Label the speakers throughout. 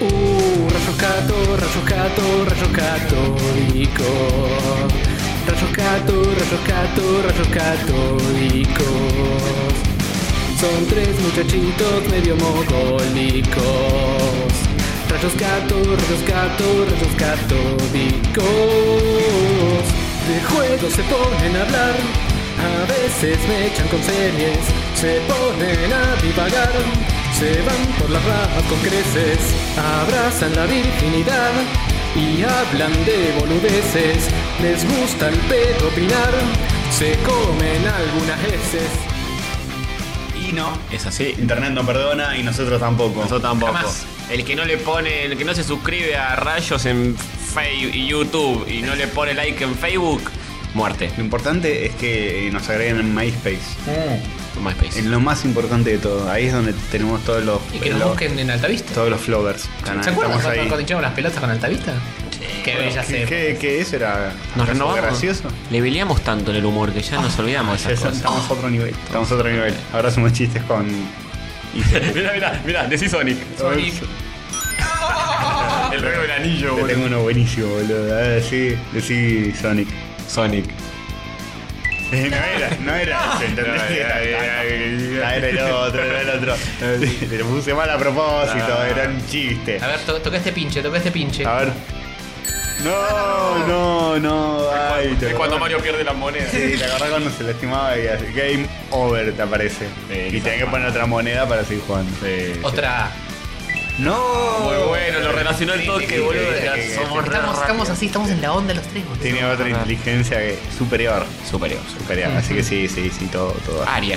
Speaker 1: Uh, rayo gato, rayo gato, rayo católico. Rayo gato, rayo gato, rayo católicos. Son tres muchachitos medio mogólicos. Rayos gato, rayos gato, rayos católicos. De juegos se ponen a hablar. A veces me echan con series. Se ponen a divagar. Se van por las ramas con creces, abrazan la virginidad y hablan de boludeces. Les gusta el pedo opinar, se comen algunas heces.
Speaker 2: Y no,
Speaker 3: Es así. Internet no perdona y nosotros tampoco.
Speaker 2: nosotros tampoco.
Speaker 4: Jamás.
Speaker 2: El que no le pone, el que no se suscribe a Rayos en Fe- YouTube y no le pone like en Facebook, muerte.
Speaker 3: Lo importante es que eh, nos agreguen en MySpace.
Speaker 2: MySpace.
Speaker 3: Es lo más importante de todo. Ahí es donde tenemos todos los.
Speaker 4: Y que nos
Speaker 3: los-
Speaker 4: busquen en Altavista.
Speaker 3: Todos los flowers. Canal,
Speaker 4: ¿Se acuerdan
Speaker 3: estamos
Speaker 4: cuando,
Speaker 3: ahí.
Speaker 4: cuando hinchamos las pelotas con Altavista? Qué bella
Speaker 3: ¿Qué,
Speaker 4: se.
Speaker 3: qué, qué eso era?
Speaker 2: Nos
Speaker 3: ¿Acaso
Speaker 2: renovamos.
Speaker 3: gracioso?
Speaker 2: Le peleamos tanto en el humor que ya nos olvidamos de
Speaker 3: Ya
Speaker 2: esas cosas.
Speaker 3: estamos a otro nivel. Estamos a otro nivel. Ahora hacemos chistes con.
Speaker 2: mirá, mirá, mirá, decí Sonic.
Speaker 4: Sonic.
Speaker 2: El rey del anillo,
Speaker 3: Yo tengo uno buenísimo, boludo. A ver, sí, decí Sonic.
Speaker 2: Sonic.
Speaker 3: No era, no era ese, ¿entendés?
Speaker 2: No, era, era,
Speaker 3: Ah, era el otro, era el otro. Te lo puse mal a propósito,
Speaker 2: Ah.
Speaker 3: era un chiste.
Speaker 4: A ver, to- toca este pinche, toca este pinche.
Speaker 3: A ver. No, no, no. Ay, te acordás-
Speaker 2: pierde la moneda.
Speaker 3: Sí, te acordás cuando se lastimaba y así, Game over te aparece. y tenés que poner otra moneda para seguir jugando.
Speaker 4: Otra.
Speaker 3: No.
Speaker 2: Muy bueno, lo relacionó el toque, boludo. Ya somos re
Speaker 4: Estamos, estamos así, estamos en la onda los tres, boludo.
Speaker 3: Tiene otra inteligencia que- superior.
Speaker 2: Superior.
Speaker 3: Superior. Así que sí, sí, sí, todo, todo.
Speaker 2: Aria.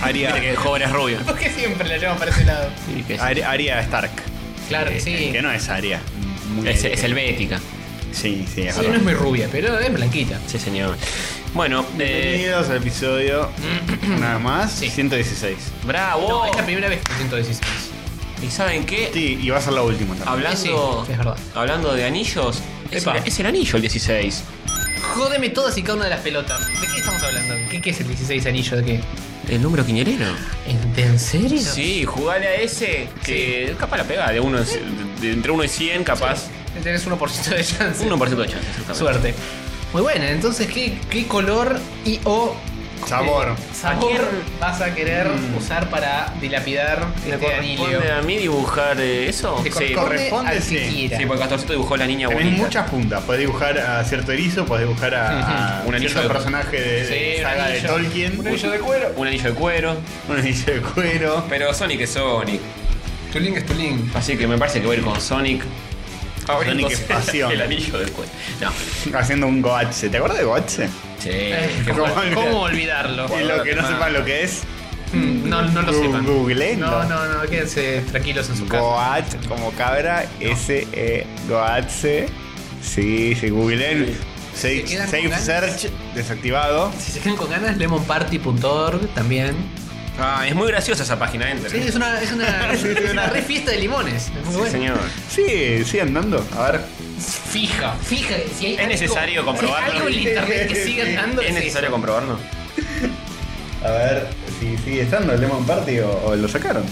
Speaker 2: Ah, Aria. que el joven es rubio.
Speaker 4: ¿Por qué siempre la llevan para ese lado?
Speaker 2: Sí, que es,
Speaker 3: Aria, Aria Stark.
Speaker 4: Claro,
Speaker 3: Eh,
Speaker 4: sí.
Speaker 3: Que no es Aria. Muy
Speaker 2: es,
Speaker 3: Aria.
Speaker 2: es helvética.
Speaker 3: Sí, sí, es
Speaker 4: Sí, no
Speaker 3: verdad.
Speaker 4: es muy rubia, pero es blanquita.
Speaker 2: Sí, señor. Bueno, eh,
Speaker 3: Bienvenidos al episodio nada más
Speaker 4: Sí.
Speaker 3: 116.
Speaker 4: No,
Speaker 2: bravo.
Speaker 4: es la primera vez que 116.
Speaker 2: ¿Y saben qué?
Speaker 3: Sí, y va a ser la última también.
Speaker 2: Hablando,
Speaker 4: Sí, es verdad.
Speaker 2: hablando de anillos, es el,
Speaker 4: Epa.
Speaker 2: es el anillo el 16.
Speaker 4: Jódeme todas y cada una de las pelotas. ¿De qué estamos hablando? ¿Qué, qué es el 16 anillo de qué?
Speaker 2: El número quiñerero.
Speaker 4: ¿En, de- en serio?
Speaker 2: Sí, jugarle a ese que capaz la pega de, uno, en- de- de entre 1 y 100, capaz.
Speaker 4: Tenés 1% de chance.
Speaker 2: 1% de chance, exactamente.
Speaker 4: Suerte. Muy bueno, entonces, ¿qué, qué color y o
Speaker 3: Sabor.
Speaker 4: eh, sabor vas a querer usar para dilapidar
Speaker 2: ¿Me
Speaker 4: este anillo?
Speaker 2: corresponde a mí dibujar eh, eso? Sí,
Speaker 4: Te corresponde
Speaker 3: corresponde,
Speaker 4: al
Speaker 3: sí.
Speaker 4: que quiera.
Speaker 2: sí, porque Castorcito dibujó a la niña
Speaker 3: Tenés
Speaker 2: bonita.
Speaker 3: muchas puntas. Podés dibujar a cierto erizo, podés dibujar a, a
Speaker 2: Un anillo
Speaker 3: cierto
Speaker 2: de-
Speaker 3: personaje de, de
Speaker 4: Sí, un
Speaker 3: saga de
Speaker 4: anillo.
Speaker 3: Tolkien. Un anillo de cuero.
Speaker 2: Un anillo de cuero.
Speaker 3: Un anillo de cuero.
Speaker 2: Pero Sonic es Sonic.
Speaker 4: Tu link es tu link.
Speaker 2: Así que me parece que voy a ir con Sonic.
Speaker 3: Sonic es pasión.
Speaker 2: El anillo del cuero. No.
Speaker 3: Haciendo un goatse. ¿Te acuerdas de goatse?
Speaker 2: Sí. qué
Speaker 4: ¿cómo,
Speaker 3: bueno.
Speaker 4: cómo olvidarlo?
Speaker 3: Y lo que no sepan lo que es,
Speaker 4: Mm, No, no lo
Speaker 3: Gu-
Speaker 4: sepan.
Speaker 3: googleenlo.
Speaker 4: No, no, no, quédense tranquilos en su casa.
Speaker 3: Goat como cabra, S-E, Goatse. Sí, sí, googleen. Safe,
Speaker 4: quedan con
Speaker 3: safe
Speaker 4: ganas.
Speaker 3: search desactivado.
Speaker 4: Si se quedan con ganas, lemonparty.org también.
Speaker 2: Ah, es muy graciosa esa página, entre.
Speaker 4: Sí, es una, es una, es una re fiesta de limones. Es muy bueno.
Speaker 2: señor.
Speaker 3: Sí, sí, andando. A ver.
Speaker 4: Fija, fija. Si hay
Speaker 2: Es necesario
Speaker 4: comprobar
Speaker 2: comprobarlo.
Speaker 4: Hay algo en internet que siga andando.
Speaker 2: ¿Es necesario comprobarlo?
Speaker 3: A ver si sigue estando el Lemon Party o, o lo sacaron.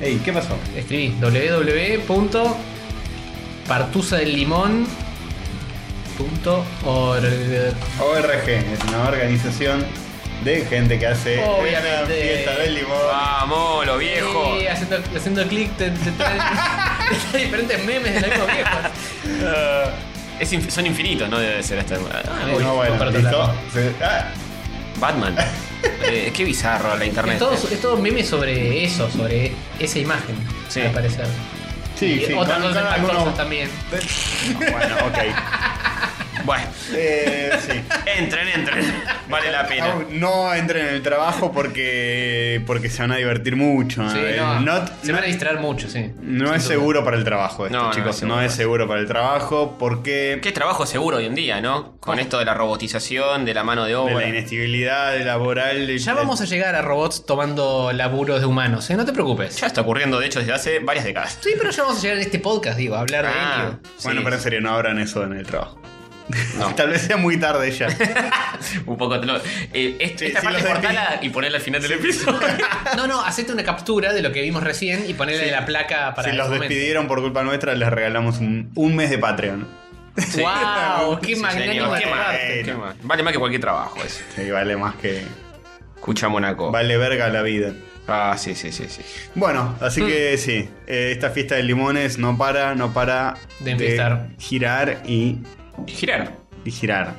Speaker 3: Ey, ¿qué pasó?
Speaker 4: Escribí www.partusadellimón.org
Speaker 3: ORG es una organización de gente que hace
Speaker 4: Obviamente. Ah,
Speaker 3: una fiesta del limón.
Speaker 2: Vamos, lo viejo.
Speaker 4: Sí, haciendo, haciendo clic te, te traen- te traen diferentes memes de la misma vieja.
Speaker 2: Es inf- son infinitos, no debe ser esta.
Speaker 4: Ah,
Speaker 2: Ah,
Speaker 3: No, bueno,
Speaker 4: para otro
Speaker 3: listo.
Speaker 4: lado.
Speaker 3: Se- ah,
Speaker 2: Batman. Eh, qué bizarro la internet.
Speaker 4: Es todo, es todo meme sobre eso, sobre esa imagen.
Speaker 2: Sí.
Speaker 4: Al parecer.
Speaker 3: sí,
Speaker 4: Y
Speaker 3: sí.
Speaker 4: otras
Speaker 3: con-
Speaker 4: cosas
Speaker 3: con
Speaker 4: más
Speaker 3: algunos-
Speaker 4: cosas también.
Speaker 3: Bueno, ok.
Speaker 2: Bueno,
Speaker 3: Eh, sí.
Speaker 2: entren, entren. Vale la pena.
Speaker 3: Aún No entren en el trabajo porque porque se van a divertir mucho.
Speaker 4: Sí,
Speaker 3: Ah, El
Speaker 4: no,
Speaker 3: not-
Speaker 4: se
Speaker 3: no-
Speaker 4: van a distraer mucho, sí.
Speaker 3: no
Speaker 4: Sin
Speaker 3: es
Speaker 4: duda.
Speaker 3: seguro para el trabajo esto,
Speaker 2: No, no es
Speaker 3: chicos. No,
Speaker 2: seguro.
Speaker 3: es seguro para el trabajo porque
Speaker 2: Qué trabajo seguro hoy en día, ¿no?
Speaker 4: Ah.
Speaker 2: Con esto de la robotización, de la mano de
Speaker 3: de
Speaker 2: obra.
Speaker 3: la inestabilidad laboral. de-
Speaker 4: Ya vamos a llegar a robots tomando laburos de humanos, ¿eh? No te preocupes.
Speaker 2: Ya está ocurriendo, de hecho, desde hace varias décadas.
Speaker 4: Sí, pero ya vamos a llegar en este podcast, digo, a hablar
Speaker 2: Ah,
Speaker 4: de ello.
Speaker 2: sí.
Speaker 3: Bueno, pero en serio, no abran eso en el trabajo.
Speaker 2: No.
Speaker 3: Tal vez sea muy tarde ya.
Speaker 2: Un poco te lo. eh, est-
Speaker 3: Sí,
Speaker 2: esta
Speaker 3: sí,
Speaker 2: parte
Speaker 3: lo sentí.
Speaker 2: cortala y ponela al final del episodio.
Speaker 4: No, no, hacete una captura de lo que vimos recién y ponerle la placa para
Speaker 3: si
Speaker 4: el
Speaker 3: los
Speaker 4: momento.
Speaker 3: despidieron por culpa nuestra, les regalamos un, un mes de Patreon.
Speaker 2: Sí.
Speaker 4: ¡Wow! ¡Qué
Speaker 2: Sí,
Speaker 4: magnánimo!
Speaker 2: señor.
Speaker 4: de
Speaker 2: Qué
Speaker 4: parte.
Speaker 2: mal, qué mal. Vale más que cualquier trabajo eso.
Speaker 3: Sí, vale más que.
Speaker 2: Escucha
Speaker 4: Oh.
Speaker 2: Monaco.
Speaker 3: Vale verga la vida.
Speaker 2: Ah, sí, sí, sí, sí.
Speaker 3: Bueno, así
Speaker 4: Mm.
Speaker 3: que sí, eh, esta fiesta de limones no para, no para
Speaker 4: De enfiestar.
Speaker 3: girar y,
Speaker 2: Girar.
Speaker 3: y girar.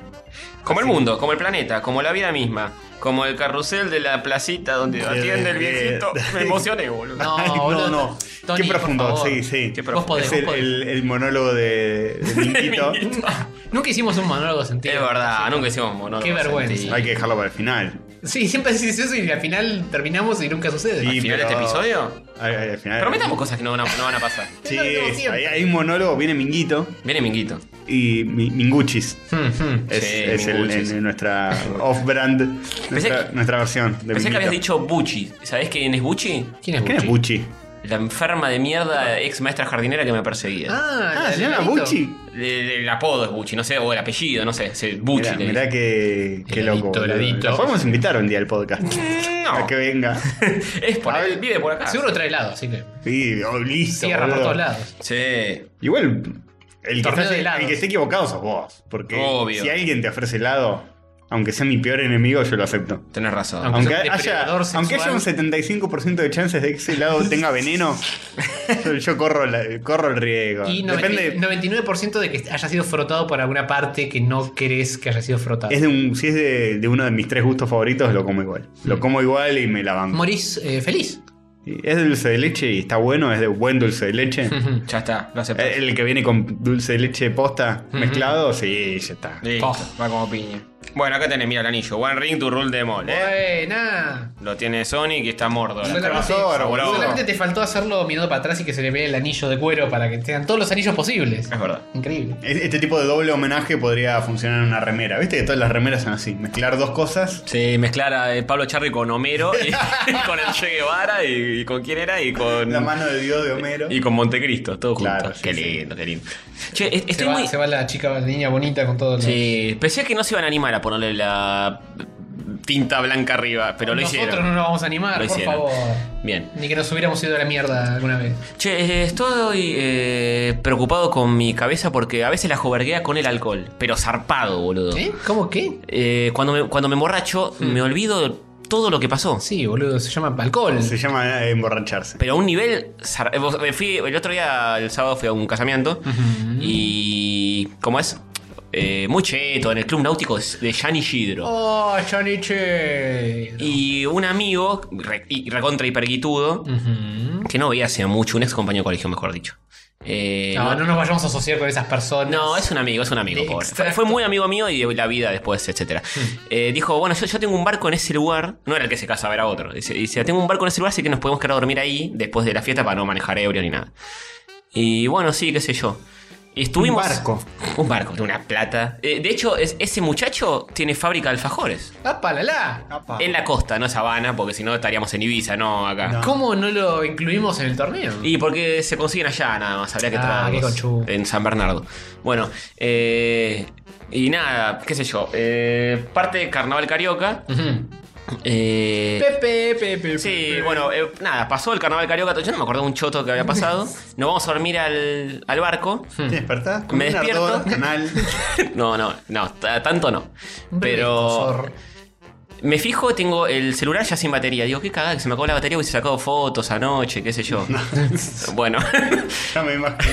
Speaker 2: Como el mundo, como el planeta, como la vida misma, como el carrusel de la placita donde
Speaker 3: Eh,
Speaker 2: atiende el viejito.
Speaker 3: eh,
Speaker 2: Me emocioné, boludo.
Speaker 4: No,
Speaker 3: Ay,
Speaker 4: boludo,
Speaker 3: no.
Speaker 4: Tony,
Speaker 3: Qué
Speaker 4: por
Speaker 3: profundo,
Speaker 4: favor.
Speaker 3: sí, sí.
Speaker 2: Qué
Speaker 4: Vos podés,
Speaker 3: es
Speaker 4: vos
Speaker 3: el,
Speaker 4: podés.
Speaker 3: el- el monólogo de, de Minguito.
Speaker 4: Nunca hicimos un monólogo sentido.
Speaker 2: Es verdad, nunca hicimos monólogo.
Speaker 4: Qué vergüenza.
Speaker 2: sentí.
Speaker 3: Hay que dejarlo para el final.
Speaker 4: Sí, siempre decís eso y al final terminamos y nunca sucede.
Speaker 3: Sí.
Speaker 2: ¿Al final de
Speaker 3: pero- Eh.
Speaker 2: este episodio?
Speaker 3: Ay, ay, al final.
Speaker 2: Prometamos cosas que no van a, no van a pasar.
Speaker 3: Sí,
Speaker 4: Lo hacemos
Speaker 3: es-
Speaker 4: siempre.
Speaker 3: hay, hay un monólogo, viene Minguito
Speaker 2: Viene Minguito.
Speaker 3: y Mi- Minguchis.
Speaker 4: Hmm, hmm.
Speaker 3: Es,
Speaker 2: Sí,
Speaker 3: es el-
Speaker 2: Minguchis.
Speaker 3: en- en nuestra off-brand, nuestra,
Speaker 2: que-
Speaker 3: nuestra versión de
Speaker 2: Pensé que habías
Speaker 3: Minguito.
Speaker 2: dicho Bucci. ¿Sabés quién es Bucci?
Speaker 4: ¿Quién es
Speaker 3: ¿Quién es
Speaker 4: Bucci?
Speaker 3: Buchi?
Speaker 2: La enferma de mierda ex maestra jardinera que me perseguía.
Speaker 4: Ah,
Speaker 3: Ah,
Speaker 4: la
Speaker 3: ¿se llama
Speaker 4: del Benito.
Speaker 3: Buchi?
Speaker 2: El, el apodo es Bucci, no sé, o el apellido, no sé. es Bucci.
Speaker 3: Mirá,
Speaker 2: le
Speaker 3: mirá que, que
Speaker 4: Heladito,
Speaker 3: loco. boludo.
Speaker 4: heladito.
Speaker 3: Lo podemos invitar un día al podcast.
Speaker 2: dicen.
Speaker 3: A
Speaker 2: No,
Speaker 3: que venga.
Speaker 2: es por ahí,
Speaker 3: Habla-
Speaker 2: vive por acá.
Speaker 4: Ah, Seguro trae helado, así que
Speaker 3: Sí, oh, listo.
Speaker 4: cierra por
Speaker 3: boludo.
Speaker 4: todos lados.
Speaker 2: Sí.
Speaker 3: Igual, el que,
Speaker 4: Torneo
Speaker 3: está,
Speaker 4: de helados.
Speaker 3: el que esté equivocado sos vos. Porque
Speaker 2: Obvio.
Speaker 3: si alguien te ofrece helado, aunque sea mi peor enemigo, yo lo acepto.
Speaker 2: Tenés razón.
Speaker 4: Aunque
Speaker 3: Aunque,
Speaker 4: sea un
Speaker 3: haya,
Speaker 4: depredador sexual.
Speaker 3: aunque haya un 75% de chances de que ese helado tenga veneno, yo, yo corro, la- corro el riesgo.
Speaker 4: Y eh,
Speaker 3: Depende.
Speaker 4: 99% de que haya sido frotado por alguna parte que no querés que haya sido frotado.
Speaker 3: Es de un- si es de, de uno de mis tres gustos favoritos, lo como igual. Lo como igual y me la banco.
Speaker 4: Morís eh, feliz.
Speaker 3: Y Es dulce de leche y está bueno, es de buen dulce de leche. Eh,
Speaker 2: Ya está, lo acepté.
Speaker 3: El que viene con dulce de leche posta mezclado, sí, ya está.
Speaker 2: Listo,
Speaker 4: Oh.
Speaker 2: va como piña. Bueno, acá tenés, mira el anillo. One ring to rule them all, eh.
Speaker 4: Buena.
Speaker 2: Lo tiene Sonic y está Mordor.
Speaker 4: Solamente-
Speaker 3: Trabajador, boludo.
Speaker 4: Solamente te faltó hacerlo mirando para atrás y que se le vea el anillo de cuero para que tengan todos los anillos posibles.
Speaker 3: Ah.
Speaker 2: Es verdad.
Speaker 4: Increíble.
Speaker 3: E- Este tipo de doble homenaje podría funcionar en una remera. Viste que todas las remeras son así: mezclar dos cosas.
Speaker 2: Sí, mezclar a eh, Pablo Charri con Homero y, y con el Che Guevara y, y con quién era y con.
Speaker 3: La mano de Dios de Homero.
Speaker 2: Y con Montecristo, todo junto.
Speaker 3: Claro, sí,
Speaker 2: qué
Speaker 3: sí.
Speaker 2: lindo, qué lindo. Che, es-
Speaker 4: Se
Speaker 2: estoy
Speaker 4: va,
Speaker 2: muy.
Speaker 4: se va la chica, la niña bonita con todo.
Speaker 2: Sí, pensé que no se iban a animar a ponerle la tinta blanca arriba, pero lo
Speaker 4: Nosotros
Speaker 2: hicieron.
Speaker 4: no nos vamos a animar,
Speaker 2: Lo
Speaker 4: por
Speaker 2: hicieron.
Speaker 4: favor.
Speaker 2: Bien.
Speaker 4: Ni que nos hubiéramos ido a la mierda alguna vez.
Speaker 2: Che, eh, estoy eh, preocupado con mi cabeza porque a veces la joverguea con el alcohol, pero zarpado, boludo.
Speaker 4: ¿Eh? ¿Cómo qué?
Speaker 2: Eh, cuando, me, cuando me emborracho,
Speaker 4: Hmm.
Speaker 2: me olvido todo lo que pasó.
Speaker 4: Sí, boludo, se llama alcohol.
Speaker 3: Se llama eh, emborracharse.
Speaker 2: Pero a un nivel. zar- eh, vos- eh, Fui, el otro día, el sábado, fui a un casamiento. Y. ¿Cómo es? Eh, muy cheto, en el club náutico de- de Gianni Gidro.
Speaker 4: Oh, Johnny Che.
Speaker 2: Y un amigo, re- y recontra hiperguitudo,
Speaker 4: Mm. Ujú.
Speaker 2: que no veía hace mucho, un ex compañero de colegio, mejor dicho. Eh,
Speaker 4: Ah, No, no nos vayamos a asociar con esas personas.
Speaker 2: No, es un amigo, es un amigo,
Speaker 4: De
Speaker 2: pobre. Fue,
Speaker 4: extracto.
Speaker 2: fue muy amigo mío y de la vida después, etcétera.
Speaker 3: Hmm.
Speaker 2: Eh, dijo, bueno, yo, yo tengo un barco en ese lugar. No era el que se casaba, era otro. Dice, dice, tengo un barco en ese lugar, así que nos podemos quedar a dormir ahí después de la fiesta para no manejar ebrio ni nada. Y bueno, sí, qué sé yo. Y Estuvimos.
Speaker 3: Un barco.
Speaker 2: Un barco, de una plata. Eh, de hecho, es- ese muchacho tiene fábrica de alfajores.
Speaker 4: ¡Apa, la, la!
Speaker 3: Apa.
Speaker 2: En la costa, no es Habana, porque si no estaríamos en Ibiza, no acá.
Speaker 3: Ah. No.
Speaker 4: ¿Cómo no lo incluimos en el torneo?
Speaker 2: Y porque se consiguen allá nada más, habría que
Speaker 4: Ah, qué
Speaker 2: traerlos
Speaker 4: conchudo.
Speaker 2: en San Bernardo. Bueno, eh, y nada, qué sé yo. eh, parte de Carnaval Carioca.
Speaker 4: Ujú.
Speaker 2: eh,
Speaker 4: Pepe, Pepe.
Speaker 2: sí,
Speaker 4: Pepe.
Speaker 2: bueno, eh, nada, pasó el Carnaval Carioca. Yo no me acordé de un choto que había pasado. Nos vamos a dormir al, al barco.
Speaker 3: ¿Te despertás? Con
Speaker 2: Me
Speaker 3: un
Speaker 2: despierto.
Speaker 3: ardor canal.
Speaker 2: No, no, no, t- tanto no.
Speaker 4: Un breve
Speaker 2: Pero
Speaker 4: desconsor.
Speaker 2: me fijo, tengo el celular ya sin batería. Digo, qué cagada que se me acabó la batería, hubiese sacado fotos anoche, qué sé yo. bueno.
Speaker 3: Ya me imagino.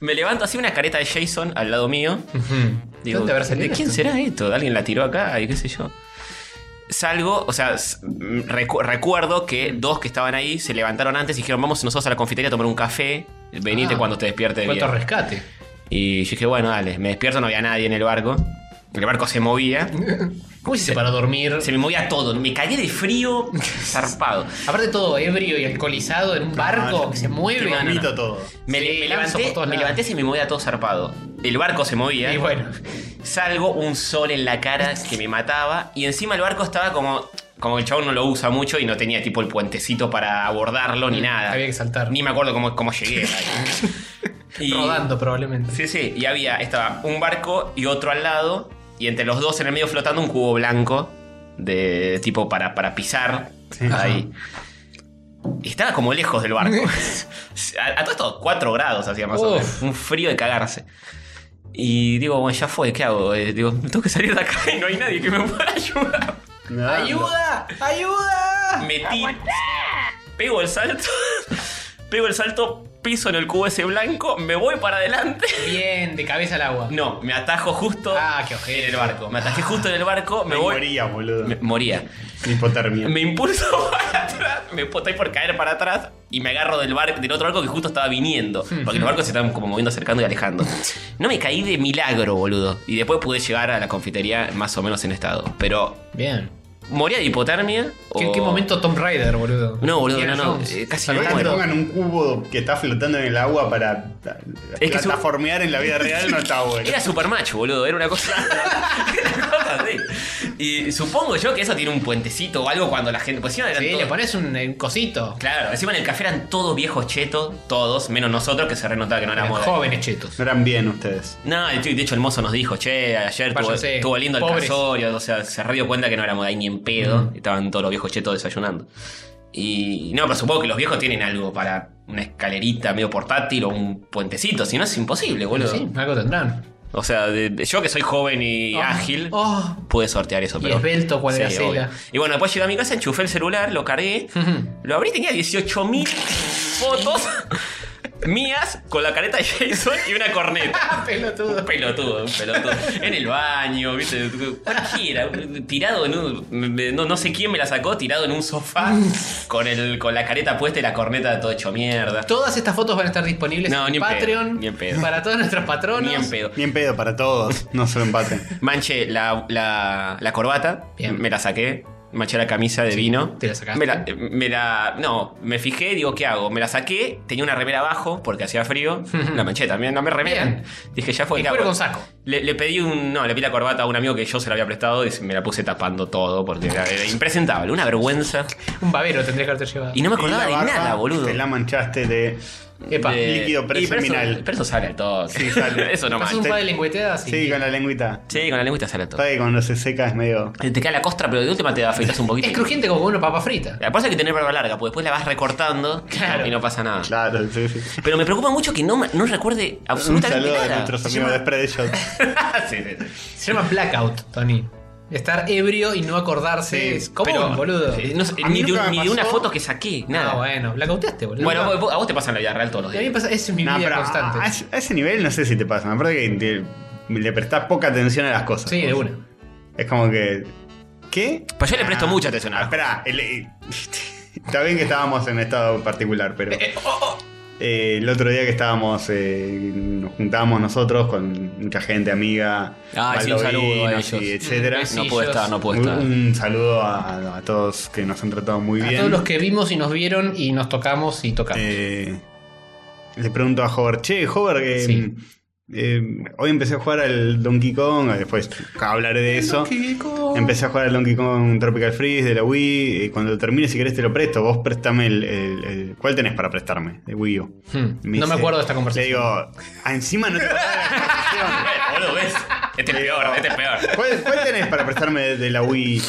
Speaker 2: Me levanto así una careta de Jason al lado mío.
Speaker 4: Ujú.
Speaker 2: Digo,
Speaker 4: ¿Dónde habrá
Speaker 2: ¿de
Speaker 4: salido
Speaker 2: quién
Speaker 4: esto?
Speaker 2: será esto? ¿Alguien la tiró acá? Y qué sé yo. Salgo, o sea, s- mm, recu- recuerdo que dos que estaban ahí se levantaron antes y dijeron, vamos nosotros a la confitería a tomar un café, venite
Speaker 4: Ah.
Speaker 2: cuando te despierte
Speaker 4: Cuánto
Speaker 2: bien.
Speaker 4: rescate.
Speaker 2: Y yo dije, bueno, dale, me despierto, no había nadie en el barco. El barco se movía,
Speaker 4: ¿Cómo hiciste para dormir?
Speaker 2: se me movía todo, me cagué de frío zarpado.
Speaker 4: Aparte todo ebrio y alcoholizado en un barco que se mueve.
Speaker 2: no, no,
Speaker 3: Vomito
Speaker 2: no.
Speaker 3: todo.
Speaker 2: Me,
Speaker 4: Sí,
Speaker 2: le- me
Speaker 4: lanzo
Speaker 2: levanté,
Speaker 4: por todos
Speaker 2: me
Speaker 4: lados.
Speaker 2: levanté y se me movía todo zarpado. El barco se movía.
Speaker 4: Y bueno.
Speaker 2: Salgo, un sol en la cara que me mataba. Y encima el barco estaba como. Como el chabón no lo usa mucho y no tenía tipo el puentecito para abordarlo Ah. ni nada.
Speaker 4: Mm, Había que saltar.
Speaker 2: Ni me acuerdo cómo, cómo llegué. ahí. Y-
Speaker 4: Rodando probablemente.
Speaker 2: Sí, sí, y había, estaba un barco y otro al lado, y entre los dos en el medio flotando un cubo blanco, de tipo para, para pisar
Speaker 3: Sí.
Speaker 2: ahí. Y estaba como lejos del barco. a, a todo esto, 4 grados hacía más o
Speaker 4: Uf.
Speaker 2: menos. Un frío de cagarse. Y digo, bueno, ya fue, ¿qué hago? Eh, digo, tengo que salir de acá y no hay nadie que me pueda ayudar.
Speaker 3: Nada.
Speaker 4: ¡Ayuda! ¡Ayuda!
Speaker 2: Me tiro. Pego el salto. pego el salto, piso en el cubo ese blanco, me voy para adelante.
Speaker 4: Bien, de cabeza al agua.
Speaker 2: No, me atajo justo
Speaker 4: Ah, qué ojete.
Speaker 2: en el barco. Me atajé justo en el barco, me
Speaker 3: Me
Speaker 2: voy.
Speaker 3: moría, boludo.
Speaker 2: Me- moría.
Speaker 3: Hipotermia.
Speaker 2: Me impulso para atrás, me estoy por caer para atrás y me agarro del, barco del otro barco que justo estaba viniendo. Porque los barcos se estaban como moviendo, acercando y alejando. No me caí de milagro, boludo. Y después pude llegar a la confitería más o menos en estado. Pero,
Speaker 4: Bien.
Speaker 2: ¿moría de hipotermia?
Speaker 4: ¿Qué,
Speaker 2: o-
Speaker 4: qué momento Tom Rider, boludo?
Speaker 2: Oh. No, boludo, no,
Speaker 4: Indiana
Speaker 2: no.
Speaker 4: Jones.
Speaker 2: eh, Casi me
Speaker 3: Tal vez te
Speaker 2: muero.
Speaker 3: pongan un cubo que está flotando en el agua para
Speaker 2: que es un-
Speaker 3: plataformear en la vida real, no está bueno.
Speaker 2: Era super macho, boludo, era una cosa. una cosa así. Y supongo yo que eso tiene un puentecito o algo cuando la gente. Pues encima eran
Speaker 4: Sí,
Speaker 2: todos-
Speaker 4: le pones un, un cosito.
Speaker 2: Claro, encima en el café eran todos viejos chetos, todos, menos nosotros que se renotaba que no éramos. de-
Speaker 4: Jóvenes chetos.
Speaker 3: No eran bien ustedes.
Speaker 2: No, el tío- de hecho el mozo nos dijo, che, ayer tuvo,
Speaker 4: Váyanse,
Speaker 2: estuvo lindo el
Speaker 4: pobres.
Speaker 2: casorio, o sea, se re dio cuenta que no éramos de ahí ni en pedo, estaban todos los viejos chetos desayunando. Y no, pero supongo que los viejos tienen algo para una escalerita medio portátil o un puentecito, si no es imposible, boludo.
Speaker 4: Sí, algo tendrán.
Speaker 2: O sea, de- de- yo que soy joven y
Speaker 4: Ah,
Speaker 2: ágil,
Speaker 4: Oh.
Speaker 2: pude sortear eso.
Speaker 4: Y
Speaker 2: Pero...
Speaker 4: esbelto, cuadracela.
Speaker 2: obvio. Y bueno, después llegué a mi casa, enchufé el celular, lo cargué, lo abrí, tenía 18.000 fotos mías con la careta de Jason y una corneta. Un
Speaker 4: Pelotudo.
Speaker 2: pelotudo, un pelotudo. En el baño, ¿viste? Cualquiera, tirado en un. No, no sé quién me la sacó, tirado en un sofá con, el, con la careta puesta y la corneta todo hecho mierda.
Speaker 4: Todas estas fotos van a estar disponibles
Speaker 2: No, ni
Speaker 4: en
Speaker 2: en pedo,
Speaker 4: Patreon.
Speaker 2: ni en pedo.
Speaker 4: Para todos nuestros patronos.
Speaker 2: Ni en pedo.
Speaker 3: Bien pedo para todos, no se lo empaten.
Speaker 2: Manché la, la, la corbata,
Speaker 4: Bien.
Speaker 2: me la saqué. Manché la camisa de vino.
Speaker 4: te la sacaste.
Speaker 2: Me la, me la- No, me fijé, digo, ¿qué hago? Me la saqué, tenía una remera abajo porque hacía frío. La manché también, no me remera.
Speaker 4: Bien.
Speaker 2: Dije, ya fue.
Speaker 4: Y
Speaker 2: ¿qué
Speaker 4: cuero
Speaker 2: hago?
Speaker 4: con saco.
Speaker 2: Le, le pedí un. No, le pedí la corbata a un amigo que yo se la había prestado y se- me la puse tapando todo porque era, era impresentable, una vergüenza.
Speaker 4: Un babero tendría que haber llevado.
Speaker 2: Y no me acordaba
Speaker 3: Y
Speaker 2: de
Speaker 3: la barba,
Speaker 2: nada, boludo.
Speaker 3: Te la manchaste de.
Speaker 4: Epa.
Speaker 2: De-
Speaker 3: líquido
Speaker 2: y pero eso-
Speaker 3: preseminal.
Speaker 2: Pero eso sale al toque.
Speaker 3: Sí, sale.
Speaker 2: eso no
Speaker 4: Pasas un
Speaker 2: mancha.
Speaker 4: par de lengüeteadas y.
Speaker 3: Sí, con la lengüita.
Speaker 2: Sí, con la lengüita sale al toque.
Speaker 3: Sabe que cuando se seca es medio.
Speaker 2: Te queda la costra, pero de última te afeitas un poquito.
Speaker 4: Es crujiente como una papa frita.
Speaker 2: La pasa es que tener barba larga, porque después la vas recortando
Speaker 4: Claro.
Speaker 2: y no pasa nada.
Speaker 3: Claro, sí, sí.
Speaker 2: Pero me preocupa mucho que no, ma- no recuerde
Speaker 3: Un
Speaker 2: absolutamente
Speaker 3: saludo a
Speaker 2: nada.
Speaker 3: nuestros amigos de Spreadshot.
Speaker 2: Sí, sí, sí.
Speaker 4: Se llama blackout, Tony. Estar ebrio y no acordarse
Speaker 3: Sí,
Speaker 4: es común,
Speaker 2: Pero-
Speaker 4: boludo.
Speaker 2: sí, no sé,
Speaker 3: A mí
Speaker 2: ni, de,
Speaker 3: nunca me
Speaker 2: ni de una
Speaker 3: pasó.
Speaker 2: foto que saqué,
Speaker 4: Ah,
Speaker 2: nada.
Speaker 4: bueno, blackouteaste, boludo.
Speaker 2: bueno, vos- vos- a vos te pasa en la vida real todos los
Speaker 4: Y a mí me
Speaker 2: días.
Speaker 4: pasa, es mi
Speaker 3: No,
Speaker 4: vida
Speaker 3: pero
Speaker 4: constante.
Speaker 3: a, a ese- a ese nivel no sé si te pasa. Me parece que te- le prestás poca atención a las cosas.
Speaker 4: Sí, de una.
Speaker 3: Es como que. ¿Qué?
Speaker 2: Pero yo le presto mucha atención a las
Speaker 3: Espera, está bien que estábamos en estado particular, pero.
Speaker 2: eh, oh,
Speaker 3: eh, el otro día que estábamos, eh, nos juntábamos nosotros con mucha gente amiga,
Speaker 2: Ah, sí, un saludo a
Speaker 3: baldovinos y
Speaker 2: ellos.
Speaker 3: etcétera.
Speaker 4: Mm,
Speaker 2: No puede
Speaker 4: Sillos.
Speaker 2: estar, no puede
Speaker 3: Un,
Speaker 2: estar.
Speaker 3: un saludo a, a todos que nos han tratado muy
Speaker 4: A
Speaker 3: bien.
Speaker 4: todos los que vimos y nos vieron y nos tocamos y tocamos.
Speaker 3: Eh, le pregunto a Hover, che, Hover, eh,
Speaker 4: Sí.
Speaker 3: eh, hoy empecé a jugar al Donkey Kong, ah, después hablaré de eso. Empecé a jugar al Donkey Kong Tropical Freeze de la Wii. eh, cuando termine, si querés, te lo presto. Vos préstame el. el- el- ¿Cuál tenés para prestarme? De Wii U.
Speaker 4: Hmm,
Speaker 3: Me
Speaker 4: no me
Speaker 3: dice-
Speaker 4: acuerdo de esta
Speaker 3: Le
Speaker 4: conversación.
Speaker 3: digo, "Ah, encima no te acordás de la conversación.
Speaker 2: Boludo, ¿ves? Este es peor, este es peor.
Speaker 3: ¿Cuál, cuál tenés para prestarme de, de la Wii?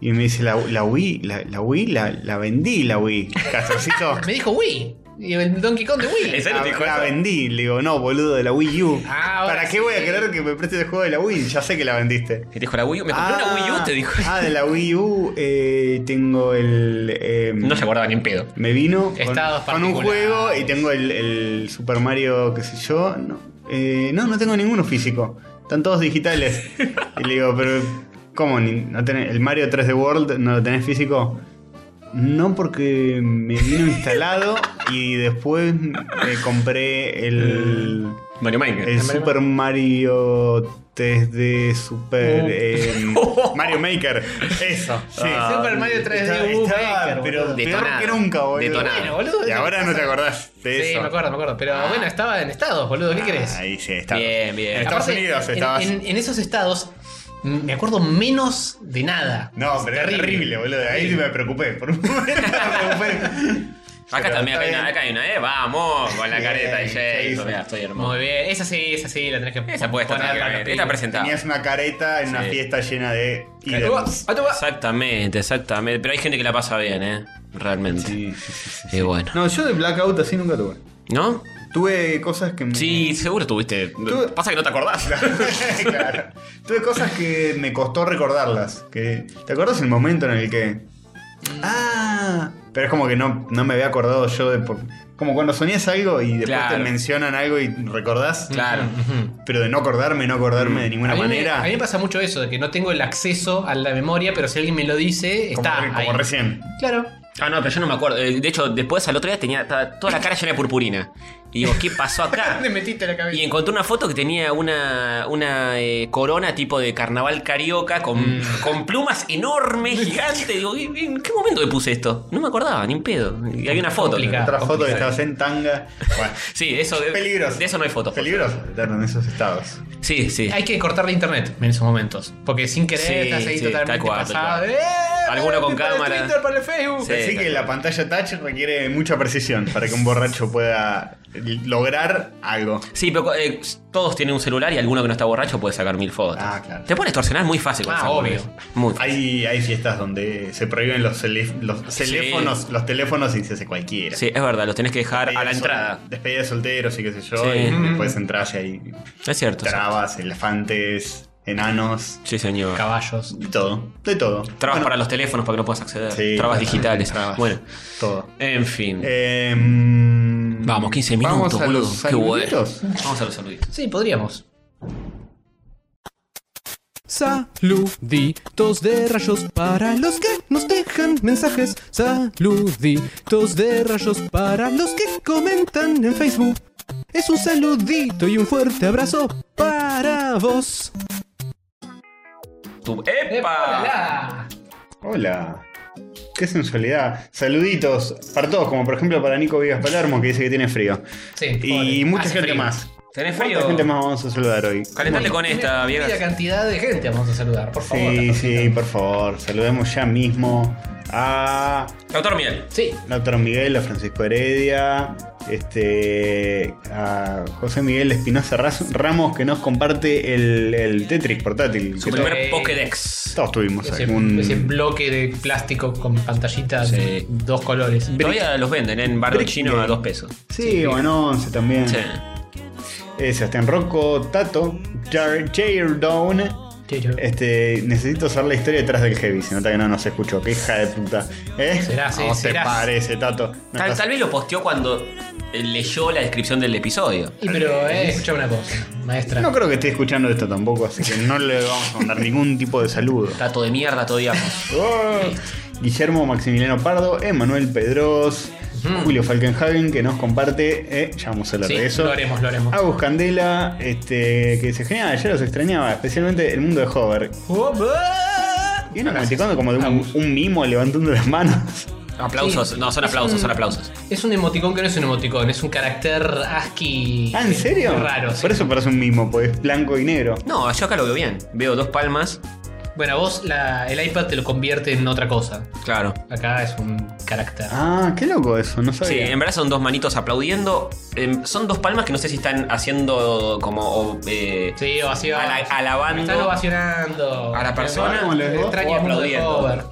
Speaker 3: Y me dice, la, la Wii, la, la Wii, la, la vendí, la Wii. Castorcito.
Speaker 4: Me dijo Wii. Y el Donkey Kong de
Speaker 2: Es-
Speaker 4: Wii.
Speaker 2: serio
Speaker 3: La,
Speaker 2: te dijo
Speaker 3: la
Speaker 2: eso?
Speaker 3: vendí, le digo, no, boludo, de la Wii U.
Speaker 4: Ah, ahora
Speaker 3: ¿Para qué
Speaker 4: sí.
Speaker 3: voy a querer que me prestes el juego de la Wii? Ya sé que la vendiste.
Speaker 2: Y te dijo la Wii U? Me compré una Wii U, te dijo.
Speaker 3: Ah, de la Wii U eh, tengo el. eh,
Speaker 2: No se acordaba ni en pedo.
Speaker 3: Me vino con,
Speaker 4: Estados
Speaker 3: con un
Speaker 4: particulares.
Speaker 3: juego y tengo el, el Super Mario, qué sé yo. No, eh, no, no tengo ninguno físico. Están todos digitales. y le digo, pero ¿cómo? ni- no tenés- ¿El Mario 3D World no lo tenés físico? No, porque me vino instalado y después eh, compré el,
Speaker 2: Mario Maker.
Speaker 3: el Super Mario 3D Super...
Speaker 4: Uh.
Speaker 3: eh, Mario Maker. Eso. Sí.
Speaker 2: Ah,
Speaker 4: Super Mario 3D
Speaker 3: Estaba-
Speaker 4: Wii
Speaker 3: estaba,
Speaker 4: Maker,
Speaker 3: pero
Speaker 4: boludo.
Speaker 3: peor
Speaker 2: Detonado.
Speaker 3: que nunca, boludo.
Speaker 2: Detonado.
Speaker 4: Bueno, boludo.
Speaker 3: Y ahora no te acordás de
Speaker 4: Sí,
Speaker 3: eso.
Speaker 4: me acuerdo, me acuerdo. Pero bueno, estaba en Estados, boludo. ¿Qué crees?
Speaker 3: Ahí sí, está.
Speaker 2: Bien, bien.
Speaker 3: En Estados
Speaker 4: Aparte,
Speaker 3: Unidos
Speaker 4: en-
Speaker 3: estabas.
Speaker 4: En, en esos estados mm, me acuerdo menos de nada.
Speaker 3: No,
Speaker 4: Es
Speaker 3: pero era terrible, boludo. Ahí me preocupé. Por un momento me preocupé.
Speaker 2: Acá
Speaker 3: Pero
Speaker 2: también, acá hay,
Speaker 3: está
Speaker 2: una,
Speaker 3: bien.
Speaker 2: acá hay una, eh, vamos, con la
Speaker 3: Sí,
Speaker 2: careta de
Speaker 3: sí,
Speaker 2: Jason,
Speaker 3: sí.
Speaker 2: mirá, estoy hermoso.
Speaker 4: Muy bien. Esa sí, esa sí, la tenés que
Speaker 2: Esa puede estar
Speaker 4: poner para
Speaker 2: tranquilamente,
Speaker 4: la
Speaker 2: está
Speaker 4: peli.
Speaker 2: presentada.
Speaker 3: Tenías una careta en una
Speaker 2: Sí.
Speaker 3: fiesta llena de
Speaker 4: Atúa,
Speaker 3: ídolos.
Speaker 4: atúa.
Speaker 2: Exactamente, exactamente. Pero hay gente que la pasa bien, eh, realmente.
Speaker 3: Sí, sí, sí, sí.
Speaker 2: Y bueno.
Speaker 3: No, yo de blackout así nunca tuve.
Speaker 2: ¿No?
Speaker 3: Tuve cosas que me.
Speaker 2: Sí, seguro tuviste.
Speaker 3: Tuve-
Speaker 2: Pasa que no te acordás.
Speaker 3: claro. Tuve cosas que me costó recordarlas. Que, ¿Te acuerdas el momento en el que.?
Speaker 2: Mm.
Speaker 3: Ah. Pero es como que no, no me había acordado yo de. por- Como cuando soñás algo y después
Speaker 2: Claro.
Speaker 3: te mencionan algo y recordás.
Speaker 2: Claro. Mm.
Speaker 4: Ujú.
Speaker 3: Pero de no acordarme, no acordarme de
Speaker 4: A
Speaker 3: ninguna
Speaker 4: mí me-
Speaker 3: manera.
Speaker 4: a mí me pasa mucho eso, de que no tengo el acceso a la memoria, pero si alguien me lo dice,
Speaker 3: como,
Speaker 4: está.
Speaker 3: re- como
Speaker 4: ahí.
Speaker 3: recién.
Speaker 4: Claro.
Speaker 2: Ah, no, pero yo no me acuerdo. Eh, De hecho, después al otro día tenía estaba toda la cara llena de purpurina. Y digo, ¿qué pasó acá?
Speaker 4: ¿Dónde metiste la cabeza?
Speaker 2: Y encontré una foto que tenía una, una eh, corona tipo de carnaval carioca con, con plumas enormes, gigantes. Digo, ¿en en qué momento me puse esto? No me acordaba, ni en pedo. Y había una foto.
Speaker 4: Complicado.
Speaker 3: Otra foto que
Speaker 4: complicado.
Speaker 3: estabas en tanga. Bueno,
Speaker 2: Sí, eso de,
Speaker 3: Peligroso.
Speaker 2: de eso no hay foto.
Speaker 3: peligroso estar en esos estados.
Speaker 2: Sí, sí.
Speaker 4: Hay que cortar la internet en esos momentos. Porque sin querer
Speaker 2: Sí,
Speaker 4: estás ahí
Speaker 2: sí,
Speaker 4: totalmente
Speaker 2: tal cual, tal
Speaker 4: pasado.
Speaker 2: cual.
Speaker 4: ¡Eh!
Speaker 2: Alguno con
Speaker 4: para
Speaker 2: cámara.
Speaker 4: El Twitter, para el Facebook.
Speaker 2: Sí.
Speaker 3: Así
Speaker 2: tal
Speaker 3: que la pantalla touch requiere mucha precisión para que un borracho pueda lograr algo.
Speaker 2: Sí, pero eh, todos tienen un celular y alguno que no está borracho puede sacar mil fotos.
Speaker 3: Ah, claro.
Speaker 2: Te puedes extorsionar muy fácil con
Speaker 4: Ah,
Speaker 2: esas
Speaker 4: obvio.
Speaker 2: cosas. Muy fácil.
Speaker 3: Hay, hay fiestas donde se prohíben los, celef- los
Speaker 2: Sí.
Speaker 3: teléfonos, los teléfonos y se hace cualquiera.
Speaker 2: Sí, es verdad, los tenés que dejar
Speaker 3: Despedida
Speaker 2: a la
Speaker 3: de sol-
Speaker 2: entrada.
Speaker 3: Despedida de solteros y qué sé yo.
Speaker 2: Sí.
Speaker 3: Y
Speaker 2: Mm.
Speaker 3: después entras y hay
Speaker 2: Es cierto. sí.
Speaker 3: trabas, elefantes, enanos,
Speaker 2: Sí, señor.
Speaker 4: Caballos.
Speaker 3: de todo. De todo.
Speaker 2: Trabas para los teléfonos para que no puedas acceder.
Speaker 3: Sí,
Speaker 2: trabas
Speaker 3: claro,
Speaker 2: digitales.
Speaker 3: trabas.
Speaker 2: Bueno,
Speaker 3: Todo.
Speaker 2: en fin.
Speaker 3: Eh,
Speaker 2: vamos, 15 minutos.
Speaker 3: Vamos a
Speaker 2: boludo.
Speaker 3: los
Speaker 2: Qué bueno.
Speaker 3: saluditos.
Speaker 2: Vamos a los saluditos.
Speaker 4: Sí, podríamos.
Speaker 1: Saluditos de rayos para los que nos dejan mensajes. Saluditos de rayos para los que comentan en Facebook. Es un saludito y un fuerte abrazo para vos.
Speaker 2: Tu-
Speaker 4: Eh,
Speaker 2: ¡Epa!
Speaker 4: ¡Epa!
Speaker 3: Hola. Qué sensualidad. Saluditos para todos, como por ejemplo para Nico Vigas Palermo, que dice que tiene frío.
Speaker 4: Sí,
Speaker 3: Y
Speaker 4: pobre.
Speaker 3: mucha
Speaker 4: Hace
Speaker 3: gente
Speaker 4: frío.
Speaker 3: más.
Speaker 2: ¿Tenés frío?
Speaker 3: ¿Cuánta gente más vamos a saludar hoy?
Speaker 2: Calentate con esta,
Speaker 4: Una
Speaker 2: vieja.
Speaker 4: cantidad de gente vamos a saludar, por favor.
Speaker 3: Sí,
Speaker 4: Carlosita.
Speaker 3: sí, por favor. Saludemos ya mismo a
Speaker 2: Doctor Miel.
Speaker 4: Sí.
Speaker 3: Lautaro Miguel, a Francisco Heredia, este, a José Miguel Espinosa Ras- Ramos, que nos comparte el, el Tetrix portátil.
Speaker 2: Su
Speaker 3: que
Speaker 2: primer
Speaker 4: Eh,
Speaker 2: Pokédex.
Speaker 3: todos tuvimos
Speaker 4: Ese,
Speaker 3: algún.
Speaker 4: ese bloque de plástico con pantallitas
Speaker 2: Sí.
Speaker 4: de dos colores.
Speaker 2: Todavía los venden en barrio
Speaker 3: Brick
Speaker 2: chino
Speaker 3: Game. Mm.
Speaker 2: a dos pesos.
Speaker 3: Sí, o en 11 también.
Speaker 2: Sí.
Speaker 3: Eh, Sebastián Rocco, Tato, Jar- Jair Down.
Speaker 4: Checho.
Speaker 3: Este, necesito saber la historia detrás del Heavy. Se nota que no nos escuchó. Qué hija de puta. ¿Eh?
Speaker 4: Será, sí,
Speaker 3: ¿Cómo
Speaker 4: será.
Speaker 3: te parece, Tato? No
Speaker 2: Tal,
Speaker 3: estás-
Speaker 2: tal vez lo posteó cuando eh, leyó la descripción del episodio.
Speaker 4: Y pero, eh, escucha una cosa, maestra.
Speaker 3: No creo que esté escuchando esto tampoco, así que no le vamos a mandar ningún tipo de saludo.
Speaker 2: Tato de mierda, todo digamos.
Speaker 3: Oh. Guillermo Maximiliano Pardo, Emanuel Pedros, Julio Falkenhagen, que nos comparte. eh, ya vamos a hablar
Speaker 4: Sí,
Speaker 3: de eso.
Speaker 4: lo haremos, lo haremos.
Speaker 3: Agus Candela, este, que dice: Genial, ya los extrañaba, especialmente el mundo de Hover. Y una emoticona como de un,
Speaker 4: Agus.
Speaker 3: un mimo levantando las manos.
Speaker 2: Aplausos.
Speaker 4: Sí.
Speaker 2: No, son
Speaker 4: Es
Speaker 2: aplausos,
Speaker 4: un-
Speaker 2: son aplausos.
Speaker 4: Es un emoticón que no es un emoticón, es un carácter ASCII.
Speaker 3: Ah, ¿en serio?
Speaker 4: Muy Raro. sí.
Speaker 3: Por eso parece un mimo, pues es blanco y negro.
Speaker 2: No, yo acá lo veo bien. Veo dos palmas.
Speaker 4: Bueno, vos la- el iPad te lo convierte en otra cosa.
Speaker 2: Claro.
Speaker 4: Acá es un carácter.
Speaker 3: Ah, qué loco eso, no
Speaker 2: Sí,
Speaker 3: sabía.
Speaker 2: en verdad son dos manitos aplaudiendo. Em, son dos palmas que no sé si están haciendo como. o, eh,
Speaker 4: Sí, ovación.
Speaker 2: ala-
Speaker 4: Me están
Speaker 2: alabando.
Speaker 4: ovacionando.
Speaker 2: a la persona.
Speaker 3: ¿Cómo les digo?
Speaker 4: Extraña
Speaker 2: O
Speaker 4: el mundo de
Speaker 2: aplaudiendo.
Speaker 4: Hover.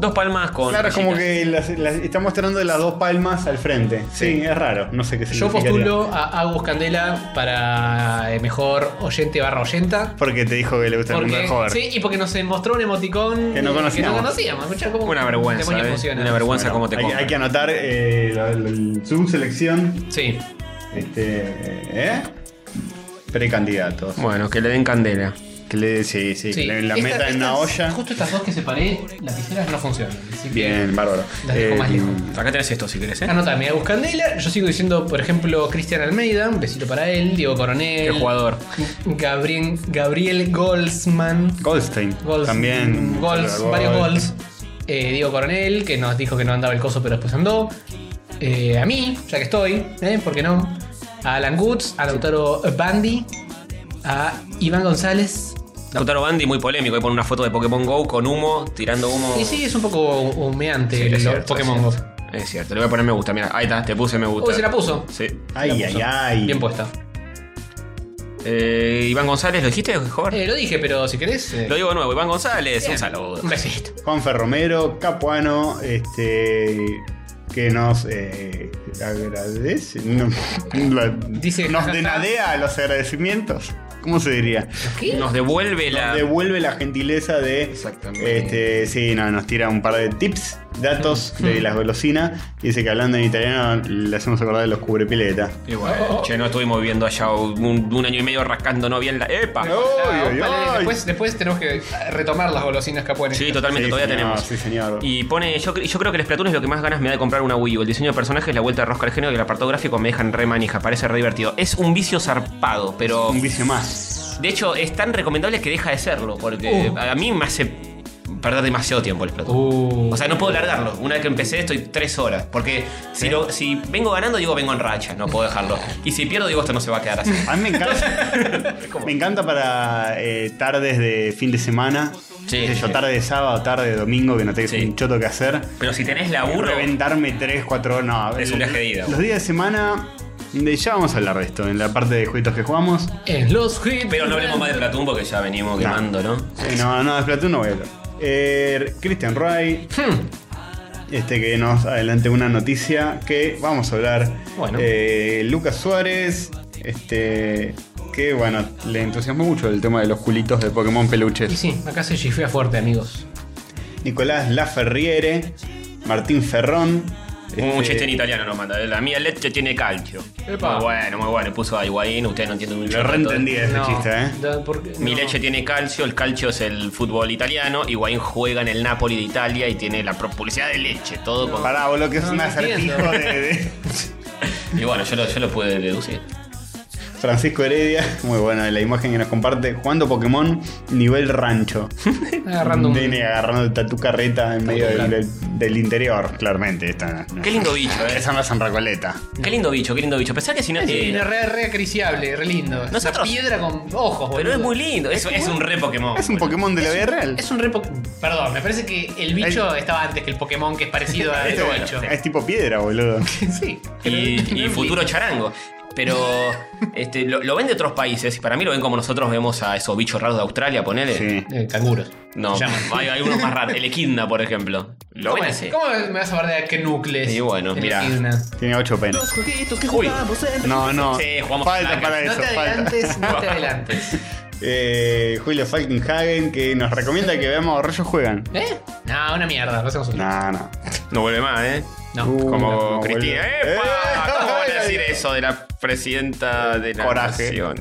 Speaker 2: Dos palmas con.
Speaker 3: Claro, es como
Speaker 2: rayitas.
Speaker 3: que las- las- está mostrando las dos palmas al frente. Sí, es raro, no sé qué
Speaker 4: Yo
Speaker 3: significaría.
Speaker 4: postulo a Agus Candela para eh, mejor oyente barra oyenta.
Speaker 3: Porque te dijo que le gusta el mundo
Speaker 4: Porque,
Speaker 3: de Hover.
Speaker 4: sí, y porque nos mostró un emoticón
Speaker 3: Que no conocíamos.
Speaker 4: Que no conocíamos. Escuchá cómo
Speaker 2: Una vergüenza.
Speaker 4: demonio
Speaker 2: ¿eh?
Speaker 4: funciona.
Speaker 2: Una vergüenza
Speaker 3: Bueno,
Speaker 2: como te
Speaker 3: hay, que-
Speaker 2: compran.
Speaker 3: hay que anotar eh, la, la- la- su selección.
Speaker 4: Sí.
Speaker 3: Este, ¿eh? Precandidatos.
Speaker 2: Bueno, que le den candela.
Speaker 3: Que le, sí, sí,
Speaker 4: Sí.
Speaker 3: que le- la
Speaker 4: Esta-
Speaker 3: meta en una
Speaker 4: estas-
Speaker 3: olla.
Speaker 4: Justo estas dos que separé, lapiceras no funcionan. Así que
Speaker 3: Bien, bárbaro. Eh,
Speaker 4: Las dejo más lejos.
Speaker 2: Acá tenés esto si querés, ¿eh?
Speaker 4: Anotame, Agus Candela. Yo sigo diciendo, por ejemplo, Cristian Almeida, un besito para él, Diego Coronel.
Speaker 2: Qué jugador.
Speaker 4: Gabriel, Gabriel Goldsman.
Speaker 3: Goldstein.
Speaker 4: Gols,
Speaker 3: También.
Speaker 4: gols,
Speaker 3: Saludos,
Speaker 4: varios
Speaker 3: Gold.
Speaker 4: gols. Eh, Diego Coronel, que nos dijo que no andaba el coso, pero después andó. Eh, a mí, ya que estoy, ¿eh? ¿por qué no? A Alan Goods, a Lautaro Bandi, a Iván González.
Speaker 2: Lautaro Bandi, muy polémico. Ahí pone una foto de Pokémon Go con humo, tirando humo.
Speaker 4: Y sí, es un poco humeante
Speaker 2: Oh. Sí,
Speaker 4: el
Speaker 2: es cierto,
Speaker 4: Pokémon
Speaker 2: es
Speaker 4: Go.
Speaker 2: cierto. Es cierto, le voy a poner me gusta. Mira, ahí está, te puse me gusta.
Speaker 4: Uy, se la puso.
Speaker 2: Sí.
Speaker 3: Ay, ay, ay.
Speaker 4: Bien puesta.
Speaker 2: Eh, Iván González, ¿lo dijiste, joven?
Speaker 4: Eh, lo dije, pero si querés. eh,
Speaker 2: Lo digo de nuevo, Iván González,
Speaker 4: bien.
Speaker 2: un saludo.
Speaker 4: Un besito.
Speaker 3: Juanfer Romero, Capuano, este que nos eh, agradece, no, la-
Speaker 4: Dice,
Speaker 3: nos
Speaker 4: jajaja.
Speaker 3: denadea los agradecimientos. ¿Cómo se diría?
Speaker 4: ¿Qué?
Speaker 2: Nos devuelve la.
Speaker 3: Nos devuelve la gentileza de
Speaker 2: Exactamente.
Speaker 3: este sí, no, nos tira un par de tips, datos de las golosinas. Dice que hablando en italiano le hacemos acordar de los cubrepileta.
Speaker 2: Y bueno,
Speaker 4: Oh, oh, oh.
Speaker 2: che, no estuvimos viviendo allá un, un año y medio rascando, bien la. ¡Epa!
Speaker 3: Ay,
Speaker 4: Ah,
Speaker 3: ay,
Speaker 4: vale,
Speaker 3: ay.
Speaker 4: Después, después tenemos que retomar las golosinas capuanes.
Speaker 2: Sí, totalmente,
Speaker 3: Sí,
Speaker 2: todavía
Speaker 3: señor,
Speaker 2: tenemos.
Speaker 3: Sí, señor.
Speaker 2: Y pone, yo, cre- yo creo que el Splatoon es lo que más ganas me da de comprar una Wii U. El diseño de personajes, la vuelta de rosca al genio y el apartado gráfico me dejan re manija, parece re divertido. Es un vicio zarpado, pero
Speaker 3: un vicio más.
Speaker 2: de hecho es tan recomendable que deja de serlo, porque
Speaker 4: Uh.
Speaker 2: a mí me hace perder demasiado tiempo el Splatoon.
Speaker 4: Uh.
Speaker 2: O sea, no puedo largarlo. Una vez que empecé estoy tres horas. Porque si, lo- si vengo ganando, digo vengo en racha, no puedo dejarlo. Y si pierdo, digo esto no se va a quedar así.
Speaker 3: A mí me encanta. me encanta para eh, tardes de fin de semana.
Speaker 2: Sí,
Speaker 3: Qué sé yo,
Speaker 2: sí.
Speaker 3: tarde de sábado, tarde de domingo, que no tenés
Speaker 2: Sí.
Speaker 3: un choto que hacer.
Speaker 2: Pero si tenés laburo,
Speaker 3: Reventarme 3, 4 horas. No, a ver,
Speaker 2: Es un viaje de ida.
Speaker 3: Los días de semana. de- ya vamos a hablar de esto, en la parte de jueguitos que jugamos.
Speaker 4: En los hits.
Speaker 2: pero no hablemos más de Splatoon porque ya venimos quemando, ¿no?
Speaker 3: Eh, no, no, de Splatoon no voy a hablar. Eh, Christian Wright,
Speaker 4: Hmm.
Speaker 3: este que nos adelante una noticia que vamos a hablar.
Speaker 4: Bueno.
Speaker 3: Eh, Lucas Suárez, este. Que bueno, le entusiasmó mucho el tema de los culitos de Pokémon peluches.
Speaker 4: Y sí, acá se chifea fuerte, amigos.
Speaker 3: Nicolás Laferriere, Martín Ferrón.
Speaker 2: Uh, Un
Speaker 3: este,
Speaker 2: chiste en italiano nos manda. La mía leche tiene calcio.
Speaker 4: Epa.
Speaker 2: Muy bueno, muy bueno. Puso a Higuaín, ustedes no entienden mucho.
Speaker 3: Lo reentendí ese
Speaker 4: No,
Speaker 3: chiste, ¿eh?
Speaker 4: da- porque-
Speaker 2: Mi
Speaker 4: no.
Speaker 2: leche tiene calcio, el calcio es el fútbol italiano, Higuaín juega en el Napoli de Italia y tiene la pro- publicidad de leche, todo con...
Speaker 3: Pará, boludo, que es
Speaker 4: No,
Speaker 3: un
Speaker 4: no
Speaker 3: acertijo
Speaker 4: entiendo.
Speaker 3: de, de-
Speaker 2: Y bueno, yo lo, yo lo pude deducir.
Speaker 3: Francisco Heredia. Muy bueno, la imagen que nos comparte. Jugando Pokémon nivel rancho.
Speaker 4: Agarrando un.
Speaker 3: Viene agarrando ta- tu carreta en medio del,
Speaker 4: claro.
Speaker 3: del- del interior, claramente. Esta, no-
Speaker 2: Qué lindo bicho, eh.
Speaker 3: Esa no es en Recoleta.
Speaker 2: Qué lindo bicho, qué lindo bicho. Pensá que si no... eh,
Speaker 4: Viene re, re acariciable, re lindo. Es
Speaker 2: Nosotros-
Speaker 4: Una piedra con ojos,
Speaker 2: pero es
Speaker 4: boludo.
Speaker 2: muy lindo, es, es un re Pokémon.
Speaker 3: Es un Pokémon de la vida real.
Speaker 4: Es un re. po- Perdón, me parece que el bicho estaba antes que el Pokémon que es parecido a
Speaker 3: Este,
Speaker 4: este
Speaker 3: bueno, este.
Speaker 4: bicho.
Speaker 3: es tipo piedra, boludo.
Speaker 4: sí. pero-
Speaker 2: y, y futuro charango. Pero este, lo, lo ven de otros países y para mí lo ven como nosotros vemos a esos bichos raros de Australia, ponele.
Speaker 3: Sí.
Speaker 4: Eh, canguros.
Speaker 2: No,
Speaker 4: Se llaman.
Speaker 2: hay, hay unos más raros. El Equidna, por ejemplo. Lo
Speaker 4: ¿Cómo,
Speaker 2: ven así.
Speaker 4: cómo me vas a hablar de qué núcleos?
Speaker 2: Y bueno,
Speaker 4: Tenés
Speaker 2: mirá.
Speaker 4: que ir una-
Speaker 3: Tiene ocho penas.
Speaker 1: Los jueguitos que
Speaker 2: Uy.
Speaker 1: jugamos en
Speaker 3: No, no.
Speaker 2: Sí, jugamos
Speaker 3: falta
Speaker 2: Snake.
Speaker 3: para
Speaker 4: No
Speaker 3: eso.
Speaker 4: te
Speaker 3: falta.
Speaker 4: adelantes, no te adelantes.
Speaker 3: Eh, Julio Falkenhagen que nos recomienda que veamos Rayos Juegan.
Speaker 4: ¿Eh? No, una mierda, no hacemos otra.
Speaker 3: No, no.
Speaker 2: No vuelve más, ¿eh?
Speaker 4: No.
Speaker 3: Uh,
Speaker 2: Como
Speaker 3: no,
Speaker 2: Cristina.
Speaker 3: boludo.
Speaker 2: ¡Epa!
Speaker 3: Eh,
Speaker 2: ¿Cómo van a decir
Speaker 3: ay, ay.
Speaker 2: eso de la presidenta de la
Speaker 3: Coraje.
Speaker 2: nación?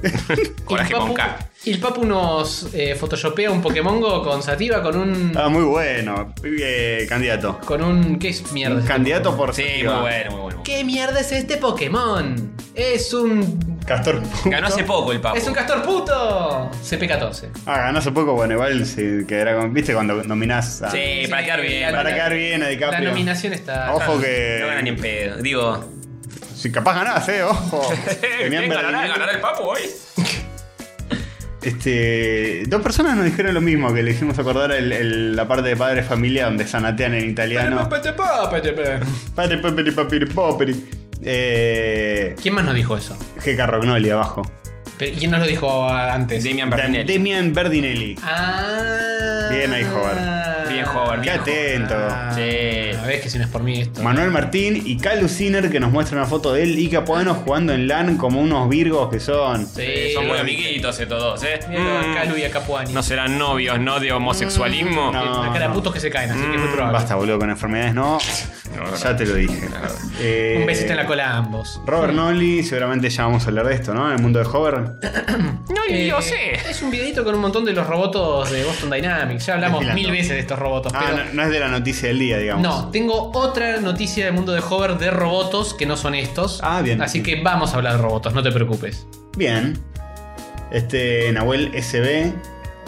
Speaker 2: Coraje
Speaker 4: el
Speaker 2: con
Speaker 4: Papu,
Speaker 2: K.
Speaker 4: El Papu nos eh, photoshopea un Pokémongo con Sativa con un.
Speaker 3: Ah, muy bueno. Eh, candidato.
Speaker 4: con un. ¿Qué es mierda?
Speaker 3: Un
Speaker 4: este
Speaker 3: candidato
Speaker 4: Pokémon?
Speaker 3: por
Speaker 2: Sí,
Speaker 3: Sativa.
Speaker 2: muy bueno, muy bueno.
Speaker 4: ¿Qué mierda es este Pokémon? Es un.
Speaker 3: Castor. Puto.
Speaker 2: Ganó hace poco el Papu.
Speaker 4: ¡Es un castor puto! CP14.
Speaker 3: Ah, ganó hace poco. Bueno, igual se quedará con. ¿Viste cuando nominás a.
Speaker 2: Sí, para quedar bien.
Speaker 3: Para quedar bien a
Speaker 4: La
Speaker 3: DiCaprio.
Speaker 4: nominación está.
Speaker 3: Ojo.
Speaker 2: Claro,
Speaker 3: que-
Speaker 2: No gana ni en pedo. Digo.
Speaker 3: Si capaz ganás, eh, ojo. Tenían
Speaker 2: Eh, ¿quién ganará?
Speaker 3: verdad-
Speaker 2: ¿Ganará el Papu hoy?
Speaker 3: Este, dos personas nos dijeron lo mismo, que le hicimos acordar el- el- la parte de Padre Familia donde zanatean en italiano. Padre Poperi Poperi Poperi. Eh,
Speaker 4: ¿Quién más nos dijo eso?
Speaker 3: G. Rognoli abajo.
Speaker 4: Pero, ¿Quién nos lo dijo antes?
Speaker 2: Demian
Speaker 3: Dan-
Speaker 2: Bernelli.
Speaker 3: Demian Berdinelli.
Speaker 4: Ah.
Speaker 3: Bien ahí, Howard.
Speaker 2: Bien, Howard,
Speaker 3: Qué
Speaker 2: bien.
Speaker 3: atento.
Speaker 2: Sí.
Speaker 3: Ah,
Speaker 4: A ver que si no es por mí esto.
Speaker 3: Manuel Martín y Calu Sinner que nos muestran una foto de él y Capuano jugando en LAN como unos virgos que son.
Speaker 4: Sí,
Speaker 2: Son muy
Speaker 4: lo-
Speaker 2: amiguitos estos dos, ¿eh?
Speaker 4: Mira,
Speaker 2: Mm.
Speaker 4: a Calu y a Capuani.
Speaker 2: No serán novios, ¿no? De homosexualismo.
Speaker 3: Mm. No. Mm,
Speaker 4: La cara de putos que se caen, así que es muy probable.
Speaker 3: Basta, boludo, con enfermedades no.
Speaker 2: No, no,
Speaker 3: Ya te lo dije. Eh,
Speaker 4: Un besito en la cola a ambos.
Speaker 3: Robert Nolly, seguramente ya vamos a hablar de esto, ¿no? En el mundo de Hover.
Speaker 2: No,
Speaker 4: Eh,
Speaker 2: yo sé.
Speaker 4: Es un videito con un montón de los robots de Boston Dynamics. Ya hablamos
Speaker 3: Vigilando.
Speaker 4: mil veces de estos robots,
Speaker 3: Ah,
Speaker 4: pero.
Speaker 3: no, no es de la noticia del día, digamos.
Speaker 4: No, tengo otra noticia del mundo de Hover de robots que no son estos.
Speaker 3: Ah, bien.
Speaker 4: Así que vamos a hablar de robots, no te preocupes.
Speaker 3: Bien. Este Nahuel SB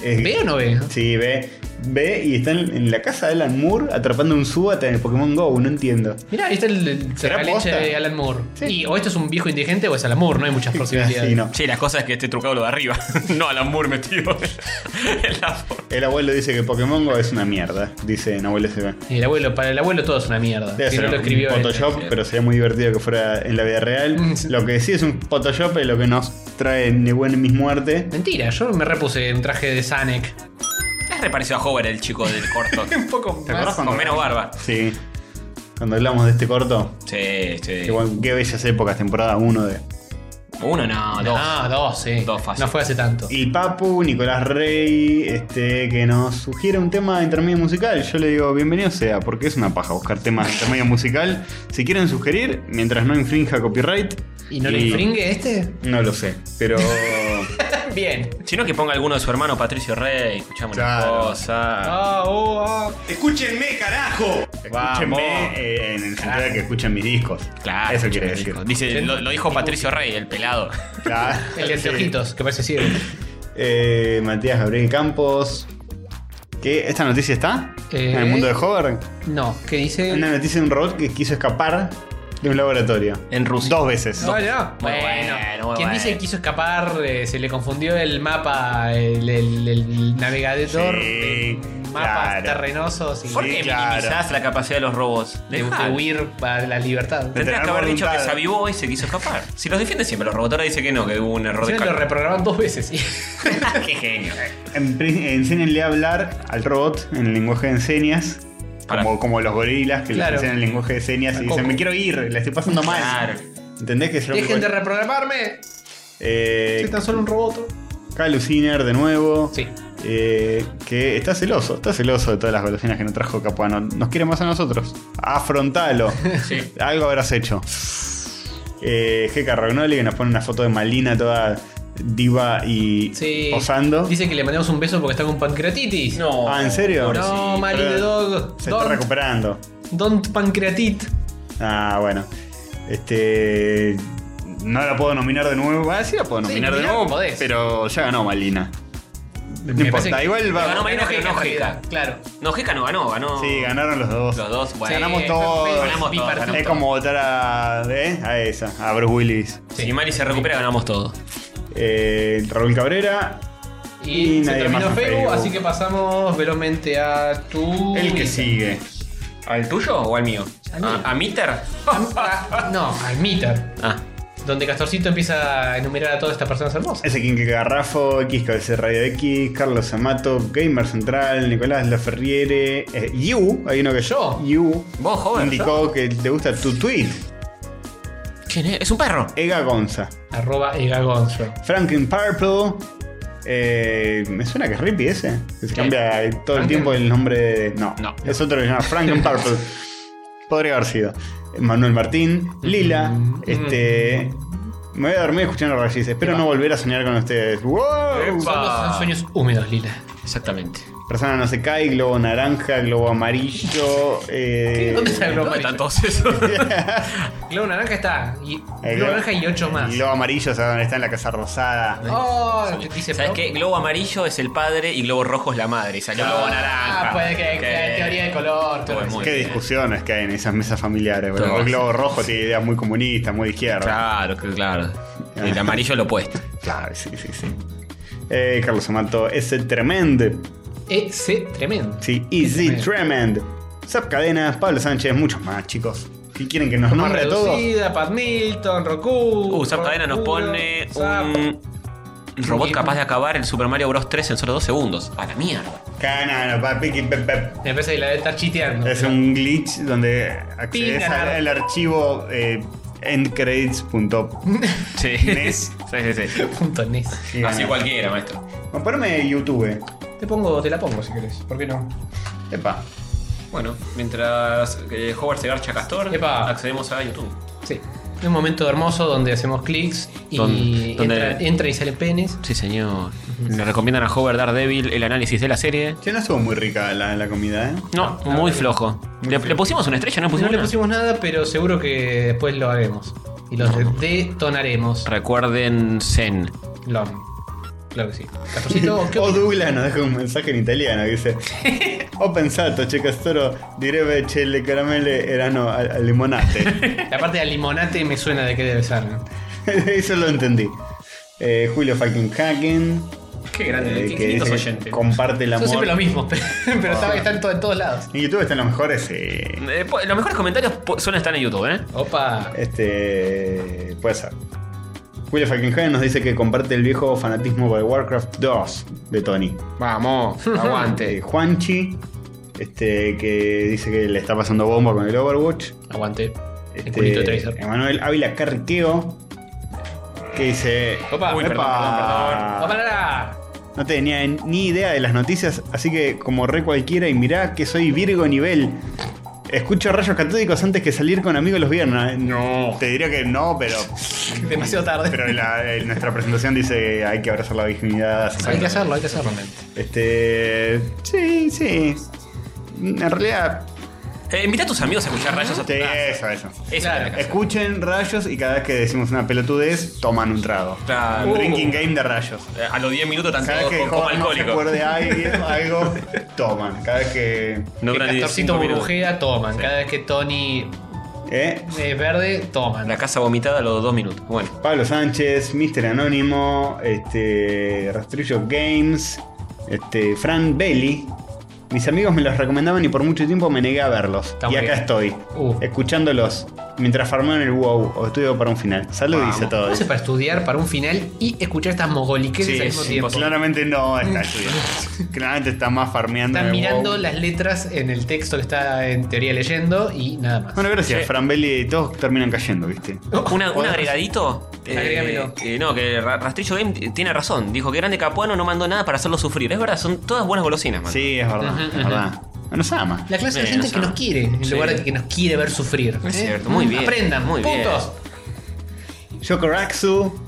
Speaker 3: Eh,
Speaker 4: ¿Ve o no ve?
Speaker 3: Sí, ve. Ve y está en, en la casa de Alan Moore atrapando un Zubat en el Pokémon Go, no entiendo.
Speaker 4: Mirá, ahí está el, el
Speaker 3: ¿Será
Speaker 4: sacaleche
Speaker 3: posta?
Speaker 4: de Alan Moore.
Speaker 3: Sí.
Speaker 4: Y o este es un viejo indigente o es Alan Moore, no hay muchas posibilidades.
Speaker 3: Sí, no.
Speaker 2: Sí, las cosas es que esté trucado lo de arriba. no al amor metido en la foto.
Speaker 3: El abuelo dice que Pokémon Go es una mierda, dice Nahuel SB.
Speaker 4: Y el abuelo, para el abuelo todo es una mierda.
Speaker 3: Debe
Speaker 4: Si
Speaker 3: ser
Speaker 4: no lo
Speaker 3: un
Speaker 4: escribió él.
Speaker 3: Photoshop, pero sería muy divertido que fuera en la vida real.
Speaker 4: Mm, sí.
Speaker 3: Lo que sí es un Photoshop es lo que nos trae ni buena ni muerte.
Speaker 4: Mentira, yo me repuse un traje de Sanic.
Speaker 2: Es reparecido a Hover el chico del corto.
Speaker 4: Un poco
Speaker 3: ¿Te acordás
Speaker 4: más.
Speaker 3: cuando-
Speaker 2: Con menos barba.
Speaker 3: Sí. Cuando hablamos de este corto,
Speaker 2: Sí, sí.
Speaker 3: qué, buen- qué bellas épocas, temporada 1 de
Speaker 2: Uno no, dos.
Speaker 4: Ah, dos, sí.
Speaker 2: Dos fácil.
Speaker 4: No fue hace tanto.
Speaker 3: El Papu, Nicolás Rey, este, que nos sugiere un tema de intermedio musical. Yo le digo, bienvenido sea, porque es una paja buscar temas de intermedio musical. Si quieren sugerir, mientras no infrinja copyright.
Speaker 4: ¿Y no le infringe este?
Speaker 3: No lo sé, pero.
Speaker 4: Bien.
Speaker 2: Sino que ponga alguno de su hermano Patricio Rey, escuchamos
Speaker 3: Claro.
Speaker 2: una cosa.
Speaker 4: Ah, oh, ah.
Speaker 3: ¡Escúchenme, carajo!
Speaker 2: Vamos.
Speaker 3: Escúchenme eh, en el sentido de que escuchen mis discos.
Speaker 2: Claro,
Speaker 3: Eso quiere decir.
Speaker 2: chico. Dice, lo, lo dijo Patricio Rey, el pelado.
Speaker 3: Claro,
Speaker 4: El de
Speaker 3: sí.
Speaker 4: anteojitos, que parece ciego.
Speaker 3: Eh, Matías Gabriel Campos. ¿Qué? ¿Esta noticia está?
Speaker 4: Eh.
Speaker 3: ¿En el mundo de Hover?
Speaker 4: No, ¿qué dice?
Speaker 3: Una noticia de un robot que quiso escapar de un laboratorio.
Speaker 2: En Rusia.
Speaker 3: Dos veces.
Speaker 4: No, Ah, ya.
Speaker 2: Muy
Speaker 4: Bueno,
Speaker 2: bueno, muy
Speaker 4: quien
Speaker 2: bueno.
Speaker 4: dice que quiso escapar, eh, se le confundió el mapa, el, el- el navegador
Speaker 3: Sí,
Speaker 4: de mapas
Speaker 3: claro.
Speaker 4: terrenosos y
Speaker 2: ¿Por
Speaker 3: Sí,
Speaker 2: qué
Speaker 3: claro.
Speaker 2: minimizás la capacidad de los robos?
Speaker 4: de,
Speaker 2: Dejá.
Speaker 4: de huir para la libertad.
Speaker 3: De
Speaker 2: Tendrías
Speaker 3: tener
Speaker 2: que haber dicho que
Speaker 3: voluntad.
Speaker 2: se avivó y se quiso escapar. Si los defiende siempre, los robotores dice que no, que hubo un error
Speaker 4: Sí,
Speaker 2: de
Speaker 4: lo
Speaker 2: cálculo.
Speaker 4: reprograman dos veces. y-
Speaker 2: Qué genio. eh.
Speaker 3: En pri- enséñenle a hablar al robot en el lenguaje de señas.
Speaker 2: Pará.
Speaker 3: Como, como los gorilas que
Speaker 4: Claro.
Speaker 3: les enseñan el lenguaje de señas y
Speaker 4: Al
Speaker 3: dicen,
Speaker 4: coco.
Speaker 3: me quiero ir, la estoy pasando mal.
Speaker 2: Claro.
Speaker 3: ¿Entendés que es lo que-
Speaker 4: Dejen de reprogramarme.
Speaker 3: Eh,
Speaker 4: Soy tan solo un roboto.
Speaker 3: Kyle Luciner de nuevo.
Speaker 4: Sí.
Speaker 3: Eh, que está celoso, está celoso de todas las golosinas que nos trajo Capuano. Nos quiere más a nosotros. Afrontalo.
Speaker 2: Sí.
Speaker 3: Algo habrás hecho. Eh, G. Carragnoli que nos pone una foto de Malina toda diva y
Speaker 4: Sí.
Speaker 3: posando.
Speaker 4: Dice que le mandemos un beso porque está con pancreatitis.
Speaker 2: No.
Speaker 3: Ah, ¿en serio?
Speaker 4: No,
Speaker 3: Sí,
Speaker 4: Mari
Speaker 3: pero
Speaker 4: the Dog.
Speaker 3: Se está
Speaker 4: Don't,
Speaker 3: recuperando.
Speaker 4: don't pancreatit.
Speaker 3: Ah, bueno. Este. No la puedo nominar de nuevo. Ah, sí la puedo
Speaker 4: Sí,
Speaker 3: nominar de
Speaker 4: nominar
Speaker 3: nuevo.
Speaker 4: podés.
Speaker 3: Pero ya ganó Malina. No
Speaker 4: Me
Speaker 3: importa,
Speaker 4: parece que-
Speaker 3: igual va.
Speaker 2: ganó Marina, pero no
Speaker 4: en realidad, Claro.
Speaker 2: No, Jeca no ganó, ganó.
Speaker 3: Sí, ganaron los dos.
Speaker 2: Los dos, bueno.
Speaker 4: Sí,
Speaker 3: ganamos
Speaker 4: fue-
Speaker 3: todos.
Speaker 4: fue
Speaker 2: Ganamos todos,
Speaker 4: bipartito.
Speaker 2: ganamos
Speaker 3: Es como votar a. ¿eh? A esa, a Bruce Willis.
Speaker 2: Si Mari se recupera, ganamos todo.
Speaker 3: Eh, Raúl Cabrera.
Speaker 4: Y,
Speaker 3: Y
Speaker 4: se
Speaker 3: nadie
Speaker 4: terminó
Speaker 3: más en
Speaker 4: Facebook,
Speaker 3: Facebook.
Speaker 4: así que pasamos velozmente a tu.
Speaker 3: El que sigue.
Speaker 2: ¿Al tuyo o al mío?
Speaker 4: Al mío.
Speaker 2: ¿A, a Mitter?
Speaker 4: Ah, no, al Meter.
Speaker 2: Ah.
Speaker 4: Donde Castorcito empieza a enumerar a todas estas personas hermosas.
Speaker 3: Ese King Garrafo, X Cabece Radio X, Carlos Amato, Gamer Central, Nicolás Laferriere, eh, Yu, hay uno que
Speaker 4: Yo.
Speaker 3: Yu
Speaker 2: Vos, joven.
Speaker 3: indicó que te gusta tu tweet.
Speaker 2: ¿Quién es? Es un perro.
Speaker 3: Ega Gonza.
Speaker 4: Arroba Egagonzo.
Speaker 3: Franklin Purple. eh, me suena que es Rippy ese. Que se
Speaker 4: ¿Qué?
Speaker 3: cambia todo el
Speaker 4: ¿Franklin?
Speaker 3: tiempo el nombre de. No,
Speaker 2: No.
Speaker 3: Es otro que se llama Franklin Purple. Podría haber sido. Manuel Martín, Lila,
Speaker 4: Mm.
Speaker 3: este. Me voy a dormir escuchando Rayis. Espero no volver a soñar con ustedes. ¡Wow!
Speaker 2: Epa.
Speaker 4: Son los- son sueños húmedos, Lila.
Speaker 2: Exactamente.
Speaker 3: Persona no se cae, globo naranja, globo amarillo. eh,
Speaker 4: ¿Dónde está el globo
Speaker 2: ¿Dónde
Speaker 4: amarillo?
Speaker 2: están todos esos?
Speaker 4: Globo naranja está. Y,
Speaker 3: el
Speaker 4: globo naranja y ocho más.
Speaker 3: El Eh, globo amarillo, ¿sabes dónde está? En la casa rosada.
Speaker 4: Oh, dice
Speaker 2: ¿Sabes
Speaker 4: Pro.
Speaker 2: qué? Globo amarillo es el padre y globo rojo es la madre. Y salió globo naranja.
Speaker 4: Ah, puede que, que
Speaker 2: Ok.
Speaker 4: hay teoría de color. todo
Speaker 2: Muy,
Speaker 4: eso.
Speaker 2: muy
Speaker 3: Qué
Speaker 2: bien.
Speaker 3: discusiones que hay en esas mesas familiares, boludo.
Speaker 2: Todo.
Speaker 3: El globo rojo tiene ideas muy comunistas, muy de izquierda.
Speaker 2: Claro, que- claro. El amarillo es lo opuesto.
Speaker 3: Claro, sí, sí, sí. Eh, Carlos Amato, ese tremendo.
Speaker 4: Ese E tremendo.
Speaker 3: Sí, Easy
Speaker 4: Tremendo.
Speaker 3: Tremend. Zap Cadenas, Pablo Sánchez, muchos más, chicos. ¿Qué quieren que nos
Speaker 4: Más
Speaker 3: nombre a todos?
Speaker 4: reducida, Pat Milton, Roku.
Speaker 2: Uh, Zap Cadena nos
Speaker 4: Roku,
Speaker 2: pone
Speaker 4: Zap.
Speaker 2: un robot capaz de acabar el Super Mario Bros. 3 en solo dos segundos. A la mierda.
Speaker 3: Canano, papi, que pep, pep.
Speaker 4: Me parece que la debe estar chiteando.
Speaker 3: Es
Speaker 4: pero-
Speaker 3: un glitch donde accedes
Speaker 4: Pinganar.
Speaker 3: al, al archivo eh, endcredits.net.
Speaker 2: Sí. sí, sí, sí.
Speaker 4: Punto NES.
Speaker 3: Y
Speaker 2: Así
Speaker 3: gana.
Speaker 2: cualquiera, maestro.
Speaker 3: Bueno, Poneme YouTube.
Speaker 4: Te pongo, te la pongo si querés. ¿Por qué no?
Speaker 3: Epa.
Speaker 2: Bueno, mientras eh, Howard se garcha a Castor,
Speaker 4: Epa.
Speaker 2: accedemos a YouTube.
Speaker 4: Sí. Un momento hermoso donde hacemos clics y
Speaker 2: Donde- donde-
Speaker 4: entra, entra y sale penes.
Speaker 2: Sí, señor. Le recomiendan a Howard Daredevil el análisis de la serie.
Speaker 3: Che, no estuvo muy rica la, la comida, ¿eh?
Speaker 2: No, muy flojo. le, le pusimos una estrella? ¿No le pusimos
Speaker 4: no le
Speaker 2: una?
Speaker 4: pusimos nada, pero seguro que después lo haremos. Y los detonaremos.
Speaker 2: Recuerden Zen.
Speaker 4: Lon. Claro que sí. Castorcito, ¿qué
Speaker 3: O
Speaker 4: opinas?
Speaker 3: Douglas nos deja un mensaje en italiano que dice: Ho pensato, che Castoro, direbbe che le caramelle erano al, al limonate.
Speaker 4: La parte de limonate me suena de que debe ser. ¿no?
Speaker 3: Eso lo entendí. Eh, Julio fucking Hagen.
Speaker 2: Qué
Speaker 3: eh,
Speaker 2: grande, qué
Speaker 3: que
Speaker 2: infinitos
Speaker 3: dice,
Speaker 2: oyentes.
Speaker 3: comparte el
Speaker 4: Son
Speaker 3: amor.
Speaker 4: siempre lo mismo, pero, pero está- están to- en todos lados.
Speaker 3: En YouTube están los mejores. eh,
Speaker 2: Eh, po- los mejores comentarios po- suelen estar en YouTube, ¿eh?
Speaker 4: Opa.
Speaker 3: Este. Puede ser. Julio Falkenhagen nos dice que comparte el viejo fanatismo por el Warcraft 2 de Tony.
Speaker 2: Vamos,
Speaker 3: Eh,
Speaker 2: aguante.
Speaker 3: Juanchi, este, que dice que le está pasando bomba con el Overwatch.
Speaker 4: Aguante.
Speaker 3: Este,
Speaker 4: El culito de Tracer.
Speaker 3: Emanuel Ávila Carriqueo, que dice.
Speaker 4: Opa. Uy,
Speaker 2: perdón,
Speaker 3: "Epa,
Speaker 4: Opa, la, la.
Speaker 3: No tenía ni idea de las noticias, así que como re cualquiera y mirá que soy Virgo nivel. Escucho rayos catódicos antes que salir con amigos los viernes.
Speaker 2: No.
Speaker 3: Te diría que no, pero.
Speaker 4: Demasiado tarde.
Speaker 3: Pero la- eh, nuestra presentación dice que hay que abrazar la virginidad.
Speaker 4: hay que hacerlo, hay que hacerlo. men.
Speaker 3: Este. Sí, sí. En realidad.
Speaker 2: Eh, invita a tus amigos a escuchar rayos a tu
Speaker 3: sí,
Speaker 2: casa.
Speaker 3: eso, eso.
Speaker 2: Esa
Speaker 4: Claro.
Speaker 2: es la casa.
Speaker 3: Escuchen rayos y cada vez que decimos una pelotudez, toman un trago.
Speaker 2: Claro.
Speaker 3: Un drinking game de rayos.
Speaker 2: Eh, A los 10 minutos tanto
Speaker 3: Cada vez que
Speaker 2: como, como
Speaker 3: Jorge no se
Speaker 2: alcohólico.
Speaker 3: acuerde algo, algo, toman. Cada vez que.
Speaker 2: No
Speaker 4: que
Speaker 2: duran ni
Speaker 4: Castorcito
Speaker 2: cinco minutos.
Speaker 4: burbujea, toman. Cada vez que Tony
Speaker 3: ¿Eh?
Speaker 4: es verde, toman.
Speaker 2: La casa vomitada a los dos minutos. Bueno.
Speaker 3: Pablo Sánchez, Mister Anónimo, este, Rastrillo Games, este, Fran Belli. Mis amigos me los recomendaban y por mucho tiempo me negué a verlos.
Speaker 4: Está
Speaker 3: y
Speaker 4: muy
Speaker 3: acá
Speaker 4: bien.
Speaker 3: estoy,
Speaker 4: Uh.
Speaker 3: escuchándolos mientras farmean el WoW o estudio para un final. Salud,
Speaker 2: Vamos.
Speaker 3: dice todo.
Speaker 4: ¿Cómo hace para estudiar para un final y escuchar estas mogoliqueses
Speaker 3: Sí,
Speaker 4: al mismo
Speaker 3: sí,
Speaker 4: tiempo?
Speaker 3: claramente no está estudiando. claramente está más farmeando.
Speaker 4: Están
Speaker 3: en el
Speaker 4: mirando
Speaker 3: WoW.
Speaker 4: las letras en el texto que está en teoría leyendo y nada más. Oh,
Speaker 3: Bueno, gracias,
Speaker 2: Sí.
Speaker 3: Fran Belli. Todos terminan cayendo, ¿viste?
Speaker 2: Una- un agregadito.
Speaker 4: Agrégamelo.
Speaker 2: eh, no, que Ra- Rastrillo Game t- tiene razón. Dijo que Grande Capuano no mandó nada para hacerlo sufrir. Es verdad, son todas buenas golosinas, man.
Speaker 3: Sí, es verdad,
Speaker 4: Ujú,
Speaker 3: es
Speaker 4: ujú.
Speaker 3: verdad. No Nos ama.
Speaker 4: La clase de
Speaker 2: Bien,
Speaker 4: gente
Speaker 2: o
Speaker 4: que
Speaker 2: sea,
Speaker 4: nos quiere, en
Speaker 2: sí.
Speaker 4: lugar de que nos quiere ver sufrir.
Speaker 2: Es
Speaker 4: ¿eh?
Speaker 2: cierto, muy bien.
Speaker 4: Aprendan,
Speaker 2: Muy bien.
Speaker 4: puntos.
Speaker 3: Yokoraxu.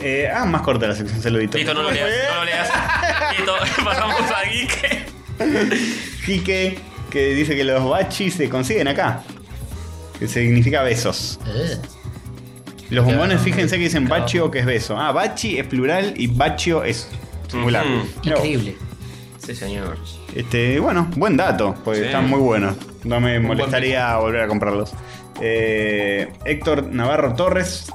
Speaker 3: Eh, ah, más corta la sección, saludito.
Speaker 2: Listo, no lo leas. No lo leas. Listo, pasamos a Geek.
Speaker 3: Jique, que dice que los bachis se consiguen acá. Que significa besos.
Speaker 4: Eh,
Speaker 3: Los bombones, fíjense que dicen bachi o que es beso. Ah, bachi es plural y bachio es singular.
Speaker 2: Ujú.
Speaker 3: Mirá vos.
Speaker 4: Increíble.
Speaker 2: Sí, señor.
Speaker 3: Este, bueno, buen dato, porque
Speaker 2: Sí.
Speaker 3: están muy buenos. No me
Speaker 4: buen
Speaker 3: molestaría volver a comprarlos. Eh, Héctor Navarro Torres,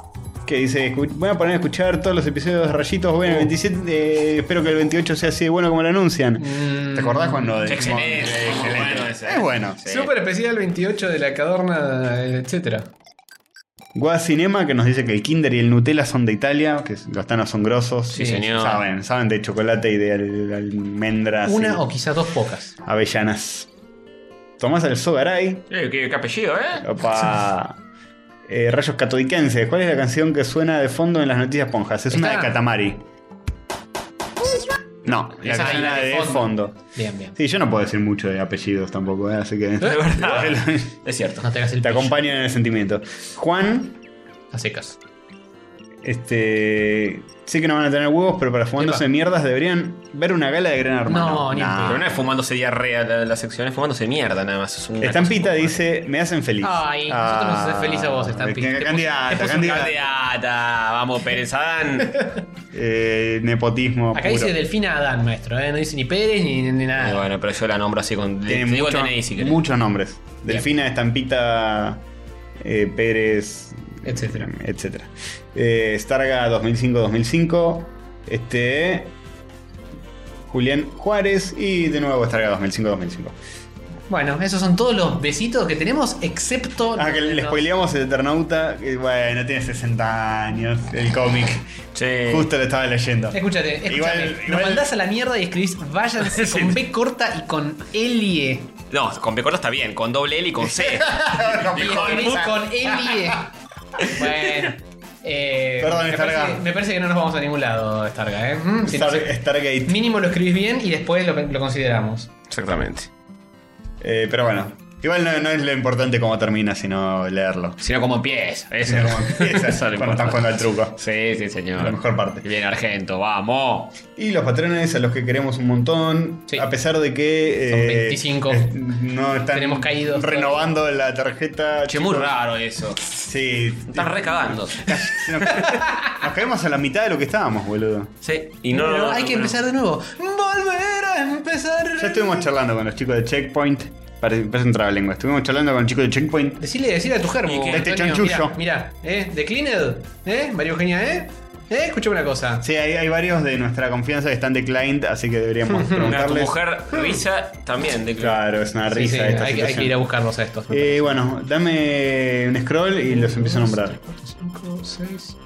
Speaker 3: que dice, "Escu- voy a poner a escuchar todos los episodios de Rayitos. Bueno, el
Speaker 2: Uh.
Speaker 3: 27, eh, espero que el 28 sea así de bueno como lo anuncian.
Speaker 4: Mm.
Speaker 3: ¿Te acordás cuando...
Speaker 2: Qué
Speaker 3: dijimos-
Speaker 2: excelente,
Speaker 3: Eh,
Speaker 2: muy bueno ese.
Speaker 3: Es bueno.
Speaker 2: Sí.
Speaker 4: Súper especial 28 de la cadorna, etcétera.
Speaker 3: Guada Cinema que nos dice que el Kinder y el Nutella son de Italia, que los tanos son grosos.
Speaker 2: Sí, señor.
Speaker 3: Saben, saben de chocolate y de al- almendras.
Speaker 4: Una
Speaker 3: y
Speaker 4: o quizás dos pocas.
Speaker 3: Avellanas. Tomás el Sogaray.
Speaker 2: Eh, qué, qué apellido, ¿eh?
Speaker 3: Opa. Eh, Rayos Catodiquenses. ¿Cuál es la canción que suena de fondo en las noticias ponjas? Es una de
Speaker 4: Esta.
Speaker 3: Katamari. No, la
Speaker 4: Esa
Speaker 3: que
Speaker 4: es
Speaker 3: suena
Speaker 4: la de
Speaker 3: de fondo.
Speaker 4: fondo. Bien, bien.
Speaker 3: Sí, yo no puedo decir mucho de apellidos tampoco, ¿eh? así que.
Speaker 2: Es verdad. es cierto.
Speaker 4: No te hagas el
Speaker 3: Te
Speaker 4: pillo.
Speaker 3: acompañan en el sentimiento. Juan
Speaker 4: A secas.
Speaker 3: Este. Sé que no van a tener huevos, pero para fumándose
Speaker 4: Epa.
Speaker 3: mierdas deberían ver una gala de Gran Hermano.
Speaker 4: No, ni
Speaker 2: Pero no es fumándose diarrea la, la sección, es fumándose mierda nada más. Es una
Speaker 3: Estampita
Speaker 2: cosa muy
Speaker 3: dice: Me hacen feliz.
Speaker 4: Ay, nosotros nos haces feliz a vos, Estampita.
Speaker 3: que-
Speaker 4: Te
Speaker 3: Candidata,
Speaker 4: puso- te puso
Speaker 2: mala.
Speaker 3: candidata.
Speaker 2: Candidata, vamos Pérez Adán.
Speaker 3: Eh, nepotismo.
Speaker 4: Acá
Speaker 3: puro.
Speaker 4: dice Delfina Adán, maestro. ¿eh? No dice ni Pérez ni, ni
Speaker 2: Eh,
Speaker 4: nada.
Speaker 2: bueno, pero yo la nombro así con. Te
Speaker 3: Tiene
Speaker 2: digo el
Speaker 3: mucho-
Speaker 2: DNI si querés.
Speaker 3: muchos nombres: Delfina, Estampita, eh, Pérez,
Speaker 4: Etcétera.
Speaker 3: etcétera. Eh, Starga 2005-2005. Este. Julián Juárez y de nuevo Starga 2005-2005.
Speaker 4: Bueno, esos son todos los besitos que tenemos, excepto.
Speaker 3: Ah, que le
Speaker 4: los-
Speaker 3: spoileamos el Eternauta. que, Bueno, tiene 60 años el cómic.
Speaker 4: Eh,
Speaker 2: Sí.
Speaker 3: Justo lo estaba leyendo.
Speaker 4: Escúchate, escúchame.
Speaker 3: Igual-
Speaker 4: Nos
Speaker 3: igual-
Speaker 4: mandás a la mierda y escribís váyanse con B corta y con E. Elie.
Speaker 2: No, con Pecorlo está bien, con doble L y con C.
Speaker 4: Y
Speaker 2: Hijo de
Speaker 4: escribís
Speaker 2: puta.
Speaker 4: con Elie. Bueno. eh,
Speaker 3: Perdón,
Speaker 4: me
Speaker 3: Starga.
Speaker 4: parece, me parece que no nos vamos a ningún lado, Starga, ¿eh? Mm, si no
Speaker 3: Star-
Speaker 4: sé-
Speaker 3: Stargate.
Speaker 4: mínimo lo escribís bien y después lo, lo consideramos.
Speaker 2: Exactamente.
Speaker 3: Eh, pero bueno, Igual no, no es lo importante cómo termina, sino leerlo.
Speaker 2: Sino como empieza. Eso,
Speaker 3: Sino cómo empieza,
Speaker 2: Eso es lo
Speaker 3: cuando están jugando
Speaker 2: importante.
Speaker 3: al truco.
Speaker 2: Sí, sí, señor.
Speaker 3: La mejor parte.
Speaker 2: Bien, Argento, vamos.
Speaker 3: Y los patrones a los que queremos un montón,
Speaker 4: Sí.
Speaker 3: a pesar de que...
Speaker 4: Son
Speaker 3: eh,
Speaker 4: 25.
Speaker 3: es- no están
Speaker 4: Tenemos caídos.
Speaker 3: renovando la tarjeta.
Speaker 2: Che,
Speaker 3: chicos.
Speaker 2: muy raro eso.
Speaker 3: Sí.
Speaker 2: Están recagando.
Speaker 3: Nos, nos caemos a la mitad de lo que estábamos, boludo.
Speaker 2: Sí, y no.
Speaker 4: Pero
Speaker 2: no,
Speaker 4: hay
Speaker 2: no,
Speaker 4: que
Speaker 2: no.
Speaker 4: empezar de nuevo. Volver a empezar.
Speaker 3: Ya estuvimos charlando con los chicos de Checkpoint. Parece, parece un trabalengua. Estuvimos charlando con los chicos de Checkpoint.
Speaker 4: Decile, decile a tu germo.
Speaker 2: Y que-
Speaker 3: Este
Speaker 4: Antonio,
Speaker 3: chanchullo.
Speaker 4: Mirá, mirá, ¿eh? ¿De Cleaned? ¿Eh? María Eugenia, ¿eh? ¿Eh? Escuchame una cosa.
Speaker 3: Sí, hay, hay varios de nuestra confianza que están declined, así que deberíamos
Speaker 2: Una tu
Speaker 3: preguntarles.
Speaker 2: mujer risa también. De
Speaker 3: Claro, es una
Speaker 4: Sí,
Speaker 3: risa
Speaker 4: sí,
Speaker 3: esta
Speaker 4: hay, que- hay que
Speaker 3: situación.
Speaker 4: ir a buscarlos a estos.
Speaker 3: Eh, bueno, dame un scroll y los empiezo a nombrar.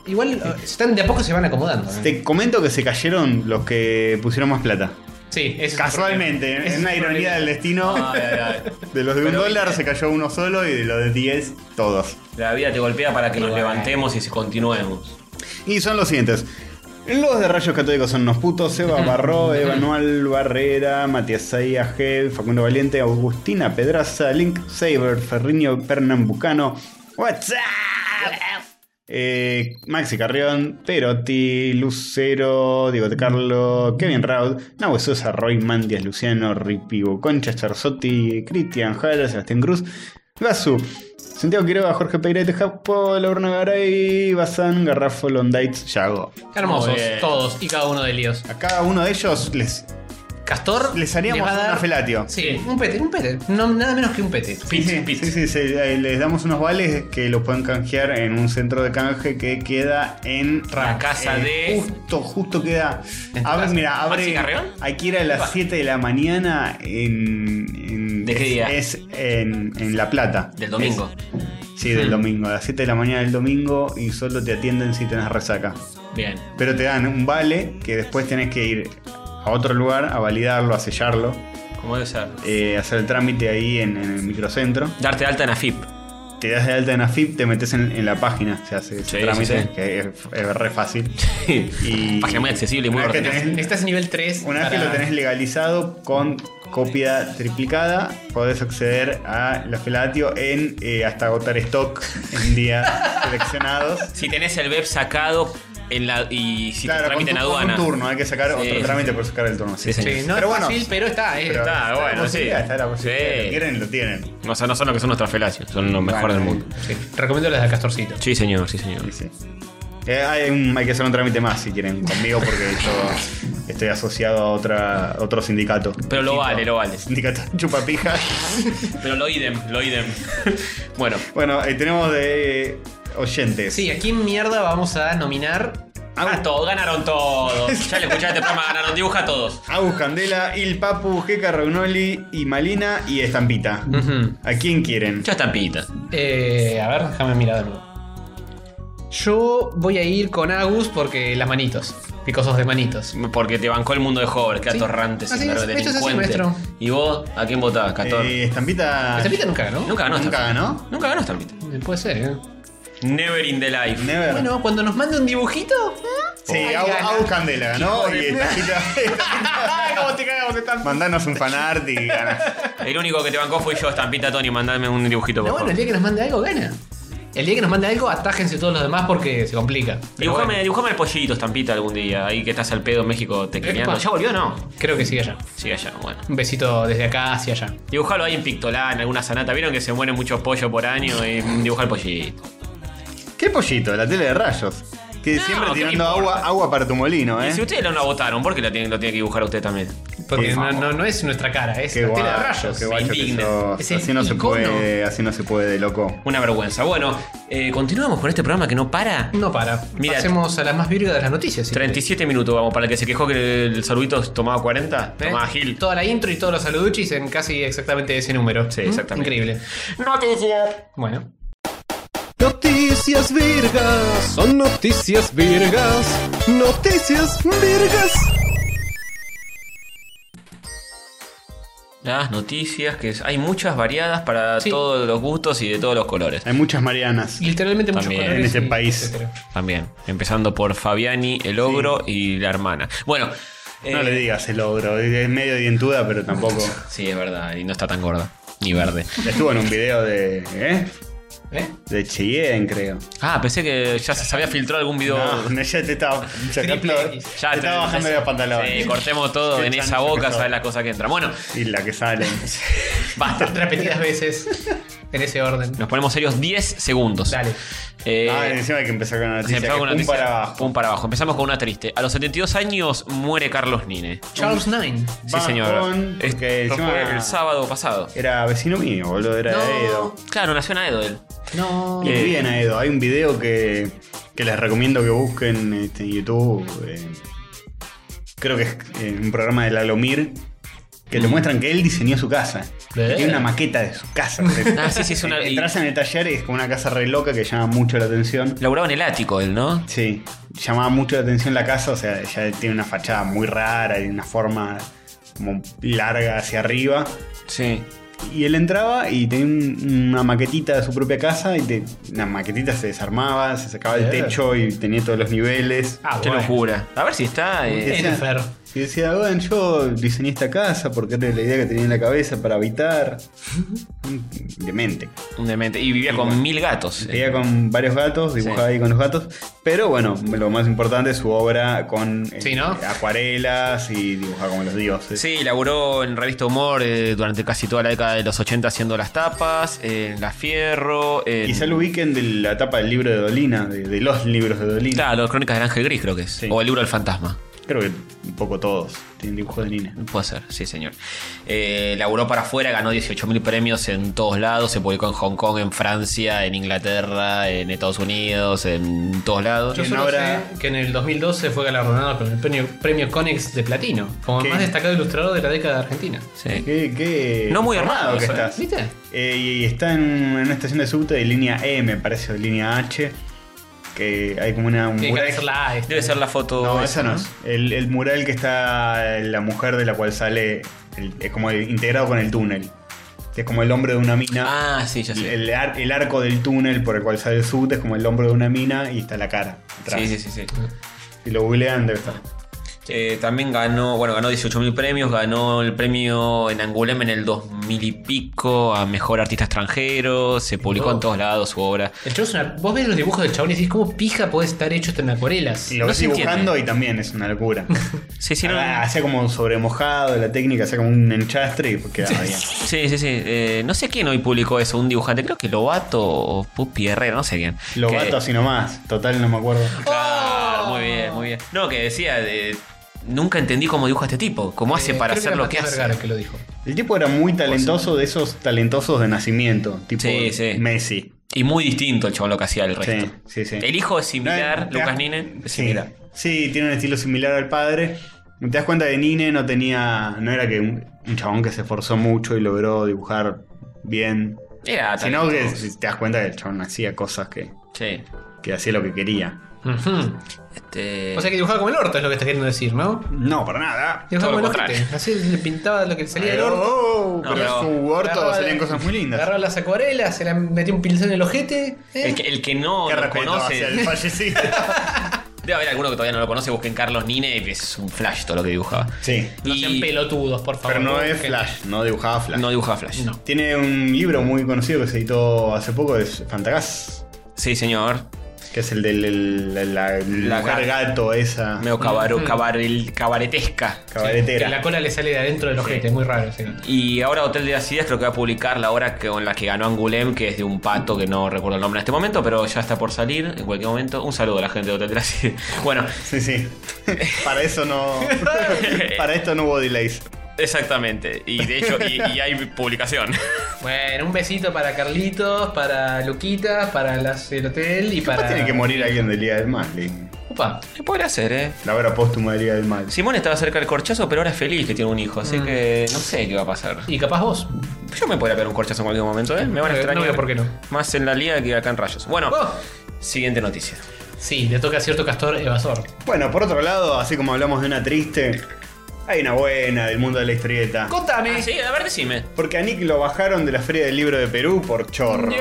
Speaker 4: Igual eh, están, de a poco se van acomodando. ¿eh?
Speaker 3: Te comento que se cayeron los que pusieron más plata.
Speaker 4: Sí, ese es el
Speaker 3: Casualmente,
Speaker 4: problema.
Speaker 3: en
Speaker 4: Ese es
Speaker 3: una
Speaker 4: el
Speaker 3: ironía
Speaker 4: problema. Ah,
Speaker 3: del destino,
Speaker 2: Ay, ay, ay.
Speaker 3: de los de un
Speaker 2: Pero,
Speaker 3: dólar se cayó uno solo y de los de 10, todos.
Speaker 2: La vida te golpea para que nos
Speaker 4: Igual.
Speaker 2: levantemos y si continuemos.
Speaker 3: Y son los siguientes. Los de rayos católicos son los putos, Eva Barró, Eva Noal Barrera, Matías G, Facundo Valiente, Agustina Pedraza, Link Saber, Ferriño Pernambucano, WhatsApp, eh, Maxi Carrión, Perotti, Lucero, Diego de Carlo, Kevin Raud, Nahue Sosa, Roy Mandias, Luciano, Ripigo, Concha, Charzotti, Cristian Jara, Sebastián Cruz, Gasu, Santiago Quiroga, Jorge Peirete, Japo, Laurna Garay, Bazán, Garrafo, Londaitz, Yago.
Speaker 4: Hermosos,
Speaker 2: Muy bien.
Speaker 4: todos y cada uno de ellos.
Speaker 3: A cada uno de ellos les,
Speaker 4: Castor.
Speaker 3: les haríamos
Speaker 4: va a dar-
Speaker 3: una felatio.
Speaker 4: Sí, un pete, un pete. No, nada menos que un pete.
Speaker 2: Pit,
Speaker 3: Sí,
Speaker 2: pit.
Speaker 3: sí, sí, sí, eh, les damos unos vales que los pueden canjear en un centro de canje que queda en Eh,
Speaker 2: La casa de-
Speaker 3: Justo, justo queda.
Speaker 4: ¿En tu
Speaker 3: Abre,
Speaker 4: casa?
Speaker 3: mira,
Speaker 2: ¿Maxi
Speaker 3: abre.
Speaker 2: Carrión?
Speaker 3: Hay que ir a
Speaker 2: Va.
Speaker 3: las 7 de la mañana en. en-
Speaker 2: ¿De qué
Speaker 3: es-
Speaker 2: día?
Speaker 3: Es en, en La Plata.
Speaker 2: Del domingo.
Speaker 3: Es- sí, del domingo. A las 7 de la mañana del domingo y solo te atienden si tenés resaca.
Speaker 2: Bien.
Speaker 3: Pero te dan un vale que después tenés que ir a otro lugar a validarlo, a sellarlo,
Speaker 2: ¿Cómo debe ser?
Speaker 3: eh, hacer el trámite ahí en- en el microcentro.
Speaker 2: Darte de alta en AFIP.
Speaker 3: Te das de alta en AFIP, te metes en, en la página, se hace ese
Speaker 2: Sí,
Speaker 3: trámite,
Speaker 2: sí, sí.
Speaker 3: que es, es re fácil. Y
Speaker 2: Página muy accesible y muy
Speaker 3: una vez que
Speaker 2: ordenada.
Speaker 3: tenés-
Speaker 4: Necesitas nivel 3.
Speaker 3: Una vez que lo tenés legalizado con copia triplicada, podés acceder a la Felatio en eh, hasta agotar stock en días seleccionados.
Speaker 2: Si tenés el web sacado en la, y si te
Speaker 3: con, tu-
Speaker 2: tramitan
Speaker 3: con
Speaker 2: aduana.
Speaker 3: un turno, ¿eh? hay que sacar
Speaker 2: Sí,
Speaker 3: otro
Speaker 2: sí,
Speaker 3: trámite
Speaker 2: sí.
Speaker 3: por sacar el turno.
Speaker 2: Sí, sí.
Speaker 4: Sí, no
Speaker 3: Pero
Speaker 4: es
Speaker 3: bueno,
Speaker 4: fácil, pero está. eh,
Speaker 3: Pero
Speaker 4: está.
Speaker 2: está,
Speaker 3: la
Speaker 2: bueno,
Speaker 3: posibilidad,
Speaker 2: sí.
Speaker 3: está la posibilidad.
Speaker 2: Sí.
Speaker 3: Lo quieren, lo tienen.
Speaker 2: O sea, no son lo que son nuestras felacios, son lo mejor
Speaker 3: Bueno,
Speaker 2: del mundo.
Speaker 4: Sí, Recomiendo las del Castorcito.
Speaker 2: Sí, señor, sí, señor.
Speaker 3: Sí, sí. Eh, hay, un- hay que hacer un trámite más si quieren conmigo porque yo estoy asociado a otra, a otro sindicato.
Speaker 2: Pero lo vale, lo vale.
Speaker 3: Sindicato Chupapija.
Speaker 2: Pero lo idem, lo idem. bueno,
Speaker 3: bueno, eh, tenemos de oyentes.
Speaker 4: Sí, ¿a quién mierda vamos a nominar?
Speaker 2: a todos, ganaron todos. Ya le escuchaste este programa, ganaron, dibuja a todos.
Speaker 3: Agus Candela, Il Papu, Jeca Reunoli y Malina y Estampita.
Speaker 4: Ujú.
Speaker 3: ¿A quién quieren?
Speaker 2: Ya estampita.
Speaker 4: Eh, a ver, déjame mirar de nuevo. Yo voy a ir con Agus porque las manitos. Picosos de manitos.
Speaker 2: Porque te bancó el mundo de Hover, que
Speaker 4: Sí.
Speaker 2: atorrante,
Speaker 4: Así
Speaker 2: sin
Speaker 4: es,
Speaker 2: embargo,
Speaker 4: esto es así,
Speaker 2: delincuente.
Speaker 4: maestro.
Speaker 2: ¿Y vos a quién votás, Castor?
Speaker 3: Eh, Estampita.
Speaker 4: Estampita nunca ganó.
Speaker 2: nunca ganó
Speaker 3: nunca
Speaker 2: Estampita.
Speaker 3: ganó.
Speaker 2: Nunca ganó Estampita.
Speaker 4: Eh, Puede ser, ¿eh?
Speaker 2: Never in the life.
Speaker 3: Never.
Speaker 4: Bueno, cuando nos mande un dibujito.
Speaker 3: sí,
Speaker 4: Ay,
Speaker 3: Agus,
Speaker 4: gana.
Speaker 3: Agus Candela ganó
Speaker 2: Hijo
Speaker 3: y
Speaker 2: de
Speaker 3: Estampita. Mandanos un fanart y ganas.
Speaker 2: El único que te bancó fui yo, Estampita Tony. Mandame un dibujito, por
Speaker 4: No, bueno,
Speaker 2: favor.
Speaker 4: el día que nos mande algo, gana. El día que nos mande algo, atájense todos los demás porque se complica. Pero
Speaker 2: Dibujame,
Speaker 4: bueno,
Speaker 2: dibujame el pollito, Estampita, algún día. Ahí que estás al pedo en México tequileando.
Speaker 4: Epa.
Speaker 2: ¿Ya volvió o no?
Speaker 4: creo que sigue allá.
Speaker 2: Sigue allá, bueno.
Speaker 4: Un besito desde acá hacia allá.
Speaker 2: Dibujalo ahí en Pictolá, en alguna sanata. Vieron que se mueren muchos pollos por año y dibujar el pollito.
Speaker 3: ¿Qué pollito? La tele de rayos. Que
Speaker 2: No,
Speaker 3: siempre
Speaker 2: ¿qué
Speaker 3: tirando
Speaker 2: le
Speaker 3: agua,
Speaker 2: importa?
Speaker 3: agua para tu molino,
Speaker 2: Y
Speaker 3: ¿eh?
Speaker 2: si ustedes no la votaron, ¿por qué la tienen, lo tiene que dibujar a usted también?
Speaker 4: Porque
Speaker 3: Por
Speaker 4: no,
Speaker 3: favor.
Speaker 4: no, no es nuestra cara, es
Speaker 3: Qué
Speaker 4: la tela de
Speaker 3: guacho,
Speaker 4: rayos.
Speaker 3: qué
Speaker 2: se
Speaker 3: guacho que
Speaker 2: indigna.
Speaker 3: sos.
Speaker 4: Es el
Speaker 3: Así no se
Speaker 4: icono.
Speaker 3: puede, así no se puede, loco.
Speaker 2: Una vergüenza. Bueno, eh, continuamos con este programa que no para.
Speaker 4: No para.
Speaker 2: Mira,
Speaker 4: Pasemos a las más virgas de las noticias. si
Speaker 2: 37 minutos, vamos, para el que se quejó que el saludito tomaba 40.
Speaker 4: querés. ¿Eh?
Speaker 2: Tomaba Gil.
Speaker 4: Toda la intro y todos los saluduchis en casi exactamente ese número.
Speaker 2: Sí,
Speaker 4: ¿Mm?
Speaker 2: exactamente.
Speaker 4: Increíble. Bueno.
Speaker 1: Noticias virgas, son noticias virgas, noticias virgas.
Speaker 2: Las noticias, que es- hay muchas variadas para
Speaker 4: Sí.
Speaker 2: todos los gustos y de todos los colores.
Speaker 3: Hay muchas Marianas.
Speaker 4: Literalmente muchos
Speaker 2: También.
Speaker 4: colores
Speaker 3: En este
Speaker 4: y
Speaker 3: país.
Speaker 4: etcétera.
Speaker 2: También, empezando por Fabiani, el ogro y la hermana. Bueno, eh,
Speaker 3: No le digas el ogro, es medio dientuda, pero tampoco.
Speaker 2: sí, es verdad, y no está tan gorda. Ni verde.
Speaker 3: Estuvo en un video de. ¿eh?
Speaker 4: ¿Eh?
Speaker 3: De Cheyenne, creo.
Speaker 2: Ah, pensé que ya se se había filtrado algún video.
Speaker 3: No, no, ya te estaba sacando.
Speaker 4: Triple X.
Speaker 2: Ya
Speaker 3: te estaba bajando los pantalones.
Speaker 2: Sí, cortemos todo
Speaker 3: Qué
Speaker 2: en esa
Speaker 3: chancho que
Speaker 2: boca,
Speaker 3: soy.
Speaker 2: sabes las cosas que entran. Bueno,
Speaker 3: Y la que sale.
Speaker 2: basta.
Speaker 4: Repetidas veces. En ese orden.
Speaker 2: Nos ponemos serios 10 segundos.
Speaker 4: Dale.
Speaker 2: Eh,
Speaker 3: ah, encima hay que empezar con la
Speaker 2: se
Speaker 3: noticia.
Speaker 2: empezó
Speaker 3: que
Speaker 2: con una
Speaker 3: pum
Speaker 2: noticia-
Speaker 3: para abajo.
Speaker 2: pum para abajo. Empezamos con una triste. A los 72 años muere Carlos Nine.
Speaker 4: Charles Nine.
Speaker 2: Sí, señor.
Speaker 3: Bajón,
Speaker 2: Es-
Speaker 3: porque
Speaker 2: fue
Speaker 3: encima-
Speaker 2: el sábado pasado.
Speaker 3: Era vecino mío, boludo. Era de Edo.
Speaker 2: Claro, nació en Aedo él.
Speaker 4: No.
Speaker 3: Y
Speaker 2: Eh.
Speaker 3: vivía en Edo. Hay un video que, que les recomiendo que busquen este, en YouTube. eh, creo que es eh, un programa de Lalomir. Que
Speaker 2: Mm.
Speaker 3: te muestran que él diseñó su casa.
Speaker 4: Eh.
Speaker 3: Tiene una maqueta de su casa.
Speaker 2: Ah, sí, sí, es una. y
Speaker 3: Entras en el taller y es como una casa re loca que llama mucho la atención.
Speaker 2: Laburaba en el ático él, ¿no?
Speaker 3: Sí, llamaba mucho la atención la casa, o sea, ya tiene una fachada muy rara y una forma como larga hacia arriba.
Speaker 2: Sí.
Speaker 3: Y él entraba y tenía un- una maquetita de su propia casa y te- la maquetita se desarmaba, se sacaba el
Speaker 4: Bien.
Speaker 3: techo y tenía todos los niveles.
Speaker 4: Ah,
Speaker 2: Qué
Speaker 4: bueno.
Speaker 2: locura. A ver si está. eh,
Speaker 3: Sí.
Speaker 4: Enfer.
Speaker 3: Y decía, bueno, yo diseñé esta casa porque era la idea que tenía en la cabeza para habitar. Mm, Demente.
Speaker 2: un demente. Y vivía
Speaker 3: Y
Speaker 2: con
Speaker 3: bueno.
Speaker 2: mil gatos.
Speaker 3: Seguía con varios gatos, dibujaba
Speaker 2: Sí.
Speaker 3: ahí con los gatos. Pero bueno, lo más importante es su obra con eh,
Speaker 4: Sí, ¿no?
Speaker 3: acuarelas y dibujaba como los dioses.
Speaker 2: Sí, laburó en Revista Humor eh, durante casi toda la década de los 80 haciendo las tapas, eh, en La Fierro. eh, En...
Speaker 3: Quizá lo ubiquen de la tapa del libro de Dolina, de, de los libros de Dolina.
Speaker 2: Claro, las crónicas del Ángel Gris creo que es.
Speaker 3: Sí.
Speaker 2: O el libro del fantasma.
Speaker 3: Creo que un poco todos tienen dibujo de Nina.
Speaker 2: Puede ser, sí señor. Eh, laburó para afuera, ganó 18.000 premios en todos lados, se publicó en Hong Kong, en Francia, en Inglaterra, en Estados Unidos, en todos lados.
Speaker 4: Yo
Speaker 3: Bien,
Speaker 4: solo
Speaker 3: ahora-
Speaker 4: sé que en el 2012 fue galardonado con el premio, premio Conex de Platino, como el
Speaker 3: ¿Qué?
Speaker 4: más destacado ilustrador de la década de Argentina.
Speaker 2: Sí.
Speaker 3: Qué, qué
Speaker 2: Eh, No muy
Speaker 3: informado
Speaker 2: armado,
Speaker 3: que
Speaker 2: ¿eh?
Speaker 3: estás.
Speaker 4: ¿Viste?
Speaker 3: Eh, y, y está en, en una estación de subte de línea E, me parece, o línea H. Que hay como una. un
Speaker 4: Tiene que
Speaker 3: mural-
Speaker 4: hacer la A. este. esta.
Speaker 2: Debe ser la foto.
Speaker 3: No,
Speaker 2: esa,
Speaker 3: esa no es. El, el mural que está la mujer de la cual sale el- es como el- integrado con el túnel. Que es como el hombro de una mina.
Speaker 2: Ah, sí, ya sé.
Speaker 3: el, ar- el arco del túnel por el cual sale el sud es como el hombro de una mina y está la cara. atrás.
Speaker 2: Sí, sí, sí, sí.
Speaker 3: Si lo googlean debe estar.
Speaker 2: Eh, también ganó, bueno, ganó 18.000 premios, ganó el premio en Angulem en el 2000 y pico a Mejor Artista Extranjero, se publicó
Speaker 4: Oh.
Speaker 2: en todos lados su obra.
Speaker 4: El chavo es una- Vos ves los dibujos del chabón y decís, ¿cómo pija puede estar hecho esto en acuarelas?
Speaker 3: Y lo
Speaker 2: No
Speaker 3: ves
Speaker 2: se entiende.
Speaker 3: dibujando y también es una locura.
Speaker 2: Sí, sí, no-
Speaker 3: Ah, Hacía como sobremojado la técnica, hacía como un enchastre y pues quedaba bien.
Speaker 2: sí, sí, sí. Eh, no sé quién hoy publicó eso, un dibujante, creo que Lobato o Pupi Herrera, no sé quién.
Speaker 3: Lo
Speaker 2: Que-
Speaker 3: gato así nomás, total no me acuerdo.
Speaker 2: Claro, muy bien, muy bien. No, que decía, de, nunca entendí cómo dibuja este tipo, cómo hace
Speaker 4: Eh,
Speaker 2: para
Speaker 4: creo
Speaker 2: hacer
Speaker 4: era
Speaker 2: lo que
Speaker 4: Matías
Speaker 2: hace.
Speaker 4: Vergara que lo dijo.
Speaker 3: El tipo era muy talentoso de esos talentosos de nacimiento, tipo
Speaker 2: Pues Sí, sí.
Speaker 3: Messi.
Speaker 2: Y muy distinto el chabón lo que hacía el resto.
Speaker 3: Sí, sí, sí.
Speaker 2: El hijo es similar,
Speaker 3: No, te
Speaker 2: Lucas
Speaker 3: das-
Speaker 2: Nine, es
Speaker 3: sí.
Speaker 2: similar.
Speaker 3: Sí, tiene un estilo similar al padre. Te das cuenta que Nine no tenía. No era que un, un chabón que se esforzó mucho y logró dibujar bien.
Speaker 2: Era
Speaker 3: Sino que
Speaker 2: talentoso.
Speaker 3: si te das cuenta que el chabón hacía cosas que,
Speaker 2: Sí.
Speaker 3: que hacía lo que quería.
Speaker 4: Ujú.
Speaker 2: Este...
Speaker 4: O sea que dibujaba como el orto, es lo que estás queriendo decir, ¿no?
Speaker 3: No, para nada.
Speaker 4: Dibujaba
Speaker 2: Todo
Speaker 4: como
Speaker 2: lo
Speaker 4: el
Speaker 2: contrario.
Speaker 4: ojete. Así le pintaba lo que salía del orto.
Speaker 3: Oh,
Speaker 2: No,
Speaker 3: pero
Speaker 2: pero-
Speaker 3: su orto
Speaker 4: Agarraba
Speaker 3: salían
Speaker 4: la-
Speaker 3: cosas muy lindas.
Speaker 4: Agarraba las acuarelas, se la metió un pincel en el ojete. ¿eh?
Speaker 2: El que, el que no
Speaker 3: Qué
Speaker 2: lo
Speaker 3: respeto hacia el
Speaker 2: conoce.
Speaker 3: fallecido.
Speaker 2: Debe haber alguno que todavía no lo conoce. Busquen Carlos Nine, que es un flash todo lo que dibujaba.
Speaker 3: sí.
Speaker 4: No
Speaker 2: y-
Speaker 4: sean pelotudos, por favor.
Speaker 3: Pero no es
Speaker 4: Porque-
Speaker 3: Flash, no dibujaba Flash.
Speaker 2: No dibujaba flash.
Speaker 4: No.
Speaker 3: Tiene un libro muy conocido que se editó hace poco, es Fantagas.
Speaker 2: Sí, señor.
Speaker 3: Que es el del el- la, la mujer
Speaker 2: gata.
Speaker 3: gato esa
Speaker 2: Medio cabaro, cabarel- cabaretesca.
Speaker 3: cabaretera.
Speaker 4: Que la cola le sale de adentro del ojete, es muy raro ese gato.
Speaker 2: Y ahora Hotel de las Ideas creo que va a publicar la hora que- con la que ganó Angulem, que es de un pato que no recuerdo el nombre en este momento, pero ya está por salir en cualquier momento. Un saludo a la gente de Hotel de las Ideas. Bueno,
Speaker 3: Sí, sí. Para eso no. para esto no hubo delays.
Speaker 2: exactamente. Y de hecho, y, y hay publicación.
Speaker 4: Bueno, un besito para Carlitos, para Luquitas, para las, el hotel y
Speaker 3: Capaz
Speaker 4: para.
Speaker 3: tiene que morir alguien del Día del Mal. Lee.
Speaker 4: Upa.
Speaker 2: ¿Qué podría hacer, eh?
Speaker 3: La obra póstuma del Día del Mal.
Speaker 2: Simón estaba cerca del corchazo, pero ahora es feliz que tiene un hijo, así que no sé qué va a pasar.
Speaker 4: Y capaz vos.
Speaker 2: Yo me podría pegar un corchazo en cualquier momento, ¿eh? Me van a
Speaker 4: No,
Speaker 2: extrañar.
Speaker 4: no veo por qué no.
Speaker 2: Más en la liga que acá en Rayos. Bueno,
Speaker 4: Oh.
Speaker 2: siguiente noticia.
Speaker 4: Sí, le toca a cierto castor evasor.
Speaker 3: Bueno, por otro lado, así como hablamos de una triste, hay una buena del mundo de la historieta.
Speaker 4: Contame.
Speaker 2: Ah, sí, a ver, decime.
Speaker 3: Porque a Nick lo bajaron de la Feria del Libro de Perú por chorro.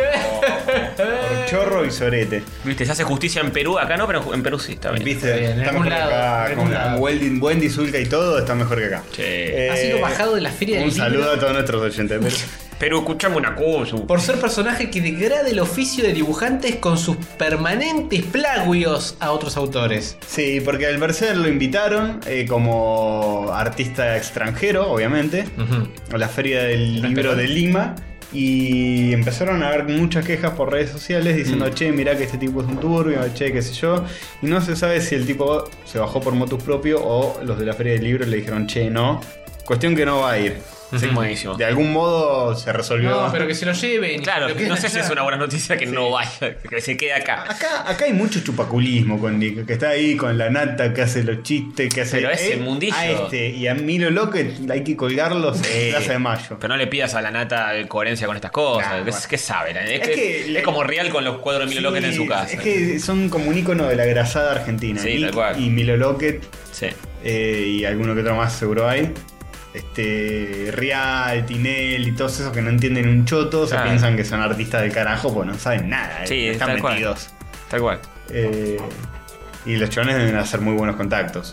Speaker 3: Por chorro y sorete.
Speaker 2: Viste, se hace justicia en Perú, acá no, pero en Perú sí, está bien.
Speaker 3: ¿Viste?
Speaker 4: Está bien, en
Speaker 3: está
Speaker 4: algún
Speaker 3: mejor que
Speaker 4: lado, en
Speaker 3: acá.
Speaker 4: algún
Speaker 3: Con
Speaker 4: lado.
Speaker 3: Wendy, Wendy Zulka y todo, está mejor que acá. Eh,
Speaker 2: Sí.
Speaker 4: eh, Ha sido bajado de la feria
Speaker 3: Un
Speaker 4: del
Speaker 3: saludo
Speaker 4: libro.
Speaker 3: a todos nuestros oyentes. pero-
Speaker 2: Pero escuchame una cosa.
Speaker 4: Por ser personaje que degrada el oficio de dibujantes con sus permanentes plagios a otros autores.
Speaker 3: Sí, porque al Berser lo invitaron eh, como artista extranjero, obviamente, a la Feria del Libro de Lima. Y empezaron a haber muchas quejas por redes sociales diciendo,
Speaker 2: Mm.
Speaker 3: che, mirá que este tipo es un turbio, che, qué sé yo. Y no se sabe si el tipo se bajó por motus propio o los de la Feria del Libro le dijeron, che, no. Cuestión que no va a ir.
Speaker 2: Sí, buenísimo.
Speaker 3: De algún modo se resolvió.
Speaker 4: No, pero que se lo lleven.
Speaker 2: Claro,
Speaker 4: Lo que-
Speaker 2: no sé si es una buena noticia que no vaya, que se quede acá.
Speaker 3: Acá, acá hay mucho chupaculismo con Nick, que está ahí con la nata, que hace los chistes, que hace
Speaker 2: Pero es el
Speaker 3: eh,
Speaker 2: mundillo.
Speaker 3: a este. Y a Milo Loco hay que colgarlos en Plaza de Mayo.
Speaker 2: Pero no le pidas a la nata eh, coherencia con estas cosas.
Speaker 3: Nah,
Speaker 2: ¿Qué,
Speaker 3: bueno.
Speaker 2: qué sabe? la- Es,
Speaker 3: Es
Speaker 2: que,
Speaker 3: que-
Speaker 2: es como real con los cuadros de Milo Lockett en su
Speaker 3: Sí,
Speaker 2: casa.
Speaker 3: Es que son como un icono de la grasada argentina.
Speaker 2: Sí,
Speaker 3: Nick
Speaker 2: tal cual.
Speaker 3: Y Milo Lockett
Speaker 2: Sí.
Speaker 3: eh, y alguno que otro más seguro hay. Este, Real, Tinel y todos esos que no entienden un choto,
Speaker 2: Claro.
Speaker 3: se piensan que son artistas del carajo, pues no saben nada, eh,
Speaker 2: Sí,
Speaker 3: están
Speaker 2: tal cual.
Speaker 3: metidos.
Speaker 2: Tal cual.
Speaker 3: Eh, y los chones deben hacer muy buenos contactos.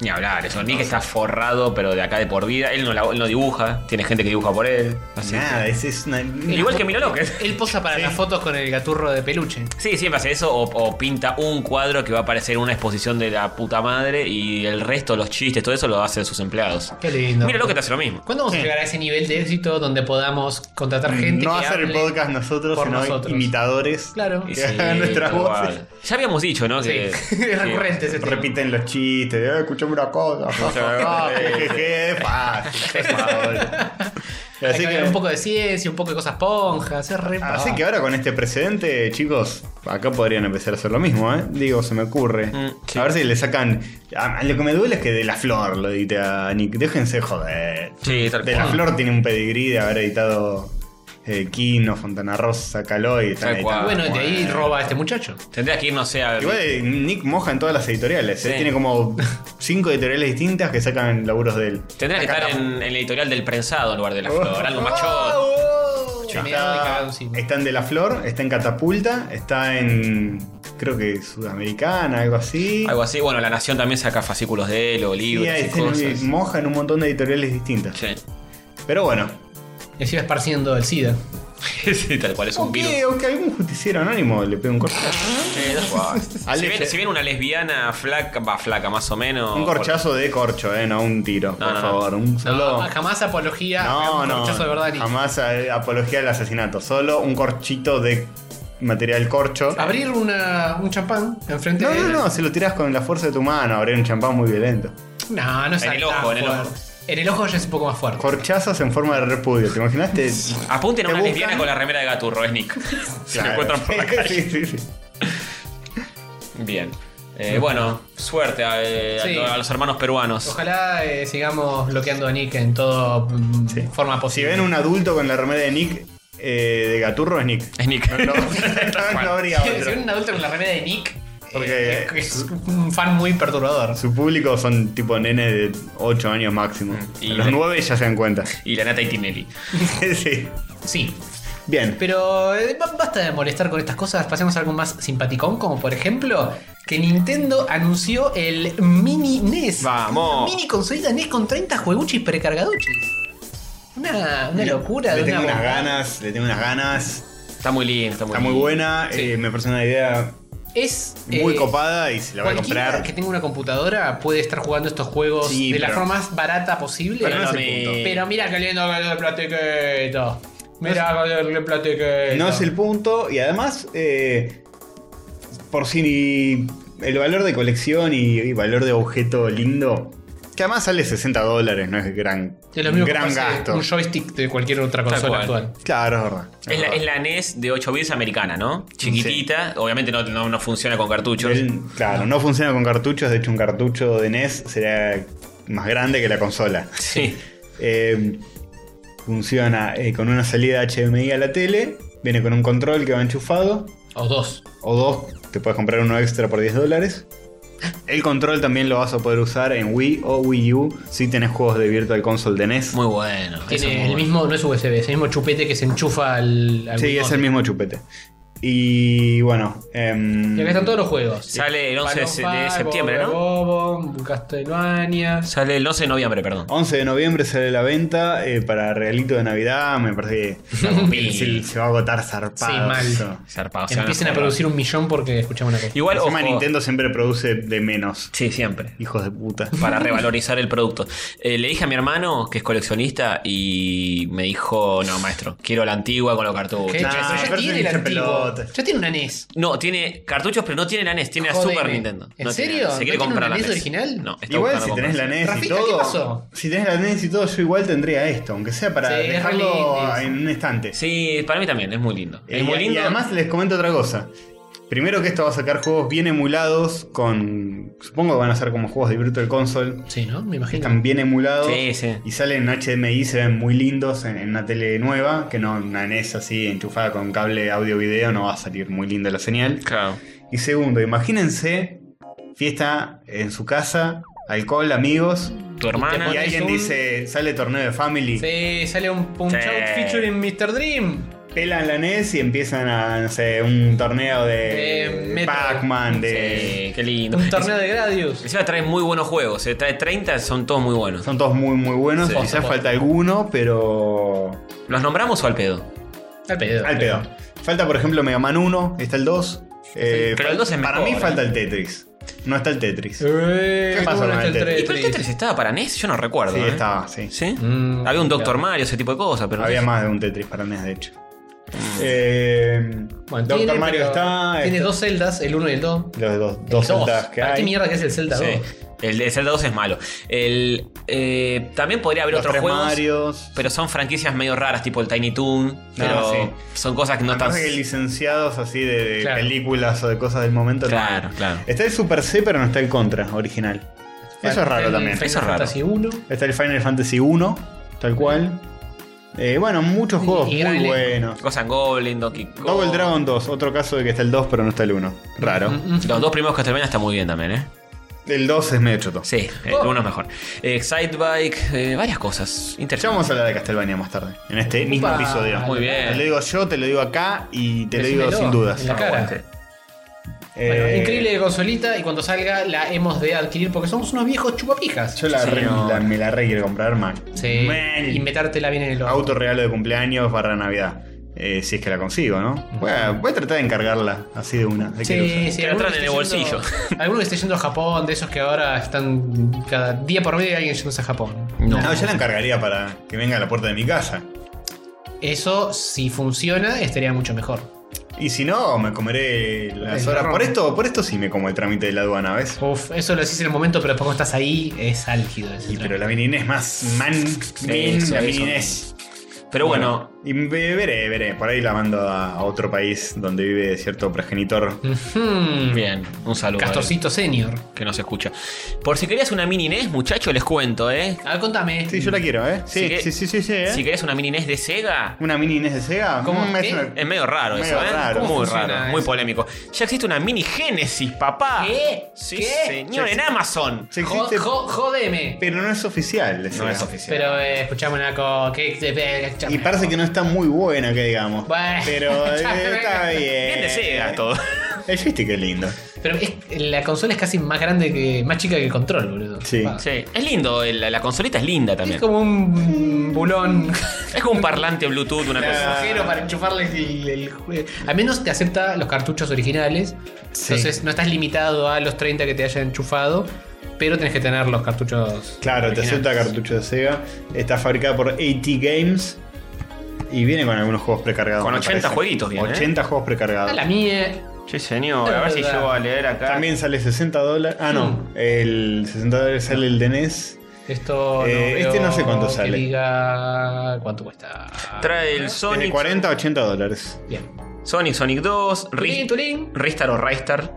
Speaker 2: Ni hablar, eso. Nick está forrado, pero de acá de por vida. Él no, la- él no dibuja, tiene gente que dibuja por él. Así
Speaker 3: Nada,
Speaker 2: que-
Speaker 3: es, es una.
Speaker 2: Igual que Milo Lockett.
Speaker 4: Él posa para
Speaker 3: Sí.
Speaker 4: las fotos con el gaturro de peluche.
Speaker 2: Sí, siempre hace eso, o, o pinta un cuadro que va a aparecer en una exposición de la puta madre y el resto, los chistes, todo eso lo hacen sus empleados.
Speaker 4: Qué lindo.
Speaker 2: Mira Lockett hace lo mismo.
Speaker 4: ¿Cuándo vamos a
Speaker 3: Sí.
Speaker 4: llegar a ese nivel de éxito donde podamos contratar gente?
Speaker 3: no
Speaker 4: que
Speaker 3: hacer el
Speaker 4: hable?
Speaker 3: podcast nosotros,
Speaker 4: por
Speaker 3: sino
Speaker 4: nosotros.
Speaker 3: imitadores.
Speaker 4: Claro.
Speaker 2: Y
Speaker 3: Que hagan nuestras
Speaker 2: tal
Speaker 3: voces.
Speaker 2: cual. Ya habíamos dicho, ¿no?
Speaker 4: Sí,
Speaker 2: Que, que-
Speaker 4: es recurrente ese tema.
Speaker 3: Repiten los chistes, eh, escuchame una cosa.
Speaker 2: una cosa.
Speaker 3: Jejeje, es fácil, es fácil.
Speaker 4: Hay
Speaker 3: Así
Speaker 4: que hablar
Speaker 3: que,
Speaker 4: un poco de ciencia, un poco de cosas ponjas, es re
Speaker 3: así que ahora con este precedente, chicos, acá podrían empezar a hacer lo mismo, ¿eh? Digo, se me ocurre.
Speaker 2: Mm, sí.
Speaker 3: A ver si le sacan. a- a lo que me duele es que De La Flor lo edite a Nick. Déjense joder.
Speaker 2: Sí, tal
Speaker 3: De La
Speaker 2: cual.
Speaker 3: Flor tiene un pedigrí de haber editado eh, Kino, Fontana Rosa, Caloy. están
Speaker 2: Tal
Speaker 3: editando.
Speaker 2: cual.
Speaker 4: Bueno, de ahí
Speaker 3: Ah, Bueno.
Speaker 4: roba a este muchacho.
Speaker 2: Tendría que ir, no sé, a
Speaker 3: Igual eh, Nick moja en todas las editoriales. eh.
Speaker 2: Sí.
Speaker 3: Tiene como cinco editoriales distintas que sacan laburos de él.
Speaker 2: Tendría que
Speaker 3: Acá
Speaker 2: estar
Speaker 3: está-
Speaker 2: en, en la editorial del prensado en lugar de la
Speaker 3: Oh.
Speaker 2: flor, algo más chot.
Speaker 4: ¡Oh!
Speaker 3: Está-
Speaker 4: Meado y cagado encima.
Speaker 3: está en De La Flor, está en Catapulta, está en. Creo que Sudamericana, algo así.
Speaker 2: Algo así. Bueno, La Nación también saca fascículos de él o
Speaker 3: Y
Speaker 2: libros
Speaker 3: ahí
Speaker 2: y
Speaker 3: está en-
Speaker 2: cosas.
Speaker 3: moja en un montón de editoriales distintas.
Speaker 2: Sí.
Speaker 3: Pero bueno.
Speaker 4: Y así va esparciendo el SIDA.
Speaker 2: Sí, tal cual, es un
Speaker 3: O
Speaker 2: virus.
Speaker 3: que, o que algún justiciero anónimo le pegue un corte.
Speaker 2: Sí, tal cual. si,
Speaker 3: Ale-
Speaker 2: viene, si viene una lesbiana flaca, va flaca más o menos.
Speaker 3: eh. Un corchazo de corcho, eh, no un tiro, por
Speaker 2: no, no.
Speaker 3: favor. Un solo.
Speaker 4: No, Ah, jamás apología.
Speaker 3: No,
Speaker 4: un
Speaker 3: no.
Speaker 4: corchazo de verdad, ni-
Speaker 3: jamás eh, apología del asesinato. Solo un corchito de material corcho.
Speaker 4: Abrir una, un champán enfrente
Speaker 3: No,
Speaker 4: de
Speaker 3: no,
Speaker 4: él.
Speaker 3: no. Si lo tiras con la fuerza de tu mano, abrir un champán muy violento.
Speaker 4: No, no es
Speaker 2: En el
Speaker 4: tan
Speaker 2: ojo, en el
Speaker 4: fuerte.
Speaker 2: ojo.
Speaker 4: En el ojo ya es un poco más fuerte.
Speaker 3: Corchazos en forma de repudio. ¿Te imaginaste?
Speaker 2: Apunten a
Speaker 3: Te
Speaker 2: una
Speaker 3: buscan.
Speaker 2: lesbiana con la remera de Gaturro, es Nick. Si lo
Speaker 3: Claro.
Speaker 2: encuentran por la calle.
Speaker 3: Sí, sí, sí.
Speaker 2: Bien. Eh, bueno, suerte a, eh, a
Speaker 4: Sí.
Speaker 2: lo- a los hermanos peruanos.
Speaker 4: Ojalá eh, sigamos bloqueando a Nick en toda
Speaker 3: Sí.
Speaker 4: forma
Speaker 3: Si
Speaker 4: posible.
Speaker 3: ven un adulto con la remera de Nick, eh, de Gaturro, es Nick.
Speaker 2: Es Nick.
Speaker 3: No, no, no habría
Speaker 4: Si ven
Speaker 3: otro.
Speaker 4: un adulto con la remera de Nick,
Speaker 3: Porque-
Speaker 4: eh, es un fan muy perturbador.
Speaker 3: Su público son tipo nenes de 8 años máximo.
Speaker 4: Mm,
Speaker 2: Y-
Speaker 3: a los 9 ya se dan cuenta.
Speaker 2: Y la nata y Tinelli.
Speaker 3: sí.
Speaker 4: Sí.
Speaker 3: Bien.
Speaker 4: Pero eh, ba- basta de molestar con estas cosas, pasemos a algo más simpaticón, como por ejemplo que Nintendo anunció el Mini NES.
Speaker 2: Vamos.
Speaker 4: Una mini consolita NES E con 30 jueguchis precargaduchis. Una, una locura.
Speaker 3: Le
Speaker 4: de
Speaker 3: tengo
Speaker 4: una
Speaker 3: unas
Speaker 4: bomba.
Speaker 3: ganas, le tengo unas ganas.
Speaker 2: Está muy lindo, está muy
Speaker 3: Está muy
Speaker 2: lindo.
Speaker 3: buena, eh, me parece una idea
Speaker 4: Es
Speaker 3: muy
Speaker 4: eh,
Speaker 3: copada y se la voy a
Speaker 4: cualquiera
Speaker 3: comprar.
Speaker 4: que tenga una computadora puede estar jugando estos juegos
Speaker 3: Sí,
Speaker 4: de la
Speaker 3: pero-
Speaker 4: forma más barata posible.
Speaker 3: Pero no
Speaker 4: Pero,
Speaker 3: es el
Speaker 2: me-
Speaker 3: punto.
Speaker 4: mira que lindo que es el platiquito. Mira que lindo el platiquito.
Speaker 3: No es el punto y además, eh, por si ni- el valor de colección y, y valor de objeto lindo, que además sale 60 dólares, no es gran,
Speaker 4: Es lo mismo que
Speaker 3: gran
Speaker 4: comprarse
Speaker 3: gasto.
Speaker 4: un joystick de cualquier otra
Speaker 2: Tal
Speaker 4: consola
Speaker 2: cual.
Speaker 4: actual.
Speaker 3: Claro, es verdad.
Speaker 2: Es la, es la NES de 8 bits americana, ¿no? Chiquitita. Obviamente no, no, no funciona con cartuchos.
Speaker 3: El- claro, no funciona con cartuchos, de hecho un cartucho de NES será más grande que la consola.
Speaker 2: Sí.
Speaker 3: Eh, funciona eh, con una salida HDMI a la tele, viene con un control que va enchufado,
Speaker 4: O dos.
Speaker 3: o dos, te puedes comprar uno extra por 10 dólares. El control también lo vas a poder usar en Wii o Wii U si tenés juegos de Virtual Console de E NES.
Speaker 2: Muy bueno. eso es muy
Speaker 4: Tiene el
Speaker 2: bueno.
Speaker 4: mismo, no es USB, es el mismo chupete que se enchufa al. al
Speaker 3: sí,
Speaker 4: Wiimote.
Speaker 3: es el mismo chupete. Y bueno. em,
Speaker 4: Y acá están todos los juegos.
Speaker 2: Sale el 11 de se- de
Speaker 4: Balloon Fight,
Speaker 2: septiembre, ¿no?
Speaker 4: Bobo, Bobo, Castlevania.
Speaker 2: Sale el 12 de noviembre, perdón.
Speaker 3: 11 de noviembre sale la venta eh, para regalito de Navidad. Me parece que
Speaker 2: Zarpado,
Speaker 3: se, se va a agotar zarpado.
Speaker 4: Sí, mal.
Speaker 3: eso.
Speaker 2: Zarpado, se van
Speaker 4: Empiecen a
Speaker 2: cerrar.
Speaker 4: producir un millón porque escuchamos una cosa.
Speaker 2: Igual, ojo.
Speaker 3: Encima Nintendo siempre produce de menos.
Speaker 2: Sí, siempre.
Speaker 3: Hijos de puta.
Speaker 2: Para revalorizar el producto. Eh, le dije a mi hermano, que es coleccionista, y me dijo, no, maestro, quiero la antigua con los cartuchos.
Speaker 4: ¿Qué?
Speaker 3: Nah,
Speaker 4: Pero ya
Speaker 3: Ah, pero
Speaker 4: tiene
Speaker 3: es
Speaker 4: el
Speaker 3: hincha
Speaker 4: antiguo.
Speaker 3: pelota.
Speaker 4: Ya tiene una E NES.
Speaker 2: No, tiene cartuchos, pero no tiene la NES, tiene la
Speaker 4: Jodeme.
Speaker 2: Super Nintendo.
Speaker 4: ¿En
Speaker 2: No tiene
Speaker 4: serio?
Speaker 2: la NES. Se
Speaker 4: ¿No
Speaker 2: quiere
Speaker 4: tiene
Speaker 2: comprar
Speaker 4: una
Speaker 2: la
Speaker 4: NES
Speaker 2: NES
Speaker 4: original?
Speaker 2: No, está
Speaker 3: Igual
Speaker 2: buscando E
Speaker 3: si tenés la E NES
Speaker 2: comprarse.
Speaker 3: y
Speaker 4: Rafita, ¿qué
Speaker 3: todo.
Speaker 4: pasó?
Speaker 3: Si tenés la NES y todo, yo igual tendría esto, aunque sea para
Speaker 4: Sí, es re lindo
Speaker 3: dejarlo
Speaker 4: eso.
Speaker 3: en un estante.
Speaker 2: Sí, para mí también, es muy lindo.
Speaker 3: Eh,
Speaker 2: Es
Speaker 3: y-
Speaker 2: muy lindo.
Speaker 3: Y además les comento otra cosa. Primero que esto va a sacar juegos bien emulados con... Supongo que van a ser como juegos de Virtual Console.
Speaker 4: Sí, ¿no? Me
Speaker 3: Que
Speaker 4: imagino.
Speaker 3: están bien emulados.
Speaker 2: Sí, sí.
Speaker 3: Y salen en HDMI, se ven muy lindos en, en una tele nueva. Que no una NES así enchufada con cable audio-video. No va a salir muy linda la señal.
Speaker 2: Claro.
Speaker 3: Y segundo, imagínense fiesta en su casa, alcohol, amigos.
Speaker 2: Tu hermana.
Speaker 3: Y
Speaker 4: pones
Speaker 3: alguien
Speaker 4: un-
Speaker 3: dice, sale torneo de family,
Speaker 4: Sí, sale un punch
Speaker 2: Sí.
Speaker 4: out featuring Mr. Dream.
Speaker 3: pelan la NES y empiezan a, no sé, un torneo
Speaker 4: De
Speaker 3: de,
Speaker 4: Metro.
Speaker 3: Pac-Man, de...
Speaker 2: Eh, qué lindo.
Speaker 4: Un torneo de Gradius.
Speaker 2: Encima trae muy buenos juegos, eh, trae 30, son todos muy buenos.
Speaker 3: Son todos muy, muy buenos.
Speaker 2: Sí.
Speaker 3: Quizás falta alguno, pero...
Speaker 2: ¿Los nombramos o al pedo?
Speaker 4: Al pedo.
Speaker 3: Al pedo. Falta, por ejemplo, Mega Man 1, está el 2. Eh,
Speaker 2: pero el 2 es
Speaker 3: Para
Speaker 2: mejor,
Speaker 3: mí
Speaker 2: eh.
Speaker 3: falta el Tetris. No está el Tetris. Sí,
Speaker 4: Eh,
Speaker 3: ¿Qué pasa
Speaker 4: ¿cómo no
Speaker 3: con
Speaker 4: está
Speaker 3: el Tetris?
Speaker 2: ¿Y pero el Tetris estaba para NES? Yo no recuerdo. ¿eh?
Speaker 3: estaba, sí.
Speaker 2: ¿Sí?
Speaker 4: Mm,
Speaker 2: Había un
Speaker 4: claro.
Speaker 2: Doctor Mario, ese tipo de cosas, pero. no
Speaker 3: Había
Speaker 2: sé.
Speaker 3: más de un Tetris para NES, de hecho. Eh,
Speaker 4: Bueno,
Speaker 3: Doctor
Speaker 4: tiene,
Speaker 3: Mario
Speaker 4: pero
Speaker 3: está.
Speaker 4: Tiene
Speaker 3: este,
Speaker 4: dos celdas, el 1 y el 2.
Speaker 3: Los dos, dos Zeldas que
Speaker 4: ¿Qué
Speaker 3: hay.
Speaker 4: mierda que es el Zelda 2?
Speaker 2: Sí. El de Zelda 2 es malo. El, eh, también podría haber
Speaker 3: los
Speaker 2: otros
Speaker 3: tres
Speaker 2: juegos.
Speaker 3: Marios.
Speaker 2: Pero son franquicias medio raras, tipo el Tiny Toon. pero
Speaker 3: Ah, sí.
Speaker 2: son cosas que no están.
Speaker 3: Además que licenciados así de, de
Speaker 4: Claro.
Speaker 3: películas o de cosas del momento. no.
Speaker 2: Claro, claro.
Speaker 3: Está el Super C, pero no está el Contra original. Eso es raro
Speaker 4: El
Speaker 3: también.
Speaker 4: Final
Speaker 2: Eso es raro.
Speaker 4: Fantasy 1.
Speaker 3: Está el Final Fantasy 1, tal cual. Eh, bueno, muchos
Speaker 4: Y-
Speaker 3: juegos
Speaker 4: y gran
Speaker 3: muy
Speaker 4: elenco.
Speaker 3: buenos.
Speaker 2: Gozan Goblin, Donkey Kong.
Speaker 3: Double Dragon 2, otro caso de que está el 2, pero no está el 1. Raro.
Speaker 4: Mm,
Speaker 2: Los dos primeros Castlevania están muy bien también, ¿eh?
Speaker 3: El 2 es medio choto.
Speaker 2: Sí, el
Speaker 4: Oh.
Speaker 2: uno es mejor. Eh, Excitebike, eh, varias cosas.
Speaker 3: Ya
Speaker 2: Interesante.
Speaker 3: vamos a hablar de Castlevania más tarde, en este mismo
Speaker 4: Upa.
Speaker 3: episodio.
Speaker 2: Muy
Speaker 3: Te
Speaker 2: bien.
Speaker 3: lo digo yo, te lo digo acá y te lo digo
Speaker 4: Decímelo
Speaker 3: sin dudas.
Speaker 4: en la cara. Bueno,
Speaker 3: Eh,
Speaker 4: increíble consolita y cuando salga la hemos de adquirir porque somos unos viejos chupapijas.
Speaker 3: Yo la,
Speaker 2: Sí,
Speaker 3: re-
Speaker 2: no.
Speaker 3: la- me la re quiero comprar mal.
Speaker 4: Sí.
Speaker 3: Mal.
Speaker 4: Y metértela bien en el ojo.
Speaker 3: Auto regalo de cumpleaños barra Navidad. Eh, si es que la consigo, ¿no? Voy a, voy a tratar de encargarla así de una. de quiero usar.
Speaker 4: Sí, sí,
Speaker 2: Te la
Speaker 4: alguno
Speaker 2: traen
Speaker 4: que
Speaker 2: en el
Speaker 4: esté yendo-
Speaker 2: bolsillo.
Speaker 4: Alguno que esté yendo a Japón, de esos que ahora están cada día por medio hay alguien yéndose a Japón.
Speaker 2: No.
Speaker 3: No, yo la encargaría para que venga a la puerta de mi casa.
Speaker 4: Eso, si funciona, estaría mucho mejor.
Speaker 3: Y si no, me comeré las
Speaker 4: El
Speaker 3: horas.
Speaker 4: marrón.
Speaker 3: Por esto, por esto sí me como el trámite de la aduana, ¿ves?
Speaker 4: Uf, eso lo decís en el momento, pero después cuando estás ahí es álgido. Ese
Speaker 3: Y
Speaker 4: tren.
Speaker 3: pero la mini Inés más man, min,
Speaker 2: eso,
Speaker 3: la
Speaker 2: eso.
Speaker 3: mini Inés.
Speaker 2: Pero bueno,
Speaker 3: Y ve- veré, veré. Por ahí la mando a otro país donde vive cierto progenitor.
Speaker 4: Ujú.
Speaker 2: bien. Un saludo.
Speaker 4: Hmm, Castorcito Senior.
Speaker 2: a él, Que nos escucha. Por si querías una mini NES, muchacho, les cuento, ¿eh?
Speaker 4: A ver, contame.
Speaker 3: Sí, yo la quiero, ¿eh?
Speaker 2: Si
Speaker 3: Sí,
Speaker 2: que-
Speaker 3: sí, sí, sí, sí, ¿eh?
Speaker 2: Si querías una mini NES de Sega,
Speaker 3: ¿Una mini Inés de Sega?
Speaker 4: ¿Cómo?
Speaker 3: Mm, es
Speaker 4: ¿Qué?
Speaker 3: una-
Speaker 2: es medio raro
Speaker 3: Medio
Speaker 2: eso, ¿eh?
Speaker 3: raro.
Speaker 2: Muy
Speaker 4: ¿Cómo
Speaker 2: raro,
Speaker 4: funciona
Speaker 2: muy
Speaker 4: eso?
Speaker 2: polémico. Ya existe una mini Génesis, papá.
Speaker 4: ¿Qué?
Speaker 2: Sí,
Speaker 4: ¿Qué?
Speaker 2: señor,
Speaker 3: Ya
Speaker 2: en
Speaker 3: existe.
Speaker 2: Amazon.
Speaker 3: Sí
Speaker 4: Jo-
Speaker 3: existe,
Speaker 4: jo- jodeme.
Speaker 3: pero no es oficial. de
Speaker 2: No
Speaker 3: Sega.
Speaker 2: es oficial.
Speaker 4: Pero eh, escuchame una cosa.
Speaker 3: Y parece que no está muy buena, que digamos.
Speaker 4: Bueno.
Speaker 3: Pero eh, está bien. Eh,
Speaker 2: Bien de Sega todo.
Speaker 3: El joystick es lindo.
Speaker 4: Pero es- la consola es casi más grande que. más chica que el control, boludo.
Speaker 3: Sí.
Speaker 4: Va.
Speaker 2: Sí, es lindo, el- la, consolita es linda
Speaker 4: Es
Speaker 2: también.
Speaker 4: como un bulón.
Speaker 2: Es como un parlante Bluetooth, una
Speaker 4: un
Speaker 2: cosa.
Speaker 4: agujero para enchufarle el, el jue- A menos te acepta los cartuchos originales.
Speaker 3: Sí.
Speaker 4: Entonces no estás limitado a los 30 que te hayan enchufado. Pero tenés que tener los cartuchos.
Speaker 3: Claro, te
Speaker 4: originales.
Speaker 3: acepta cartucho de Sega. Está fabricada por AT Games. Y viene con algunos juegos precargados.
Speaker 2: Con
Speaker 3: me
Speaker 2: 80
Speaker 3: parece.
Speaker 2: jueguitos viene, ¿eh?
Speaker 3: 80 juegos precargados.
Speaker 4: A la mía.
Speaker 2: Sí, señor,
Speaker 4: Es
Speaker 2: a ver si
Speaker 4: verdad.
Speaker 2: llego a leer acá.
Speaker 3: También sale 60 dólares. Ah, no.
Speaker 2: Hmm.
Speaker 3: El 60 dólares sale el de E NES.
Speaker 4: Esto.
Speaker 3: Eh,
Speaker 4: veo
Speaker 3: este no sé cuánto
Speaker 4: que
Speaker 3: sale.
Speaker 4: Diga. ¿Cuánto cuesta?
Speaker 2: Trae el
Speaker 3: De
Speaker 2: Sonic.
Speaker 3: 40 a 80 dólares.
Speaker 4: Bien.
Speaker 2: Sonic, Sonic 2,
Speaker 4: Tulín,
Speaker 2: Ri-
Speaker 4: tulín.
Speaker 2: Ristar o Ristar,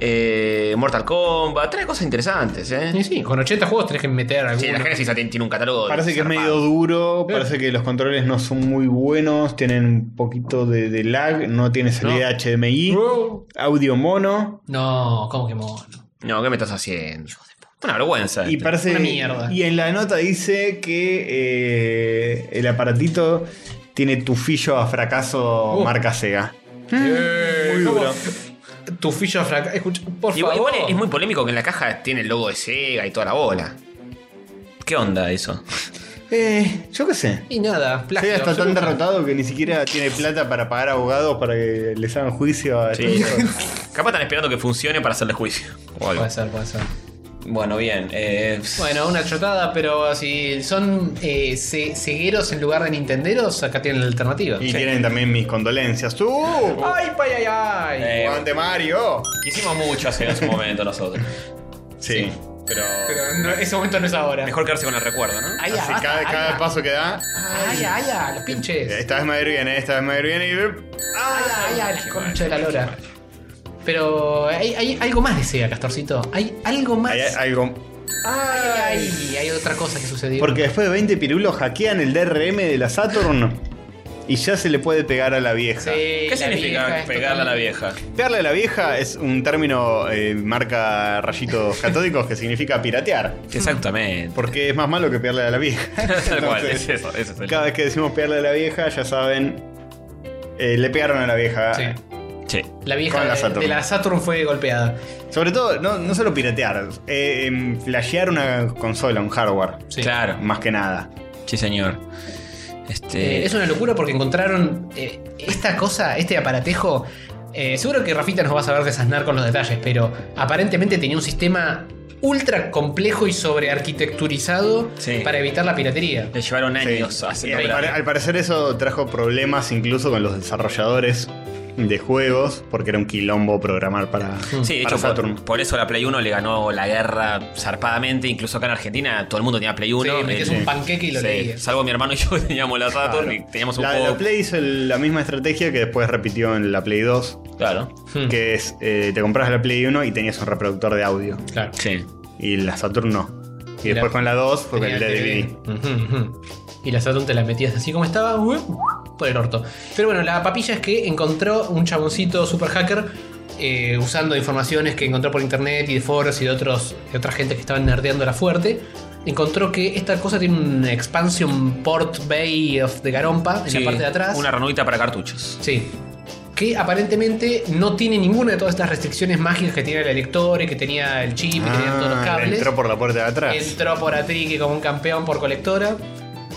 Speaker 2: eh, Mortal Kombat, trae cosas interesantes,
Speaker 4: Y
Speaker 2: ¿eh?
Speaker 4: sí, con 80 juegos tenés que meter alguno.
Speaker 2: Sí, la Genesis ya tiene tiene un catálogo.
Speaker 3: Parece que es
Speaker 2: zarpado.
Speaker 3: medio duro, parece que los controles no son muy buenos, tienen un poquito de, de lag, no tiene salida HDMI,
Speaker 4: Bro.
Speaker 3: audio mono
Speaker 4: No, ¿cómo que mono?
Speaker 2: No, ¿qué me estás haciendo? Una vergüenza.
Speaker 3: y
Speaker 2: este.
Speaker 3: parece
Speaker 4: Una mierda.
Speaker 3: y en la nota dice que eh, el aparatito tiene tufillo a fracaso
Speaker 4: Uh.
Speaker 3: marca Sega. Mm. Muy
Speaker 4: Eh, ¿Cómo?
Speaker 3: duro.
Speaker 4: Tu ficha fraca. Escucha, por
Speaker 2: Igual,
Speaker 4: favor.
Speaker 2: igual es muy polémico que en la caja tiene el logo de Sega y toda la bola. ¿Qué onda eso?
Speaker 3: Eh, yo qué sé.
Speaker 4: Y nada, plagio.
Speaker 3: Sega está tan
Speaker 4: absoluto.
Speaker 3: derrotado que ni siquiera tiene plata para pagar abogados para que les hagan juicio a
Speaker 2: Sí.
Speaker 3: estos hijos.
Speaker 2: Capaz están esperando que funcione para hacerle juicio. o algo.
Speaker 4: Puede ser, puede ser.
Speaker 2: Pues, Bueno, bien. eh,
Speaker 4: Bueno, una chotada, pero si son eh, ce- cegueros en lugar de nintenderos, acá tienen la alternativa.
Speaker 3: Y tienen también mis condolencias. ¡Tú!
Speaker 4: ¡Ay, pay, ay, ay!
Speaker 2: Eh,
Speaker 3: ¡Aguante Mario!
Speaker 2: Quisimos mucho hacer en su momento nosotros.
Speaker 3: Sí.
Speaker 2: Pero,
Speaker 4: Pero no- ese momento no es ahora.
Speaker 2: mejor quedarse con el recuerdo, ¿no?
Speaker 4: Ay,
Speaker 3: Así
Speaker 4: ya,
Speaker 3: cada,
Speaker 4: basta,
Speaker 3: cada
Speaker 4: ay,
Speaker 3: paso que da. eh,
Speaker 4: Ay, ay, ay, los pinches.
Speaker 3: Esta vez Madrid viene, esta vez Madrid viene y. eh,
Speaker 4: Ay, ay, ay, la
Speaker 2: Qué
Speaker 4: concha
Speaker 2: mal,
Speaker 4: de la
Speaker 2: qué
Speaker 4: lora.
Speaker 2: mal.
Speaker 4: Pero hay, hay algo más de Sega, Castorcito. Hay algo más.
Speaker 3: Hay
Speaker 4: Ay,
Speaker 3: algo.
Speaker 4: ay, hay otra cosa que sucedió.
Speaker 3: Porque después de 20 pirulos hackean el DRM de la Saturn y ya se le puede pegar a la
Speaker 4: Sí,
Speaker 3: vieja.
Speaker 2: ¿Qué
Speaker 4: la
Speaker 2: significa
Speaker 4: vieja es
Speaker 2: pegarle a la
Speaker 4: total-
Speaker 2: vieja?
Speaker 3: Pegarle a la vieja es un término eh, marca rayitos catódicos que significa piratear.
Speaker 2: Exactamente.
Speaker 3: Porque es más malo que pegarle a la vieja.
Speaker 2: Tal cual,
Speaker 3: Entonces,
Speaker 2: es eso, eso es el-
Speaker 3: Cada vez que decimos pegarle a la vieja, ya saben, eh, le pegaron a la vieja.
Speaker 4: Sí.
Speaker 2: Sí.
Speaker 4: La vieja
Speaker 3: Con la
Speaker 4: de-
Speaker 3: Saturn.
Speaker 4: de la Saturn fue golpeada.
Speaker 3: Sobre todo, no, no solo piratear, eh, em, flashear una consola, un hardware.
Speaker 4: Sí.
Speaker 2: Claro.
Speaker 3: Más que nada.
Speaker 2: Sí, señor. Este.
Speaker 4: Eh, es una locura porque encontraron eh, esta cosa, este aparatejo. eh, seguro que Rafita nos va a saber desasnar con los detalles, pero aparentemente tenía un sistema ultra complejo y sobrearquitecturizado
Speaker 2: Sí.
Speaker 4: para evitar la piratería.
Speaker 2: Le llevaron años
Speaker 3: Sí.
Speaker 2: a
Speaker 3: Y
Speaker 2: hacer
Speaker 3: al, pare- al parecer eso trajo problemas incluso con los desarrolladores de juegos, porque era un quilombo programar para,
Speaker 2: Sí, de
Speaker 3: Mm. para
Speaker 2: hecho,
Speaker 3: Saturn.
Speaker 2: por, por eso la Play 1 le ganó la guerra zarpadamente. Incluso acá en Argentina todo el mundo tenía Play 1.
Speaker 4: Sí, metías
Speaker 2: El-
Speaker 4: un panqueque y lo
Speaker 2: sí,
Speaker 4: leías.
Speaker 2: Salvo mi hermano y yo que teníamos la Saturn
Speaker 3: Claro.
Speaker 2: y teníamos un
Speaker 3: La,
Speaker 2: juego.
Speaker 3: la Play hizo el- la misma estrategia que después repitió en la Play 2,
Speaker 2: Claro.
Speaker 4: Hmm.
Speaker 3: que es eh, te compras la Play 1 y tenías un reproductor de audio.
Speaker 4: Claro.
Speaker 2: Sí.
Speaker 3: Y la Saturn no. Y
Speaker 4: Mirá.
Speaker 3: después con la 2 fue con
Speaker 4: Tenía
Speaker 3: el
Speaker 4: el
Speaker 3: DVD.
Speaker 4: DVD. Ujú, ujú. Y la Saturn te la metías así como estaba, ujú, por el orto. Pero bueno, la papilla es que encontró un chaboncito super hacker eh, usando informaciones que encontró por internet y de foros y de otros de otra gente que estaban nerdeando la fuerte. Encontró que esta cosa tiene un expansion port bay of de Garompa en
Speaker 2: Sí,
Speaker 4: la parte de atrás.
Speaker 2: Una ranurita para cartuchos.
Speaker 4: Sí. Que aparentemente no tiene ninguna de todas estas restricciones mágicas que tenía el elector y que tenía el chip y que tenían todos los
Speaker 3: Ah,
Speaker 4: cables.
Speaker 3: entró por la puerta de atrás.
Speaker 4: Entró por Atrique como un campeón por colectora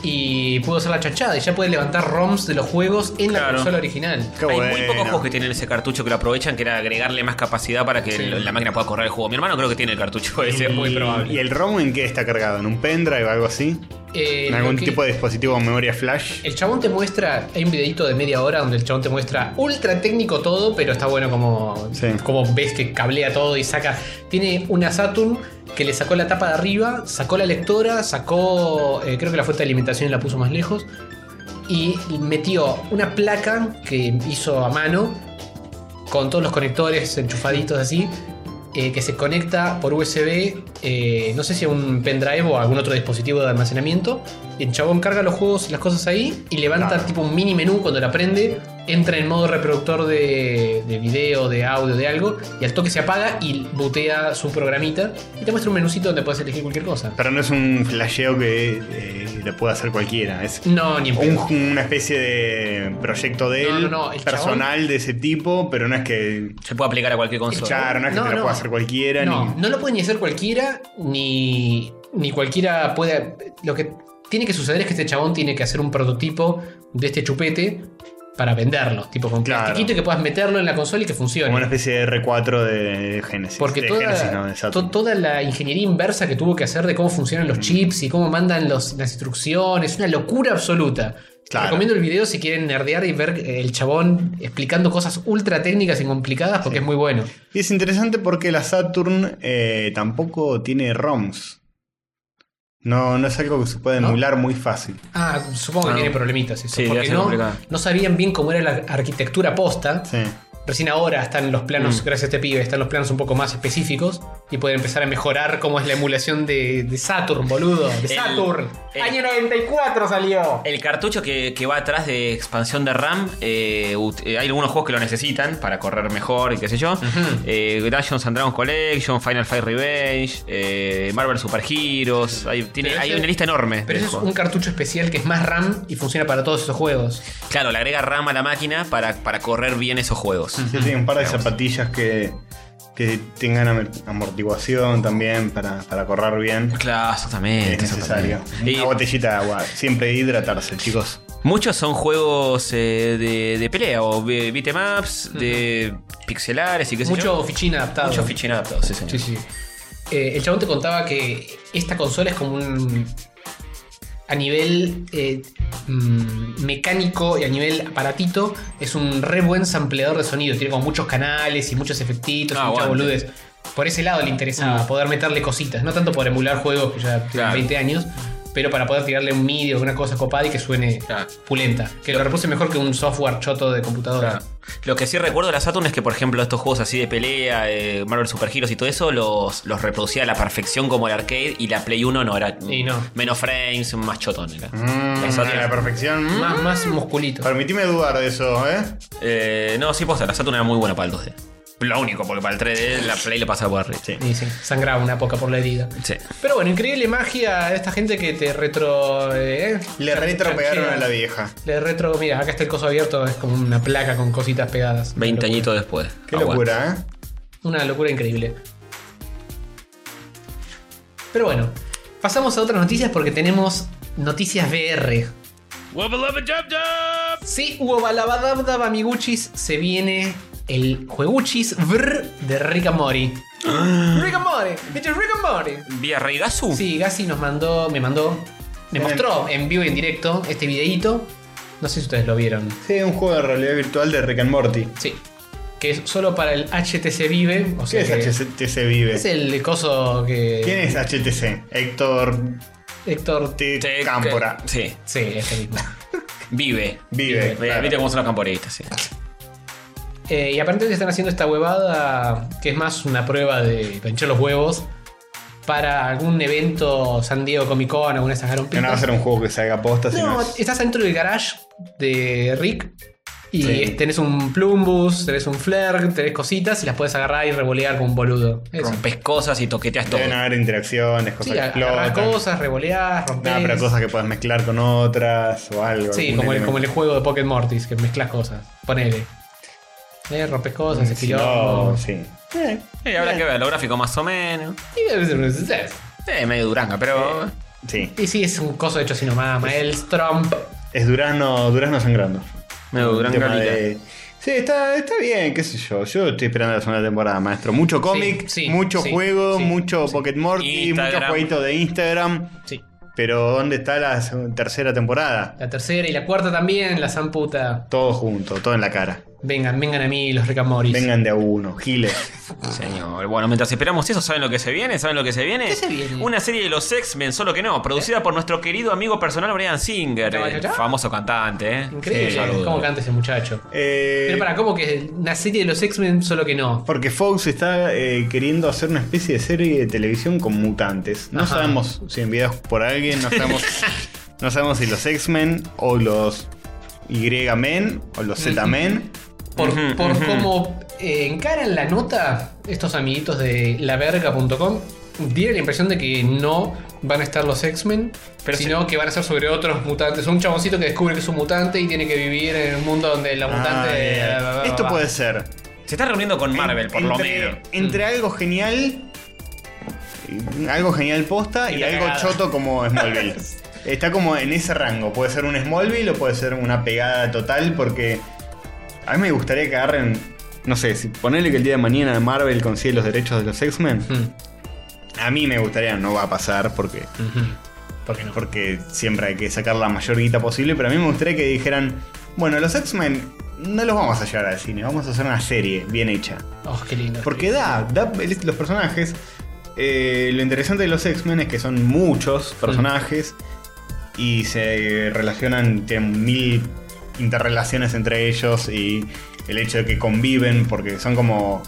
Speaker 4: y pudo hacer la chanchada y ya puede levantar ROMs de los juegos en
Speaker 2: Claro.
Speaker 4: la consola original.
Speaker 3: Qué
Speaker 2: Hay muy
Speaker 3: bueno.
Speaker 2: pocos juegos que tienen ese cartucho que lo aprovechan, que era agregarle más capacidad para que
Speaker 4: Sí.
Speaker 2: el- la máquina pueda correr el juego. Mi hermano creo que tiene el cartucho ese.
Speaker 3: y,
Speaker 2: muy probable.
Speaker 3: ¿Y el ROM en qué está cargado? ¿En un pendrive o algo así?
Speaker 4: Eh,
Speaker 3: ¿En
Speaker 4: lo
Speaker 3: algún
Speaker 4: que-
Speaker 3: tipo de dispositivo con memoria flash?
Speaker 4: El chabón te muestra, hay un videito de media hora donde el chabón te muestra ultra técnico todo, pero está bueno como,
Speaker 3: Sí.
Speaker 4: como ves que cablea todo y saca. Tiene una Saturn que le sacó la tapa de arriba, sacó la lectora, sacó eh, creo que la fuente de alimentación y la puso más lejos y metió una placa que hizo a mano con todos los conectores enchufaditos así. eh, que se conecta por USB, eh, no sé si a un pendrive o a algún otro dispositivo de almacenamiento. Y el chabón carga los juegos y las cosas ahí y levanta
Speaker 3: Claro.
Speaker 4: tipo un mini menú cuando la prende. Entra en modo reproductor de, de video, de audio, de algo. Y al toque se apaga y butea su programita. Y te muestra un menucito donde puedes elegir cualquier cosa.
Speaker 3: Pero no es un flasheo que eh, lo pueda hacer cualquiera. Es
Speaker 4: No, ni en pedo.
Speaker 3: un- una especie de proyecto de
Speaker 4: No,
Speaker 3: él,
Speaker 4: no, no, el
Speaker 3: personal de ese tipo, pero no es que.
Speaker 2: Se puede aplicar a cualquier consola.
Speaker 3: Claro, no es que
Speaker 4: No,
Speaker 3: te lo
Speaker 4: no.
Speaker 3: pueda hacer cualquiera.
Speaker 4: No,
Speaker 3: ni-
Speaker 4: no lo puede ni hacer cualquiera, ni, ni cualquiera puede. Lo que tiene que suceder es que este chabón tiene que hacer un prototipo de este chupete para venderlo, tipo con
Speaker 3: Claro.
Speaker 4: plastiquito y que puedas meterlo en la consola y que funcione.
Speaker 3: Como una especie de R4 de Genesis.
Speaker 4: Porque
Speaker 3: de
Speaker 4: toda,
Speaker 3: Genesis, no, de Saturn.
Speaker 4: to- toda la ingeniería inversa que tuvo que hacer de cómo funcionan
Speaker 3: Mm.
Speaker 4: los chips y cómo mandan los, las instrucciones, una locura absoluta.
Speaker 3: Claro.
Speaker 4: Recomiendo el video si quieren nerdear y ver eh, el chabón explicando cosas ultra técnicas y complicadas porque es muy bueno.
Speaker 3: Y es interesante porque la Saturn eh, tampoco tiene ROMs. No, no es algo que se pueda
Speaker 4: ¿No?
Speaker 3: emular muy fácil.
Speaker 4: Ah, supongo que
Speaker 2: Ah.
Speaker 4: tiene problemitas eso.
Speaker 2: Sí, debe
Speaker 4: porque
Speaker 2: ser
Speaker 4: no,
Speaker 2: complicado.
Speaker 4: no sabían bien cómo era la arquitectura posta.
Speaker 3: Sí.
Speaker 4: Recién ahora están los planos, gracias a este pibe, están los planos un poco más específicos y pueden empezar a mejorar cómo es la emulación de, de Saturn, boludo. De Saturn.
Speaker 2: el-
Speaker 4: Año 94 salió.
Speaker 2: El cartucho que, que va atrás de expansión de RAM, eh, ut- eh, hay algunos juegos que lo necesitan para correr mejor y qué sé yo. Eh, Dungeons and Dragons Collection, Final Fight Revenge, eh, Marvel Super Heroes. Hay, tiene-
Speaker 4: Pero
Speaker 2: hay
Speaker 4: ese-
Speaker 2: una lista enorme.
Speaker 4: Pero
Speaker 2: de
Speaker 4: eso es
Speaker 2: juegos.
Speaker 4: un cartucho especial que es más RAM y funciona para todos esos juegos.
Speaker 2: Claro, le agrega RAM a la máquina para, para correr bien esos juegos.
Speaker 3: Yo tengo un par de zapatillas que, que tengan am- amortiguación también para, para correr bien.
Speaker 2: Claro,
Speaker 3: Es
Speaker 2: exactamente.
Speaker 3: necesario.
Speaker 2: exactamente.
Speaker 3: Una
Speaker 2: Y-
Speaker 3: botellita de agua. Siempre hidratarse, chicos.
Speaker 2: Muchos son juegos eh, de, de pelea o be- beat 'em ups, de pixelares y qué sé
Speaker 4: Mucho
Speaker 2: yo.
Speaker 4: fichín adaptado.
Speaker 2: Mucho fichín adaptado, sí, señor.
Speaker 4: Sí, sí. Eh, el chabón te contaba que esta consola es como un. A nivel eh, mm, mecánico y a nivel aparatito, es un re buen sampleador de sonido. Tiene como muchos canales y muchos efectitos
Speaker 2: Ah,
Speaker 4: y muchas
Speaker 2: aguante.
Speaker 4: boludes. Por ese lado le interesaba poder meterle cositas, no tanto por emular juegos que ya tienen
Speaker 2: Claro.
Speaker 4: 20 años, pero para poder tirarle un MIDI o una cosa copada y que suene
Speaker 2: Claro.
Speaker 4: pulenta. Que lo repuse mejor que un software choto de computadora.
Speaker 2: Claro. Lo que sí recuerdo de la Saturn es que, por ejemplo, estos juegos así de pelea, eh, Marvel Super Heroes y todo eso, los, los reproducía a la perfección como el arcade y la Play 1 no era.
Speaker 4: Y no.
Speaker 2: Menos frames, más chotón era.
Speaker 3: Mm,
Speaker 2: La Saturn-
Speaker 3: a la perfección. Mm.
Speaker 4: Más, más musculito.
Speaker 3: Permitime dudar de eso, ¿eh?
Speaker 2: Eh, no, sí, posta, la Saturn era muy buena para el 2D. Lo único, porque para el 3D la Play le pasaba por arriba.
Speaker 3: Sí.
Speaker 4: Y sí, sangraba una poca por la herida.
Speaker 2: Sí.
Speaker 4: Pero bueno, increíble magia de esta gente que te retro. eh,
Speaker 3: Le
Speaker 4: chan-
Speaker 3: retropegaron
Speaker 4: chanchea.
Speaker 3: a la vieja.
Speaker 4: Le retro. Mira, acá está el coso abierto, es como una placa con cositas pegadas.
Speaker 2: 20 añitos después.
Speaker 3: Qué
Speaker 2: Aguante.
Speaker 3: locura, ¿eh?
Speaker 4: Una locura increíble. Pero bueno, pasamos a otras noticias porque tenemos noticias VR. Sí, hubo balabadabda Bamiguchis, se viene el jueguchis VR de Rick and Mori. Rick and Mori, Mr. Rick and Mori.
Speaker 2: Vía Rey Gasu.
Speaker 4: Sí, Gassi nos mandó, me mandó, me
Speaker 3: Eh.
Speaker 4: mostró en vivo y en directo este videíto. No sé si ustedes lo vieron.
Speaker 3: Sí, un juego de realidad virtual de Rick and Morty.
Speaker 4: Sí. Que es solo para el HTC Vive. O
Speaker 3: ¿Qué
Speaker 4: sea
Speaker 3: es
Speaker 4: que
Speaker 3: HTC Vive?
Speaker 4: es el coso que.
Speaker 3: ¿Quién es HTC? Héctor
Speaker 4: Héctor.
Speaker 3: T.
Speaker 2: Te-
Speaker 3: Cámpora.
Speaker 2: que- Sí.
Speaker 4: Sí, ese mismo.
Speaker 2: Vive.
Speaker 3: Vive,
Speaker 2: Ve-
Speaker 3: claro.
Speaker 2: Viste cómo son los camporistas, sí.
Speaker 4: Eh, y aparentemente están haciendo esta huevada que es más una prueba de pinchar los huevos para algún evento San Diego Comic Con, alguna de esas
Speaker 3: Que no va a
Speaker 4: garompitas.
Speaker 3: ser un juego que salga posta, sino.
Speaker 4: No,
Speaker 3: es-
Speaker 4: estás dentro del garage de Rick y
Speaker 3: Sí.
Speaker 4: tenés un plumbus, tenés un flair, tenés cositas y las puedes agarrar y revolear con un boludo. Eso.
Speaker 2: Rompes cosas y toqueteas todo.
Speaker 3: Deben haber interacciones,
Speaker 4: Sí,
Speaker 3: cosas que
Speaker 4: agarrás
Speaker 3: explotan.
Speaker 4: cosas, revoleás, rompés.
Speaker 3: Nada, Ah, pero cosas que puedes mezclar con otras o algo.
Speaker 4: Sí,
Speaker 3: algún
Speaker 4: como el,
Speaker 3: elemento.
Speaker 4: como el juego de Pocket Mortis, que mezclas cosas. Ponele. Eh, rompes cosas,
Speaker 3: Si
Speaker 4: esquiló.
Speaker 3: no, sí. oh,
Speaker 2: Eh, habrá que ver, lo gráfico más o menos. Eh, medio duranga, pero.
Speaker 3: Sí.
Speaker 4: Y sí, es un coso hecho así nomás, Mael Trump.
Speaker 3: Es Durazno, Durazno sangrando.
Speaker 2: medio
Speaker 3: Un
Speaker 2: duranga.
Speaker 3: tema de- Sí, está, está bien, qué sé yo. Yo estoy esperando la segunda temporada, maestro. Mucho cómic,
Speaker 4: sí,
Speaker 3: mucho
Speaker 4: sí,
Speaker 3: juego,
Speaker 4: sí,
Speaker 3: mucho Pocket Morty, mucho
Speaker 2: Instagram.
Speaker 3: jueguito de Instagram.
Speaker 4: Sí.
Speaker 3: Pero ¿dónde está la seg- tercera temporada?
Speaker 4: La tercera y la cuarta también, la san puta.
Speaker 3: Todo junto, todo en la cara.
Speaker 4: Vengan, vengan a mí los Rick and Mortis.
Speaker 3: Vengan de a uno, giles.
Speaker 2: Señor, bueno, mientras esperamos eso, ¿saben lo que se viene? ¿Saben lo que se viene?
Speaker 4: ¿Qué se viene?
Speaker 2: Una serie de los X-Men, solo que no, producida por nuestro querido amigo personal Brian Singer,
Speaker 4: Ya, ya,
Speaker 2: eh,
Speaker 4: ya.
Speaker 2: famoso cantante, ¿eh?
Speaker 4: Increíble
Speaker 2: Sí, saludo.
Speaker 4: cómo canta ese muchacho.
Speaker 3: Eh,
Speaker 4: Pero para, ¿cómo que una serie de los X-Men solo que no?
Speaker 3: Porque Fox está eh, queriendo hacer una especie de serie de televisión con mutantes. No
Speaker 4: Ajá.
Speaker 3: sabemos si enviados por alguien, no sabemos, no sabemos si los X-Men o los Y-Men o los Z-Men.
Speaker 4: Por,
Speaker 2: Ujú,
Speaker 4: por
Speaker 2: ujú.
Speaker 4: cómo eh, encaran la nota estos amiguitos de laverga.com, tiene la impresión de que no van a estar los X-Men,
Speaker 2: Pero
Speaker 4: sino que van a ser sobre otros mutantes. Un chaboncito que descubre que es un mutante y tiene que vivir en un mundo donde la mutante...
Speaker 3: Ah, eh, Esto puede ser.
Speaker 2: Se está reuniendo con Marvel, por lo
Speaker 3: Entre-
Speaker 2: menos.
Speaker 3: Entre algo genial, algo genial posta
Speaker 4: Y
Speaker 3: y,
Speaker 4: una
Speaker 3: algo
Speaker 4: cagada.
Speaker 3: choto como Smallville. Está como en ese rango. Puede ser un Smallville o puede ser una pegada total porque a mí me gustaría que agarren, no sé, si ponerle que el día de mañana Marvel consigue los derechos de los X-Men.
Speaker 4: Mm,
Speaker 3: A mí me gustaría, no va a pasar porque
Speaker 4: ujú. ¿Por qué no?
Speaker 3: porque siempre hay que sacar la mayor guita posible, pero a mí me gustaría que dijeran, bueno, los X-Men no los vamos a llevar al cine, vamos a hacer una serie bien hecha.
Speaker 4: Oh, qué lindo.
Speaker 3: Porque da, da el- los personajes. eh, lo interesante de los X-Men es que son muchos personajes y se relacionan, tienen mil interrelaciones entre ellos y el hecho de que conviven, porque son como.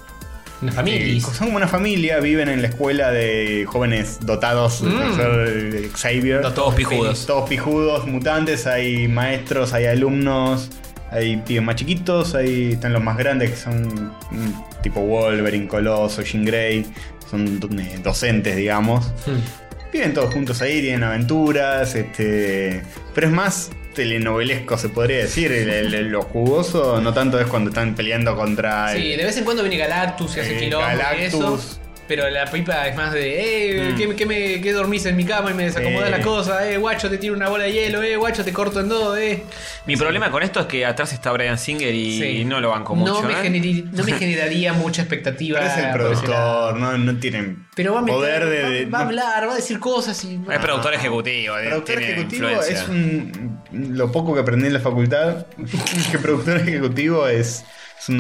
Speaker 4: Una
Speaker 3: eh,
Speaker 4: familia.
Speaker 3: son como una familia, viven en la escuela de jóvenes dotados de
Speaker 4: Mm.
Speaker 3: profesor Xavier.
Speaker 2: Todos pijudos.
Speaker 3: Todos pijudos, mutantes, hay maestros, hay alumnos, hay pibes más chiquitos, hay, están los más grandes que son mm, tipo Wolverine, Coloso, Jean Grey, son do- eh, docentes, digamos.
Speaker 4: Mm.
Speaker 3: Viven todos juntos ahí, tienen aventuras, este. Pero es más telenovelesco, se podría decir. El- el- el- lo jugoso no tanto es cuando están peleando contra. el-
Speaker 4: Sí, de vez en cuando viene Galactus y hace
Speaker 3: Eh,
Speaker 4: quilombo y eso.
Speaker 3: Galactus.
Speaker 4: Pero la pipa es más de, eh,
Speaker 3: Mm.
Speaker 4: ¿qué, qué me, qué dormís en mi cama y me desacomodás
Speaker 3: Eh.
Speaker 4: las cosas? Eh, guacho, te tiro una bola de hielo, eh, guacho, te corto en dos, eh.
Speaker 2: Mi problema con esto es que atrás está Brian Singer y
Speaker 4: Sí.
Speaker 2: no lo banco
Speaker 4: no
Speaker 2: mucho.
Speaker 4: Me
Speaker 2: ¿eh?
Speaker 4: generi- no me generaría mucha expectativa.
Speaker 3: Pero es el
Speaker 4: por ese lado.
Speaker 3: productor, no, no tienen
Speaker 4: Pero va a, meter-
Speaker 3: poder de.
Speaker 4: va-
Speaker 3: de-
Speaker 4: va a hablar, va a decir cosas y...
Speaker 2: Es productor ejecutivo. eh,
Speaker 3: Productor
Speaker 2: tiene
Speaker 3: ejecutivo
Speaker 2: influencia.
Speaker 3: es un. Lo poco que aprendí en la facultad. que productor ejecutivo es, es un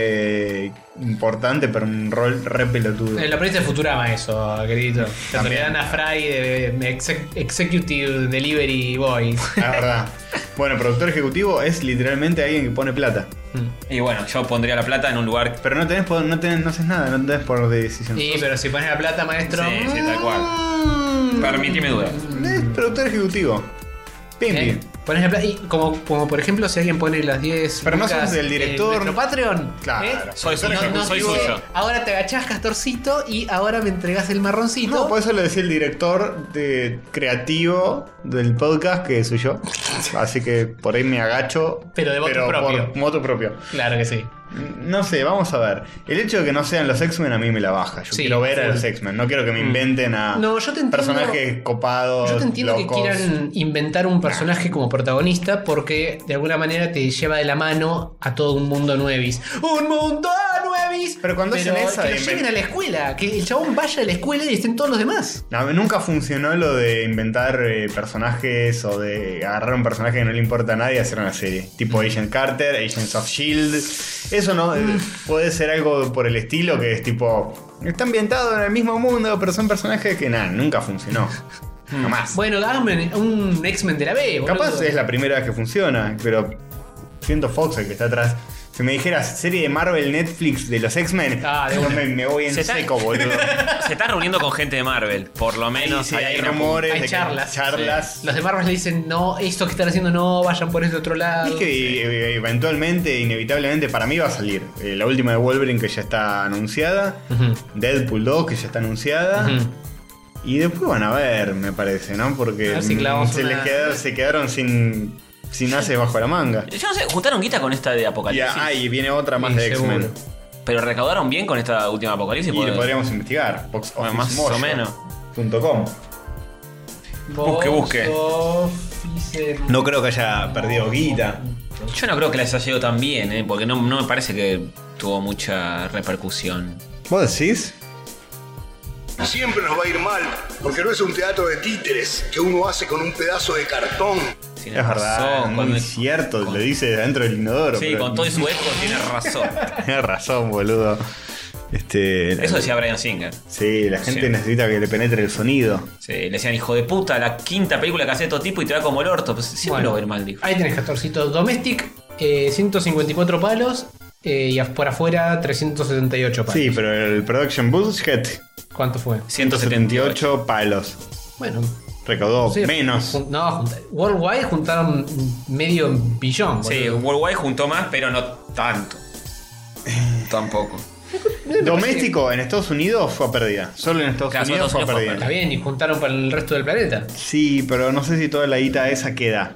Speaker 3: nombre importante, pero un rol re pelotudo.
Speaker 4: Eh, Lo aprendiste de Futurama eso, queridito. Te
Speaker 3: También.
Speaker 4: dan a Fry de exec- Executive Delivery Boy.
Speaker 3: La verdad. Bueno, productor ejecutivo es literalmente alguien que pone plata.
Speaker 4: Mm.
Speaker 2: Y bueno, yo pondría la plata en un lugar.
Speaker 3: Pero no tenés por- no tenés, no haces nada, no tenés por decisión.
Speaker 4: Sí,
Speaker 3: Sos-
Speaker 4: pero si pones la plata, maestro...
Speaker 2: Sí, sí, tal cual.
Speaker 4: Mm.
Speaker 2: Permitime dudas.
Speaker 3: Es productor ejecutivo. Pim,
Speaker 4: ¿Eh?
Speaker 3: pim.
Speaker 4: Pones la plata y como, como por ejemplo si alguien pone las 10
Speaker 3: Pero no
Speaker 4: lucas
Speaker 3: sos del
Speaker 4: en
Speaker 3: director.
Speaker 4: nuestro Patreon
Speaker 3: Claro.
Speaker 4: ¿eh?
Speaker 3: Productor
Speaker 2: Soy suyo,
Speaker 3: ejecutivo.
Speaker 2: soy
Speaker 4: Dice,
Speaker 2: suyo.
Speaker 4: ahora te agachás Castorcito y ahora me entregás el marroncito
Speaker 3: No, pues, por eso lo decía el director de creativo del podcast, que soy yo. Así que por ahí me agacho.
Speaker 4: Pero de voto propio.
Speaker 3: Por moto propio.
Speaker 4: Claro que sí
Speaker 3: No sé, vamos a ver. El hecho de que no sean los X-Men a mí me la baja. Yo
Speaker 4: Sí, Mm.
Speaker 3: quiero ver a
Speaker 4: full.
Speaker 3: los X-Men. No quiero que me inventen a
Speaker 4: No, yo te entiendo-
Speaker 3: personajes copados.
Speaker 4: Yo te entiendo
Speaker 3: locos.
Speaker 4: que quieran inventar un personaje como protagonista porque de alguna manera te lleva de la mano a todo un mundo nuevis. ¡Un mundo nuevis!
Speaker 3: Pero cuando hacen esa
Speaker 4: Que
Speaker 3: de
Speaker 4: lo lleven
Speaker 3: invent-
Speaker 4: a la escuela, que el chabón vaya a la escuela y estén todos los demás.
Speaker 3: No, nunca funcionó lo de inventar eh, personajes o de agarrar un personaje que no le importa a nadie y hacer una serie. Tipo
Speaker 4: Mm.
Speaker 3: Agent Carter, Agents of Shield. E Eso no eh, puede ser algo por el estilo que es tipo. Está ambientado en el mismo mundo, pero son personajes que nada, nunca funcionó. Jamás.
Speaker 4: Bueno, háganme un X-Men de la B, Mm. boludo.
Speaker 3: Capaz es la primera vez que funciona, pero siento Fox el que está atrás. Si me dijeras serie de Marvel Netflix de los X-Men,
Speaker 4: Ah, de
Speaker 3: yo
Speaker 4: una.
Speaker 3: me, me voy en
Speaker 2: Se está-
Speaker 3: seco, boludo.
Speaker 2: Se está reuniendo con gente de Marvel, por lo
Speaker 3: Ahí
Speaker 2: menos.
Speaker 3: sí,
Speaker 2: ahí
Speaker 3: hay
Speaker 2: una-
Speaker 3: rumores,
Speaker 4: Hay
Speaker 3: de que-
Speaker 4: charlas,
Speaker 3: charlas.
Speaker 4: Los de Marvel le dicen, no, esto que están haciendo no, vayan por ese otro lado.
Speaker 3: Es que eh, eventualmente, inevitablemente, para mí va a salir. Eh, la última de Wolverine que ya está anunciada.
Speaker 4: Ujú,
Speaker 3: Deadpool 2 que ya está anunciada.
Speaker 4: ujú.
Speaker 3: Y después van a ver, me parece, ¿no?
Speaker 4: A
Speaker 3: Porque
Speaker 4: ver si clavamos
Speaker 3: se, les
Speaker 4: una-
Speaker 3: queda- se quedaron sin, sin haces bajo la manga.
Speaker 2: Yo no sé, juntaron guita con esta de
Speaker 3: Y,
Speaker 2: Apocalipsis.
Speaker 3: ah, y viene otra más
Speaker 4: Sí,
Speaker 3: de X-Men.
Speaker 4: seguro.
Speaker 2: Pero recaudaron bien con esta última Apocalipsis.
Speaker 3: Y
Speaker 2: porque-
Speaker 3: lo podríamos investigar. Box
Speaker 2: Bueno,
Speaker 3: Office
Speaker 2: más o
Speaker 3: Mojo
Speaker 2: menos.
Speaker 3: punto com.
Speaker 2: Busque, busque.
Speaker 4: Office-
Speaker 3: No creo que haya perdido guita.
Speaker 2: Yo no creo que les haya ido tan bien, ¿eh? porque no, no me parece que tuvo mucha repercusión.
Speaker 3: ¿Vos decís?
Speaker 5: Siempre nos va a ir mal, porque no es un teatro de títeres que uno hace con un pedazo de cartón.
Speaker 2: Tiene
Speaker 3: Es
Speaker 2: razón,
Speaker 3: verdad, es muy
Speaker 2: cuando-
Speaker 3: cierto,
Speaker 2: con-
Speaker 3: lo dice dentro del inodoro.
Speaker 2: Sí,
Speaker 3: pero-
Speaker 2: con todo y su eco tiene razón.
Speaker 3: Tienes razón, boludo. Este, la-
Speaker 2: Eso decía Brian Singer.
Speaker 3: Sí, la gente
Speaker 2: Sí.
Speaker 3: necesita que le penetre el sonido.
Speaker 2: Sí, le decían, hijo de puta, la quinta película que hace de todo tipo y te va como el orto. Pues siempre
Speaker 4: Bueno,
Speaker 2: lo va a ir mal, dijo.
Speaker 4: Ahí tenés Castorcito Domestic, eh, 154 palos eh, y af- por afuera 378 palos.
Speaker 3: Sí, pero el Production Budget,
Speaker 4: ¿Cuánto fue?
Speaker 2: 178.
Speaker 3: 178 palos.
Speaker 4: Bueno,
Speaker 3: Recaudó
Speaker 4: sí,
Speaker 3: menos.
Speaker 4: jun- No, junta- Worldwide juntaron medio billón.
Speaker 2: Sí,
Speaker 4: boludo.
Speaker 2: Worldwide juntó más, pero no tanto.
Speaker 3: Eh.
Speaker 2: Tampoco.
Speaker 3: Doméstico en Estados Unidos fue a pérdida. Solo en Estados
Speaker 2: Claro, solo
Speaker 3: Unidos fue a
Speaker 2: Estados Unidos fue a
Speaker 4: Está
Speaker 3: pérdida.
Speaker 4: bien, y juntaron para el resto del planeta.
Speaker 3: Sí, pero no sé si toda la guita esa queda.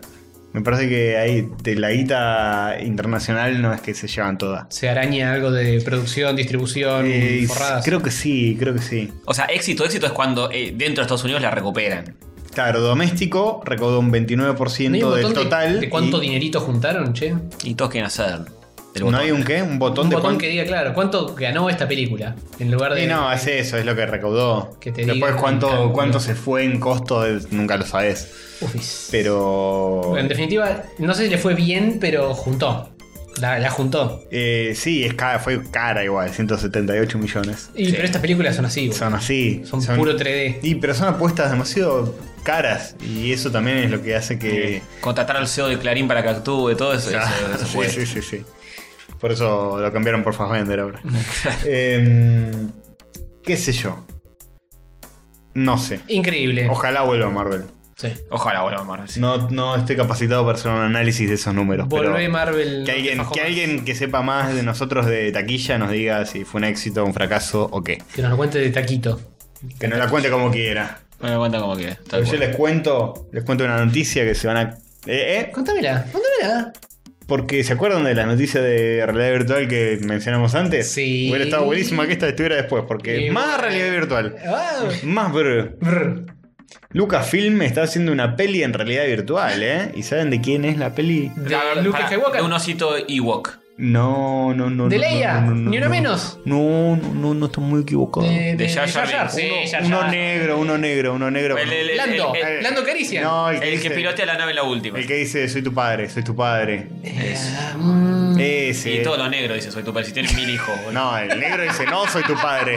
Speaker 3: Me parece que ahí de la guita internacional no es que se llevan toda.
Speaker 4: Se araña algo de producción, distribución,
Speaker 3: Eh,
Speaker 4: forradas.
Speaker 3: creo que sí, creo que sí.
Speaker 2: O sea, éxito, éxito es cuando eh, dentro de Estados Unidos la recuperan.
Speaker 3: Claro, doméstico recaudó un 29%
Speaker 4: ¿No
Speaker 3: del
Speaker 4: hay un botón de-
Speaker 3: total.
Speaker 4: ¿De, cuánto
Speaker 3: y-
Speaker 4: dinerito juntaron, che? Un
Speaker 2: Y todos quieren hacerlo. Del
Speaker 3: ¿No
Speaker 2: botón.
Speaker 3: hay un qué? ¿Un botón de
Speaker 4: botón
Speaker 3: cuánto?
Speaker 4: que diga, claro, ¿cuánto ganó esta película? En lugar de.
Speaker 3: Y no, es eso, es lo que recaudó.
Speaker 4: Que te
Speaker 3: Después
Speaker 4: digan el
Speaker 3: cuánto,
Speaker 4: cálculo.
Speaker 3: cuánto se fue en costo, eh, nunca lo sabes.
Speaker 4: Ufis.
Speaker 3: Pero...
Speaker 4: En definitiva, no sé si le fue bien, pero juntó. La, la juntó.
Speaker 3: eh, sí, es cara, fue cara igual, 178 millones.
Speaker 4: Y,
Speaker 2: Sí.
Speaker 4: Pero estas películas son así, boludo.
Speaker 3: Son así.
Speaker 4: Son puro 3D.
Speaker 3: Y, pero son apuestas demasiado caras. Y eso también es lo que hace que...
Speaker 2: E Contratar al CEO de Clarín para que actúe, todo eso.
Speaker 3: Ah,
Speaker 2: eso- eso
Speaker 3: sí,
Speaker 2: fue.
Speaker 3: sí, sí, sí. Por eso lo cambiaron por Fassbender ahora. Em, ¿Qué sé yo? No sé.
Speaker 4: Increíble.
Speaker 3: Ojalá vuelva a Marvel.
Speaker 4: Sí.
Speaker 2: Ojalá vuelva a Marvel. sí.
Speaker 3: No, no estoy capacitado para hacer un análisis de esos números. pero
Speaker 4: Volvé Marvel.
Speaker 3: que,
Speaker 4: no te
Speaker 3: alguien,
Speaker 4: fajó
Speaker 3: que
Speaker 4: más.
Speaker 3: alguien que sepa más de nosotros de taquilla nos diga si fue un éxito, un fracaso o qué.
Speaker 4: Que nos lo cuente de taquito.
Speaker 3: Que nos la cuente como quiera.
Speaker 2: Me cuenta como que.
Speaker 3: Pero yo les cuento, les cuento una noticia que se van a. Eh, eh,
Speaker 4: Contámela, contámela.
Speaker 3: porque se acuerdan de la noticia de realidad virtual que mencionamos antes.
Speaker 4: Sí.
Speaker 3: Hubiera estado buenísima que esta estuviera después, porque
Speaker 4: Y
Speaker 3: más
Speaker 4: bueno.
Speaker 3: realidad virtual.
Speaker 4: Ah,
Speaker 3: Más brr.
Speaker 4: brr.
Speaker 3: Lucasfilm está haciendo una peli en realidad virtual, ¿eh? ¿Y saben de quién es la peli?
Speaker 4: De Luke Skywalker.
Speaker 2: De un osito Ewok.
Speaker 3: No, no, no.
Speaker 4: De
Speaker 3: no, no,
Speaker 4: Leia,
Speaker 3: no, no,
Speaker 4: ni una
Speaker 3: no.
Speaker 4: menos. Eh,
Speaker 3: No, no, no, no estoy muy equivocado.
Speaker 4: De,
Speaker 2: de Jar
Speaker 4: Jar
Speaker 2: Jar
Speaker 4: Jar.
Speaker 2: Binks.
Speaker 4: Sí, Jar
Speaker 3: uno
Speaker 4: Jar.
Speaker 3: negro, uno negro, uno negro.
Speaker 2: El- el-
Speaker 4: Lando,
Speaker 2: el- el-
Speaker 4: Lando Carician.
Speaker 3: no,
Speaker 2: El, que
Speaker 3: dice-
Speaker 2: pilotea la nave en la última.
Speaker 3: El que dice, soy tu padre, soy tu padre.
Speaker 4: Ah, mm.
Speaker 3: Ese.
Speaker 2: Y todo lo negro dice, soy tu padre. Si tienes mil hijos, boludo.
Speaker 3: No, el negro dice, no soy tu padre.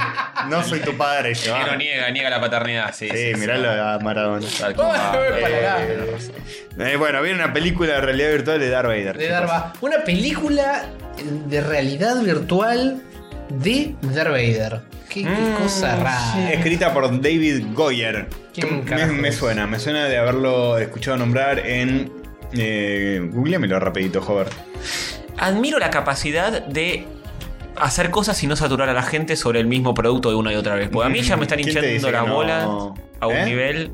Speaker 3: No soy tu padre. y se
Speaker 2: El
Speaker 3: va.
Speaker 2: negro niega, niega la paternidad. Sí,
Speaker 3: Sí,
Speaker 2: sí,
Speaker 3: mirá
Speaker 2: sí.
Speaker 3: la- a Maradona.
Speaker 2: Tal
Speaker 4: Oh,
Speaker 2: cual.
Speaker 4: para
Speaker 2: Eh,
Speaker 4: acá.
Speaker 3: Eh, bueno, viene una película de realidad virtual de Darth Vader.
Speaker 4: De
Speaker 3: chicos.
Speaker 4: Darth Vader. Una película eh, de realidad virtual de Darth Vader. Qué, qué
Speaker 2: Mm,
Speaker 4: cosa rara.
Speaker 3: Escrita por David Goyer.
Speaker 4: ¿Quién
Speaker 3: Que me,
Speaker 4: carajo
Speaker 3: me
Speaker 4: es?
Speaker 3: suena, me suena de haberlo escuchado nombrar en. Eh, googleamelo rapidito, joder.
Speaker 2: Admiro la capacidad de hacer cosas y no saturar a la gente sobre el mismo producto de una y otra vez. Porque a mí ya me están
Speaker 3: ¿Quién te dice
Speaker 2: hinchando la
Speaker 3: que no?
Speaker 2: bola a un
Speaker 3: ¿Eh?
Speaker 2: nivel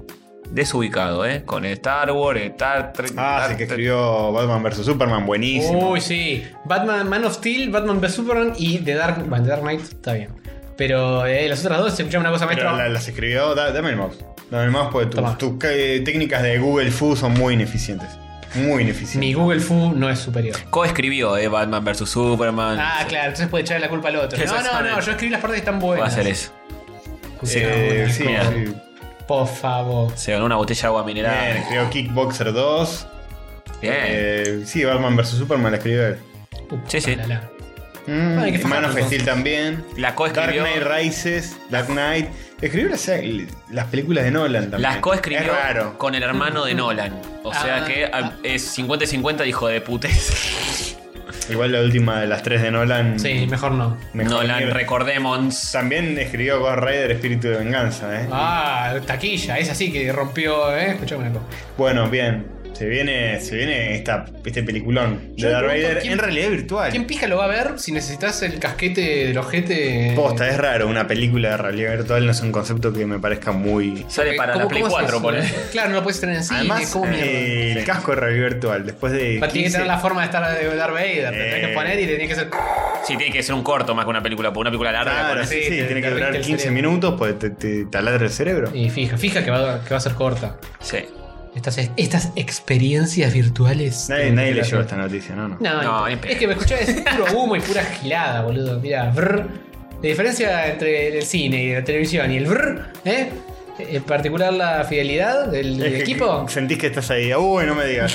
Speaker 2: desubicado, ¿eh? Con Star Wars, Star Trek.
Speaker 3: Ah, sí,
Speaker 2: Star
Speaker 3: que
Speaker 2: Trek.
Speaker 3: escribió Batman vs Superman, buenísimo.
Speaker 4: Uy, sí. Batman, Man of Steel, Batman vs Superman y The Dark, bueno, The Dark Knight está bien. Pero eh, las otras dos se escuchan una cosa
Speaker 3: Pero
Speaker 4: maestra.
Speaker 3: la- las escribió. da- dame el mouse. Dame el mouse porque
Speaker 4: Toma.
Speaker 3: tus, tus ca- técnicas de Google Foo son muy ineficientes. Muy
Speaker 4: Mi
Speaker 3: ineficientes.
Speaker 4: Google Foo no es superior.
Speaker 2: Coescribió, ¿eh? Batman vs. Superman.
Speaker 4: Ah,
Speaker 2: Sí.
Speaker 4: claro, entonces puede echarle la culpa al otro. No, no,
Speaker 2: Exactamente.
Speaker 4: no, yo escribí las partes que están
Speaker 2: Va a
Speaker 4: buenas.
Speaker 2: hacer eso.
Speaker 3: Eh, sí,
Speaker 2: mira.
Speaker 3: sí.
Speaker 4: Por favor.
Speaker 2: Se ganó una botella de agua
Speaker 3: Bien,
Speaker 2: mineral.
Speaker 3: escribió Kickboxer 2.
Speaker 2: Bien.
Speaker 3: Eh, sí, Batman vs Superman la escribió él.
Speaker 4: Puta
Speaker 2: Sí, sí.
Speaker 4: la la.
Speaker 3: Mm,
Speaker 4: Ay, qué
Speaker 3: y Man of
Speaker 4: fajazo.
Speaker 3: Steel también.
Speaker 2: La
Speaker 3: Dark
Speaker 2: coescribió.
Speaker 3: Knight Rises, Dark Knight. Escribió las, las películas de Nolan también.
Speaker 2: Las coescribió
Speaker 3: Es raro.
Speaker 2: con el hermano de Nolan. O sea
Speaker 4: Ah.
Speaker 2: que ah, es 50 y 50 de hijo de putes.
Speaker 3: Igual la última de las tres de Nolan.
Speaker 4: Sí, mejor no.
Speaker 3: mejor
Speaker 2: Nolan,
Speaker 3: nivel.
Speaker 2: recordemos.
Speaker 3: También escribió Ghost Rider Espíritu de Venganza, ¿eh?
Speaker 4: Ah, taquilla, es así que rompió, ¿eh? Escuchame una cosa.
Speaker 3: Bueno, bien. Se viene, se viene esta, este peliculón de
Speaker 4: Yo me
Speaker 3: Darth
Speaker 4: pregunto,
Speaker 3: Vader
Speaker 4: ¿quién-
Speaker 3: en realidad virtual.
Speaker 4: ¿Quién pija lo va a ver si necesitas el casquete del ojete?
Speaker 3: Posta, eh. es raro. Una película de realidad virtual no es un concepto que me parezca muy.
Speaker 2: Sale para la
Speaker 4: ¿Cómo-
Speaker 2: Play
Speaker 4: cómo se
Speaker 2: 4,
Speaker 4: hace?
Speaker 2: ponele.
Speaker 4: Claro, no lo puedes tener en cine,
Speaker 3: Además,
Speaker 4: ¿cómo mierda?
Speaker 3: eh, el casco de realidad virtual, después de.
Speaker 4: Va, tiene que
Speaker 3: 15
Speaker 4: tener la forma de estar de Darth Vader. Te
Speaker 3: Eh.
Speaker 4: tenés que poner y te tiene que hacer.
Speaker 2: Sí, tiene que ser un corto más que una película, porque una película larga.
Speaker 3: Claro,
Speaker 2: ponele.
Speaker 3: sí,
Speaker 4: Sí,
Speaker 3: sí,
Speaker 4: te-
Speaker 3: tiene
Speaker 4: te
Speaker 3: que durar
Speaker 4: arranca el
Speaker 3: 15
Speaker 4: cerebro.
Speaker 3: minutos porque te, te taladra el cerebro.
Speaker 4: Y fija, fija que va, que va a ser corta.
Speaker 2: Sí.
Speaker 4: Estas, estas experiencias virtuales.
Speaker 3: Nadie, nadie leyó esta noticia, no, no.
Speaker 4: No,
Speaker 2: No,
Speaker 4: no,
Speaker 2: ni pedo.
Speaker 4: es que me escuchás es puro humo y pura gilada, boludo. Mira, brr. La diferencia entre el cine y la televisión y el brr, ¿eh? En particular la fidelidad del, del
Speaker 3: Es que-
Speaker 4: equipo.
Speaker 3: que Sentís que estás ahí. Uy, no me digas.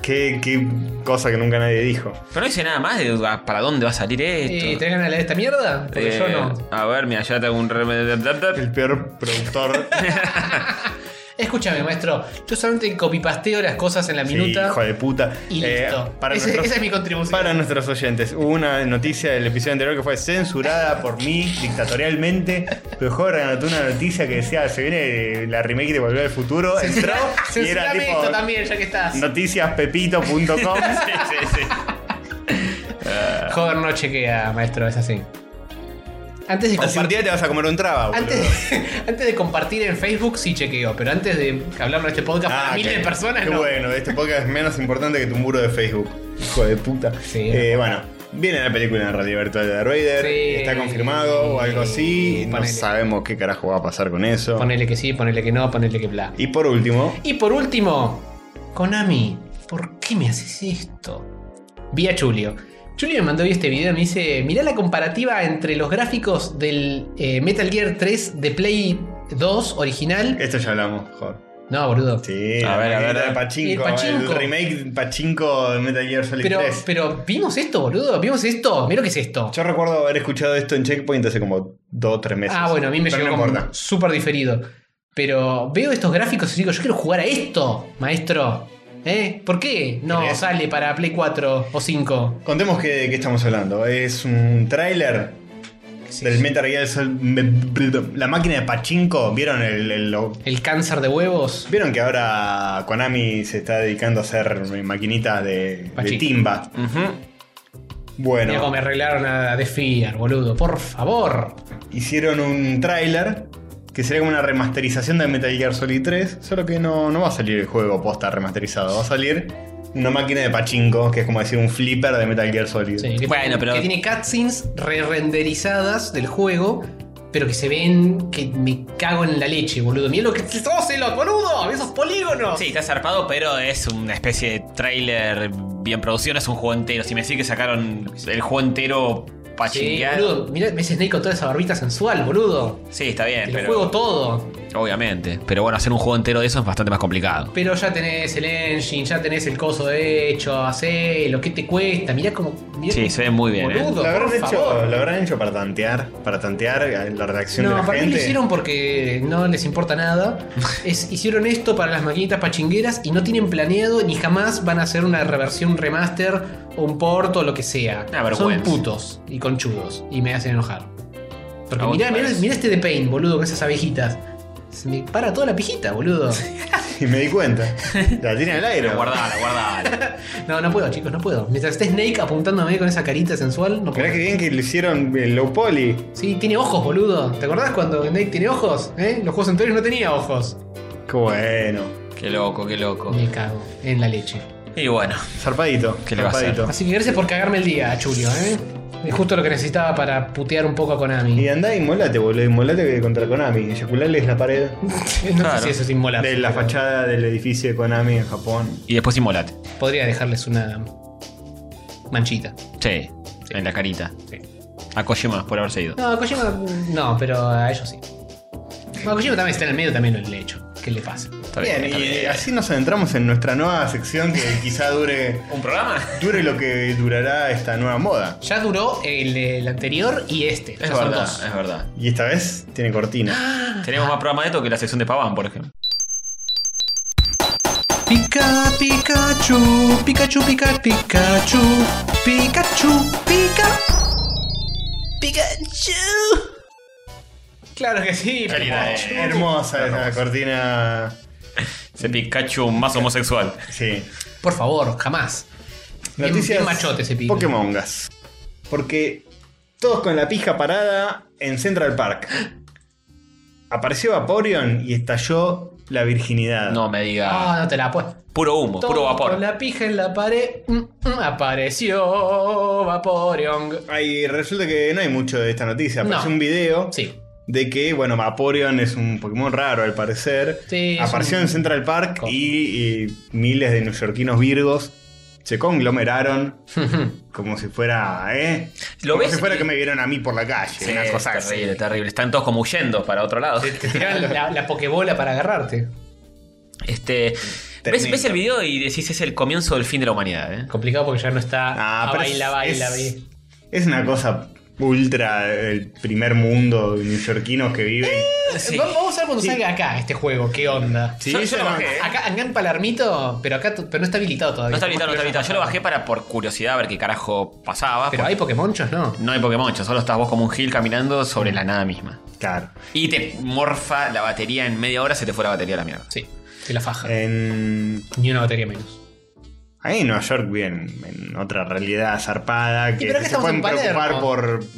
Speaker 3: qué, qué cosa que nunca nadie dijo.
Speaker 2: Pero no dice nada más de ah, para dónde va a salir esto.
Speaker 4: ¿Y tenés ganas de leer esta mierda? Porque
Speaker 2: Eh,
Speaker 4: yo no.
Speaker 2: A ver, mira, ya tengo un remedio.
Speaker 3: El peor productor.
Speaker 4: Escúchame, maestro. Yo solamente copipasteo las cosas en la
Speaker 3: Sí,
Speaker 4: minuta.
Speaker 3: hijo de puta.
Speaker 4: Y
Speaker 3: Eh,
Speaker 4: listo.
Speaker 3: para
Speaker 4: Ese-
Speaker 3: nuestros-
Speaker 4: esa es mi contribución.
Speaker 3: Para nuestros oyentes, hubo una noticia del episodio anterior que fue censurada por mí dictatorialmente. Pero Jorge anotó una noticia que decía: se viene la remake de Volver al Futuro. Entró y era
Speaker 4: Censurame
Speaker 3: tipo
Speaker 4: esto también, ya que estás.
Speaker 3: noticiaspepito.com.
Speaker 4: Joder, no chequea, maestro, es así. Antes
Speaker 3: Así
Speaker 4: de
Speaker 3: un
Speaker 4: compartir.
Speaker 3: día te vas a comer un traba, boludo.
Speaker 4: Antes de, antes de compartir en Facebook sí chequeo, pero antes de hablarlo en este podcast
Speaker 3: Ah,
Speaker 4: para miles
Speaker 3: qué-
Speaker 4: de personas
Speaker 3: Qué
Speaker 4: no.
Speaker 3: bueno, este podcast es menos importante que tu muro de Facebook. Hijo de puta.
Speaker 4: Sí.
Speaker 3: Eh, bueno, viene la película en realidad virtual de Darth Vader.
Speaker 4: Sí.
Speaker 3: Está confirmado o algo así. No
Speaker 4: Ponele.
Speaker 3: sabemos qué carajo va a pasar con eso.
Speaker 4: Ponele que sí, ponele que no, ponele que bla.
Speaker 3: Y por último,
Speaker 4: Y por último, Konami, ¿por qué me haces esto? Vía Julio. Julio me mandó hoy este video y me dice, mirá la comparativa entre los gráficos del eh, Metal Gear 3 de Play 2 original.
Speaker 3: esto ya hablamos, joder.
Speaker 4: No, boludo.
Speaker 3: Eh, Sí,
Speaker 2: A
Speaker 3: la
Speaker 2: ver, a
Speaker 3: maquinita
Speaker 2: ver, a
Speaker 3: de
Speaker 2: ver.
Speaker 3: Pachinko,
Speaker 4: El
Speaker 3: el,
Speaker 4: Pachinko.
Speaker 3: remake Pachinko de Metal Gear Solid
Speaker 4: Pero,
Speaker 3: 3.
Speaker 4: pero vimos esto, boludo. Vimos esto. Mirá lo que es esto.
Speaker 3: Yo recuerdo haber escuchado esto en Checkpoint hace como 2 o 3 meses.
Speaker 4: Ah, bueno, a mí me
Speaker 3: Pero
Speaker 4: llegó
Speaker 3: no
Speaker 4: como
Speaker 3: importa.
Speaker 4: súper diferido. Pero veo estos gráficos y digo, yo quiero jugar a esto, maestro. ¿Eh? ¿Por qué no
Speaker 3: ¿Crees?
Speaker 4: sale para Play 4 o 5?
Speaker 3: Contemos que, de qué estamos hablando. Es un tráiler del Metal Gear Solid- me- bl- La máquina de Pachinko. ¿Vieron el, el- lo-
Speaker 4: ¿El cáncer de huevos?
Speaker 3: ¿Vieron que ahora Konami se está dedicando a hacer maquinitas de, de
Speaker 4: Pachinko.
Speaker 3: timba?
Speaker 2: Ujú.
Speaker 4: Mira cómo
Speaker 3: Bueno,
Speaker 4: me arreglaron a The Fear, boludo. Por favor.
Speaker 3: hicieron un tráiler que sería como una remasterización de Metal Gear Solid 3, solo que no, no va a salir el juego posta remasterizado, va a salir una máquina de pachinko, que es como decir un flipper de Metal Gear Solid.
Speaker 4: Sí, que
Speaker 2: Bueno,
Speaker 4: tiene,
Speaker 2: pero-
Speaker 4: que tiene cutscenes re-renderizadas del juego, pero que se ven que me cago en la leche, boludo. Mira lo que se los boludo. Esos polígonos.
Speaker 2: Sí, está zarpado, pero es una especie de tráiler bien producido, no es un juego entero. Si me decís que sacaron el juego entero para
Speaker 4: Sí, boludo. Mirá, ves Snake con toda esa barbita sensual, boludo.
Speaker 2: Sí, está bien,
Speaker 4: Te lo
Speaker 2: Eh, pero.
Speaker 4: juego todo.
Speaker 2: Obviamente. Pero bueno, hacer un juego entero de eso es bastante más complicado.
Speaker 4: Pero ya tenés el engine, ya tenés el coso hecho, hacé lo que te cuesta. Mirá como. mirá
Speaker 2: Sí,
Speaker 4: cómo-
Speaker 2: se ve muy bien, ¿eh?
Speaker 4: Boludo,
Speaker 3: ¿Lo habrán,
Speaker 4: por
Speaker 3: hecho,
Speaker 4: favor.
Speaker 3: lo habrán hecho para tantear, para tantear la reacción de
Speaker 4: No,
Speaker 3: la
Speaker 4: para mí
Speaker 3: gente.
Speaker 4: lo hicieron porque no les importa nada. Es- hicieron esto para las maquinitas pachingueras y no tienen planeado ni jamás van a hacer una reversión un remaster o un port o lo que sea.
Speaker 2: Una vergüenza.
Speaker 4: Son putos y conchudos y me hacen enojar. Porque
Speaker 2: ¿A vos
Speaker 4: mirá,
Speaker 2: te
Speaker 4: mirá,
Speaker 2: parece?
Speaker 4: mirá este de Pain, boludo, con esas abejitas. Se me para toda la pijita, boludo.
Speaker 3: Y me di cuenta. La tiene al aire.
Speaker 2: Pero guardala, guardala.
Speaker 4: No, no puedo, chicos, no puedo. Mientras esté Snake apuntándome con esa carita sensual, no puedo.
Speaker 3: Mirá que bien que lo hicieron el low poly.
Speaker 4: Sí, tiene ojos, boludo. ¿Te acordás cuando Snake tiene ojos? ¿Eh? Los juegos anteriores no tenía ojos.
Speaker 3: Qué bueno.
Speaker 2: qué loco, qué loco.
Speaker 4: Me cago en la leche.
Speaker 2: Y bueno.
Speaker 3: Zarpadito.
Speaker 2: ¿Qué le va a hacer?
Speaker 3: zarpadito.
Speaker 4: Así que gracias por cagarme el día, Chulio, ¿eh? Es justo lo que necesitaba para putear un poco a
Speaker 3: Y
Speaker 4: Konami.
Speaker 3: andá y molate, boludo. Y molate contra Konami. Eyaculale es la pared
Speaker 4: No
Speaker 2: Claro.
Speaker 4: sé si eso es inmolarse,
Speaker 3: de la
Speaker 4: pero
Speaker 3: fachada del edificio de Konami en Japón.
Speaker 2: Y después inmolate.
Speaker 4: Podría dejarles una manchita.
Speaker 2: Sí, en la carita.
Speaker 4: Sí.
Speaker 2: A Kojima por haberse ido.
Speaker 4: No, a Kojima no, pero a ellos sí. No, a Kojima también está en el medio, también lo he hecho. ¿Qué le pasa?
Speaker 2: Está
Speaker 3: bien,
Speaker 2: está
Speaker 3: y así nos adentramos en nuestra nueva sección que quizá dure,
Speaker 2: ¿Un programa?
Speaker 3: dure lo que durará esta nueva moda.
Speaker 4: Ya duró el, el anterior y este.
Speaker 2: Es
Speaker 4: ya son
Speaker 2: verdad, eh.
Speaker 4: dos.
Speaker 2: es verdad.
Speaker 3: Y esta vez tiene cortina.
Speaker 2: Tenemos más programa de esto que la sección de Paván, por ejemplo.
Speaker 4: Pica, Pikachu, Pikachu, pica, Pikachu, Pikachu, pica. Pikachu. Claro que sí,
Speaker 2: Calidad,
Speaker 4: Pikachu.
Speaker 2: eh.
Speaker 3: Hermosa esa cortina.
Speaker 2: Ese Pikachu más homosexual.
Speaker 3: Sí.
Speaker 4: Por favor, jamás. Bien-
Speaker 3: Noticias
Speaker 4: bien machote ese pibe.
Speaker 3: Pokémon Gas. Porque todos con la pija parada en Central Park. Apareció Vaporeon y estalló la virginidad.
Speaker 2: No me diga.
Speaker 4: Ah, no te la puedo.
Speaker 2: Puro humo, puro
Speaker 4: Con
Speaker 2: vapor.
Speaker 4: la pija en la pared mm, mm, apareció Vaporeon.
Speaker 3: Ahí resulta que no hay mucho de esta noticia. Apareció
Speaker 4: No.
Speaker 3: un video
Speaker 4: Sí.
Speaker 3: de que, bueno, Vaporeon es un Pokémon raro al parecer.
Speaker 4: Sí, es
Speaker 3: Apareció
Speaker 4: un-
Speaker 3: en Central Park
Speaker 4: Cosa.
Speaker 3: y, y miles de neoyorquinos virgos se conglomeraron como si fuera, ¿eh?
Speaker 2: Lo
Speaker 3: como
Speaker 2: ves
Speaker 3: si fuera
Speaker 2: y-
Speaker 3: que me vieron a mí por la calle.
Speaker 2: Sí,
Speaker 3: una cosa así.
Speaker 2: terrible, terrible. Están todos como huyendo para otro lado.
Speaker 4: Te tiraron la, la pokebola para agarrarte.
Speaker 2: Este. Ves,
Speaker 3: Tremendo.
Speaker 2: ves el video y decís es el comienzo del fin de la humanidad, ¿eh?
Speaker 4: Complicado porque ya no está.
Speaker 3: Ah,
Speaker 4: Ah,
Speaker 3: pero
Speaker 4: baila,
Speaker 3: es-
Speaker 4: baila,
Speaker 3: es,
Speaker 4: vi.
Speaker 3: es una cosa ultra el primer mundo de neoyorquinos que viven.
Speaker 2: Sí.
Speaker 4: Va- Vamos a ver cuando salga acá este juego, qué onda.
Speaker 3: Sí,
Speaker 2: Yo- yo
Speaker 3: eso
Speaker 2: lo
Speaker 3: no-
Speaker 2: bajé, ¿eh?
Speaker 4: Acá, acá en Palermito, pero acá t- pero no está habilitado todavía.
Speaker 2: No está habilitado, no está habilitado. Yo lo bajé para por curiosidad a ver qué carajo pasaba.
Speaker 4: Pero
Speaker 2: porque
Speaker 4: hay Pokémonchos, ¿no?
Speaker 2: No hay Pokémon, solo estás vos como un gil caminando sobre la nada misma.
Speaker 3: Claro.
Speaker 2: Y te morfa la batería en media hora, se te fue la batería a la mierda.
Speaker 4: Sí, de la faja.
Speaker 3: Eh, En,
Speaker 4: Ni una batería menos.
Speaker 3: eh, ahí en Nueva York viven en otra realidad zarpada que
Speaker 4: pero acá
Speaker 3: se
Speaker 4: estamos
Speaker 3: pueden
Speaker 4: en Palermo.
Speaker 3: preocupar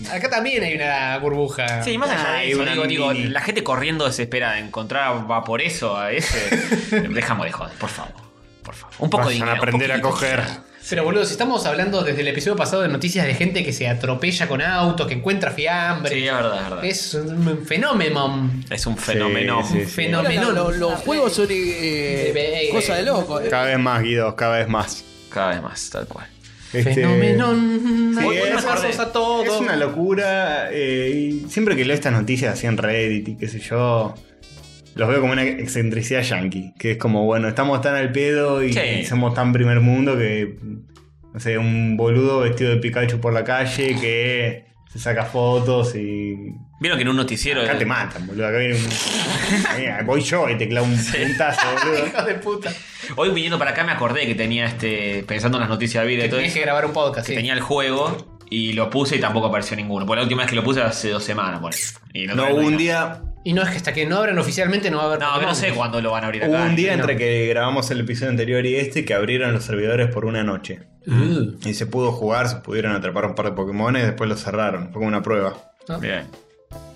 Speaker 3: por.
Speaker 4: Acá también hay una burbuja.
Speaker 2: Sí, más allá
Speaker 3: Ah,
Speaker 2: de
Speaker 3: hay
Speaker 2: eso,
Speaker 3: una
Speaker 2: digo, digo,
Speaker 3: mini.
Speaker 2: la gente corriendo desesperada, encontrar va por eso a ese. Dejamos de joder, por favor. Por favor. Un poco de
Speaker 3: Vayan a
Speaker 2: dinero, un
Speaker 3: aprender a
Speaker 2: poquito.
Speaker 3: coger.
Speaker 4: Pero boludo, si estamos hablando desde el episodio pasado de noticias de gente que se atropella con autos, que encuentra fiambre.
Speaker 2: Sí, es verdad, es verdad. Es,
Speaker 4: es un fenómeno.
Speaker 2: un fenómeno.
Speaker 3: Sí, sí, sí.
Speaker 4: Fenómeno.
Speaker 6: Los, los juegos son eh,
Speaker 4: Eh, eh,
Speaker 6: cosa de loco. eh.
Speaker 3: Cada vez más, Guido, cada vez más.
Speaker 2: Cada vez más, tal cual.
Speaker 3: Este,
Speaker 4: Fenomenón.
Speaker 3: sí,
Speaker 4: Hoy
Speaker 3: es-
Speaker 4: abrazos a todos.
Speaker 3: Es una locura. eh, y siempre que leo estas noticias así en Reddit y qué sé yo, los veo como una excentricidad yankee. Que es como, bueno, estamos tan al pedo y
Speaker 2: Sí.
Speaker 3: somos tan primer mundo que. No sé, un boludo vestido de Pikachu por la calle que Se saca fotos y.
Speaker 2: Vieron que en un noticiero. eh,
Speaker 3: Acá te matan, boludo. Acá viene un. Mira, Voy yo y te clavo un puntazo, boludo.
Speaker 4: Hijo de puta.
Speaker 2: Hoy viniendo para acá me acordé que tenía este. Pensando en las noticias de vida y todo
Speaker 4: Tienes
Speaker 2: eso.
Speaker 4: que grabar un podcast,
Speaker 2: que
Speaker 4: sí.
Speaker 2: tenía el juego y lo puse y tampoco apareció ninguno. Por la última vez que lo puse hace dos semanas, por Y la otra
Speaker 3: No,
Speaker 2: vez
Speaker 3: hubo un
Speaker 2: vino.
Speaker 3: día.
Speaker 4: Y no es que hasta que no abran oficialmente no va a haber
Speaker 2: No, que no
Speaker 4: Pokémon.
Speaker 2: sé cuándo lo van a abrir
Speaker 3: Hubo
Speaker 2: acá.
Speaker 3: un día entre que grabamos el episodio anterior y este que abrieron los servidores por una noche.
Speaker 4: Uh,
Speaker 3: Y se pudo jugar, se pudieron atrapar un par de Pokémon y después los cerraron. Fue como una prueba.
Speaker 4: ¿no?
Speaker 2: Bien.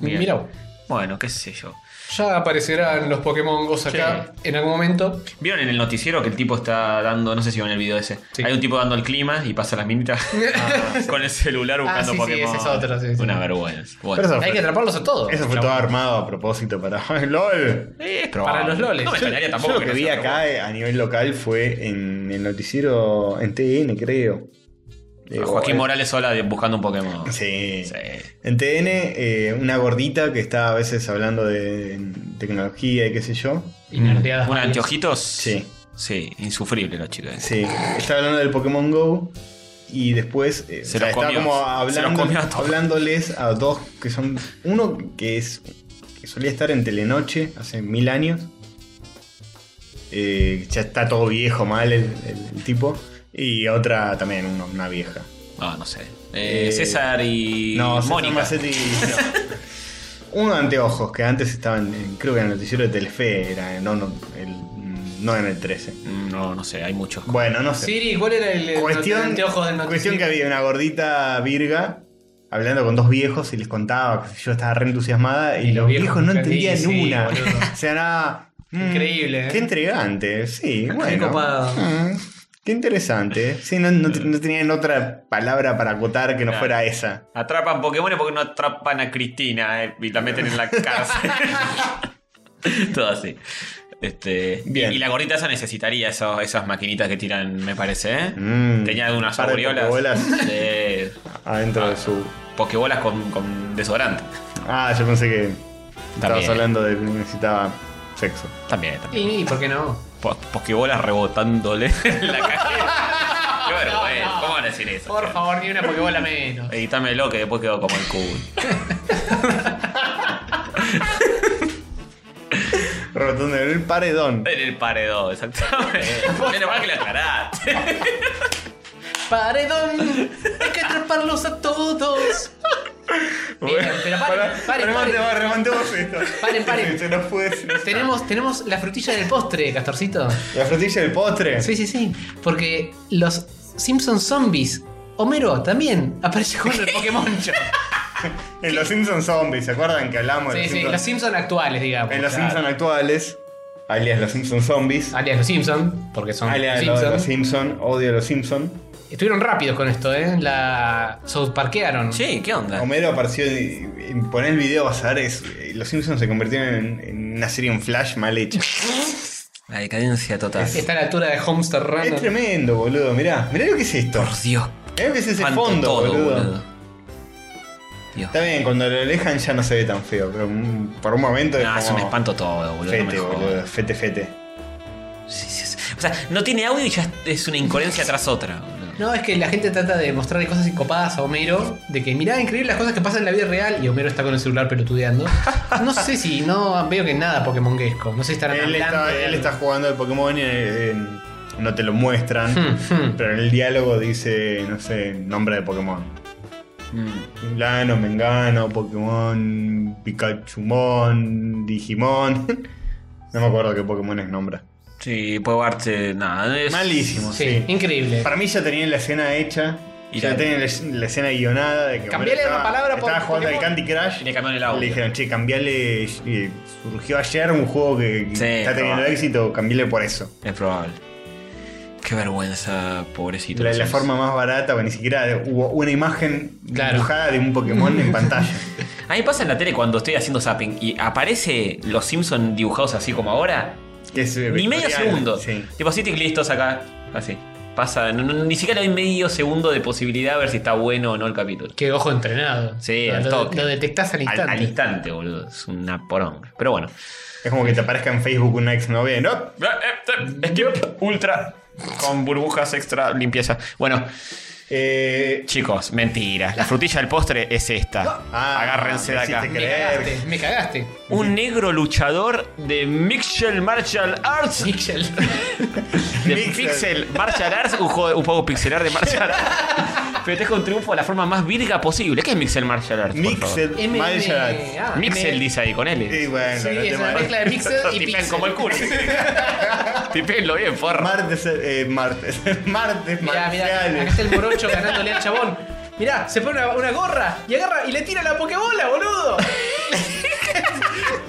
Speaker 2: Bien.
Speaker 4: Mira, vos.
Speaker 2: Bueno, qué sé yo.
Speaker 4: ya aparecerán los Pokémon Go acá en algún momento.
Speaker 2: ¿Vieron en el noticiero que el tipo está dando, no sé si vieron el video ese?
Speaker 4: Sí. Ah.
Speaker 2: Hay un tipo dando el clima y pasa las minitas con el celular buscando
Speaker 4: sí, sí,
Speaker 2: Pokémon.
Speaker 4: ese es otro, sí, sí.
Speaker 2: Una vergüenza. Bueno,
Speaker 3: Pero eso
Speaker 4: Hay que atraparlos a todos.
Speaker 3: Eso fue todo armado a propósito para. ¡LOL!
Speaker 2: es
Speaker 4: eh, para los loles.
Speaker 2: Eh, No me
Speaker 4: Yo-
Speaker 2: extrañaría
Speaker 3: Yo
Speaker 2: tampoco
Speaker 3: lo que vi
Speaker 2: sea
Speaker 3: acá eh, a nivel local fue en el noticiero en TN, creo. Eh,
Speaker 2: vergüenza. Joaquín
Speaker 3: o-
Speaker 2: Morales sola de- buscando un Pokémon.
Speaker 3: Sí.
Speaker 2: Sí.
Speaker 3: En TN, eh, una gordita que está a veces hablando de tecnología y qué sé yo.
Speaker 4: Y nerdeadas
Speaker 2: ¿Un
Speaker 4: varias.
Speaker 2: anteojitos?
Speaker 3: Sí.
Speaker 2: Sí, insufrible los chicos.
Speaker 3: Sí, estaba hablando del Pokémon Go y después eh,
Speaker 2: Se
Speaker 3: o sea,
Speaker 2: los
Speaker 3: estaba
Speaker 2: comió,
Speaker 3: como
Speaker 2: se los
Speaker 3: hablando,
Speaker 2: comió a todos.
Speaker 3: hablándoles a dos que son uno que es que solía estar en Telenoche hace mil años. Eh, ya está todo viejo mal el, el- el tipo y otra también una, una vieja.
Speaker 2: Ah, no sé. Eh,
Speaker 3: Eh,
Speaker 2: César y
Speaker 3: No, César
Speaker 2: Mónica.
Speaker 3: Mazzetti, no. Uno de anteojos que antes estaba en, en- creo que en el noticiero de Telefe era no no, el- no en el 13.
Speaker 2: Mm, No, no sé, hay muchos.
Speaker 3: Bueno, no sé.
Speaker 4: Siri, ¿cuál era el, el
Speaker 3: cuestión,
Speaker 4: anteojos del noticiero?
Speaker 3: cuestión que había una gordita virga hablando con dos viejos y les contaba que yo estaba re entusiasmada y,
Speaker 4: Y
Speaker 3: los
Speaker 4: los
Speaker 3: viejos,
Speaker 4: viejos
Speaker 3: no
Speaker 4: nunca-
Speaker 3: entendían
Speaker 4: sí, sí,
Speaker 3: una.
Speaker 4: boludo.
Speaker 3: o sea, nada. mm,
Speaker 4: Increíble, ¿eh?
Speaker 3: Qué entregante, sí, bueno.
Speaker 4: copado.
Speaker 3: Mm, qué interesante. Sí, no, no te- no tenían otra palabra para acotar que no
Speaker 2: Claro.
Speaker 3: fuera esa.
Speaker 2: Atrapan Pokémon porque no atrapan a Cristina eh, y la meten en la cárcel. Todo así. Este,
Speaker 3: Bien.
Speaker 2: Y, y la gorrita esa necesitaría esos- esas maquinitas que tiran, me parece. ¿eh?
Speaker 3: Mm,
Speaker 2: Tenía unas
Speaker 3: par de
Speaker 2: aureolas.
Speaker 3: pokebolas.
Speaker 2: Sí,
Speaker 3: Adentro de su.
Speaker 2: pokebolas con, con desodorante.
Speaker 3: Ah, yo pensé que estabas
Speaker 2: También.
Speaker 3: hablando de que necesitaba sexo.
Speaker 2: También, también.
Speaker 4: Y, ¿Y por qué no?
Speaker 2: Po- Pokebolas rebotándole en la cajera. Qué vergüenza. ¿Cómo van a decir eso?
Speaker 4: Por favor, ni una Pokébola menos.
Speaker 2: Editámelo que después quedó como el culo.
Speaker 3: Rotundo, el paredón.
Speaker 2: En el paredón, exactamente. Menos mal que lo aclaraste.
Speaker 4: ¡Paredón! ¡Hay que atraparlos a todos! Bien, pero paren, paren, paren.
Speaker 3: Remantemos, remantemos esto.
Speaker 4: Paren, paren.
Speaker 3: Se nos fue, se nos-
Speaker 4: Tenemos, tenemos la frutilla del postre, Castorcito.
Speaker 3: La frutilla del postre.
Speaker 4: Sí, sí, sí. Porque los Simpson Zombies, Homero también aparece con el Pokémon Show.
Speaker 3: En los Simpsons Zombies, ¿se acuerdan que hablamos de los
Speaker 4: Sí, sí,
Speaker 3: Simpsons?
Speaker 4: los Simpson actuales, digamos.
Speaker 3: En los
Speaker 4: Claro.
Speaker 3: Simpsons actuales, alias los Simpsons Zombies,
Speaker 4: Alias los Simpson, porque son
Speaker 3: alias los
Speaker 4: Simpson.
Speaker 3: los Simpsons, odio a los Simpsons.
Speaker 4: Estuvieron rápidos con esto, ¿eh? La parquearon.
Speaker 2: Sí, ¿qué onda?
Speaker 3: Homero apareció y, y poner el video vas a ver, es- eh, los Simpsons se convirtieron en, en una serie en flash mal hecha.
Speaker 2: La decadencia total.
Speaker 4: Está a la altura de Homester
Speaker 3: es
Speaker 4: Random.
Speaker 3: tremendo, boludo. Mirá, mirá lo que es esto.
Speaker 2: Por Dios.
Speaker 3: Mirá lo que es ese
Speaker 2: cuánto
Speaker 3: fondo,
Speaker 2: todo,
Speaker 3: boludo.
Speaker 2: Dios.
Speaker 3: Está bien, cuando lo alejan ya no se ve tan feo, pero mm, por un momento es
Speaker 4: Ah,
Speaker 2: No, es un
Speaker 3: como
Speaker 2: espanto todo, boludo. no me
Speaker 3: Fete,
Speaker 2: jodas.
Speaker 3: boludo, fete, fete.
Speaker 2: Sí, sí, sí. O sea, no tiene audio y ya es una incoherencia tras otra. boludo.
Speaker 4: No, es que la gente trata de mostrarle cosas copadas a Homero, de que mirá, increíble las cosas que pasan en la vida real, y Homero está con el celular pelotudeando. No sé si, no veo que nada Pokémonguesco. No sé si estarán
Speaker 3: Él
Speaker 4: hablando.
Speaker 3: está,
Speaker 4: de
Speaker 3: él
Speaker 4: algo.
Speaker 3: está jugando el Pokémon y eh, eh, no te lo muestran.
Speaker 4: Hmm, hmm.
Speaker 3: Pero en el diálogo dice, no sé, nombre de Pokémon. Mm. Lano, Mengano, Pokémon, Pikachumon, Digimon. No me acuerdo qué Pokémon es nombra.
Speaker 2: Sí, puedo darte nada. es-
Speaker 3: Malísimo,
Speaker 4: Sí,
Speaker 3: sí.
Speaker 4: increíble.
Speaker 3: Para mí ya tenían la escena hecha.
Speaker 2: Y
Speaker 3: ya
Speaker 2: la-
Speaker 3: tenían la, la escena guionada de que
Speaker 4: Cambiale
Speaker 3: Homero
Speaker 4: una
Speaker 3: estaba-
Speaker 4: palabra por
Speaker 3: Estaba jugando al
Speaker 4: Pokémon.
Speaker 3: Candy Crush.
Speaker 2: Le cambiaron el audio.
Speaker 3: Le dijeron, che, cambiale. eh, Surgió ayer un juego que que
Speaker 2: Sí,
Speaker 3: está teniendo
Speaker 2: probable.
Speaker 3: éxito, cambiale por eso.
Speaker 2: Es probable. Qué vergüenza, pobrecito.
Speaker 3: La,
Speaker 2: los
Speaker 3: la
Speaker 2: Simpsons.
Speaker 3: forma más barata, porque ni siquiera hubo una imagen
Speaker 4: Claro.
Speaker 3: dibujada de un Pokémon en pantalla.
Speaker 2: A mí me pasa en la tele cuando estoy haciendo zapping y aparece los Simpsons dibujados así como ahora.
Speaker 3: Que es, eh,
Speaker 2: Ni medio
Speaker 3: vectorial.
Speaker 2: segundo.
Speaker 3: Sí.
Speaker 2: Tipo, así tic, listos acá. Así. Pasa. no- no- ni siquiera hay medio segundo de posibilidad a ver si está bueno o no el capítulo.
Speaker 4: Qué ojo entrenado.
Speaker 2: Sí,
Speaker 4: lo,
Speaker 2: al
Speaker 4: lo-
Speaker 2: toque.
Speaker 4: lo detectás al
Speaker 2: Al,
Speaker 4: instante.
Speaker 2: al instante, Eh, boludo. Es una poronga. Pero bueno.
Speaker 3: Es como que te aparezca en Facebook una exnovia.
Speaker 2: eh,
Speaker 3: ¡No!
Speaker 2: Skip ultra. Con burbujas extra limpieza. Bueno.
Speaker 3: Eh,
Speaker 2: Chicos, mentira. La frutilla del postre es esta.
Speaker 3: Ah,
Speaker 2: Agárrense de
Speaker 3: me
Speaker 2: acá.
Speaker 3: hiciste
Speaker 4: Me
Speaker 3: Creer.
Speaker 4: cagaste, me cagaste.
Speaker 2: Un negro luchador de Mixel Martial Arts.
Speaker 4: Mitchell.
Speaker 2: De
Speaker 3: Mixel.
Speaker 2: Pixel Martial Arts, un juego, un juego pixelar de Martial Arts. Festeja un triunfo de la forma más virga posible. ¿Qué es Mixel Martial Arts? por favor?
Speaker 3: Mixed Martial Arts.
Speaker 4: MMA.
Speaker 2: Mixel dice ahí con él.
Speaker 3: Y bueno,
Speaker 4: Sí,
Speaker 3: no
Speaker 4: es
Speaker 3: te
Speaker 4: una mezcla de Mixed y
Speaker 2: Tipean
Speaker 4: Pixel.
Speaker 2: como el culo. Tipenlo bien, porra.
Speaker 3: Martes, eh, martes, martes,
Speaker 4: Mirá, mirá, acá
Speaker 3: marciales.
Speaker 4: está el morocho ganándole al chabón. Mirá, se pone una, una gorra y agarra y le tira la pokebola, boludo.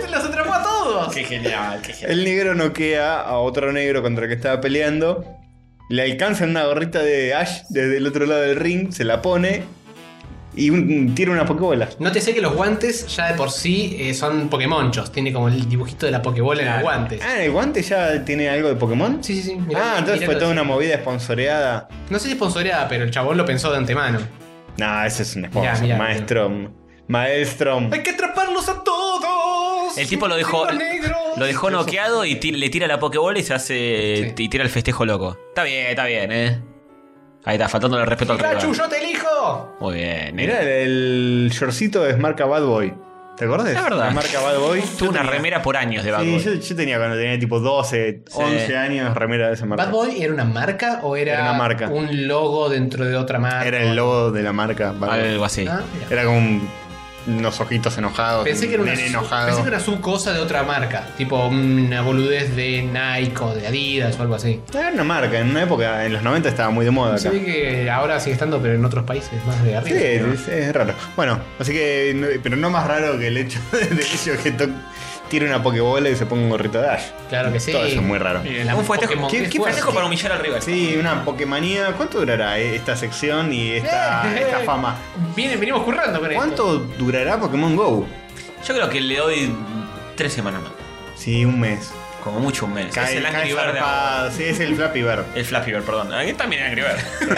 Speaker 4: Los atrapó a todos.
Speaker 2: Qué genial, qué genial.
Speaker 3: El negro noquea a otro negro contra el que estaba peleando. Le alcanza una gorrita de Ash desde el otro lado del ring, se la pone y un- tira una pokebola.
Speaker 4: No te sé que los guantes ya de por sí eh, son Pokémonchos. Tiene como el dibujito de la Pokébola en los guantes.
Speaker 3: Ah, el guante ya tiene algo de Pokémon.
Speaker 4: Sí, sí, sí. mirá,
Speaker 3: Ah, entonces
Speaker 4: mirá
Speaker 3: fue
Speaker 4: todo
Speaker 3: toda
Speaker 4: eso.
Speaker 3: una movida esponsoreada.
Speaker 4: No sé si es sponsoreada, pero el chabón lo pensó de antemano.
Speaker 3: Nah, ese es un sponsor.
Speaker 4: Mirá, mirá,
Speaker 3: Maestrom. Maelstrom.
Speaker 4: ¡Hay que atraparlos a todos!
Speaker 2: El tipo lo dejó,
Speaker 4: Negro, negro.
Speaker 2: lo dejó noqueado y ti- le tira la pokebola y se hace.
Speaker 4: Sí.
Speaker 2: y tira el festejo loco. Está bien, está bien, eh. Ahí está, faltando el respeto al
Speaker 4: Pikachu,
Speaker 2: rival.
Speaker 4: yo te elijo!
Speaker 2: Muy bien,
Speaker 3: Mirá,
Speaker 2: eh.
Speaker 3: el shortcito es marca Bad Boy. ¿Te acordás?
Speaker 2: Es verdad.
Speaker 3: La marca Bad Boy.
Speaker 2: Tuvo
Speaker 3: Yo
Speaker 2: una
Speaker 3: tenía-
Speaker 2: remera por años de Bad
Speaker 3: sí,
Speaker 2: Boy.
Speaker 3: Yo, yo tenía cuando tenía tipo 12,
Speaker 2: Sí.
Speaker 3: 11 años remera de esa marca.
Speaker 4: ¿Bad Boy era una marca o era,
Speaker 3: Era una marca.
Speaker 4: un logo dentro de otra marca?
Speaker 3: Era el logo de la marca. Bad Boy.
Speaker 2: Algo así.
Speaker 4: Ah, mirá.
Speaker 3: Era como un- unos ojitos enojados.
Speaker 4: Pensé que, era una
Speaker 3: un nene
Speaker 4: sub-
Speaker 3: enojado.
Speaker 4: pensé que era su cosa de otra marca, tipo una boludez de Nike o de Adidas o algo así.
Speaker 3: Era una marca, en una época, en los 90 estaba muy de moda
Speaker 4: Se
Speaker 3: acá.
Speaker 4: ve que ahora sigue estando, pero en otros países más de
Speaker 3: Sí,
Speaker 4: arriba. ¿no?
Speaker 3: es, es raro. Bueno, así que. no- Pero no más raro que el hecho de, de ello que to- tire una pokebola y se ponga un gorrito de Ash.
Speaker 4: Claro que sí.
Speaker 3: Todo eso es muy raro.
Speaker 4: Miren, la
Speaker 2: Un festejo.
Speaker 4: Pokémon,
Speaker 3: ¿Qué- qué
Speaker 4: fuerte.
Speaker 2: Festejo para humillar al rival.
Speaker 3: Sí, una Pokemanía. ¿Cuánto durará eh, esta sección y esta,
Speaker 4: Eh,
Speaker 3: esta
Speaker 4: eh.
Speaker 3: fama?
Speaker 4: Viene- venimos currando con esto.
Speaker 3: ¿Cuánto durará Pokémon Go?
Speaker 2: Yo creo que le doy tres semanas más.
Speaker 3: Sí, un mes.
Speaker 2: Como mucho un mes.
Speaker 3: Cae,
Speaker 2: es el
Speaker 3: cae
Speaker 2: Angry Bird de ahora.
Speaker 3: zarpado. Sí, es el Flappy Bird.
Speaker 2: El Flappy Bird, perdón. Aquí también el Angry Bird.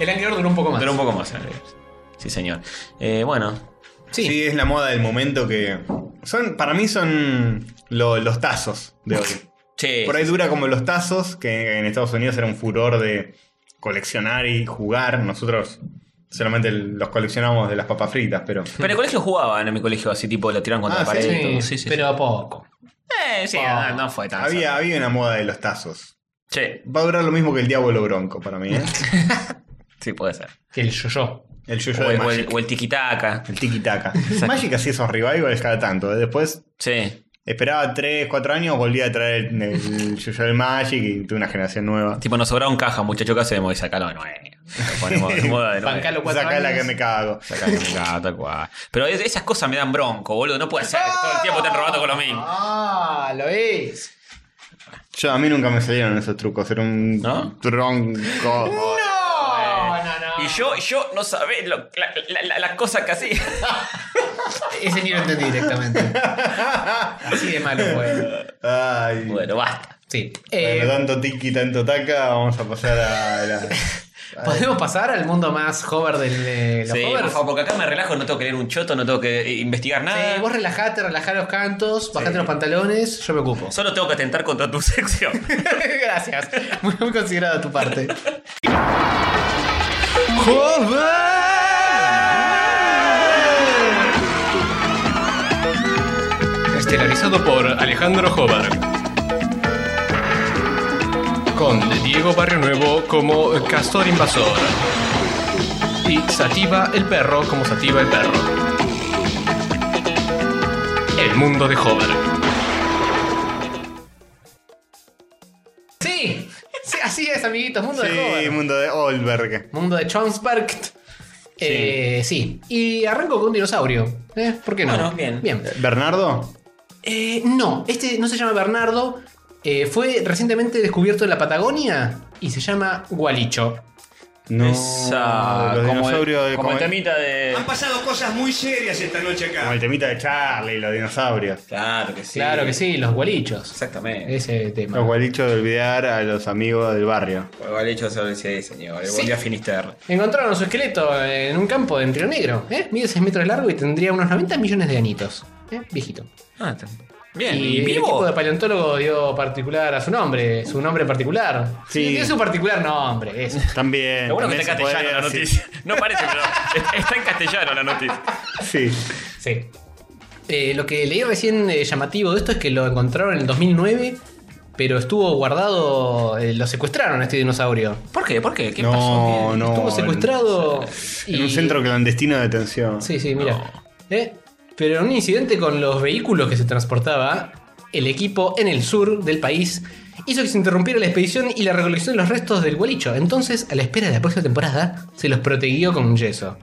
Speaker 4: El Angry Bird duró un poco más.
Speaker 2: Pero un poco más. el Angry Bird. Sí, señor. Eh, bueno.
Speaker 4: Sí.
Speaker 3: Sí. es la moda del momento que. Son, para mí son lo- los tazos de hoy.
Speaker 2: Che.
Speaker 3: Por ahí dura como los tazos, que en Estados Unidos era un furor de coleccionar y jugar. Nosotros solamente los coleccionamos de las papas fritas, pero.
Speaker 2: Pero en el colegio jugaban, en mi colegio así tipo lo tiran contra
Speaker 3: Ah,
Speaker 2: la pared
Speaker 4: Sí,
Speaker 2: y todo. Sí, sí.
Speaker 4: pero poco.
Speaker 2: Eh, sí,
Speaker 4: Ah.
Speaker 2: no, no fue tan.
Speaker 3: Había, había una moda de los tazos.
Speaker 2: Che,
Speaker 3: Va a durar lo mismo que el Diablo Bronco para mí, ¿eh?
Speaker 2: sí, puede ser.
Speaker 4: El yo-yo.
Speaker 3: El
Speaker 2: O
Speaker 3: Yuyo de
Speaker 2: el, o
Speaker 3: Magic.
Speaker 2: el, o el tiquitaca.
Speaker 3: El Tiki Taka. Magic hacía esos revivals cada tanto. ¿eh? Después
Speaker 2: Sí.
Speaker 3: esperaba 3, 4 años, volvía a traer el, el Yuyo del Magic y tuve una generación nueva.
Speaker 2: Tipo, nos sobraron caja, muchacho, ¿qué hacemos? Y sacalo de nuevo. Lo ponemos de moda de nuevo.
Speaker 4: Bancalo cuatro
Speaker 3: Sacá la
Speaker 4: años.
Speaker 3: que me cago.
Speaker 2: Sacalo, claro, tal cual. Pero es- esas cosas me dan bronco, boludo. No puede ser. que Todo el tiempo te han robado con lo mismo.
Speaker 4: Ah, lo es.
Speaker 3: Yo a mí nunca me salieron esos trucos. Era un
Speaker 2: ¿No?
Speaker 3: tronco.
Speaker 4: No, no, no.
Speaker 2: Y yo, yo Ah, no sabés lo- la- la- la- las cosas que hacía.
Speaker 4: Ese ni lo entendí directamente. Así de malo fue.
Speaker 3: Ay.
Speaker 2: Bueno, basta.
Speaker 4: Sí.
Speaker 3: Bueno,
Speaker 4: Eh,
Speaker 3: tanto tiki, tanto taca, vamos a pasar a la.
Speaker 4: ¿Podemos pasar al mundo más hover del, de los
Speaker 2: Sí, por
Speaker 4: hovers?
Speaker 2: favor, porque acá me relajo, no tengo que leer un choto, no tengo que eh, investigar nada.
Speaker 4: Sí, vos relajate, relajá los cantos, bajate los pantalones, yo me ocupo.
Speaker 2: Solo tengo que atentar contra tu sección.
Speaker 4: Gracias. Muy, muy considerado de tu parte.
Speaker 7: Estelarizado por Alejandro Jobar. Con Diego Barrio Nuevo como Castor Invasor. Y Sativa el Perro como Sativa el Perro. El mundo de Hover.
Speaker 4: Sí, sí, así es, amiguitos. Mundo de
Speaker 3: Sí,
Speaker 4: hover.
Speaker 3: mundo de Olberg.
Speaker 4: Mundo de Chonsberg. Eh, sí. Y arranco con un dinosaurio. ¿eh? ¿Por qué no?
Speaker 2: Bueno, bien.
Speaker 4: Bien.
Speaker 3: ¿Bernardo?
Speaker 4: Eh, no, este no se llama Bernardo. eh, fue recientemente descubierto en la Patagonia y se llama Gualicho.
Speaker 3: No.
Speaker 2: Esa,
Speaker 3: los
Speaker 2: como el,
Speaker 3: dinosaurios.
Speaker 2: como el temita de.
Speaker 8: Han pasado cosas muy serias esta noche
Speaker 3: como
Speaker 8: acá.
Speaker 3: el temita de Charlie, los dinosaurios.
Speaker 2: Claro que sí.
Speaker 4: Claro que sí, los gualichos.
Speaker 2: Exactamente.
Speaker 4: Ese tema.
Speaker 3: Lo cual dicho de olvidar a los amigos del barrio.
Speaker 2: Igual hecho sobre sí, señor. El
Speaker 4: Sí.
Speaker 2: buen día Finisterre.
Speaker 4: Encontraron su esqueleto en un campo de Río Negro. ¿eh? Mide 6 metros de largo y tendría unos 90 millones de anitos. ¿eh? Viejito.
Speaker 2: Ah, t- Bien,
Speaker 4: y
Speaker 2: ¿y
Speaker 4: el
Speaker 2: vivo?
Speaker 4: equipo de paleontólogo dio particular a su nombre, su nombre particular.
Speaker 3: Sí.
Speaker 4: Tiene su particular nombre, eso.
Speaker 3: También.
Speaker 2: Lo bueno que
Speaker 3: también
Speaker 2: está en
Speaker 3: se podría
Speaker 2: castellano la
Speaker 3: decir.
Speaker 2: noticia. No parece, pero está- está en castellano la noticia.
Speaker 3: Sí.
Speaker 4: Sí. Eh, lo que leí recién eh, llamativo de esto es que lo encontraron en el 2009, pero estuvo guardado, eh, lo secuestraron a este dinosaurio.
Speaker 2: ¿Por qué? ¿Por qué? ¿Qué
Speaker 3: No,
Speaker 2: pasó? ¿Qué-
Speaker 3: no.
Speaker 4: estuvo
Speaker 3: en-
Speaker 4: secuestrado
Speaker 3: En,
Speaker 4: y-
Speaker 3: un centro clandestino de detención.
Speaker 4: Sí, sí, mira. Eh, Pero en un incidente con los vehículos que se transportaba, el equipo en el sur del país hizo que se interrumpiera la expedición y la recolección de los restos del gualicho. Entonces, a la espera de la próxima temporada, se los protegió con un yeso.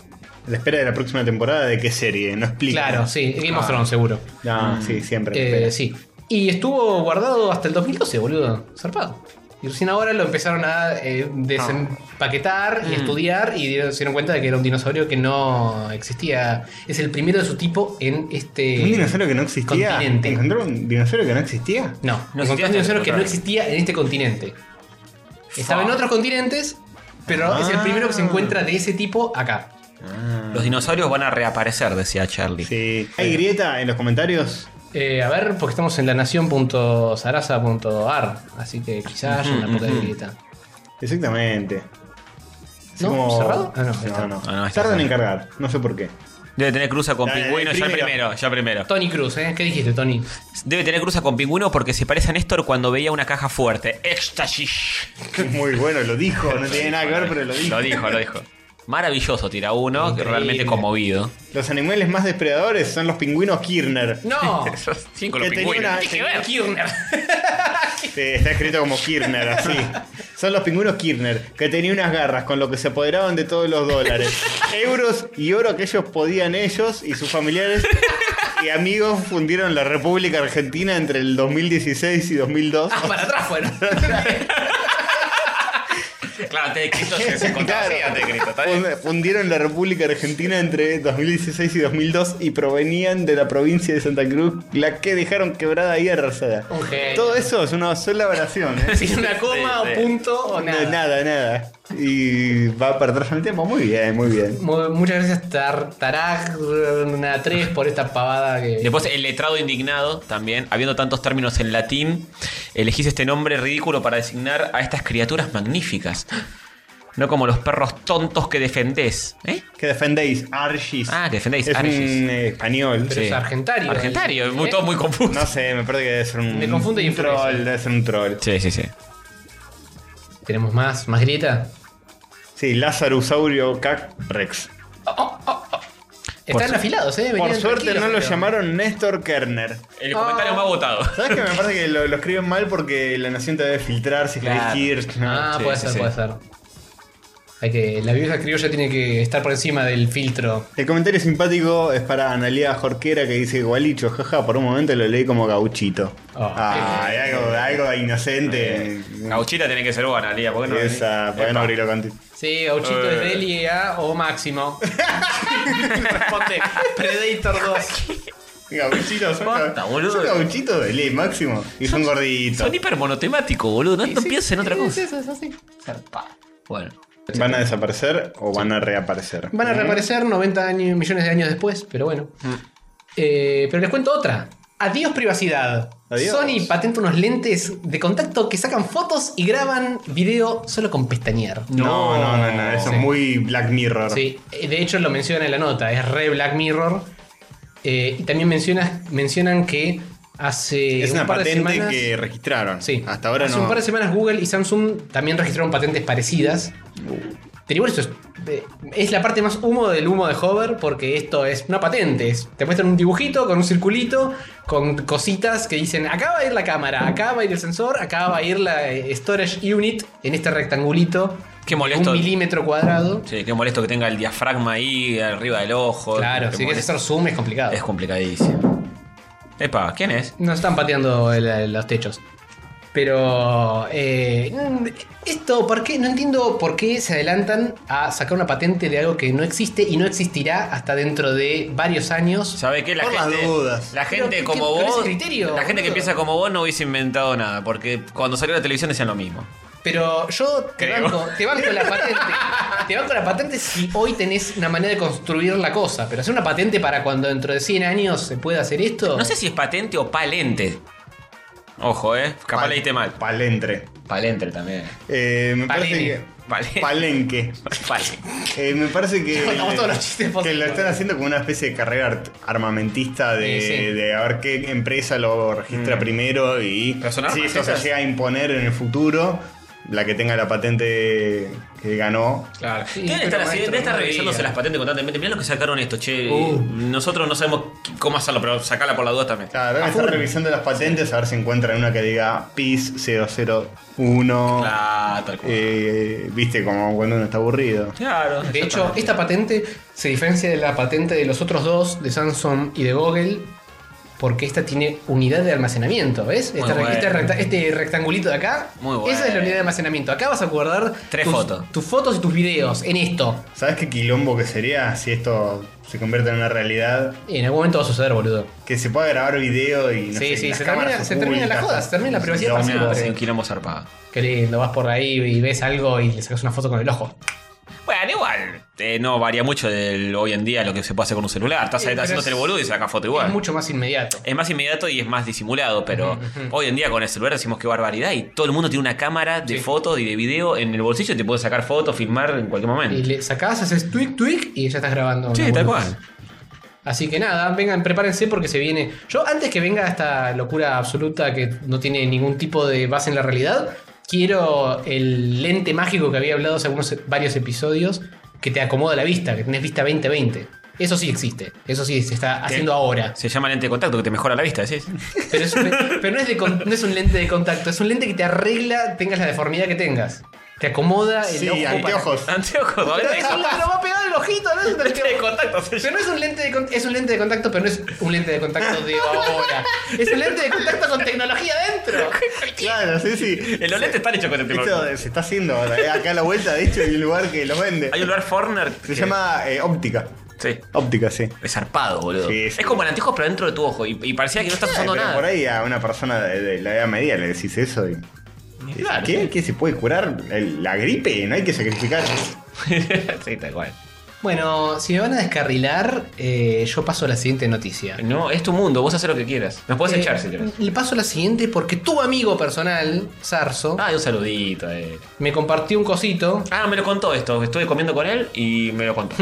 Speaker 3: A la espera de la próxima temporada de qué serie, no explica.
Speaker 4: Claro, sí, Game
Speaker 3: Ah.
Speaker 4: of Thrones seguro.
Speaker 3: No, sí, siempre.
Speaker 4: Eh,
Speaker 3: espera.
Speaker 4: sí. Y estuvo guardado hasta el 2012, boludo. Zarpado. Y recién ahora lo empezaron a eh, desempaquetar
Speaker 2: Ah. Mm.
Speaker 4: y estudiar y dieron- se dieron cuenta de que era un dinosaurio que no existía. Es el primero de su tipo en este.
Speaker 3: ¿Un dinosaurio que no existía?
Speaker 4: continente.
Speaker 3: ¿Encontró un dinosaurio que no existía?
Speaker 4: No,
Speaker 2: No existía
Speaker 4: no encontró
Speaker 2: hasta
Speaker 4: un dinosaurio que
Speaker 2: encontrar.
Speaker 4: no existía en este continente. Estaba en otros continentes, pero es el
Speaker 3: Ah.
Speaker 4: primero que se encuentra de ese tipo acá.
Speaker 2: Los dinosaurios van a reaparecer, decía Charlie.
Speaker 3: Sí. ¿Hay grieta en los comentarios?
Speaker 4: Eh, a ver, porque estamos en la nación.sarasa.ar, así que quizás haya una poca de grieta.
Speaker 3: Exactamente. Es
Speaker 4: ¿No? ¿Cerrado? Ah, no, ahí
Speaker 3: no,
Speaker 4: está.
Speaker 3: no.
Speaker 2: Ah, no, ahí está
Speaker 3: Tardan en
Speaker 2: cerrado.
Speaker 3: cargar, no sé por qué.
Speaker 2: Debe tener cruza con
Speaker 3: Dale,
Speaker 2: pingüino, ya
Speaker 3: primero.
Speaker 2: primero, ya primero.
Speaker 4: Tony Cruz, ¿eh? ¿Qué dijiste, Tony?
Speaker 2: Debe tener cruza con pingüino porque se parece a Néstor cuando veía una caja fuerte. Éxtasis.
Speaker 3: Muy bueno, lo dijo, no tiene nada que ver, Ah, pero lo dijo.
Speaker 2: Lo dijo, lo dijo. Maravilloso, tira uno, que
Speaker 4: Increíble.
Speaker 2: realmente conmovido.
Speaker 3: Los animales más depredadores son los pingüinos Kirner.
Speaker 4: ¡No!
Speaker 2: Sí, con
Speaker 3: Ah. Que tenía
Speaker 2: los pingüinos.
Speaker 3: una-
Speaker 2: Dije, "Bueno".
Speaker 4: Kirchner.
Speaker 3: Sí, está escrito como Kirner, así. Son los pingüinos Kirner, que tenían unas garras con lo que se apoderaban de todos los dólares, euros y oro que ellos podían ellos y sus familiares y amigos fundieron la República Argentina entre el 2016 y 2002.
Speaker 4: Ah, para atrás fueron.
Speaker 2: Claro, antes de Cristo se, se encontraba
Speaker 3: Claro.
Speaker 2: así, antes de Cristo, está bien.
Speaker 3: Fund- Fundieron la República Argentina entre 2016 y 2002 y provenían de la provincia de Santa Cruz, la que dejaron quebrada y arrasada.
Speaker 4: Un genio.
Speaker 3: Todo eso es una sola oración. ¿eh?
Speaker 4: Sin una coma
Speaker 2: Sí, sí.
Speaker 4: o punto o
Speaker 3: No,
Speaker 4: nada.
Speaker 3: nada. nada, Y va para atrás en el tiempo. Muy bien, muy bien.
Speaker 4: Mu- Muchas gracias, Tartaragna 3, por esta pavada que.
Speaker 2: Después el letrado indignado también, habiendo tantos términos en latín, elegís este nombre ridículo para designar a estas criaturas magníficas. No como los perros tontos que defendés. ¿Eh?
Speaker 3: Que defendéis Argis.
Speaker 2: Ah, que defendéis
Speaker 3: es
Speaker 2: Argis.
Speaker 3: un eh, español.
Speaker 4: Pero es argentario.
Speaker 2: Argentario,
Speaker 4: ¿Eh?
Speaker 2: muy- todo muy confuso.
Speaker 3: No sé, me parece que debe ser un,
Speaker 4: Me confunde y
Speaker 3: un
Speaker 4: influencia.
Speaker 3: troll. Debe ser un troll.
Speaker 2: Sí, sí, sí.
Speaker 4: ¿Tenemos más? ¿Más grieta?
Speaker 3: Sí, Lazarusaurio Caprex.
Speaker 2: Por
Speaker 4: Están
Speaker 2: su-
Speaker 4: afilados, ¿eh?
Speaker 3: Por
Speaker 4: Venían
Speaker 3: suerte
Speaker 4: tranquilos,
Speaker 3: no lo
Speaker 4: pero-
Speaker 3: llamaron Néstor Kerner.
Speaker 2: El
Speaker 4: Ah.
Speaker 2: comentario más votado.
Speaker 3: ¿Sabes que me parece que lo, lo escriben mal porque la nación te debe filtrar si
Speaker 2: Claro.
Speaker 3: escribís Kirchner?
Speaker 4: Ah,
Speaker 2: Sí,
Speaker 4: puede
Speaker 2: sí,
Speaker 4: ser,
Speaker 2: sí.
Speaker 4: puede ser. Hay que. La vieja criolla tiene que estar por encima del filtro.
Speaker 3: El comentario simpático es para Analia Jorquera que dice Gualicho, jaja, por un momento lo leí como gauchito.
Speaker 4: Oh.
Speaker 3: Ay, algo, algo
Speaker 4: Eh,
Speaker 3: inocente.
Speaker 2: Gauchita tiene que ser buena, Lía, ¿por qué no?
Speaker 3: Eh, Esa, para no abrirlo contigo.
Speaker 4: Sí, Gauchito
Speaker 2: Eh.
Speaker 4: es Delia o Máximo. Responde Predator 2.
Speaker 3: Gauchito, son,
Speaker 2: Basta, boludo.
Speaker 3: son gauchitos de ley máximo. Y son gorditos.
Speaker 2: Son hiper monotemáticos, boludo. No, no piensen en otra cosa. Bueno.
Speaker 3: ¿Van a desaparecer o van a reaparecer? ¿Eh?
Speaker 4: Van a reaparecer 90 años- millones de años después, pero bueno.
Speaker 3: Mm.
Speaker 4: Eh, pero les cuento otra. Adiós privacidad.
Speaker 3: Adiós.
Speaker 4: Sony patenta unos lentes de contacto que sacan fotos y graban video solo con pestañear.
Speaker 3: No, no, no, no, eso
Speaker 4: Sí.
Speaker 3: es muy Black Mirror.
Speaker 4: Sí, eh, de hecho lo menciona en la nota, es re Black Mirror. Eh, y también menciona, mencionan que hace
Speaker 3: Es
Speaker 4: un
Speaker 3: una
Speaker 4: par de
Speaker 3: patente
Speaker 4: semanas-
Speaker 3: que registraron.
Speaker 4: Sí.
Speaker 3: Hasta ahora
Speaker 4: Hace
Speaker 3: no.
Speaker 4: un par de semanas Google y Samsung también registraron patentes parecidas. Pero igual esto es, eh, es la parte más humo del humo de Hover porque esto es una patente. es- te muestran un dibujito con un circulito, con cositas que dicen acá va a ir la cámara, acá va a ir el sensor, acá va a ir la eh, storage unit en este rectangulito.
Speaker 2: Qué
Speaker 4: de
Speaker 2: molesto.
Speaker 4: Un milímetro cuadrado.
Speaker 2: Sí, qué molesto que tenga el diafragma ahí arriba del ojo.
Speaker 4: claro,
Speaker 2: Qué
Speaker 4: si quieres
Speaker 2: molesto.
Speaker 4: hacer zoom es complicado.
Speaker 2: Es complicadísimo. Epa, ¿quién es?
Speaker 4: Nos están pateando el- el- los techos. Pero. eh, mm, esto, ¿por qué? No entiendo por qué se adelantan a sacar una patente de algo que no existe y no existirá hasta dentro de varios años.
Speaker 2: ¿Sabe qué? La
Speaker 3: Por las
Speaker 2: gente,
Speaker 3: dudas.
Speaker 2: La
Speaker 4: Pero,
Speaker 2: gente
Speaker 4: ¿qué-
Speaker 2: como
Speaker 4: qué- con
Speaker 2: vos.
Speaker 4: ese criterio,
Speaker 2: la gente que
Speaker 4: boludo?
Speaker 2: piensa como vos no hubiese inventado nada. Porque cuando salió la televisión decían lo mismo.
Speaker 4: Pero yo te
Speaker 7: Creo.
Speaker 4: banco, te banco la patente. te banco la patente si hoy tenés una manera de construir la cosa. Pero hacer una patente para cuando dentro de 100 años se pueda hacer esto.
Speaker 2: No sé si es patente o palente. Ojo, eh. Capaz
Speaker 3: Pal-
Speaker 2: leíste mal.
Speaker 3: Palentre.
Speaker 2: Palentre también.
Speaker 3: Eh, me parece
Speaker 4: Palene.
Speaker 3: que.
Speaker 2: Palene.
Speaker 3: Palenque.
Speaker 2: Vale.
Speaker 3: Eh, me parece que.
Speaker 4: Contamos todos los chistes
Speaker 3: que
Speaker 4: posibles.
Speaker 3: lo están haciendo como una especie de carrera art- armamentista de,
Speaker 4: Sí, Mm. sí.
Speaker 3: de a ver qué empresa lo registra primero y
Speaker 2: Pero son armas
Speaker 3: si eso se
Speaker 2: esas.
Speaker 3: llega a imponer en el futuro, la que tenga la patente que ganó.
Speaker 4: Claro.
Speaker 2: Deben estar, así, deben estar revisándose las patentes constantemente. Mirá lo que sacaron esto, che.
Speaker 4: Uh.
Speaker 2: Nosotros no sabemos qu- cómo hacerlo, pero sacala por la duda también.
Speaker 3: Claro, están revisando las patentes a ver si encuentran una que diga PIS 001.
Speaker 2: Claro, tal cual.
Speaker 3: Eh, Viste, como cuando uno está aburrido.
Speaker 2: Claro.
Speaker 4: De hecho, esta patente se diferencia de la patente de los otros dos, de Samsung y de Google, porque esta tiene unidad de almacenamiento, ¿ves?
Speaker 2: Muy
Speaker 4: Esta re-
Speaker 2: bueno.
Speaker 4: este, recta- este rectangulito de acá,
Speaker 2: Muy bueno.
Speaker 4: esa es la unidad de almacenamiento. Acá vas a guardar
Speaker 2: Tres
Speaker 4: tus,
Speaker 2: fotos.
Speaker 4: tus fotos y tus videos en esto.
Speaker 3: ¿Sabes qué quilombo que sería si esto se convierte en una realidad?
Speaker 4: Y en algún momento va a suceder, boludo.
Speaker 3: Que se pueda grabar video y no
Speaker 4: Sí,
Speaker 3: sé,
Speaker 4: sí,
Speaker 3: las
Speaker 4: se
Speaker 3: cámaras
Speaker 4: termina- se termina la
Speaker 3: ocultas.
Speaker 4: joda, se termina la privacidad
Speaker 3: Quilombo.
Speaker 4: para siempre.
Speaker 2: un quilombo zarpado.
Speaker 4: Qué lindo, vas por ahí y ves algo y le sacas una foto con el ojo.
Speaker 2: Bueno, igual. eh, no varía mucho del hoy en día lo que se puede hacer con un celular. Estás
Speaker 4: Eh, pero
Speaker 2: haciéndote el
Speaker 4: es-
Speaker 2: boludo y sacas foto igual.
Speaker 4: Es mucho más inmediato.
Speaker 2: Es más inmediato y es más disimulado, pero hoy en día con el celular decimos qué barbaridad y todo el mundo tiene una cámara de
Speaker 4: Sí.
Speaker 2: fotos y de video en el bolsillo y te puede sacar fotos, filmar en cualquier
Speaker 4: Y
Speaker 2: momento.
Speaker 4: Eh, le sacás, haces tweak, tweak y ya estás grabando.
Speaker 2: Sí,
Speaker 4: una
Speaker 2: tal
Speaker 4: boludez.
Speaker 2: cual.
Speaker 4: Así que nada, vengan, prepárense porque se viene. Yo, antes que venga esta locura absoluta que no tiene ningún tipo de base en la realidad, quiero el lente mágico que había hablado hace algunos, varios episodios que te acomoda la vista, que tenés vista 2020. Eso sí existe, eso sí se está haciendo ahora.
Speaker 2: Se llama lente de contacto que te mejora la vista, ¿sí?
Speaker 4: Pero, es un- pero no, es de con- no es un lente de contacto, es un lente que te arregla, tengas la deformidad que tengas. Te acomoda el
Speaker 3: Sí,
Speaker 4: ojo. para-
Speaker 3: anteojos.
Speaker 2: Anteojos,
Speaker 4: Pero
Speaker 2: ¿vale?
Speaker 4: es un- pero va a pegar el ojito, ¿no? Es un
Speaker 2: Lente de contacto se
Speaker 4: Pero no es un lente de contacto, es un lente de contacto, pero no es un lente de contacto de ahora. Es un lente de contacto con tecnología dentro.
Speaker 3: Claro, sí, sí.
Speaker 2: El OLED está hecho con este tipo.
Speaker 3: Esto se está haciendo ahora. eh, Acá a la vuelta, de hecho, hay un lugar que los vende.
Speaker 2: Hay un lugar Forner.
Speaker 3: Se
Speaker 2: que-
Speaker 3: llama eh, óptica.
Speaker 2: Sí.
Speaker 3: Óptica, sí.
Speaker 2: Es zarpado, boludo.
Speaker 3: Sí, sí.
Speaker 2: Es como el anteojo, pero dentro de tu ojo. Y, y parecía que no estás
Speaker 3: Ay,
Speaker 2: usando
Speaker 3: Eh, pero
Speaker 2: nada.
Speaker 3: por ahí a una persona de, de la edad media le decís eso y.
Speaker 2: Claro.
Speaker 3: ¿Qué? ¿Qué se puede curar? El- La gripe, no hay que sacrificar.
Speaker 2: sí, tal cual.
Speaker 4: Bueno, si me van a descarrilar, eh, yo paso a la siguiente noticia.
Speaker 2: No, es tu mundo, vos haces lo que quieras. Nos podés
Speaker 4: Eh,
Speaker 2: echar si querés.
Speaker 4: Le paso a la siguiente porque tu amigo personal, Sarso,
Speaker 2: Ah, un saludito, eh.
Speaker 4: me compartió un cosito.
Speaker 2: Ah, me lo contó esto. Estuve comiendo con él y me lo contó.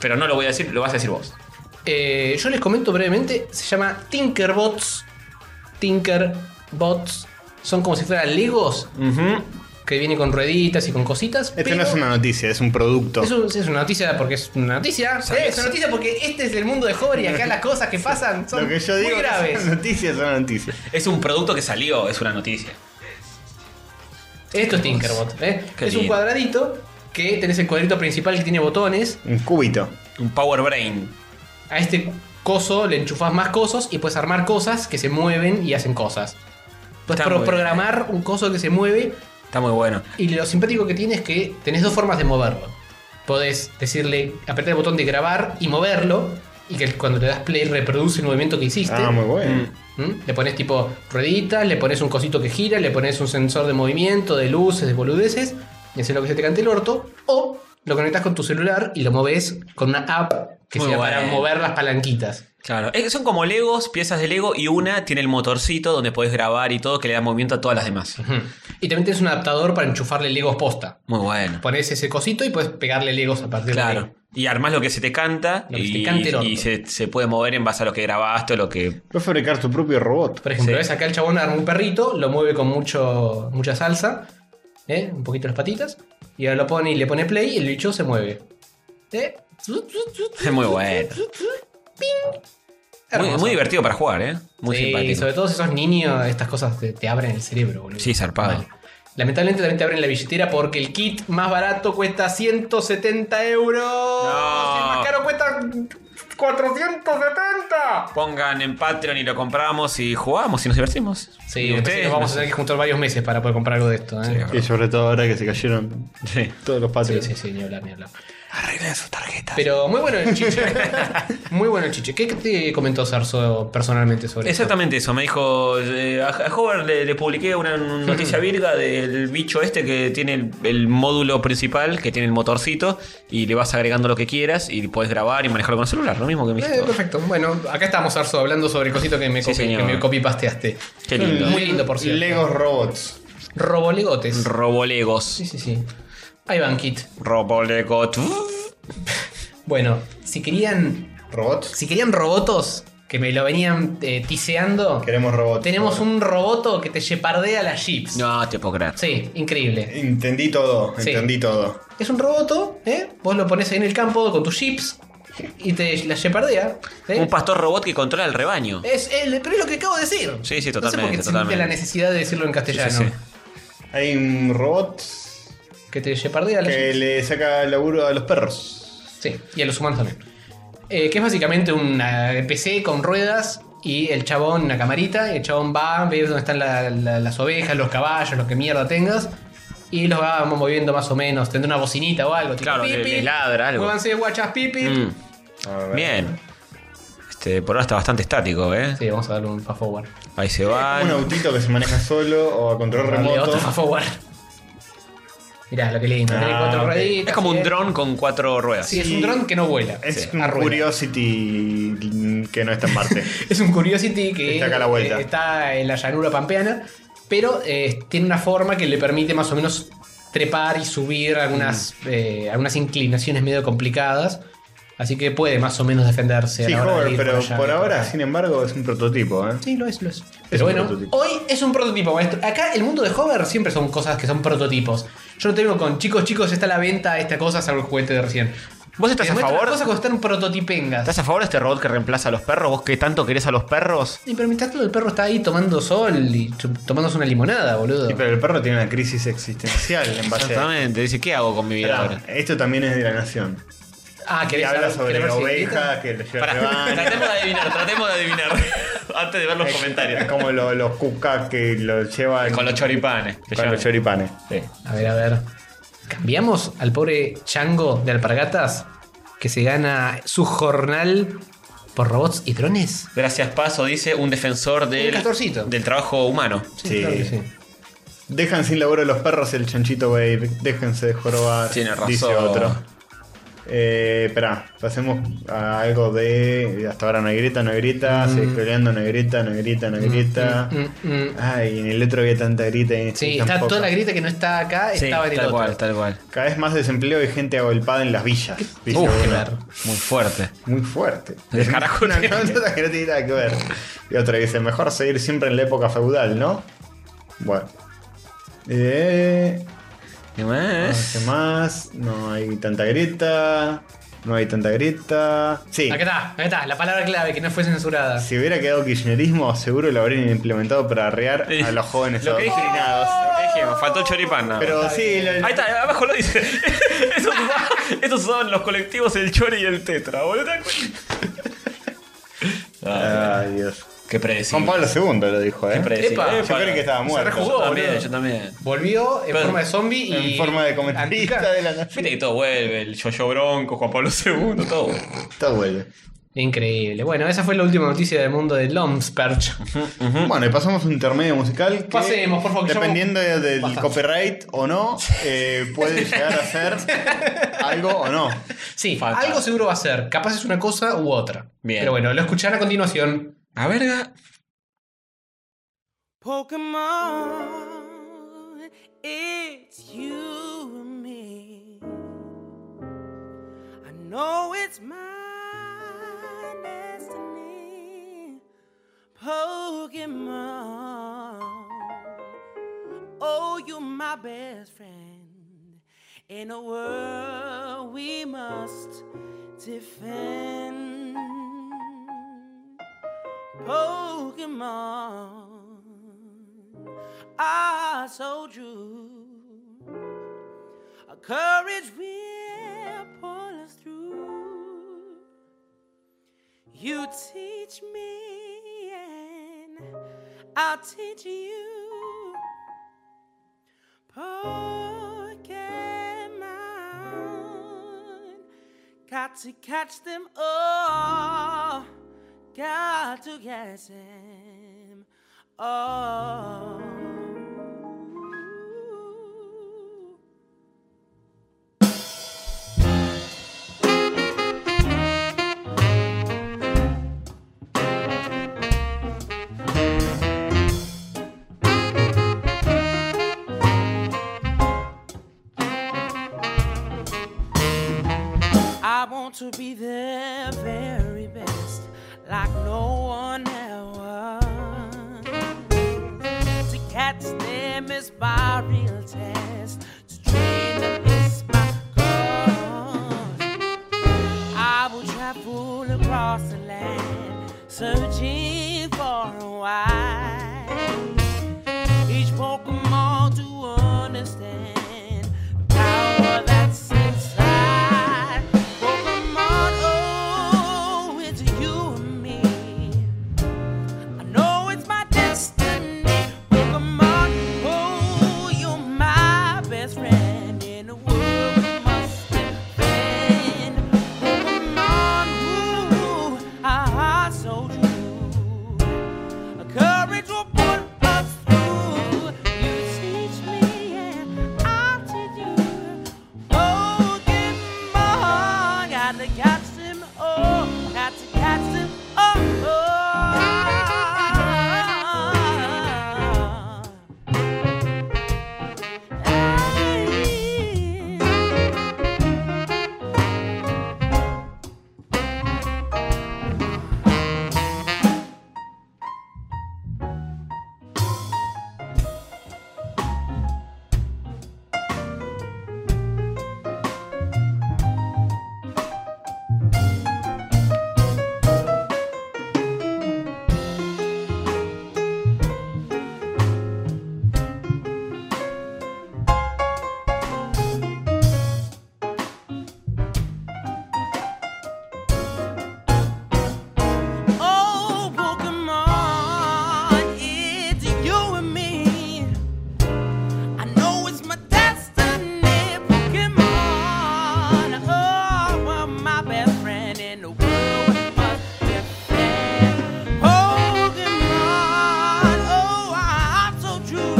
Speaker 2: Pero no lo voy a decir, lo vas a decir vos.
Speaker 4: Eh, yo les comento brevemente, se llama Tinkerbots. Tinkerbots son como si fueran Legos
Speaker 2: Ujú.
Speaker 4: que vienen con rueditas y con cositas.
Speaker 3: Esto
Speaker 4: pero-
Speaker 3: Este no es una noticia, es un producto.
Speaker 4: Es, un- es una noticia porque es una noticia. Eh, es una noticia porque este es el mundo de Hover y acá las cosas que pasan son
Speaker 3: Lo que yo digo
Speaker 4: muy
Speaker 3: que
Speaker 4: graves.
Speaker 3: son noticias, son noticias.
Speaker 2: Es un producto que salió, es una noticia.
Speaker 4: Esto es Tinkerbot. ¿eh?
Speaker 2: Qué
Speaker 4: Es un
Speaker 2: lindo.
Speaker 4: cuadradito que tenés el cuadrito principal que tiene botones.
Speaker 3: Un cúbito.
Speaker 2: Un power brain.
Speaker 4: A este coso le enchufás más cosos y puedes armar cosas que se mueven y hacen cosas. Puedes
Speaker 2: Está muy bien.
Speaker 4: programar un coso que se mueve
Speaker 2: Está muy bueno.
Speaker 4: y lo simpático que tiene es que tenés dos formas de moverlo. Podés decirle, apretar el botón de grabar y moverlo y que cuando le das play reproduce el movimiento que hiciste.
Speaker 3: Ah, muy bueno.
Speaker 4: ¿Mm? Le pones tipo rueditas, le pones un cosito que gira, le pones un sensor de movimiento, de luces, de boludeces, y haces lo que se te cante el orto, o lo conectas con tu celular y lo moves con una app que
Speaker 2: Muy
Speaker 4: sea
Speaker 2: bueno.
Speaker 4: para mover las palanquitas.
Speaker 2: Claro. Eh, son como Legos, piezas de Lego, y una tiene el motorcito donde podés grabar y todo que le da movimiento a todas las demás.
Speaker 4: Ujú. Y también tienes un adaptador para enchufarle Legos posta.
Speaker 2: Muy bueno.
Speaker 4: Pones ese cosito y puedes pegarle Legos a partir de ahí.
Speaker 2: Claro. Y armás lo que se te canta
Speaker 4: Lo que se te
Speaker 2: y,
Speaker 4: cante el orto.
Speaker 2: y se, se puede mover en base a lo que grabaste o lo que.
Speaker 3: Puedes fabricar tu propio robot.
Speaker 4: Por ejemplo,
Speaker 2: Sí.
Speaker 4: ves acá el chabón arma un perrito, lo mueve con mucho, mucha salsa, ¿eh? un poquito las patitas, y ahora lo pone y le pone play y el bicho se mueve. ¿Eh?
Speaker 2: Es muy bueno. Muy,
Speaker 4: Hermoso.
Speaker 2: muy divertido para jugar, ¿eh? Muy
Speaker 4: sí,
Speaker 2: simpático.
Speaker 4: sobre todo si sos niño, estas cosas te, te abren el cerebro, boludo.
Speaker 2: Sí, zarpado.
Speaker 4: Mal. Lamentablemente también te abren la billetera porque el kit más barato cuesta 170 euros.
Speaker 2: No.
Speaker 4: Y el más caro cuesta 470.
Speaker 2: Pongan en Patreon y lo compramos y jugamos y nos divertimos.
Speaker 4: Sí,
Speaker 2: Y
Speaker 4: me parece que nos vamos a
Speaker 2: no sé.
Speaker 4: tener que juntar varios meses para poder comprar algo de esto. ¿eh?
Speaker 2: Sí,
Speaker 3: Y sobre todo ahora que se cayeron
Speaker 2: Sí.
Speaker 3: todos los
Speaker 4: Sí,
Speaker 3: patrios.
Speaker 4: sí, sí, ni hablar, ni hablar.
Speaker 7: Arreglen sus tarjetas.
Speaker 4: Pero muy bueno el chiche. muy bueno el chiche. ¿Qué te comentó Sarso personalmente sobre esto?
Speaker 2: Exactamente eso, me dijo. eh, a a Hover le, le publiqué una noticia virga del bicho este que tiene el, el módulo principal, que tiene el motorcito, y le vas agregando lo que quieras y puedes grabar y manejarlo con el celular, lo mismo que me
Speaker 4: Eh,
Speaker 2: dijiste. vos.
Speaker 4: perfecto. Bueno, acá estamos, Arso, hablando sobre cositas que me,
Speaker 2: Sí,
Speaker 4: copy, que
Speaker 2: señor.
Speaker 4: me copy-pasteaste.
Speaker 2: Qué lindo.
Speaker 4: Muy lindo, por cierto.
Speaker 3: Legos Robots.
Speaker 4: Robolegotes.
Speaker 2: Robolegos.
Speaker 4: sí, sí, sí. Ahí van, Kit.
Speaker 2: Robolegot.
Speaker 4: Bueno, si querían,
Speaker 3: ¿Robots?
Speaker 4: si querían robotos que me lo venían eh, tiseando,
Speaker 3: Queremos robots.
Speaker 4: tenemos un roboto que te shepardea las jeeps.
Speaker 2: No te puedo creer.
Speaker 4: Sí, increíble.
Speaker 3: Entendí todo,
Speaker 4: Sí.
Speaker 3: entendí todo.
Speaker 4: Es un roboto, ¿eh? Vos lo pones ahí en el campo con tus jeeps y te la shepardea. ¿eh?
Speaker 2: Un pastor robot que controla el rebaño.
Speaker 4: Es el- pero es lo que acabo de decir.
Speaker 2: Sí, sí,
Speaker 4: No sé por
Speaker 2: totalmente,
Speaker 4: qué sentiste
Speaker 2: totalmente.
Speaker 4: la necesidad de decirlo en castellano.
Speaker 2: Sí, sí,
Speaker 3: Hay un robot
Speaker 4: Que te shepardea la
Speaker 3: que le saca laburo a los perros.
Speaker 4: Sí, y a los humanos también. Eh, que es básicamente una PC con ruedas y el chabón, una camarita, y el chabón va a ver dónde están la- la- las ovejas, los caballos, lo que mierda tengas. Y los va moviendo más o menos. Tendrá una bocinita o algo. tipo,
Speaker 2: Claro,
Speaker 4: "Pipi,
Speaker 2: le- le ladra algo".
Speaker 4: Muévanse, guachas, pipi.
Speaker 2: Mm, Bien. Este, por ahora está bastante estático, ¿eh?
Speaker 4: Sí, vamos a darle un fast forward.
Speaker 2: Ahí se
Speaker 3: Un
Speaker 2: van.
Speaker 3: autito que se maneja solo o a control
Speaker 4: Darle
Speaker 3: remoto.
Speaker 4: otro fast forward. Mirá, lo que lindo.
Speaker 3: Ah,
Speaker 4: Tiene cuatro
Speaker 3: ok.
Speaker 4: rueditas,
Speaker 2: Es como un
Speaker 4: ¿eh?
Speaker 2: dron con cuatro ruedas.
Speaker 4: Sí, es un dron que no vuela.
Speaker 3: Es
Speaker 4: Sí,
Speaker 3: un
Speaker 4: a rueda.
Speaker 3: Curiosity que no está en Marte.
Speaker 4: Es un Curiosity que
Speaker 3: Está acá a la vuelta.
Speaker 4: eh, está en la llanura pampeana, pero eh, tiene una forma que le permite más o menos trepar y subir algunas,
Speaker 3: Mm.
Speaker 4: eh, algunas inclinaciones medio complicadas. Así que puede más o menos defenderse. a
Speaker 3: sí,
Speaker 4: la hora de
Speaker 3: Hover,
Speaker 4: ir
Speaker 3: pero
Speaker 4: allá
Speaker 3: por
Speaker 4: y
Speaker 3: ahora,
Speaker 4: acá.
Speaker 3: sin embargo, es un prototipo. ¿eh?
Speaker 4: Sí, lo es, lo es. Pero
Speaker 3: un
Speaker 4: bueno,
Speaker 3: prototipo.
Speaker 4: hoy es un prototipo, maestro. Acá el mundo de Hover siempre son cosas que son prototipos. Yo lo tengo con chicos, chicos, está a la venta esta cosa, salvo el juguete de recién.
Speaker 2: ¿Vos estás
Speaker 4: Te
Speaker 2: a
Speaker 4: muestran
Speaker 2: favor?
Speaker 4: Cosas que están prototipengas.
Speaker 2: ¿Estás a favor de este robot que reemplaza a los perros? ¿Vos que tanto querés a los perros?
Speaker 4: Y pero mientras todo el perro está ahí tomando sol y chup- tomándose una limonada, boludo.
Speaker 3: Sí, pero el perro tiene una crisis existencial en base a...
Speaker 2: Exactamente. Dice, ¿qué hago con mi vida
Speaker 3: Esperá,
Speaker 2: ahora?
Speaker 3: Esto también es de la nación.
Speaker 4: Ah,
Speaker 3: Y
Speaker 4: ¿querés
Speaker 3: habla
Speaker 4: saber-
Speaker 3: sobre
Speaker 4: querés ver
Speaker 3: la
Speaker 4: si grita?
Speaker 3: oveja que le lleva
Speaker 2: Pará,
Speaker 3: al rebaño.
Speaker 2: tratemos de adivinar, tratemos de adivinar. Antes de ver los
Speaker 3: Es-
Speaker 2: comentarios.
Speaker 3: Es como lo- los cucas que lo llevan
Speaker 2: Con los choripanes. que
Speaker 3: con
Speaker 2: llaman.
Speaker 3: los choripanes.
Speaker 2: Sí.
Speaker 4: A ver, a ver. ¿Cambiamos al pobre chango de alpargatas que se gana su jornal por robots y drones?
Speaker 2: Gracias, Paso, dice un defensor del,
Speaker 4: castorcito.
Speaker 2: del trabajo humano.
Speaker 3: Sí.
Speaker 4: claro que sí.
Speaker 3: Dejan sin laburo a los perros el chanchito, güey. Déjense de jorobar.
Speaker 2: Tiene razón.
Speaker 3: Dice otro. Eh, espera, pasemos a algo de. Hasta ahora no hay grieta, no hay grieta. Se peleando, no hay grieta, no hay grieta, no hay grieta.
Speaker 4: mm, mm.
Speaker 3: Ay, en el otro había tanta grita. Y en este
Speaker 4: Sí,
Speaker 3: tan
Speaker 4: está
Speaker 3: poca.
Speaker 4: toda la grita que no está acá,
Speaker 2: Sí,
Speaker 4: estaba en el
Speaker 2: tal
Speaker 4: otro.
Speaker 2: cual, tal cual.
Speaker 3: Cada vez más desempleo y gente agolpada en las villas. dice
Speaker 2: Uf,
Speaker 3: uno.
Speaker 2: qué ver. Muy fuerte.
Speaker 3: Muy fuerte.
Speaker 2: El carajo
Speaker 3: Una
Speaker 2: tiene que-
Speaker 3: cosa que no tiene nada que ver. Y otra dice, mejor seguir siempre en la época feudal, ¿no? Bueno. Eh,
Speaker 2: ¿Qué
Speaker 3: no
Speaker 2: más?
Speaker 3: sé Ah, más? No hay tanta grieta. No hay tanta grieta. Sí.
Speaker 4: Acá está, acá está, la palabra clave que no fue censurada.
Speaker 3: Si hubiera quedado kirchnerismo, seguro lo habrían implementado para arrear
Speaker 2: Sí.
Speaker 3: a los jóvenes
Speaker 2: Lo que dije.
Speaker 3: adoctrinados.
Speaker 2: Lo que dijimos, Faltó el choripán. nada más.
Speaker 3: Pero sí, lo-
Speaker 2: Ahí está, abajo lo dice. Esos usaban, esos usaban los colectivos el chori y el tetra, boludo. ¿te das cuenta? Ah,
Speaker 3: Ay, Dios.
Speaker 2: qué predecible.
Speaker 3: Juan Pablo II lo dijo, ¿eh?
Speaker 2: Qué predecible.
Speaker 4: Epa.
Speaker 2: Eh,
Speaker 3: Yo creí que estaba
Speaker 2: Se
Speaker 3: muerto.
Speaker 2: rejugó,
Speaker 4: Yo
Speaker 2: yo
Speaker 4: también,
Speaker 2: también,
Speaker 4: yo
Speaker 2: yo también.
Speaker 4: Volvió en
Speaker 2: Pero-
Speaker 4: forma de zombie y.
Speaker 3: En forma de comentarista
Speaker 4: antica.
Speaker 3: de la nación.
Speaker 2: Fíjate que todo vuelve, el yo-yo bronco, Juan Pablo II, todo.
Speaker 3: Todo vuelve.
Speaker 4: Increíble. Bueno, esa fue la última noticia del mundo de Lomsperch.
Speaker 3: Bueno, y pasamos a un intermedio musical. Que,
Speaker 4: Mm. Pasemos, por favor, que
Speaker 3: Dependiendo de- del
Speaker 4: Bastante.
Speaker 3: copyright o no, eh, puede llegar a ser algo o no.
Speaker 4: Sí,
Speaker 2: Fantástico.
Speaker 4: algo seguro va a ser. Capaz es una cosa u otra.
Speaker 2: Bien.
Speaker 4: Pero bueno, lo escucharán a continuación.
Speaker 2: A verga.
Speaker 9: Pokemon, it's you and me. I know it's my destiny. Pokemon, oh, you're my best friend. In a world we must defend. Pokemon are so true. Our courage will pull us through. You teach me, and I'll teach you. Pokemon Got to catch them all. Got to catch them all. I want to be their very best, like no one ever. To catch them is my real test. To train them is my cause. I will travel across the land, searching for a wife. Each Pokemon to understand the power that's inside. Pokemon, oh, it's you and me. I know it's my destiny. Pokemon, oh, you're my best friend in the world. we must defend. Pokemon, ooh, our hearts so true. A courage will put us through. You teach me, and I teach you. Oh, Pokemon, got to catch them all. Got to catch Oh, them all. Oh, Pokemon, it's you and me. I know it's my destiny, Pokemon. Oh, well, my best friend in the world must defend. Pokemon, oh, I'm so true.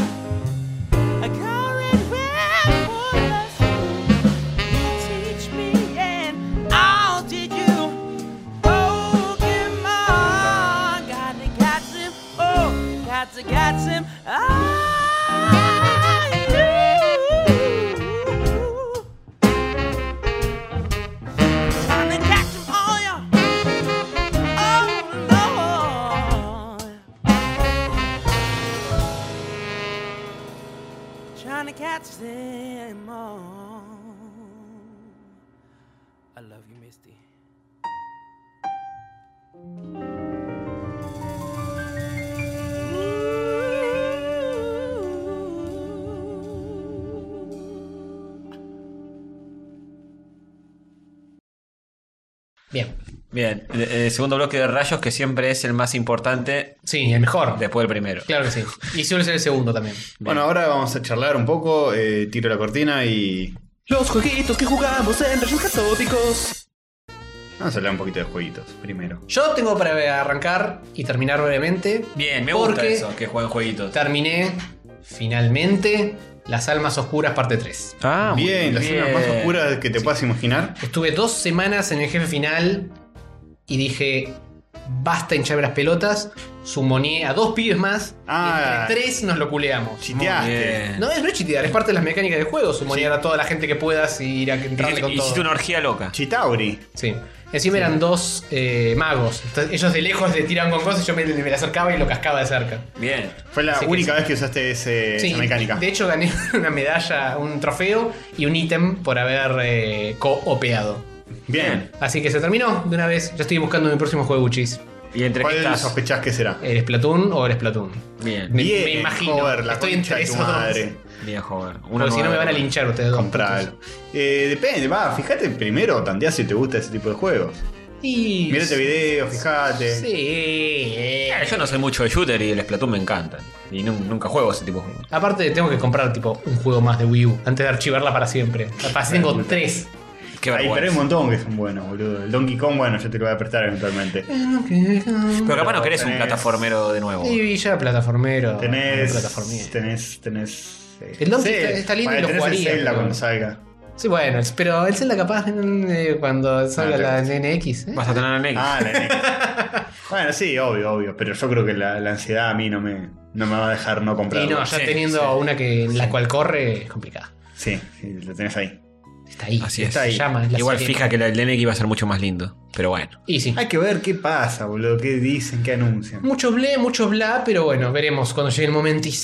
Speaker 9: A current will pull us through. You teach me, and I'll teach you. Pokemon, gotta catch him. Oh, got to catch him. I do. Trying to catch 'em all, yeah. Oh, Lord. Trying to catch them all. I love you, Misty.
Speaker 4: Bien.
Speaker 2: Bien, eh, eh, segundo bloque de rayos que siempre es el más importante
Speaker 4: Sí, el mejor.
Speaker 2: después del primero.
Speaker 4: Claro que sí. Y suele ser el segundo también.
Speaker 3: Bueno, ahora vamos a charlar un poco, eh, tiro la cortina y.
Speaker 6: Los jueguitos que jugamos en Rayos Catódicos.
Speaker 3: Vamos a hablar un poquito de jueguitos primero.
Speaker 4: Yo tengo para arrancar y terminar brevemente.
Speaker 2: Bien, me gusta
Speaker 4: Porque
Speaker 2: eso, que jueguen jueguitos.
Speaker 4: Terminé finalmente Las Almas Oscuras parte 3.
Speaker 2: Ah,
Speaker 3: bien, las zonas más oscuras que te puedas imaginar.
Speaker 4: Estuve dos semanas en el jefe final y dije, basta hincharme las pelotas. Sumoné a dos pibes más.
Speaker 3: Ah.
Speaker 4: y entre tres nos lo culeamos.
Speaker 3: Chiteaste.
Speaker 2: Bien.
Speaker 4: No es, no es chitear, es parte de las mecánicas del juego. Sumonear a toda la gente que puedas y ir a entrarle
Speaker 2: Hiciste,
Speaker 4: con
Speaker 2: hiciste
Speaker 4: todo.
Speaker 2: una orgía loca.
Speaker 3: Chitauri.
Speaker 4: Sí. Encima eran dos eh, magos. Entonces, ellos de lejos le tiran con cosas y yo me, me le acercaba y lo cascaba de cerca.
Speaker 2: Bien.
Speaker 3: Fue la
Speaker 4: Así que
Speaker 3: única
Speaker 4: sí.
Speaker 3: vez que usaste ese,
Speaker 4: Sí,
Speaker 3: esa mecánica.
Speaker 4: De hecho, gané una medalla, un trofeo y un ítem por haber eh, coopeado.
Speaker 3: Bien.
Speaker 4: Así que se terminó de una vez. Yo estoy buscando mi próximo juego, Uchis.
Speaker 2: ¿Y entre qué
Speaker 3: ¿Cuál
Speaker 2: estás?
Speaker 3: sospechás que será?
Speaker 4: ¿El Splatoon o el Splatoon?
Speaker 2: Bien,
Speaker 4: Me,
Speaker 3: Bien,
Speaker 4: me imagino.
Speaker 3: joder, la
Speaker 4: estoy
Speaker 3: concha
Speaker 4: entre
Speaker 3: de tu
Speaker 4: esos
Speaker 3: madre.
Speaker 4: dos.
Speaker 2: bien, joven. Una
Speaker 4: Porque si no
Speaker 2: nueva
Speaker 4: me van a
Speaker 2: droga.
Speaker 4: linchar ustedes dos.
Speaker 3: Compralo. Eh, depende, va, fíjate primero, tantea si te gusta ese tipo de juegos.
Speaker 4: Y...
Speaker 3: Mírate videos, fíjate.
Speaker 4: Sí.
Speaker 2: Eh, Yo no soy mucho de shooter y el Splatoon me encanta. Y nu- nunca juego ese tipo de juegos.
Speaker 4: Aparte, tengo que comprar tipo un juego más de Wii U antes de archivarla para siempre. Capaz tengo tres.
Speaker 2: Qué
Speaker 3: Ay, pero hay un
Speaker 2: vergüenza.
Speaker 3: montón que son buenos, boludo. El Donkey Kong, bueno, yo te lo voy a prestar eventualmente.
Speaker 2: Pero capaz no querés un
Speaker 3: tenés-
Speaker 2: plataformero de nuevo.
Speaker 4: Y ya plataformero.
Speaker 3: Tenés.
Speaker 4: plataformero.
Speaker 3: Tenés. Tenés. eh,
Speaker 4: El Donkey
Speaker 3: sí,
Speaker 4: está- está lindo y
Speaker 3: para-
Speaker 4: lo
Speaker 3: tenés el
Speaker 4: jugaría,
Speaker 3: Zelda
Speaker 4: pero-
Speaker 3: cuando salga.
Speaker 4: Sí, bueno, es- pero el Zelda capaz eh, cuando salga
Speaker 3: te
Speaker 4: la
Speaker 3: gusta.
Speaker 4: NX. ¿eh?
Speaker 2: Ah, Vas a tener el
Speaker 3: Ah, la NX. bueno, sí, obvio, obvio. Pero yo creo que la, la ansiedad a mí no me, no me va a dejar no
Speaker 4: Y
Speaker 3: comprarlo.
Speaker 4: no, ya
Speaker 2: Sí,
Speaker 4: teniendo
Speaker 2: sí.
Speaker 4: una que en la cual corre es complicada.
Speaker 3: Sí, sí, lo tenés ahí.
Speaker 4: Está ahí.
Speaker 2: Así
Speaker 3: está
Speaker 4: Se
Speaker 3: ahí.
Speaker 4: llama, es la
Speaker 2: Igual
Speaker 4: serie.
Speaker 2: fija que la- el DNX iba a ser mucho más lindo. Pero bueno.
Speaker 4: Y sí.
Speaker 3: Hay que ver qué pasa, boludo. ¿Qué dicen? ¿Qué anuncian?
Speaker 4: Muchos ble, muchos bla, pero bueno, veremos cuando llegue el momentis.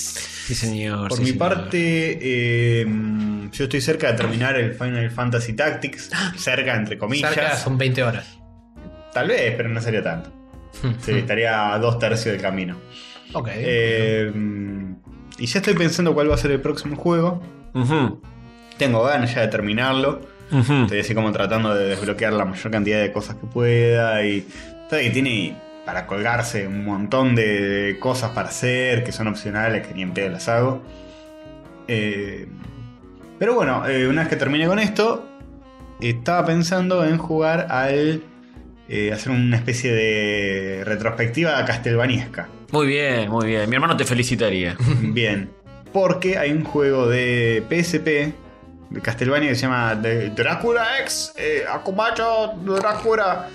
Speaker 2: Sí, señor.
Speaker 3: Por
Speaker 2: sí,
Speaker 3: mi
Speaker 2: señor.
Speaker 3: parte, eh, mm, yo estoy cerca de terminar el Final Fantasy Tactics. Ah. Cerca, entre comillas.
Speaker 4: Cerca son 20 horas. Hmm.
Speaker 3: Tal vez, pero no sería tanto. Sí, estaría a dos tercios del camino.
Speaker 4: Ok.
Speaker 3: Eh, mm, y ya estoy pensando cuál va a ser el próximo juego.
Speaker 2: Ujú,
Speaker 3: Tengo ganas ya de terminarlo.
Speaker 2: ujú.
Speaker 3: Estoy así como tratando de desbloquear la mayor cantidad de cosas que pueda. Y sabe que tiene para colgarse un montón de, de cosas para hacer que son opcionales, que ni en pedo las hago. Eh, pero bueno, eh, una vez que termine con esto, estaba pensando en jugar al. eh, hacer una especie de retrospectiva castelvaniesca.
Speaker 2: Muy bien, muy bien. Mi hermano te felicitaría.
Speaker 3: Bien. Porque hay un juego de PSP de Castlevania que se llama The- Drácula X eh, Akumacho Drácula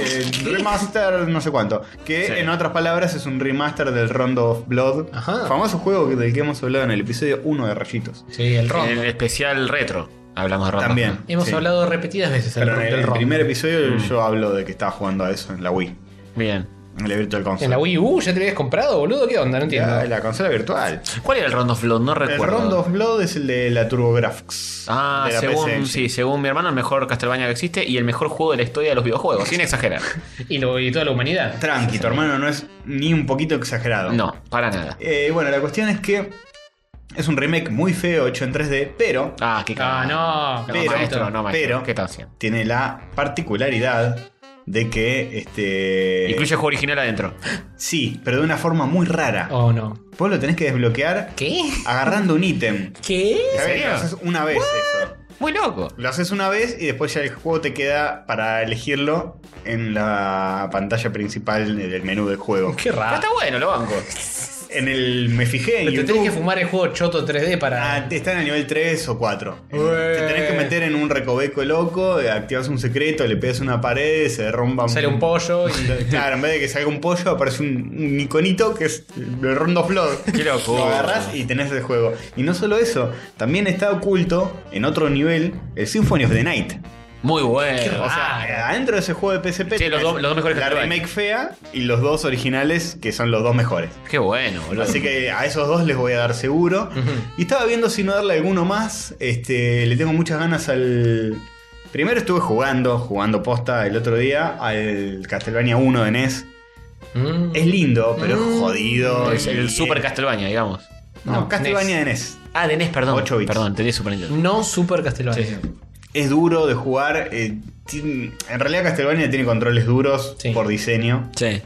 Speaker 3: eh, Remaster, no sé cuánto. Que
Speaker 2: Sí.
Speaker 3: en otras palabras es un remaster del Rondo of Blood.
Speaker 4: Ajá.
Speaker 3: Famoso juego del que hemos hablado en el episodio 1 de Rayitos.
Speaker 4: sí, el ROM.
Speaker 2: En el especial retro. Hablamos de rock.
Speaker 3: También.
Speaker 4: Hemos
Speaker 3: eh, sí.
Speaker 4: hablado repetidas veces del
Speaker 3: Pero en
Speaker 4: ROM.
Speaker 3: el,
Speaker 4: del ROM.
Speaker 3: primer episodio
Speaker 2: Mm.
Speaker 3: yo hablo de que estaba jugando a eso en la Wii.
Speaker 2: Bien.
Speaker 3: En la Virtual Console. Ah,
Speaker 4: En la Wii U, ¿ya te lo habías comprado, boludo? ¿Qué onda? No entiendo.
Speaker 3: La, la consola virtual.
Speaker 2: ¿Cuál era el Rondo of Blood? No
Speaker 3: El
Speaker 2: recuerdo.
Speaker 3: Rondo of Blood es el de la TurboGrafx.
Speaker 2: Ah,
Speaker 3: de la
Speaker 2: según,
Speaker 3: PC en
Speaker 2: sí, según mi hermano, el mejor Castlevania que existe y el mejor juego de la historia de los videojuegos, sin exagerar.
Speaker 4: Y, lo, y toda la humanidad.
Speaker 3: Tranqui, tu hermano no es ni un poquito exagerado.
Speaker 2: No, para nada.
Speaker 3: Eh, bueno, la cuestión es que es un remake muy feo hecho en 3D, pero
Speaker 2: Ah, qué
Speaker 4: Ah,
Speaker 2: cagada.
Speaker 4: no.
Speaker 2: No,
Speaker 3: pero-
Speaker 2: maestro, no, maestro.
Speaker 3: pero-
Speaker 2: ¿Qué estás haciendo?
Speaker 3: tiene la particularidad de que este
Speaker 2: Incluye juego original adentro.
Speaker 3: sí, pero de una forma muy rara.
Speaker 4: Oh, no.
Speaker 3: Vos lo tenés que desbloquear
Speaker 4: ¿Qué?
Speaker 3: agarrando un ítem.
Speaker 4: ¿Qué?
Speaker 3: ¿Sabés?
Speaker 2: serio?
Speaker 3: Lo haces una vez eso.
Speaker 2: Muy loco.
Speaker 3: Lo haces una vez y después ya el juego te queda para elegirlo en la pantalla principal del menú del juego.
Speaker 4: Qué
Speaker 2: Pero
Speaker 4: raro.
Speaker 2: está bueno, lo banco.
Speaker 3: En el me fijé en
Speaker 4: Pero te
Speaker 3: YouTube.
Speaker 4: tenés que fumar el juego choto 3D para.
Speaker 3: Ah, te- está en el nivel 3 o 4.
Speaker 4: Ué.
Speaker 3: Te tenés que meter en un recoveco loco, eh, activas un secreto, le pegas una pared, se derrumba un...
Speaker 4: sale un pollo y.
Speaker 3: Claro, en vez de que salga un pollo, aparece un, un iconito que es el Rondo of Blood.
Speaker 2: Qué loco.
Speaker 3: Lo agarrás y tenés el juego. Y no solo eso, también está oculto en otro nivel el Symphony of the Night.
Speaker 2: Muy bueno.
Speaker 3: O sea, eh, adentro de ese juego de PSP,
Speaker 2: Sí, los dos- los dos mejores
Speaker 3: la
Speaker 2: Castlevania.
Speaker 3: remake fea y los dos originales que son los dos mejores.
Speaker 2: Qué bueno, boludo.
Speaker 3: Así que a esos dos les voy a dar seguro. Y estaba viendo si no darle alguno más. Este, le tengo muchas ganas al. Primero estuve jugando, jugando posta el otro día al Castlevania 1 de NES.
Speaker 4: Mm.
Speaker 3: Es lindo, pero es jodido.
Speaker 2: Mm. Es el
Speaker 3: Y-
Speaker 2: Super Castlevania, digamos.
Speaker 3: No,
Speaker 4: No,
Speaker 3: Castlevania de E NES.
Speaker 2: Ah, de NES, perdón. Mm.
Speaker 3: Ocho bits.
Speaker 2: Perdón, tenía Super Nintendo.
Speaker 4: Mm. No Super Castlevania.
Speaker 3: Es duro de jugar. eh, tiene- en realidad Castlevania tiene controles duros
Speaker 4: Sí.
Speaker 3: por diseño.
Speaker 2: Sí.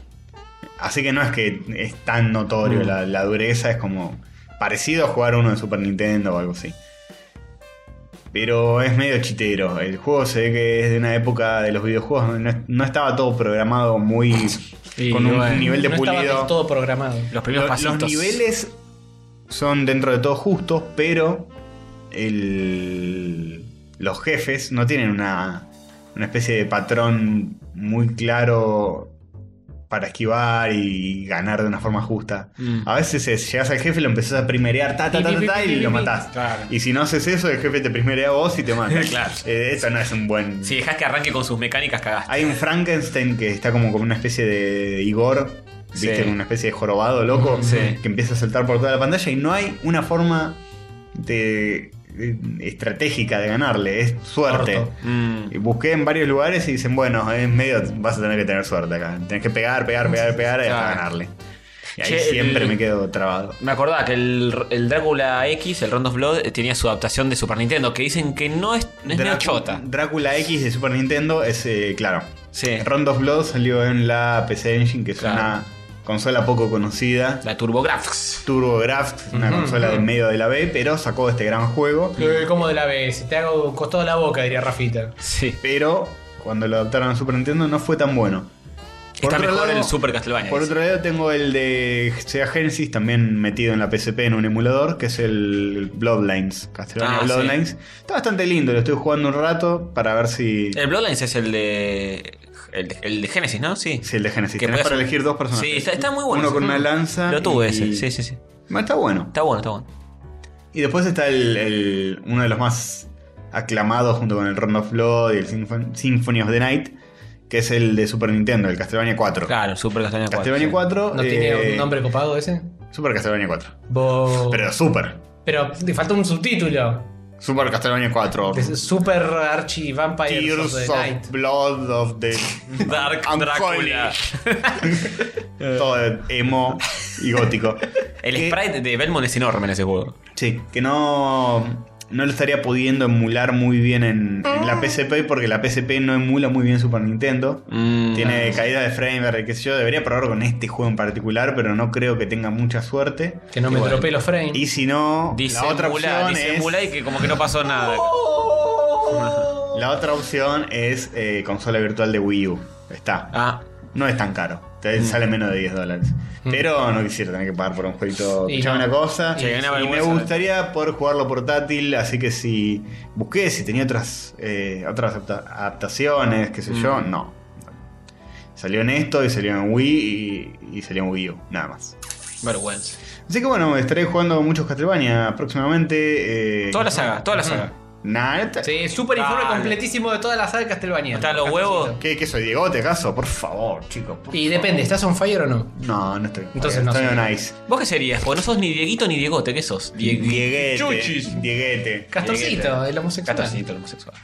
Speaker 3: Así que no es que es tan notorio la, la dureza, es como parecido a jugar uno de Super Nintendo o algo así. Pero es medio chitero. El juego se ve que es de una época de los videojuegos donde no, no estaba todo programado muy. con un
Speaker 2: bueno,
Speaker 3: nivel de
Speaker 4: no estaba
Speaker 3: pulido.
Speaker 4: del todo programado.
Speaker 2: Los
Speaker 3: Lo-
Speaker 2: primeros
Speaker 3: Los,
Speaker 2: pasitos.
Speaker 3: niveles son dentro de todo justos, pero el- los jefes no tienen una, una especie de patrón muy claro para esquivar y ganar de una forma justa.
Speaker 2: Mm.
Speaker 3: A veces es, llegas al jefe y lo empezás a primerear, ta, ta, ta, ta, ta, y lo matás.
Speaker 7: Claro.
Speaker 3: Y si no haces eso, el jefe te primerea a vos y te mata.
Speaker 2: Claro.
Speaker 3: Eh, eso no es un buen...
Speaker 2: Si dejas que arranque con sus mecánicas, cagaste.
Speaker 3: Hay un Frankenstein que está como con una especie de Igor,
Speaker 2: Sí. Mm.
Speaker 3: ¿viste? Una especie de jorobado loco
Speaker 2: Sí.
Speaker 3: que empieza a saltar por toda la pantalla y no hay una forma de, de- estratégica de ganarle, es suerte.
Speaker 4: Corto.
Speaker 2: Mm.
Speaker 3: Y busqué en varios lugares y dicen, bueno, es medio, vas a tener que tener suerte acá. Tenés que pegar, pegar, pegar, pegar y
Speaker 2: Claro.
Speaker 3: hasta ganarle. Y ahí
Speaker 2: Che,
Speaker 3: siempre
Speaker 2: el-
Speaker 3: me quedo trabado.
Speaker 2: Me acordaba que el, el Drácula X, el Rondo of Blood, eh, tenía su adaptación de Super Nintendo, que dicen que no es, no es medio
Speaker 3: Drácula-
Speaker 2: chota.
Speaker 3: Drácula X de Super Nintendo es, eh, claro.
Speaker 2: Sí.
Speaker 3: Rondo of Blood salió en la PC Engine, que es
Speaker 2: Claro.
Speaker 3: una consola poco conocida.
Speaker 2: La TurboGrafx.
Speaker 3: TurboGrafx, una consola del medio de la B, pero sacó este gran juego.
Speaker 4: Eh, Como de la vez, te hago costado la boca, diría Rafita.
Speaker 2: Sí.
Speaker 3: Pero cuando lo adaptaron a Super Nintendo no fue tan bueno. Por
Speaker 2: Está
Speaker 3: otro
Speaker 2: mejor
Speaker 3: lado-
Speaker 2: el Super Castlevania.
Speaker 3: Por
Speaker 2: dice.
Speaker 3: otro lado tengo el de Sega Genesis también metido en la PSP en un emulador, que es el Bloodlines, Castlevania
Speaker 2: Ah, sí.
Speaker 3: Bloodlines. Está bastante lindo, lo estoy jugando un rato para ver si
Speaker 2: El Bloodlines es el de. El, el de Genesis, ¿no? Sí.
Speaker 3: si el de Genesis.
Speaker 2: Que
Speaker 3: Tenés
Speaker 2: podés-
Speaker 3: para elegir dos personajes.
Speaker 2: Sí, está, está muy bueno.
Speaker 3: Uno con
Speaker 2: Mm.
Speaker 3: una lanza.
Speaker 2: Lo tuve
Speaker 3: y-
Speaker 2: ese, sí, sí, sí.
Speaker 3: Bueno, Está bueno.
Speaker 2: Está bueno, está bueno.
Speaker 3: Y después está el, el- uno de los más aclamados junto con el Round of Blood y el Symphon- Symphony of the Night, que es el de Super Nintendo, el Castlevania 4.
Speaker 2: Claro, Super Castlevania 4.
Speaker 3: Castlevania
Speaker 2: sí.
Speaker 3: 4.
Speaker 4: ¿No
Speaker 3: eh,
Speaker 4: tiene un nombre copado ese?
Speaker 3: Super Castlevania 4.
Speaker 4: Bo-
Speaker 3: Pero Super.
Speaker 4: Pero te falta un subtítulo.
Speaker 3: Super Castlevania 4.
Speaker 4: Es Super Archie Vampire
Speaker 3: Tears
Speaker 4: of the Night.
Speaker 3: of Blood of the
Speaker 2: Dark
Speaker 3: Unholy.
Speaker 2: Drácula.
Speaker 3: Todo emo y gótico.
Speaker 2: El
Speaker 3: Que-
Speaker 2: sprite de Belmont es enorme en ese juego.
Speaker 3: Sí, que no, no lo estaría pudiendo emular muy bien en, en la PSP porque la PSP no emula muy bien Super Nintendo.
Speaker 2: Mm.
Speaker 3: Tiene caída de frame, y qué sé yo. Debería probar con este juego en particular, pero no creo que tenga mucha suerte.
Speaker 4: Que no me tropee los frames.
Speaker 3: Y si no,
Speaker 2: Dice
Speaker 3: la otra
Speaker 2: Mula,
Speaker 3: opción
Speaker 2: dice
Speaker 3: es...
Speaker 2: Mula y que como que no pasó nada.
Speaker 3: La otra opción es eh, consola virtual de Wii U. Está.
Speaker 2: Ah,
Speaker 3: No es tan caro. Te
Speaker 4: Mm.
Speaker 3: sale menos de 10 dólares. Pero no quisiera tener que pagar por un jueguito.
Speaker 4: Y
Speaker 3: Escuchame
Speaker 4: no.
Speaker 3: una cosa.
Speaker 2: Sí,
Speaker 3: y
Speaker 2: una
Speaker 3: me
Speaker 2: vergüenza.
Speaker 3: gustaría poder jugarlo portátil. Así que si busqué, si tenía otras, eh, otras apta- adaptaciones, qué sé yo,
Speaker 4: Mm.
Speaker 3: no. Salió en esto y salió en Wii y, y salió en Wii U, nada más.
Speaker 2: vergüenza.
Speaker 3: Así que bueno, estaré jugando muchos Castlevania próximamente. eh,
Speaker 2: Toda la saga, toda la saga.
Speaker 3: Nah, esta-
Speaker 4: Sí, super informe
Speaker 2: Dale.
Speaker 4: completísimo de toda la saga de Castlevania.
Speaker 2: Están los huevos.
Speaker 3: ¿Qué, qué soy, Diegote acaso? Por favor, chicos. por
Speaker 4: Y
Speaker 3: favor.
Speaker 4: depende, ¿estás on fire o no?
Speaker 3: No, no estoy.
Speaker 4: Entonces no
Speaker 3: Estoy
Speaker 4: soy.
Speaker 3: on ice.
Speaker 2: ¿Vos qué serías? Porque no sos ni Dieguito ni Diegote, ¿qué sos? Die-
Speaker 3: Dieguete.
Speaker 7: Chuchis.
Speaker 3: Dieguete.
Speaker 4: Castorcito, el homosexual.
Speaker 2: Castorcito, el homosexual.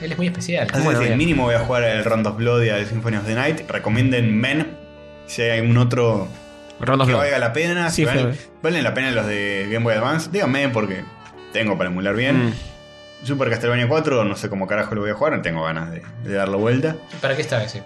Speaker 4: Él es muy especial.
Speaker 3: Así que
Speaker 2: bien.
Speaker 3: mínimo voy a jugar el Round of Blood y al Symphony of the Night. Recomienden Men. Si hay algún otro
Speaker 2: Rondos
Speaker 3: que
Speaker 2: Globo.
Speaker 3: valga la pena.
Speaker 2: Sí,
Speaker 3: si valen,
Speaker 2: fue.
Speaker 3: valen la pena los de Game Boy Advance. Díganme porque tengo para emular bien.
Speaker 2: Mm.
Speaker 3: Super Castlevania 4, no sé cómo carajo lo voy a jugar, no tengo ganas de, de darle vuelta.
Speaker 4: ¿Para qué está ese?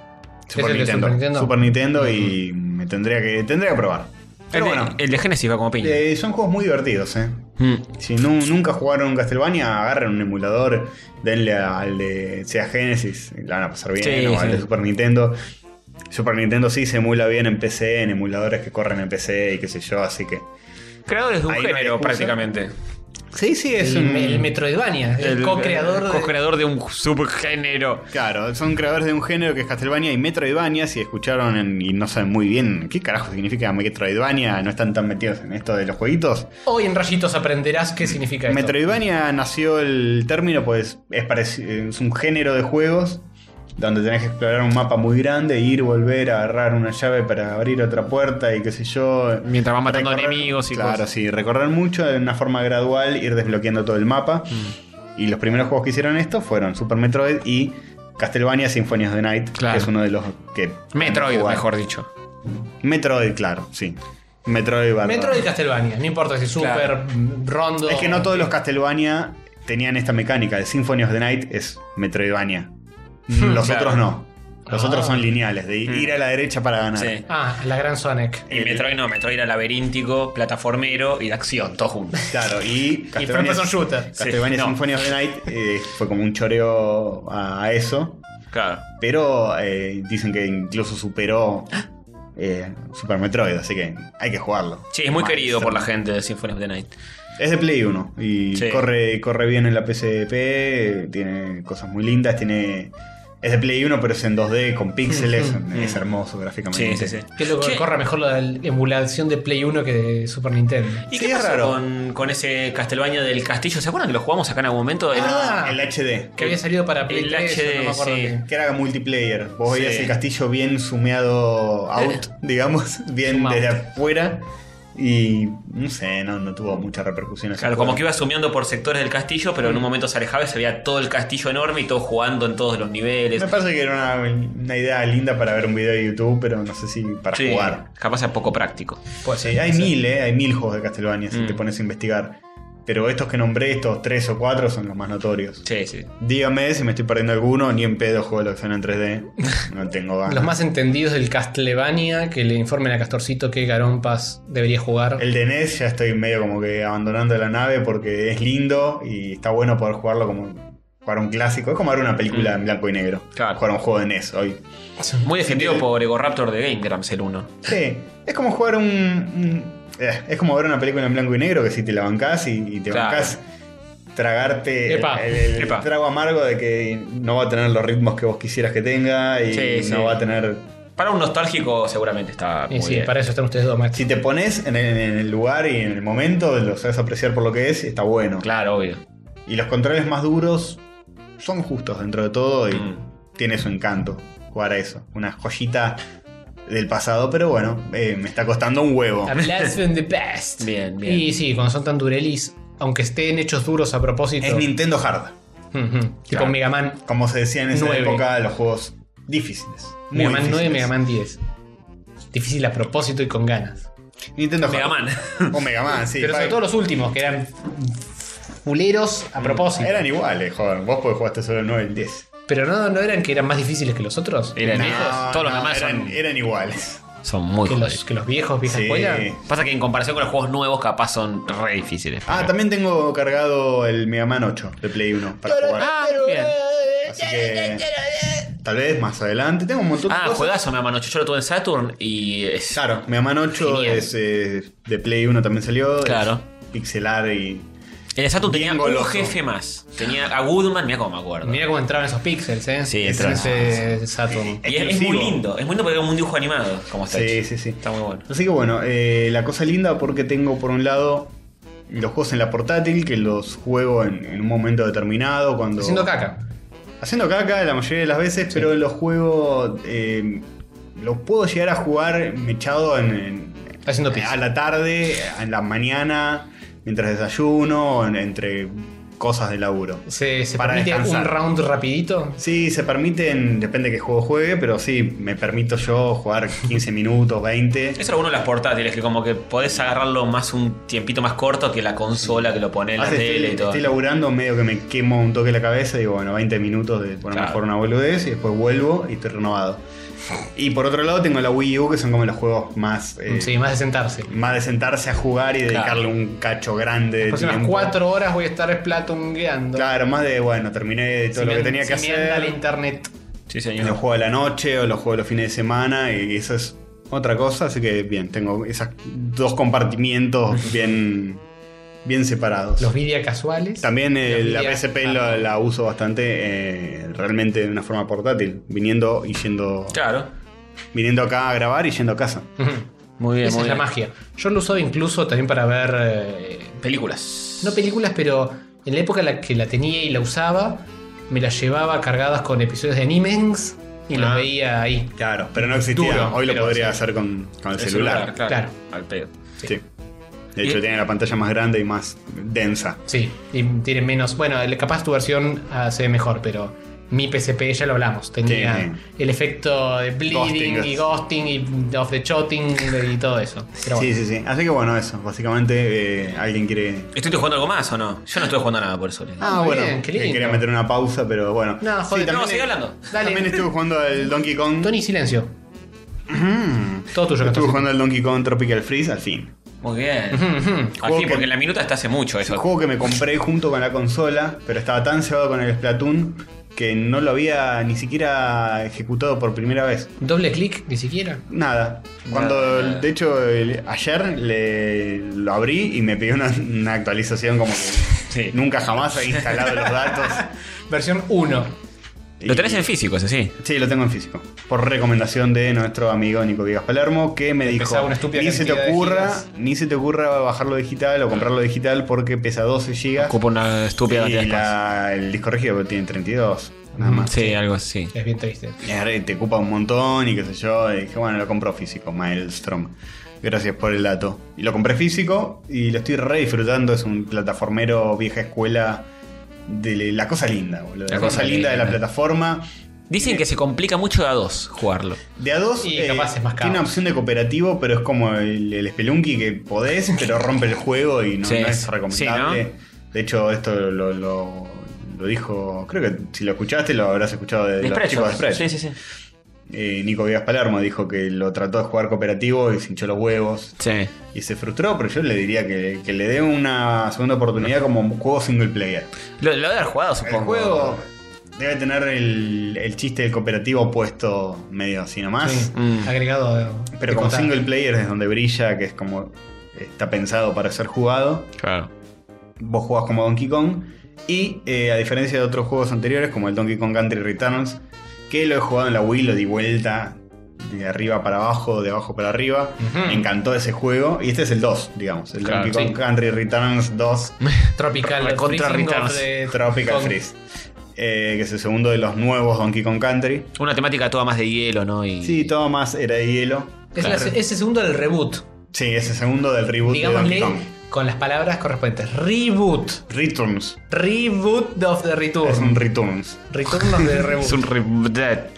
Speaker 3: Super
Speaker 4: el de
Speaker 3: Nintendo.
Speaker 4: Super Nintendo? Mm.
Speaker 3: Super Nintendo y me tendría que, tendría que probar. Pero
Speaker 2: el, de-
Speaker 3: bueno,
Speaker 2: el de Genesis va como piña.
Speaker 3: eh, son juegos muy divertidos, eh.
Speaker 2: Mm.
Speaker 3: Si nu- nunca jugaron Castlevania, agarren un emulador, denle a- al de Sega Genesis, la van a pasar bien,
Speaker 2: Sí,
Speaker 3: o al
Speaker 2: sí.
Speaker 3: de Super Nintendo. Super Nintendo sí se emula bien en PC, en emuladores que corren en PC y qué sé yo, así que.
Speaker 2: Creadores de un
Speaker 3: Ahí no hay
Speaker 2: género,
Speaker 3: excusa.
Speaker 2: prácticamente.
Speaker 3: Sí, sí, es
Speaker 4: El,
Speaker 3: un.
Speaker 4: el Metroidvania,
Speaker 3: eh,
Speaker 4: el,
Speaker 2: el
Speaker 4: co-creador de-
Speaker 2: co-creador de un subgénero.
Speaker 3: Claro, son creadores de un género que es Castlevania y Metroidvania. Si escucharon en- y no saben muy bien qué carajo significa Metroidvania, no están tan metidos en esto de los jueguitos.
Speaker 4: Hoy en Rayitos aprenderás qué significa esto.
Speaker 3: Metroidvania nació el término, pues es, pareci- es un género de juegos donde tenés que explorar un mapa muy grande, ir, volver, agarrar una llave para abrir otra puerta y qué sé yo.
Speaker 2: Mientras van matando
Speaker 3: Recorrer-
Speaker 2: enemigos y
Speaker 3: Claro,
Speaker 2: cosas.
Speaker 3: sí, recorrer mucho de una forma gradual, ir desbloqueando todo el mapa.
Speaker 2: Mm.
Speaker 3: Y los primeros juegos que hicieron esto fueron Super Metroid y Castlevania Symphony of the Night,
Speaker 2: Claro.
Speaker 3: que es uno de los que.
Speaker 2: Metroid,
Speaker 3: jugar.
Speaker 2: mejor dicho.
Speaker 3: Metroid, claro, sí. Metroid barra-
Speaker 4: Metroid y Castlevania, no importa si super,
Speaker 2: Claro.
Speaker 4: mm, rondo.
Speaker 3: Es que no todos los Castlevania tenían esta mecánica. El Symphony of the Night es Metroidvania. Los
Speaker 2: claro.
Speaker 3: otros no. Los
Speaker 4: Ah.
Speaker 3: otros son lineales, de ir a la derecha para ganar.
Speaker 2: Sí.
Speaker 4: Ah, la gran Sonic.
Speaker 2: Y Metroid no, Metroid era laberíntico, plataformero y de acción, todo junto.
Speaker 3: Claro, y
Speaker 4: Y First Person Shooter.
Speaker 3: Castlevania
Speaker 2: Sí, no.
Speaker 3: Symphony of the Night eh, fue como un choreo a, a eso.
Speaker 2: Claro.
Speaker 3: Pero eh, dicen que incluso superó eh, Super Metroid, así que hay que jugarlo.
Speaker 2: Sí, es muy
Speaker 3: Mal,
Speaker 2: querido por la
Speaker 3: está-
Speaker 2: gente de Symphony of the Night.
Speaker 3: Es de Play 1 y
Speaker 2: Sí.
Speaker 3: corre, corre bien en la PSP, tiene cosas muy lindas, tiene... Es de Play 1 pero es en 2D con píxeles, es hermoso
Speaker 2: Sí,
Speaker 3: gráficamente.
Speaker 2: Mm. sí, sí.
Speaker 4: Que lo
Speaker 2: Che,
Speaker 4: corra mejor la emulación de Play 1 que de Super Nintendo.
Speaker 2: ¿Y
Speaker 3: Sí,
Speaker 2: qué
Speaker 3: es
Speaker 2: pasó
Speaker 3: raro.
Speaker 2: con, con ese Castlevania del castillo? ¿Se acuerdan que lo jugamos acá en algún momento? El-
Speaker 3: Ah, el HD.
Speaker 4: Que había salido para Play
Speaker 2: El
Speaker 4: 3,
Speaker 2: HD,
Speaker 4: no me acuerdo
Speaker 2: sí.
Speaker 4: qué.
Speaker 3: Que era multiplayer. Vos
Speaker 2: Sí.
Speaker 3: veías el castillo bien sumeado out, digamos, bien
Speaker 4: Zoom
Speaker 3: desde
Speaker 4: out.
Speaker 3: afuera. Y no sé, no, no tuvo mucha repercusión. ese
Speaker 2: Claro,
Speaker 3: juego.
Speaker 2: como que iba sumiendo por sectores del castillo, pero
Speaker 3: Mm.
Speaker 2: en un momento se alejaba y se veía todo el castillo enorme y todo jugando en todos los niveles.
Speaker 3: Me parece que era una, una idea linda para ver un video de YouTube, pero no sé si para
Speaker 2: Sí,
Speaker 3: jugar.
Speaker 2: Capaz es poco práctico.
Speaker 4: Puede
Speaker 3: Pues Sí,
Speaker 4: ser,
Speaker 3: hay
Speaker 4: puede ser.
Speaker 3: mil, ¿eh? Hay mil juegos de Castlevania si
Speaker 2: Mm.
Speaker 3: te pones a investigar. Pero estos que nombré, estos tres o cuatro, son los más notorios.
Speaker 2: Sí, sí.
Speaker 3: Dígame si me estoy perdiendo alguno, ni en pedo juego la versión en 3D. No tengo ganas.
Speaker 4: Los más entendidos del Castlevania, que le informen a Castorcito que Garón Paz debería jugar.
Speaker 3: El de NES ya estoy medio como que abandonando la nave porque es lindo y está bueno poder jugarlo como jugar un clásico. Es como ver una película en blanco y negro.
Speaker 2: Claro.
Speaker 3: Jugar un juego de NES hoy.
Speaker 2: Muy defendido por Egoraptor de Game Grumps, el 1.
Speaker 3: Sí, es como jugar un. un- eh, es como ver una película en blanco y negro que si te la bancás y, y te
Speaker 2: Claro.
Speaker 3: bancás tragarte el-
Speaker 4: Epa,
Speaker 3: el, el
Speaker 2: epa.
Speaker 3: trago amargo de que no va a tener los ritmos que vos quisieras que tenga y
Speaker 2: Sí, sí.
Speaker 3: no va a tener.
Speaker 2: Para un nostálgico, seguramente está muy
Speaker 4: Y sí,
Speaker 2: bien.
Speaker 4: para eso están ustedes dos, maestro.
Speaker 3: Si te pones en el, en el lugar y en el momento, lo sabes apreciar por lo que es y está bueno.
Speaker 2: Claro, obvio.
Speaker 3: Y los controles más duros son justos dentro de todo y
Speaker 2: Mm.
Speaker 3: tiene su encanto jugar a eso. Una joyita del pasado, pero bueno, eh, me está costando un huevo.
Speaker 4: A blast from the past.
Speaker 2: Bien, bien.
Speaker 4: Y sí, cuando son tan durelis, aunque estén hechos duros a propósito.
Speaker 3: Es Nintendo Hard.
Speaker 4: Ujú. Tipo
Speaker 2: Claro.
Speaker 4: Mega Man.
Speaker 3: Como se decía en esa
Speaker 4: Nueve.
Speaker 3: época, los juegos difíciles. muy
Speaker 4: Mega Man 9,
Speaker 3: difíciles.
Speaker 4: Mega Man 10. Difícil a propósito y con ganas.
Speaker 3: Nintendo
Speaker 2: Mega
Speaker 3: Hard.
Speaker 2: Man.
Speaker 3: O Mega Man, sí.
Speaker 4: Pero sobre
Speaker 3: pa-
Speaker 4: todo los últimos, que eran fuleros a propósito.
Speaker 3: Eran iguales, joder. Vos podés jugaste solo el 9 y el 10.
Speaker 4: Pero no, no eran que eran más difíciles que los otros.
Speaker 2: Eran
Speaker 3: No,
Speaker 2: viejos. Todos los
Speaker 3: no,
Speaker 2: demás
Speaker 3: eran,
Speaker 2: son,
Speaker 3: eran iguales.
Speaker 2: son muy
Speaker 4: Que
Speaker 2: jodidos.
Speaker 4: los, que los viejos, vieja
Speaker 3: Sí.
Speaker 4: escuela.
Speaker 2: Pasa que en comparación con los juegos nuevos, capaz son re difíciles.
Speaker 3: Ah, también tengo cargado el Mega Man 8 de Play 1 para jugar.
Speaker 2: Ah, bien.
Speaker 3: Así que. Tal vez más adelante. Tengo un montón de
Speaker 2: Ah,
Speaker 3: cosas.
Speaker 2: juegazo Mega Man 8. Yo lo tuve en Saturn y. es-
Speaker 3: Claro, Mega Man 8
Speaker 2: Genial.
Speaker 3: es, eh, de Play 1 también salió. es
Speaker 2: Claro.
Speaker 3: Pixelar y.
Speaker 2: En el Saturn tenía
Speaker 3: Bien
Speaker 2: un
Speaker 3: goloso.
Speaker 2: jefe más. Tenía a Goodman, mira cómo me acuerdo.
Speaker 4: Mira cómo entraban esos pixels, ¿eh?
Speaker 2: Sí,
Speaker 4: Ese-
Speaker 2: entraban.
Speaker 4: ese
Speaker 3: Eh,
Speaker 4: Saturn.
Speaker 2: Y es, es
Speaker 3: exclusivo.
Speaker 2: muy lindo. Es muy lindo porque es como un dibujo animado. Como está
Speaker 3: Sí,
Speaker 2: hecho.
Speaker 3: sí, sí.
Speaker 2: Está muy bueno.
Speaker 3: Así que bueno, eh, la cosa linda porque tengo por un lado los juegos en la portátil que los juego en, en un momento determinado cuando...
Speaker 4: Haciendo caca.
Speaker 3: Haciendo caca la mayoría de las veces, pero los juego... eh, los puedo llegar a jugar mechado en, en-
Speaker 4: Haciendo pis.
Speaker 3: a la tarde, en la mañana, mientras desayuno, en- entre cosas de laburo.
Speaker 4: Se, se
Speaker 3: Para
Speaker 4: permite
Speaker 3: descansar.
Speaker 4: un round rapidito.
Speaker 3: Sí, se permiten, depende de qué juego juegue, pero sí, me permito yo jugar 15 minutos, 20.
Speaker 2: Eso es lo bueno de las portátiles, que como que podés agarrarlo más un tiempito más corto que la consola que lo pone en la
Speaker 3: Aparte
Speaker 2: tele
Speaker 3: estoy,
Speaker 2: y todo.
Speaker 3: estoy laburando medio que me quemo un toque la cabeza, digo, bueno, 20 minutos de ponerme
Speaker 2: Claro.
Speaker 3: a jugar una boludez y después vuelvo y estoy renovado. Y por otro lado tengo la Wii U, que son como los juegos más, eh,
Speaker 4: sí, más de sentarse.
Speaker 3: más de sentarse a jugar y dedicarle un cacho grande de
Speaker 4: Las próximas
Speaker 3: tiempo.
Speaker 4: cuatro horas voy a estar splatungueando.
Speaker 3: Claro, más de, bueno, terminé todo
Speaker 4: Si
Speaker 3: lo que
Speaker 4: me-
Speaker 3: tenía
Speaker 4: si
Speaker 3: que
Speaker 4: me anda el
Speaker 3: hacer.
Speaker 4: internet.
Speaker 2: Sí,
Speaker 3: Los
Speaker 2: señor.
Speaker 3: juego a la noche o los juego los fines de semana y eso es otra cosa, así que bien, tengo esos dos compartimientos bien, bien separados.
Speaker 4: Los video casuales.
Speaker 3: También eh,
Speaker 4: Los
Speaker 3: la
Speaker 4: videos.
Speaker 3: PSP
Speaker 4: Ah,
Speaker 3: la, la uso bastante eh, realmente de una forma portátil, viniendo y yendo
Speaker 2: Claro.
Speaker 3: viniendo acá a grabar y yendo a casa.
Speaker 4: Ujú.
Speaker 2: Muy bien,
Speaker 4: Esa
Speaker 2: muy
Speaker 4: es la
Speaker 2: bien.
Speaker 4: magia. Yo lo usaba incluso también para ver. eh,
Speaker 2: Películas.
Speaker 4: no películas, pero en la época en la que la tenía y la usaba, me la llevaba cargadas con episodios de animes y los
Speaker 2: Ah.
Speaker 4: veía ahí.
Speaker 3: Claro, pero no existía.
Speaker 4: Duro,
Speaker 3: Hoy lo
Speaker 4: pero
Speaker 3: podría
Speaker 4: sí.
Speaker 3: hacer con, con el,
Speaker 2: El
Speaker 3: celular.
Speaker 2: claro.
Speaker 4: Claro.
Speaker 2: Al pedo.
Speaker 3: Sí. De
Speaker 2: Y-
Speaker 3: hecho, tiene la pantalla más grande y más densa.
Speaker 4: Sí, y tiene menos. Bueno, el- capaz tu versión ah, se ve mejor, pero mi PSP ya lo hablamos. Tenía
Speaker 3: Sí.
Speaker 4: el efecto de bleeding
Speaker 3: Ghosting.
Speaker 4: y ghosting y off the shotting y todo eso. Pero
Speaker 3: Sí,
Speaker 4: bueno.
Speaker 3: sí, sí. Así que bueno, eso. Básicamente, eh, alguien quiere.
Speaker 2: ¿Estoy jugando algo más o no? Yo no estoy jugando nada por eso. les digo.
Speaker 3: Ah,
Speaker 4: muy
Speaker 3: bueno,
Speaker 4: bien, qué
Speaker 3: que
Speaker 4: lindo.
Speaker 3: quería meter una pausa, pero bueno.
Speaker 4: No, joder,
Speaker 3: también
Speaker 2: no, sigue
Speaker 3: he-
Speaker 2: hablando.
Speaker 4: Dale.
Speaker 3: También estuve jugando al Donkey Kong.
Speaker 4: Tony, silencio. Todo tuyo,
Speaker 3: estuve
Speaker 4: Castorcito.
Speaker 3: jugando al Donkey Kong Tropical Freeze al fin.
Speaker 2: Muy bien. Al
Speaker 3: Juego
Speaker 2: fin,
Speaker 3: que-
Speaker 2: porque en la minuta está hace mucho eso.
Speaker 3: El juego que me compré junto con la consola, pero estaba tan cebado con el Splatoon que no lo había ni siquiera ejecutado por primera vez.
Speaker 4: Doble clic, ni siquiera.
Speaker 3: Nada. Cuando,
Speaker 2: Nada.
Speaker 3: de hecho, el- ayer le, lo abrí y me pidió una, una actualización como que
Speaker 2: Sí.
Speaker 3: nunca jamás había instalado los datos.
Speaker 4: Versión 1.
Speaker 2: Lo tenés
Speaker 3: Y-
Speaker 2: en físico, eso sí.
Speaker 3: Sí, lo tengo en físico. Por recomendación de nuestro amigo Nico Vigas Palermo, que me dijo:
Speaker 4: Pesaba una estúpida
Speaker 3: ni se, te
Speaker 4: cantidad de
Speaker 3: ocurra,
Speaker 4: gigas".
Speaker 3: ni se te ocurra bajarlo digital o comprarlo digital porque pesa 12 gigas.
Speaker 2: Ocupa una estúpida cantidad
Speaker 3: Y
Speaker 2: de espacio.
Speaker 3: la- el disco rígido tiene 32, nada más.
Speaker 2: Sí, algo así.
Speaker 4: Es bien triste.
Speaker 3: Y ahora Te ocupa un montón y qué sé yo. Y dije, bueno, lo compro físico, Maelstrom. Gracias por el dato. Y lo compré físico y lo estoy re disfrutando. Es un plataformero vieja escuela de la cosa linda, boludo. La, cosa, linda de la plataforma.
Speaker 2: Dicen que se complica mucho de a dos jugarlo.
Speaker 3: De a dos, eh,
Speaker 4: Y capaz es más
Speaker 3: tiene una
Speaker 4: caos.
Speaker 3: opción de cooperativo, pero es como el, el Spelunky que podés, pero rompe el juego y no,
Speaker 2: Sí.
Speaker 3: no es recomendable.
Speaker 2: Sí,
Speaker 3: De hecho, esto lo, lo- lo dijo, creo que si lo escuchaste lo habrás escuchado de los
Speaker 2: Desprecio.
Speaker 3: chicos de Spread.
Speaker 2: Sí, sí, sí.
Speaker 3: Eh, Nico Vivas Palermo dijo que lo trató de jugar cooperativo y se hinchó los huevos.
Speaker 2: Sí.
Speaker 3: Y se frustró, pero yo le diría que, que le dé una segunda oportunidad como un juego single player.
Speaker 2: Lo, lo de haber jugado,
Speaker 3: El
Speaker 2: supongo.
Speaker 3: juego debe tener el, el chiste del cooperativo puesto medio así nomás.
Speaker 4: Sí,
Speaker 2: Mm.
Speaker 4: agregado. de-
Speaker 3: Pero
Speaker 4: de
Speaker 3: como
Speaker 4: contar.
Speaker 3: single player es donde brilla, que es como está pensado para ser jugado.
Speaker 2: Claro.
Speaker 3: Vos jugás como Donkey Kong. Y eh, a diferencia de otros juegos anteriores, como el Donkey Kong Country Returns, que lo he jugado en la Wii, lo di vuelta de arriba para abajo, de abajo para arriba. Me encantó ese juego. Y este es el 2, digamos. El
Speaker 2: Claro,
Speaker 3: Donkey
Speaker 2: sí.
Speaker 3: Kong Country Returns 2
Speaker 4: Tropical
Speaker 2: Recontra
Speaker 4: Freezing
Speaker 2: Returns.
Speaker 4: of the-
Speaker 3: Tropical
Speaker 4: Kong.
Speaker 3: Freeze. eh, que es el segundo de los nuevos Donkey Kong Country.
Speaker 2: Una temática toda más de hielo, ¿no? Y...
Speaker 3: Sí, todo más era de hielo.
Speaker 4: Es la-
Speaker 2: Claro.
Speaker 4: ese segundo del reboot.
Speaker 3: Sí, ese segundo del reboot de
Speaker 4: Digámosle
Speaker 3: Donkey
Speaker 4: con las palabras correspondientes. Reboot.
Speaker 3: Kong. Returns.
Speaker 4: Reboot of the
Speaker 3: Es un
Speaker 4: Return.
Speaker 3: Returns.
Speaker 4: Return of the
Speaker 2: Es
Speaker 4: Reboot.
Speaker 2: un re-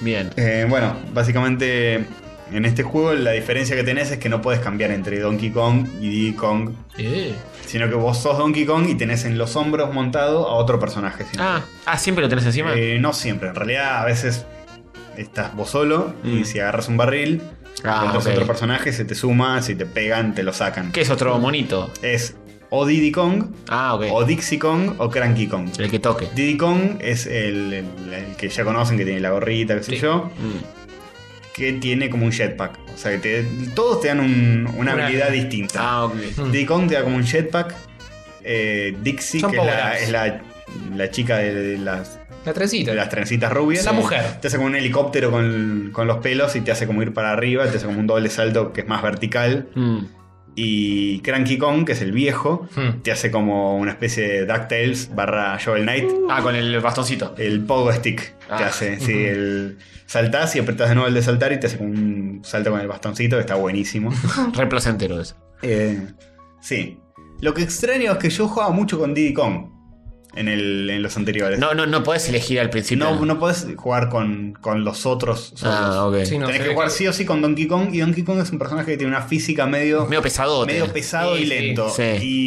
Speaker 2: Bien.
Speaker 3: Eh, bueno, básicamente en este juego la diferencia que tenés es que no puedes cambiar entre Donkey Kong y Diddy Kong,
Speaker 4: Eh.
Speaker 3: sino que vos sos Donkey Kong y tenés en los hombros montado a otro personaje. siempre.
Speaker 2: Ah, ah, siempre lo tenés encima.
Speaker 3: Eh, no siempre, en realidad a veces estás vos solo
Speaker 2: Mm.
Speaker 3: y si agarras un barril,
Speaker 2: Ah,
Speaker 3: encuentras
Speaker 2: ok.
Speaker 3: otro personaje, se te suma, si te pegan, te lo sacan.
Speaker 2: ¿Qué es otro monito?
Speaker 3: Es o Diddy Kong,
Speaker 2: Ah, ok.
Speaker 3: o Dixie Kong, o Cranky Kong.
Speaker 2: El que toque.
Speaker 3: Diddy Kong es el, el- el que ya conocen, que tiene la gorrita, qué sé yo.
Speaker 2: Mm.
Speaker 3: que tiene como un jetpack. O sea, que te- todos te dan un- una
Speaker 4: Una- Mm.
Speaker 3: habilidad distinta.
Speaker 2: Ah, ok.
Speaker 3: Diddy Kong te da como un jetpack. Eh, Dixie,
Speaker 4: Son
Speaker 3: que es la,
Speaker 4: power-ups.
Speaker 3: es la- la chica de, de las,
Speaker 4: La trencita.
Speaker 3: de las trencitas rubias.
Speaker 4: La mujer.
Speaker 3: Te hace como un helicóptero con, con los pelos y te hace como ir para arriba. Te hace como un doble salto que es más vertical.
Speaker 2: Mm.
Speaker 3: Y Cranky Kong, que es el viejo,
Speaker 4: Hmm.
Speaker 3: te hace como una especie de DuckTales barra Joel Knight.
Speaker 2: Ah, con el bastoncito.
Speaker 3: El pogo stick te
Speaker 2: Ah.
Speaker 3: hace. sí, el saltás y apretás de nuevo el de saltar y te hace como un salto con el bastoncito, que está buenísimo.
Speaker 2: Re placentero eso.
Speaker 3: Eh, sí. Lo que extraño es que yo jugaba mucho con Diddy Kong en, el, en los anteriores.
Speaker 2: No, no, no podés elegir al principio.
Speaker 3: no, no podés jugar con, con los otros. solos.
Speaker 2: Ah, ok.
Speaker 4: Sí, no, se
Speaker 3: Tenés que
Speaker 4: ve
Speaker 3: jugar
Speaker 4: que-
Speaker 3: sí o sí con Donkey Kong y Donkey Kong es un personaje que tiene una física medio,
Speaker 2: Medio pesadote.
Speaker 3: medio pesado
Speaker 4: Sí,
Speaker 3: y
Speaker 4: sí.
Speaker 3: lento.
Speaker 2: Sí.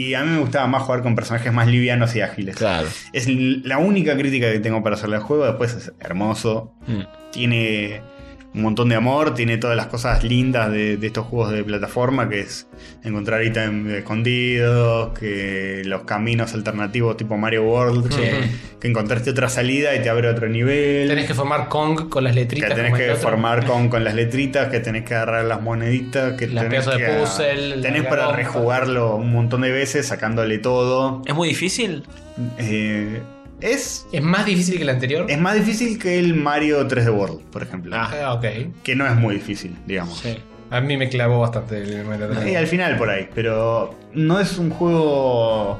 Speaker 3: Y a mí me gustaba más jugar con personajes más livianos y ágiles.
Speaker 2: Claro.
Speaker 3: Es la única crítica que tengo para hacerle al juego. Después es hermoso.
Speaker 2: Mm.
Speaker 3: Tiene un montón de amor. Tiene todas las cosas lindas de, de estos juegos de plataforma. Que es encontrar ítems escondidos. Que los caminos alternativos tipo Mario World.
Speaker 2: Sí.
Speaker 3: Que encontraste otra salida y te abre otro nivel.
Speaker 4: Tenés que formar Kong con las
Speaker 3: que
Speaker 4: letritas.
Speaker 3: tenés
Speaker 4: como el
Speaker 3: que
Speaker 4: otro.
Speaker 3: formar con, con las letritas, que tenés que agarrar las moneditas, que
Speaker 4: Las
Speaker 3: tenés,
Speaker 4: piezas de
Speaker 3: que-
Speaker 4: puzzle,
Speaker 3: tenés
Speaker 4: la
Speaker 3: para
Speaker 4: bomba.
Speaker 3: rejugarlo un montón de veces, sacándole todo.
Speaker 2: ¿Es muy difícil?
Speaker 3: Eh, es
Speaker 4: ¿Es más difícil que el anterior?
Speaker 3: Es más difícil que el Mario 3D World, por ejemplo.
Speaker 2: Ah.
Speaker 4: Ah, ok.
Speaker 3: Que no es muy difícil, digamos.
Speaker 4: Sí. A mí me clavó bastante el Mario
Speaker 3: Y Eh, al final por ahí, pero no es un juego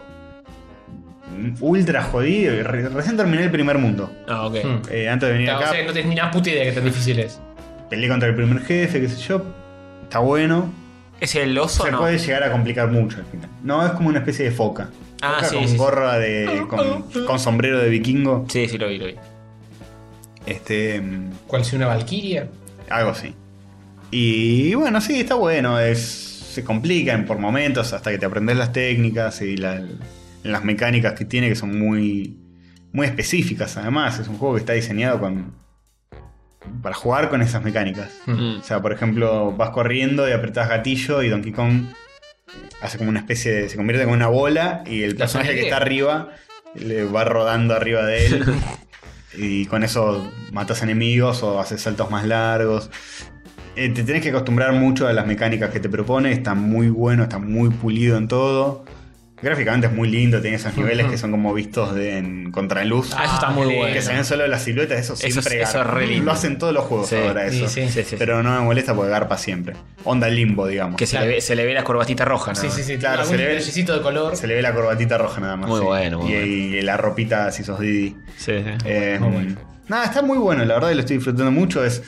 Speaker 3: ultra jodido. Re- Recién terminé el primer mundo.
Speaker 2: Ah, ok.
Speaker 4: Hmm.
Speaker 3: Eh, antes de venir
Speaker 4: Claro,
Speaker 3: acá,
Speaker 4: o sea, no tenés ni una puta idea que tan difícil es.
Speaker 3: peleé contra el primer jefe, qué sé yo. Está bueno.
Speaker 2: ¿Es el oso o
Speaker 3: Se
Speaker 2: no?
Speaker 3: puede llegar a complicar mucho al final. No, es como una especie de foca.
Speaker 2: Ah,
Speaker 3: Foca
Speaker 2: sí,
Speaker 3: con
Speaker 2: sí, sí.
Speaker 3: gorra de. con, con sombrero de vikingo.
Speaker 2: Sí, sí, lo vi, lo vi.
Speaker 3: Este. mm,
Speaker 4: ¿Cuál si una valquiria?
Speaker 3: Algo así. Y bueno, sí, está bueno. Es, se complican por momentos hasta que te aprendes las técnicas y la- las mecánicas que tiene, que son muy, muy específicas además. Es un juego que está diseñado con, para jugar con esas mecánicas.
Speaker 2: Mm.
Speaker 3: O sea, por ejemplo, vas corriendo y apretás gatillo y Donkey Kong hace como una especie de. se convierte en una bola y el
Speaker 4: La
Speaker 3: personaje que
Speaker 4: sangre.
Speaker 3: está arriba le va rodando arriba de él. y con eso matas enemigos o haces saltos más largos. Eh, te tenés que acostumbrar mucho a las mecánicas que te propone. Está muy bueno, está muy pulido en todo. Gráficamente es muy lindo, tiene esos niveles que son como vistos de, en contraluz.
Speaker 2: Ah, eso está
Speaker 4: Ah,
Speaker 2: muy
Speaker 4: que-
Speaker 2: bueno.
Speaker 3: Que se ven solo las siluetas, eso
Speaker 2: Eso es-
Speaker 3: siempre
Speaker 2: eso
Speaker 3: garpa.
Speaker 2: es re lindo.
Speaker 3: Lo hacen todos los juegos
Speaker 2: Sí,
Speaker 3: ahora
Speaker 4: sí,
Speaker 3: eso.
Speaker 4: sí,
Speaker 2: sí, sí.
Speaker 3: Pero no me molesta porque garpa siempre. Onda limbo, digamos.
Speaker 2: Que se,
Speaker 4: Claro.
Speaker 2: le ve, se le ve la corbatita roja, ¿no?
Speaker 4: Sí, sí, sí.
Speaker 3: Ah, Claro,
Speaker 4: Algún
Speaker 3: se le ve-
Speaker 4: detallecito de color.
Speaker 3: Se le ve la corbatita roja nada más.
Speaker 2: Muy
Speaker 3: sí.
Speaker 2: bueno, muy
Speaker 3: y, y la ropita si sos Didi.
Speaker 2: Sí, sí.
Speaker 3: Eh, Nada, está muy bueno, la verdad que lo estoy disfrutando mucho. Es.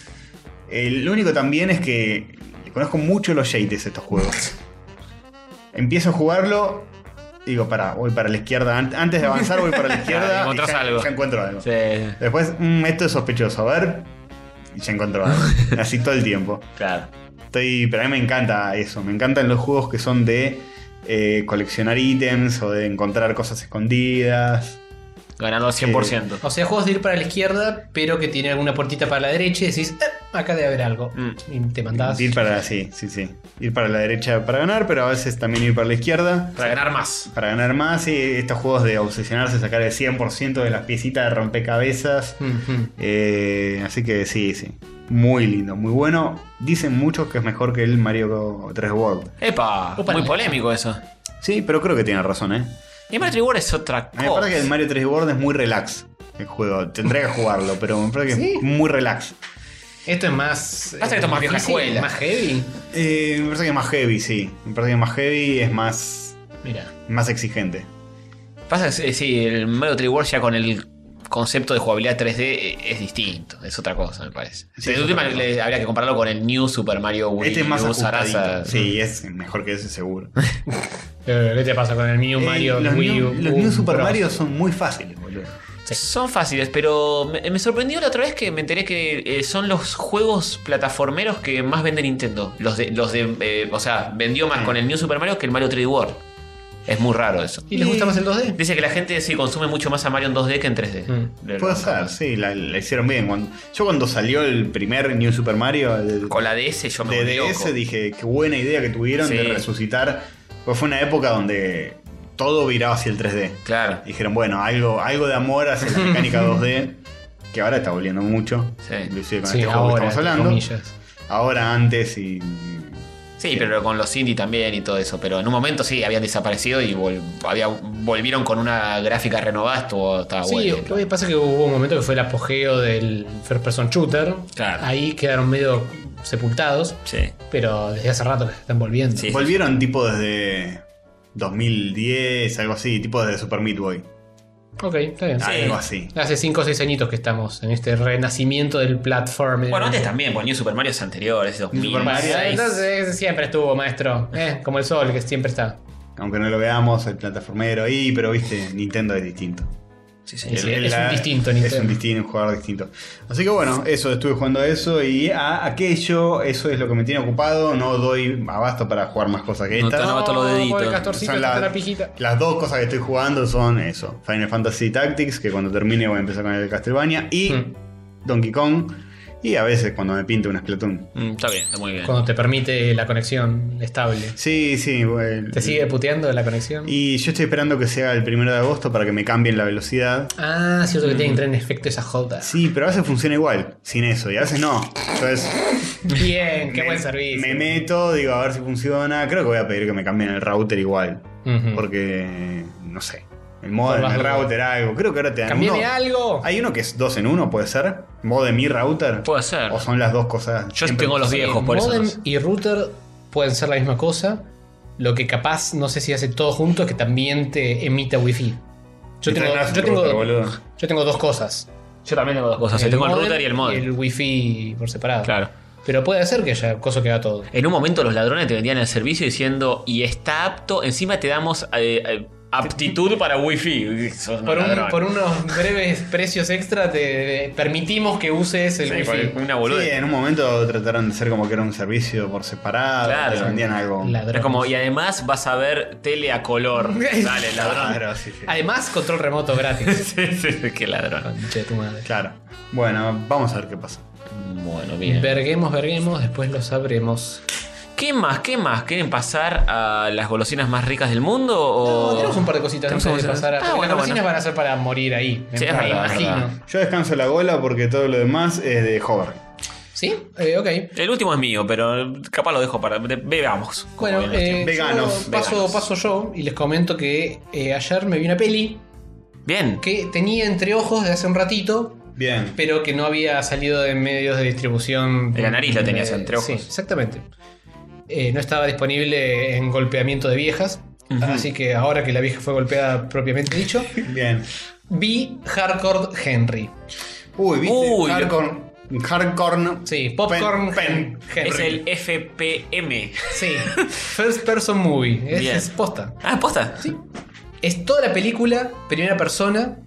Speaker 3: eh, lo único también es que le conozco mucho los shades a estos juegos. Empiezo a jugarlo Digo, para, voy para la izquierda. An- Antes de avanzar, voy para la izquierda.
Speaker 2: Ah, encontrás
Speaker 3: y ya,
Speaker 2: algo.
Speaker 3: ya encuentro algo.
Speaker 2: Sí,
Speaker 3: Después, "Mm, esto es sospechoso. A ver. Y ya encuentro algo. Así todo el tiempo.
Speaker 2: claro.
Speaker 3: Estoy, pero a mí me encanta eso. Me encantan los juegos que son de eh, coleccionar ítems o de encontrar cosas escondidas.
Speaker 2: Ganando 100%.
Speaker 4: O sea, juegos de ir para la izquierda, pero que tiene alguna puertita para la derecha y decís, "Eh, acá debe haber algo.
Speaker 2: Mm.
Speaker 4: Y te mandás.
Speaker 3: Ir para sí, sí, sí. Ir para la derecha para ganar, pero a veces también ir para la izquierda.
Speaker 2: Para ganar más.
Speaker 3: Para ganar más, y estos juegos de obsesionarse, sacar el 100% de las piecitas de rompecabezas.
Speaker 4: Mhm.
Speaker 3: Eh, así que sí, sí. Muy lindo, muy bueno. Dicen muchos que es mejor que el Mario 3 World.
Speaker 2: Epa,
Speaker 4: Opa,
Speaker 2: muy
Speaker 4: la-
Speaker 2: polémico eso.
Speaker 3: Sí, pero creo que tienen razón, ¿eh?
Speaker 2: Y Mario 3D World es otra
Speaker 3: Me parece que el
Speaker 2: cosa.
Speaker 3: Mario 3 World es muy relax. El juego, tendría que jugarlo, pero me parece que
Speaker 4: ¿Sí?
Speaker 3: es muy relax.
Speaker 4: Esto es más. eh,
Speaker 2: Pasa que esto es más vieja
Speaker 4: difícil,
Speaker 2: escuela.
Speaker 4: Más heavy.
Speaker 3: Eh, me parece que es más heavy, sí. Me parece que es más heavy es más,
Speaker 4: Mira.
Speaker 3: más exigente.
Speaker 2: Pasa que eh, sí, el Mario 3D World ya con el concepto de jugabilidad 3D eh, es distinto. Es otra cosa, me parece.
Speaker 3: Sí,
Speaker 2: de
Speaker 3: es
Speaker 2: última
Speaker 3: otra cosa.
Speaker 2: le- habría que compararlo con el New Super Mario Wii.
Speaker 3: este es más
Speaker 2: U,
Speaker 3: ajustadito.
Speaker 2: Sarasa.
Speaker 3: Sí, es mejor que ese seguro.
Speaker 4: Eh, ¿Qué te pasa con el New
Speaker 3: Eh,
Speaker 4: Mario?
Speaker 3: los
Speaker 4: Wii
Speaker 3: new,
Speaker 4: U, Uh.
Speaker 3: los new
Speaker 4: U
Speaker 3: Super
Speaker 4: Bros?
Speaker 3: Mario son muy fáciles, boludo.
Speaker 2: Son fáciles, pero me, me sorprendió la otra vez que me enteré que eh, son los juegos plataformeros que más vende Nintendo. Los de, los de eh, o sea, vendió más
Speaker 3: Sí.
Speaker 2: con el New Super Mario que el Mario 3D World. Es muy raro eso.
Speaker 4: ¿Y les gusta más el 2D?
Speaker 2: Dice que la gente sí consume mucho más a Mario en 2D que en 3D.
Speaker 4: Mm.
Speaker 2: De-
Speaker 3: Puede ser, sí, la, la hicieron bien. Cuando- yo cuando salió el primer New Super Mario el-
Speaker 2: Con la DS yo me
Speaker 3: de
Speaker 2: volví
Speaker 3: DS
Speaker 2: loco.
Speaker 3: dije, qué buena idea que tuvieron
Speaker 2: Sí.
Speaker 3: de resucitar. Pues fue una época donde todo viraba hacia el 3D.
Speaker 2: Claro.
Speaker 3: Dijeron, bueno, algo, algo de amor hacia la mecánica 2D, que ahora está volviendo mucho.
Speaker 2: Sí.
Speaker 3: Inclusive con
Speaker 4: Sí,
Speaker 3: este juego que
Speaker 4: ahora,
Speaker 3: estamos
Speaker 4: entre
Speaker 3: hablando.
Speaker 4: comillas.
Speaker 3: Ahora, antes y.
Speaker 2: Sí, pero con los indie también y todo eso. Pero en un momento sí, habían desaparecido y vol- había- volvieron con una gráfica renovada. Estuvo, estaba
Speaker 4: Sí,
Speaker 2: bueno.
Speaker 4: lo que pasa es que hubo un momento que fue el apogeo del first person shooter.
Speaker 2: Claro.
Speaker 4: Ahí quedaron medio sepultados,
Speaker 2: Sí.
Speaker 4: pero desde hace rato que se están volviendo.
Speaker 2: Sí.
Speaker 3: Volvieron tipo desde 2010, algo así, tipo desde Super Meat Boy.
Speaker 4: Ok, está bien.
Speaker 2: Ah,
Speaker 3: Algo así.
Speaker 4: Hace 5 o 6 añitos que estamos en este renacimiento del platform.
Speaker 2: Bueno, antes también, porque New Super Mario es anterior, es 2006.
Speaker 3: Super Mario,
Speaker 4: Entonces eh, siempre estuvo, maestro. Eh, como el sol, que siempre está.
Speaker 3: Aunque no lo veamos, el plataformero ahí, pero viste, Nintendo es distinto.
Speaker 2: Sí, sí.
Speaker 4: Es-
Speaker 3: El- el-
Speaker 4: es un distinto
Speaker 3: Es un
Speaker 4: Nintendo.
Speaker 3: distinto, un jugador distinto. Así que bueno, eso, estuve jugando a eso y a aquello, eso es lo que me tiene ocupado. No doy abasto para jugar más cosas que
Speaker 2: No,
Speaker 3: esta.
Speaker 2: no, no, todos los
Speaker 4: Oh,
Speaker 2: deditos.
Speaker 4: pobre castorcito,
Speaker 3: Son
Speaker 4: está
Speaker 3: las-
Speaker 4: la pijita.
Speaker 3: Las dos cosas que estoy jugando son eso: Final Fantasy Tactics, que cuando termine voy a empezar con el Castlevania, y
Speaker 4: Hmm.
Speaker 3: Donkey Kong, y a veces cuando me pinte una Splatoon.
Speaker 2: Mm, está bien, está muy bien.
Speaker 4: Cuando te permite la conexión estable.
Speaker 3: Sí, sí, bueno.
Speaker 4: ¿Te sigue puteando la conexión?
Speaker 3: Y yo estoy esperando que sea el primero de agosto para que me cambien la velocidad.
Speaker 4: Ah, cierto que tiene que entrar en efecto esa joda.
Speaker 3: Sí, pero a veces funciona igual, sin eso, y a veces no. Entonces,
Speaker 4: Bien, qué
Speaker 3: me-
Speaker 4: buen servicio.
Speaker 3: Me meto, digo, a ver si funciona. Creo que voy a pedir que me cambien el router igual.
Speaker 4: Ujú.
Speaker 3: Porque, no sé, el
Speaker 4: Por
Speaker 3: modem,
Speaker 4: las
Speaker 3: el
Speaker 4: dudas.
Speaker 3: router, algo. Creo que ahora te dan
Speaker 4: Cambiame
Speaker 3: uno-
Speaker 4: algo.
Speaker 3: Hay uno que es dos en uno, ¿puede ser? ¿Modem y router?
Speaker 2: Puede ser.
Speaker 3: ¿O son las dos cosas?
Speaker 2: Yo
Speaker 3: Siempre-
Speaker 2: tengo los viejos, por eso.
Speaker 4: Modem
Speaker 2: no sé.
Speaker 4: y router pueden ser la misma cosa. Lo que capaz, no sé si hace todo junto, es que también te emita wifi. Yo
Speaker 3: Mientras
Speaker 4: tengo,
Speaker 3: no hagas
Speaker 4: yo,
Speaker 3: el
Speaker 4: tengo,
Speaker 3: router, boludo.
Speaker 4: yo tengo dos cosas.
Speaker 2: Yo también tengo dos cosas. yo tengo el
Speaker 4: modem
Speaker 2: router y el modem.
Speaker 4: Y el wifi por separado.
Speaker 2: Claro.
Speaker 4: Pero puede ser que haya cosa que haga todo.
Speaker 2: En un momento los ladrones te vendían el servicio diciendo, y está apto, encima te damos eh, eh, aptitud para wifi. Sos un
Speaker 4: Por, un-
Speaker 2: ladrón.
Speaker 4: por unos breves precios extra te permitimos que uses el
Speaker 2: Sí,
Speaker 4: wifi.
Speaker 2: por una
Speaker 3: Sí,
Speaker 2: boludez.
Speaker 3: en un momento trataron de ser como que era un servicio por separado.
Speaker 2: Claro.
Speaker 3: te vendían algo.
Speaker 4: Ladrones.
Speaker 2: Es como, y además vas a ver tele a color. Dale, ladrón.
Speaker 3: Claro, sí, sí.
Speaker 4: Además, control remoto gratis.
Speaker 2: sí, sí, sí, qué ladrón.
Speaker 4: Concha de tu madre.
Speaker 3: Claro. Bueno, vamos a ver qué pasa.
Speaker 2: Bueno, bien.
Speaker 4: Verguemos, verguemos, después lo sabremos.
Speaker 2: ¿Qué más? ¿Qué más? ¿Quieren pasar a las golosinas más ricas del mundo?
Speaker 4: No,
Speaker 2: O...
Speaker 4: tenemos un par de cositas
Speaker 2: Oh. Tenemos
Speaker 4: antes de
Speaker 2: cosas.
Speaker 4: pasar a.
Speaker 2: Ah,
Speaker 4: porque
Speaker 2: bueno,
Speaker 4: las
Speaker 2: bueno.
Speaker 4: vecinas van a ser para morir ahí.
Speaker 2: Sí,
Speaker 4: me
Speaker 2: es verdad, es
Speaker 4: imagino.
Speaker 2: verdad.
Speaker 3: Yo descanso la gola porque todo lo demás es de hover.
Speaker 4: ¿Sí? Eh, ok.
Speaker 2: El último es mío, pero capaz lo dejo para. de- Veamos. como
Speaker 4: Bueno,
Speaker 2: bien.
Speaker 4: eh, yo
Speaker 3: Veganos,
Speaker 4: paso,
Speaker 2: veganos.
Speaker 4: paso yo y les comento que eh, ayer me vi una peli
Speaker 2: bien.
Speaker 4: que tenía entre ojos de hace un ratito,
Speaker 3: Bien.
Speaker 4: pero que no había salido de medios de distribución.
Speaker 2: En la nariz la tenías
Speaker 4: Eh,
Speaker 2: entre ojos.
Speaker 4: Sí, exactamente. Eh, no estaba disponible en golpeamiento de viejas, así que ahora que la vieja fue golpeada propiamente dicho,
Speaker 3: Bien.
Speaker 4: vi Hardcore Henry.
Speaker 3: Uy, ¿viste?
Speaker 2: Uy.
Speaker 3: Hardcore. Hardcore.
Speaker 4: Sí, Popcorn
Speaker 3: Pen-
Speaker 4: Henry.
Speaker 2: Es el FPM.
Speaker 4: Sí, First Person Movie. Es,
Speaker 2: Bien.
Speaker 4: es posta.
Speaker 2: Ah, posta.
Speaker 4: Sí. Es toda la película, primera persona,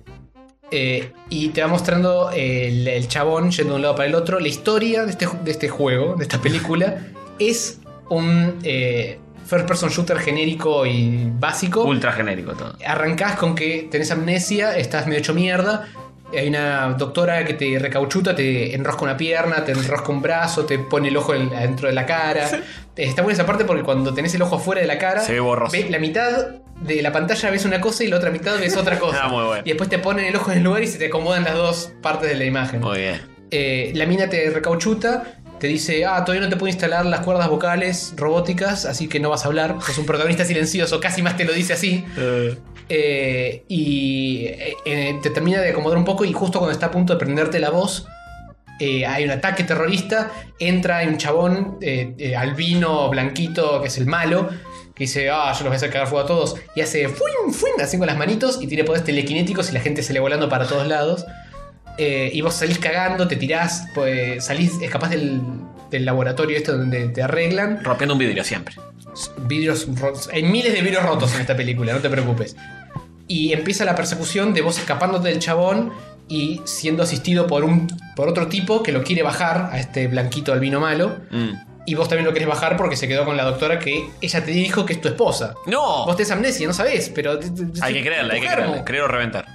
Speaker 4: eh, y te va mostrando eh, el, el chabón yendo de un lado para el otro. La historia de este, ju- de este juego, de esta película, es un eh, first person shooter genérico y básico.
Speaker 2: Ultra genérico todo.
Speaker 4: Arrancás con que tenés amnesia, estás medio hecho mierda. Hay una doctora que te recauchuta, te enrosca una pierna, te enrosca un brazo, te pone el ojo en- adentro de la cara. Está buena esa parte porque cuando tenés el ojo afuera de la cara,
Speaker 2: Se ve borroso.
Speaker 4: ves la mitad de la pantalla ves una cosa y la otra mitad ves otra cosa.
Speaker 2: Ah, muy bueno.
Speaker 4: Y después te ponen el ojo en el lugar y se te acomodan las dos partes de la imagen.
Speaker 2: Muy bien.
Speaker 4: Eh, la mina te recauchuta, te dice, ah, todavía no te puedo instalar las cuerdas vocales robóticas, así que no vas a hablar. Sos un protagonista silencioso, casi más te lo dice así. Eh, y eh, eh, te termina de acomodar un poco y justo cuando está a punto de prenderte la voz, eh, hay un ataque terrorista, entra un chabón eh, eh, albino, blanquito, que es el malo, que dice, ah, yo los voy a hacer cagar fuego a todos, y hace, fuin, fuin, así con las manitos, y tiene poderes telequinéticos y la gente se le volando para todos lados. Eh, y vos salís cagando, te tirás, pues, salís, escapás del, del laboratorio este donde te arreglan.
Speaker 2: Rompiendo un vidrio siempre.
Speaker 4: Vidrios rotos. Hay miles de vidrios rotos en esta película, no te preocupes. Y empieza la persecución de vos escapándote del chabón y siendo asistido por un por otro tipo que lo quiere bajar a este blanquito albino malo.
Speaker 2: Mm.
Speaker 4: Y vos también lo querés bajar porque se quedó con la doctora que ella te dijo que es tu esposa.
Speaker 2: ¡No!
Speaker 4: Vos tenés amnesia, no sabés, pero.
Speaker 2: Hay que creerla, hay que
Speaker 4: Germo.
Speaker 2: creerla. Creer o reventar.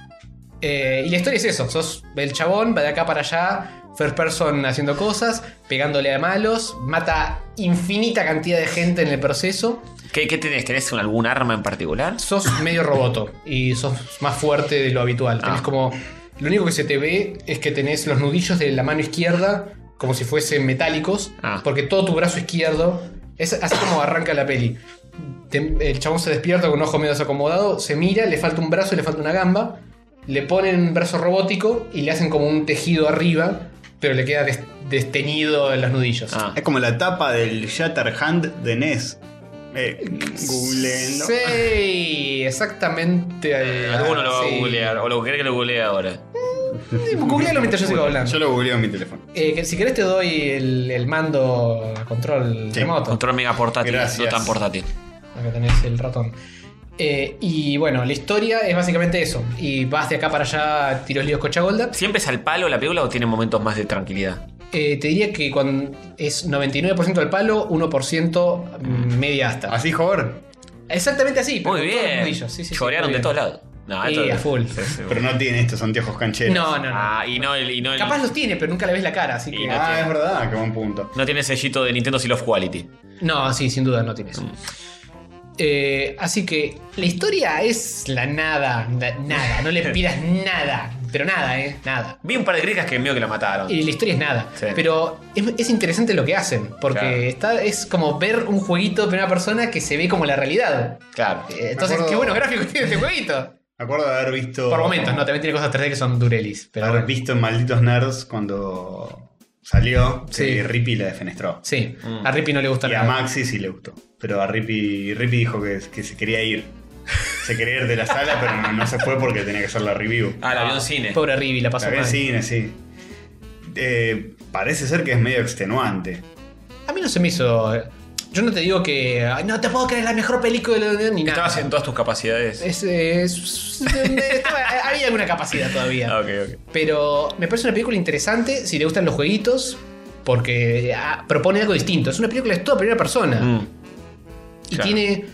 Speaker 4: Eh, y la historia es eso: sos el chabón, va de acá para allá, first person haciendo cosas, pegándole a malos, mata infinita cantidad de gente en el proceso.
Speaker 2: ¿Qué, qué tenés? ¿Tenés un- algún arma en particular?
Speaker 4: Sos medio roboto y sos más fuerte de lo habitual. Tenés
Speaker 2: Ah.
Speaker 4: como. Lo único que se te ve es que tenés los nudillos de la mano izquierda como si fuesen metálicos,
Speaker 2: Ah.
Speaker 4: porque todo tu brazo izquierdo. Es así como arranca la peli. Te- el chabón se despierta con un ojo medio desacomodado, se mira, le falta un brazo y le falta una gamba. Le ponen un brazo robótico y le hacen como un tejido arriba, pero le queda des- desteñido en los nudillos.
Speaker 2: Ah.
Speaker 3: Es como la tapa del Shatterhand de NES. Eh, googleenlo.
Speaker 4: Sí, exactamente.
Speaker 2: Eh, Alguno lo va a
Speaker 4: Sí.
Speaker 2: googlear, o lo que cree que lo googlee ahora.
Speaker 4: Googlealo mientras yo sigo hablando.
Speaker 3: Yo lo googleo en mi teléfono.
Speaker 4: Eh, que si querés te doy el, el mando a control
Speaker 3: Sí,
Speaker 4: remoto.
Speaker 2: Control mega portátil,
Speaker 3: Gracias.
Speaker 2: no tan portátil.
Speaker 4: Acá tenés el ratón. Eh, y bueno, la historia es básicamente eso. Y vas de acá para allá, tiros líos cochagolda.
Speaker 2: ¿Siempre es al palo la película o tiene momentos más de tranquilidad?
Speaker 4: Eh, te diría que cuando es 99% al palo, 1% mm, media hasta.
Speaker 3: ¿Así, joder?
Speaker 4: Exactamente así. pero
Speaker 2: Muy
Speaker 4: con todos los
Speaker 2: bien.
Speaker 4: nudillos. Sí, sí, sí,
Speaker 2: Chorearon
Speaker 4: muy
Speaker 2: de
Speaker 4: bien.
Speaker 2: todos lados. No,
Speaker 4: Sí,
Speaker 2: esto-
Speaker 4: a full.
Speaker 2: Sí, sí.
Speaker 3: Pero no tiene estos anteojos cancheros.
Speaker 4: No, no, no.
Speaker 2: Ah, y no el. Y no el-
Speaker 4: Capaz los tiene, pero nunca le ves la cara, así
Speaker 2: Y
Speaker 4: que.
Speaker 2: no
Speaker 3: Ah, es verdad, qué buen punto.
Speaker 2: No tiene sellito de Nintendo Seal of Quality.
Speaker 4: No, sí, sin duda no tienes. Eh, así que la historia es la nada, na- nada, no le pidas nada, pero nada, ¿eh? Nada.
Speaker 2: Vi un par de críticas que medio que la mataron.
Speaker 4: Y la historia es nada,
Speaker 2: Sí.
Speaker 4: pero es, es interesante lo que hacen, porque
Speaker 2: Claro.
Speaker 4: está, es como ver un jueguito de primera persona que se ve como la realidad.
Speaker 2: Claro.
Speaker 4: Eh, Entonces,
Speaker 3: acuerdo-
Speaker 4: qué buenos gráficos tiene este jueguito.
Speaker 3: Me acuerdo de haber visto.
Speaker 4: Por momentos, no, también tiene cosas 3D que son durelis, pero
Speaker 3: haber
Speaker 4: bueno.
Speaker 3: visto en Malditos Nerds cuando salió.
Speaker 4: Sí.
Speaker 3: Sí. Rippy la defenestró.
Speaker 4: Sí, a Rippy no le gusta
Speaker 3: Y a
Speaker 4: nada.
Speaker 3: Maxi sí le gustó. Pero a Rippy, Rippy dijo que, que se quería ir. Se quería ir de la sala, pero no, no se fue porque tenía que hacer la review.
Speaker 2: Ah, la vio en cine.
Speaker 4: Pobre Rippy, la pasó
Speaker 3: Está bien, cine,
Speaker 4: mal.
Speaker 3: sí. Eh, parece ser que es medio extenuante.
Speaker 4: A mí no se me hizo. Yo no te digo que. "Ay, No te puedo creer la mejor película de la ni nada.
Speaker 2: Estabas en todas tus capacidades.
Speaker 4: Es- es- estaba- había alguna capacidad
Speaker 2: Ah,
Speaker 4: todavía.
Speaker 2: ok, ok.
Speaker 4: Pero me parece una película interesante si le gustan los jueguitos, porque ah, propone algo distinto. Es una película de toda primera persona.
Speaker 2: Mm.
Speaker 4: y
Speaker 2: claro.
Speaker 4: tiene,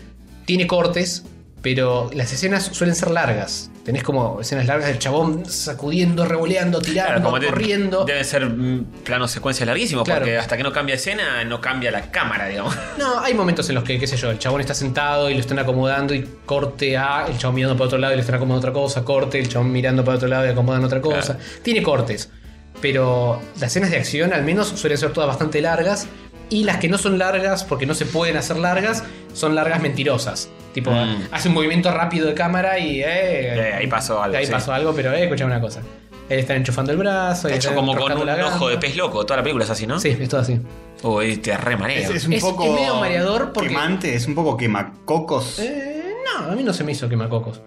Speaker 4: tiene cortes, pero las escenas suelen ser largas. Tenés como escenas largas del chabón sacudiendo, revoleando, tirando,
Speaker 2: Claro, como de-
Speaker 4: corriendo.
Speaker 2: Deben ser mm, planos secuencias larguísimos,
Speaker 4: Claro.
Speaker 2: porque hasta que no cambia escena, no cambia la cámara, digamos.
Speaker 4: No, hay momentos en los que, qué sé yo, el chabón está sentado y lo están acomodando y corte a el chabón mirando para otro lado y le están acomodando otra cosa, corte, el chabón mirando para otro lado y acomodan otra cosa. Tiene cortes, pero las escenas de acción al menos suelen ser todas bastante largas y las que no son largas, porque no se pueden hacer largas, son largas mentirosas. Tipo,
Speaker 2: Mm.
Speaker 4: hace un movimiento rápido de cámara y... Eh,
Speaker 2: Eh, ahí pasó algo,
Speaker 4: Ahí
Speaker 2: sí.
Speaker 4: pasó algo, pero eh, escuchá una cosa. Él está enchufando el brazo.
Speaker 2: De
Speaker 4: y
Speaker 2: hecho,
Speaker 4: está
Speaker 2: como con
Speaker 4: enroscando
Speaker 2: un
Speaker 4: la
Speaker 2: ojo de
Speaker 4: gamba.
Speaker 2: pez loco, toda la película es así, ¿no?
Speaker 4: Sí, es todo así.
Speaker 2: Uy, te re marea.
Speaker 3: Es, es un
Speaker 4: Es-
Speaker 3: poco.
Speaker 4: es medio mareador porque-
Speaker 3: Quemante, es un poco quemacocos.
Speaker 4: Eh, no, a mí no se me hizo quemacocos.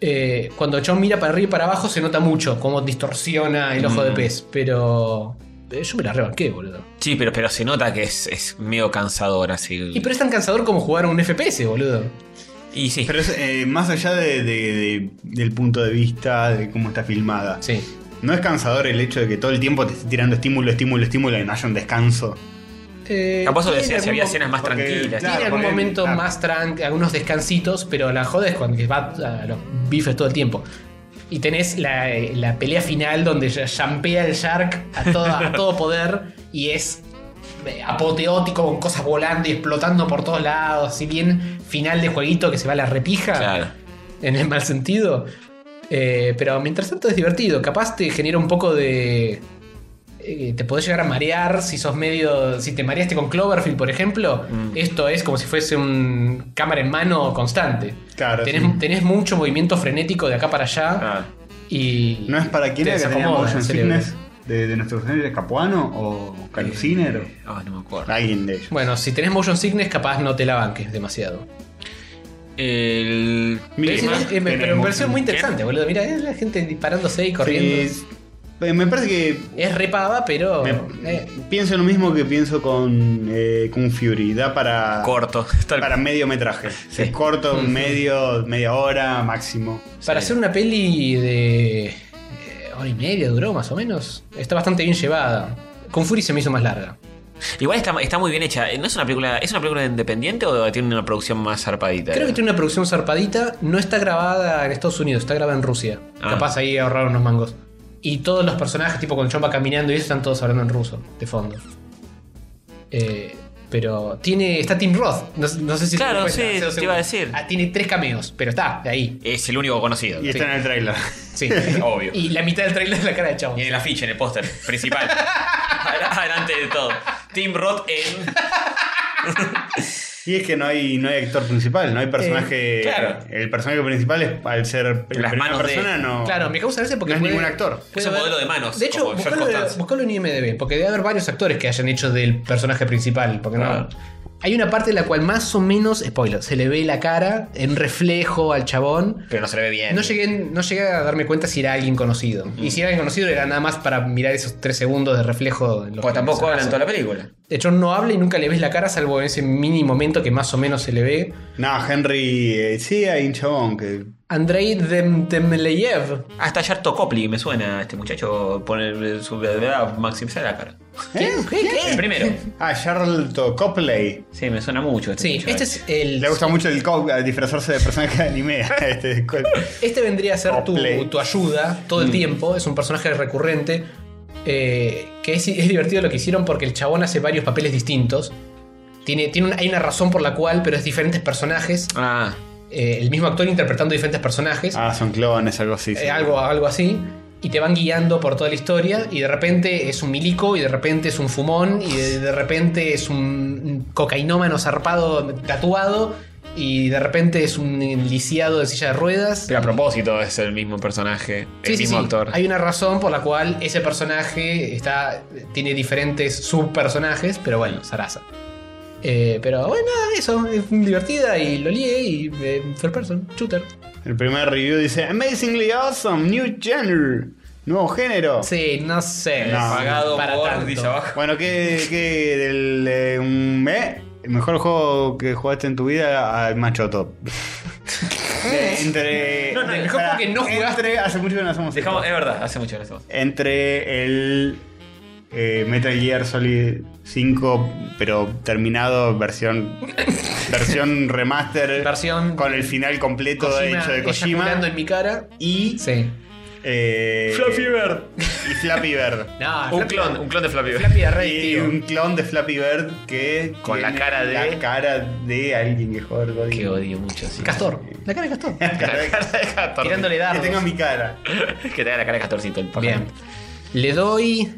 Speaker 4: Eh, cuando John mira para arriba y para abajo se nota mucho cómo distorsiona el ojo de pez, pero eh, yo me la rebanqué, boludo.
Speaker 2: Sí, pero, pero se nota que es, es medio cansador así.
Speaker 4: Y pero es tan cansador como jugar un FPS, boludo.
Speaker 2: Y sí.
Speaker 3: Pero es eh, más allá de, de- de- del punto de vista, de cómo está filmada.
Speaker 4: Sí.
Speaker 3: ¿No es cansador el hecho de que todo el tiempo te esté tirando estímulo, estímulo, estímulo y no haya un descanso?
Speaker 4: Eh,
Speaker 2: Capaz lo
Speaker 4: tiene
Speaker 2: decía si
Speaker 4: algún
Speaker 2: había
Speaker 4: mo-
Speaker 2: escenas más
Speaker 3: porque-
Speaker 2: tranquilas.
Speaker 3: Claro,
Speaker 4: Tiene algún
Speaker 3: porque-
Speaker 4: momento
Speaker 3: claro.
Speaker 4: más tranqui, algunos descansitos, pero la joda es cuando que va a los bifes todo el tiempo. Y tenés la, eh, la pelea final donde ya champea el Shark a todo, a todo poder y es eh, apoteótico con cosas volando y explotando por todos lados. Si bien final de jueguito que se va a la repija
Speaker 2: Claro.
Speaker 4: en el mal sentido. Eh, pero mientras tanto es divertido. Capaz te genera un poco de. eh, te podés llegar a marear si sos medio. Si te mareaste con Cloverfield, por ejemplo,
Speaker 3: Mm.
Speaker 4: esto es como si fuese un cámara en mano constante.
Speaker 3: Claro,
Speaker 4: Tenés,
Speaker 3: sí.
Speaker 4: tenés mucho movimiento frenético de acá para allá.
Speaker 2: Ah.
Speaker 4: Y.
Speaker 3: ¿No es para quién
Speaker 4: te
Speaker 3: era que tenía
Speaker 4: desacomoda
Speaker 3: motion
Speaker 4: el cerebro.
Speaker 3: sickness de, de nuestros señores Capuano o Caluciner o
Speaker 2: Ah, no me acuerdo.
Speaker 3: alguien de ellos?
Speaker 4: Bueno, si tenés motion sickness, capaz no te la banques demasiado.
Speaker 2: El.
Speaker 4: Pero, es-
Speaker 3: Mira,
Speaker 4: es- eh, me- pero me
Speaker 3: tenemos-
Speaker 4: pareció muy interesante, boludo. Mira, es la gente disparándose y corriendo.
Speaker 3: Sí, es- eh, me parece que
Speaker 4: Es repava, pero.
Speaker 3: me-
Speaker 4: eh,
Speaker 3: pienso lo mismo que pienso con eh, Kung Fury. Da para
Speaker 2: Corto. Tal-
Speaker 3: para medio metraje. Es corto, medio, media hora máximo.
Speaker 4: Para
Speaker 2: Sí.
Speaker 4: hacer una peli de eh, hora y media duró más o menos. Está bastante bien llevada. Con Fury se me hizo más larga.
Speaker 2: Igual está, está muy bien hecha. Eh, ¿No es una película, es una película independiente o tiene una producción más zarpadita?
Speaker 4: Creo que tiene una producción zarpadita. No está grabada en Estados Unidos, está grabada en Rusia.
Speaker 2: Ah.
Speaker 4: Capaz ahí ahorraron unos mangos. Y todos los personajes, tipo con Chompa caminando y eso, están todos hablando en ruso, de fondo. Eh, pero tiene. Está Tim Roth. No, no sé si te
Speaker 2: Claro,
Speaker 4: das cuenta,
Speaker 2: sí,
Speaker 4: cero
Speaker 2: te iba a decir.
Speaker 4: segundos. Ah, tiene tres cameos, pero está, ahí.
Speaker 2: Es el único conocido.
Speaker 3: Y
Speaker 2: Y
Speaker 3: está en el trailer.
Speaker 4: Sí.
Speaker 2: Obvio.
Speaker 4: Y la mitad del trailer es la cara de Chavo.
Speaker 2: en el afiche, en el póster principal. Adela- Adelante de todo. Tim Roth en.
Speaker 3: Y es que no hay, no hay actor principal, no hay personaje.
Speaker 2: Eh, claro.
Speaker 3: El personaje principal es al ser
Speaker 2: Las
Speaker 3: primera
Speaker 2: manos de-
Speaker 3: persona, no.
Speaker 4: Claro, me causa gracia porque.
Speaker 3: No es
Speaker 4: puede-
Speaker 3: ningún actor.
Speaker 4: puede
Speaker 2: Es un
Speaker 4: haber-
Speaker 2: modelo de manos,
Speaker 4: De hecho,
Speaker 2: como George
Speaker 4: buscalo,
Speaker 2: Costanza.
Speaker 4: buscalo en IMDb, porque debe haber varios actores que hayan hecho del personaje principal. Porque
Speaker 2: Claro.
Speaker 4: no. Hay una parte en la cual, más o menos, spoiler, se le ve la cara en reflejo al chabón.
Speaker 2: Pero no se le ve bien. Mm.
Speaker 4: No llegué, no llegué a darme cuenta si era alguien conocido. Y si era alguien conocido, era nada más para mirar esos tres segundos de reflejo. en los
Speaker 2: Pues
Speaker 4: que se
Speaker 2: tampoco hablan
Speaker 4: hacen.
Speaker 2: toda la película.
Speaker 4: De hecho, no habla y nunca le ves la cara, salvo en ese mini momento que más o menos se le ve.
Speaker 3: No, Henry. eh, sí, hay un chabón que.
Speaker 4: Andrei Dem- Demeleyev,
Speaker 2: Hasta Yarto Copley me suena este muchacho poner su verdad maximizar la cara.
Speaker 3: ¿Eh?
Speaker 2: El primero.
Speaker 3: Ah, Charlton Copley.
Speaker 2: Sí, me suena mucho. Este
Speaker 4: Sí,
Speaker 2: muchacho.
Speaker 4: este es el.
Speaker 3: Le gusta mucho el cop al disfrazarse de personaje de anime. este, co-
Speaker 4: Este vendría a ser tu,
Speaker 3: Cosplay.
Speaker 4: tu ayuda todo
Speaker 3: Mm.
Speaker 4: el tiempo. Es un personaje recurrente. eh, que es, es divertido lo que hicieron porque el chabón hace varios papeles distintos. Tiene, tiene una- hay una razón por la cual, pero es diferentes personajes.
Speaker 2: Ah,
Speaker 4: eh, el mismo actor interpretando diferentes personajes.
Speaker 3: ah, son clones, algo así. sí.
Speaker 4: eh, algo, algo así. Y te van guiando por toda la historia. Y de repente es un milico. Y de repente es un fumón. Y de, de repente es un cocainómano zarpado tatuado. Y de repente es un lisiado de silla de ruedas.
Speaker 2: pero a propósito es el mismo personaje, el
Speaker 4: Sí, sí,
Speaker 2: mismo
Speaker 4: sí.
Speaker 2: actor.
Speaker 4: Hay una razón por la cual ese personaje está, tiene diferentes subpersonajes, pero bueno, Sarasa. Eh, pero bueno, nada, eso, es divertida y lo lié y eh, third person, shooter.
Speaker 3: El primer review dice: Amazingly awesome, new genre. Nuevo género.
Speaker 4: Sí, no sé.
Speaker 3: No.
Speaker 2: Pagado
Speaker 4: para
Speaker 2: por
Speaker 4: tanto.
Speaker 2: dice abajo.
Speaker 3: Bueno, ¿qué, qué del eh, un- eh, el mejor juego que jugaste en tu vida al macho top? De- entre.
Speaker 2: No, no, el
Speaker 4: mejor
Speaker 3: pará,
Speaker 4: juego que no jugaste.
Speaker 3: entre- hace mucho que no hacemos
Speaker 2: Dejamos,
Speaker 3: esto.
Speaker 2: es verdad, hace mucho que no hacemos.
Speaker 3: Entre el eh, Metal Gear Solid 5, pero terminado, versión. versión remaster.
Speaker 4: Versión-
Speaker 3: Con el final completo
Speaker 4: Kojima
Speaker 3: hecho de Kojima.
Speaker 4: eyaculando en mi cara.
Speaker 3: Y.
Speaker 4: Sí.
Speaker 3: eh,
Speaker 2: Bird.
Speaker 3: Y Flappy Bird.
Speaker 4: No,
Speaker 2: Un
Speaker 4: Flappy-
Speaker 2: clon, un clon de Flappy Bird.
Speaker 4: Flappy de Rey,
Speaker 3: Y
Speaker 4: tío.
Speaker 3: un clon de Flappy Bird que.
Speaker 2: Con la
Speaker 3: tiene
Speaker 2: cara de-
Speaker 3: La cara de alguien que juega al código.
Speaker 2: Que odio mucho, sí.
Speaker 4: Castor. La cara de Castor.
Speaker 3: Cara de-
Speaker 4: Tirándole
Speaker 3: Que
Speaker 4: dardos.
Speaker 3: tenga mi cara.
Speaker 2: que te haga la cara de Castorcito el pájaro.
Speaker 4: Bien. Le doy.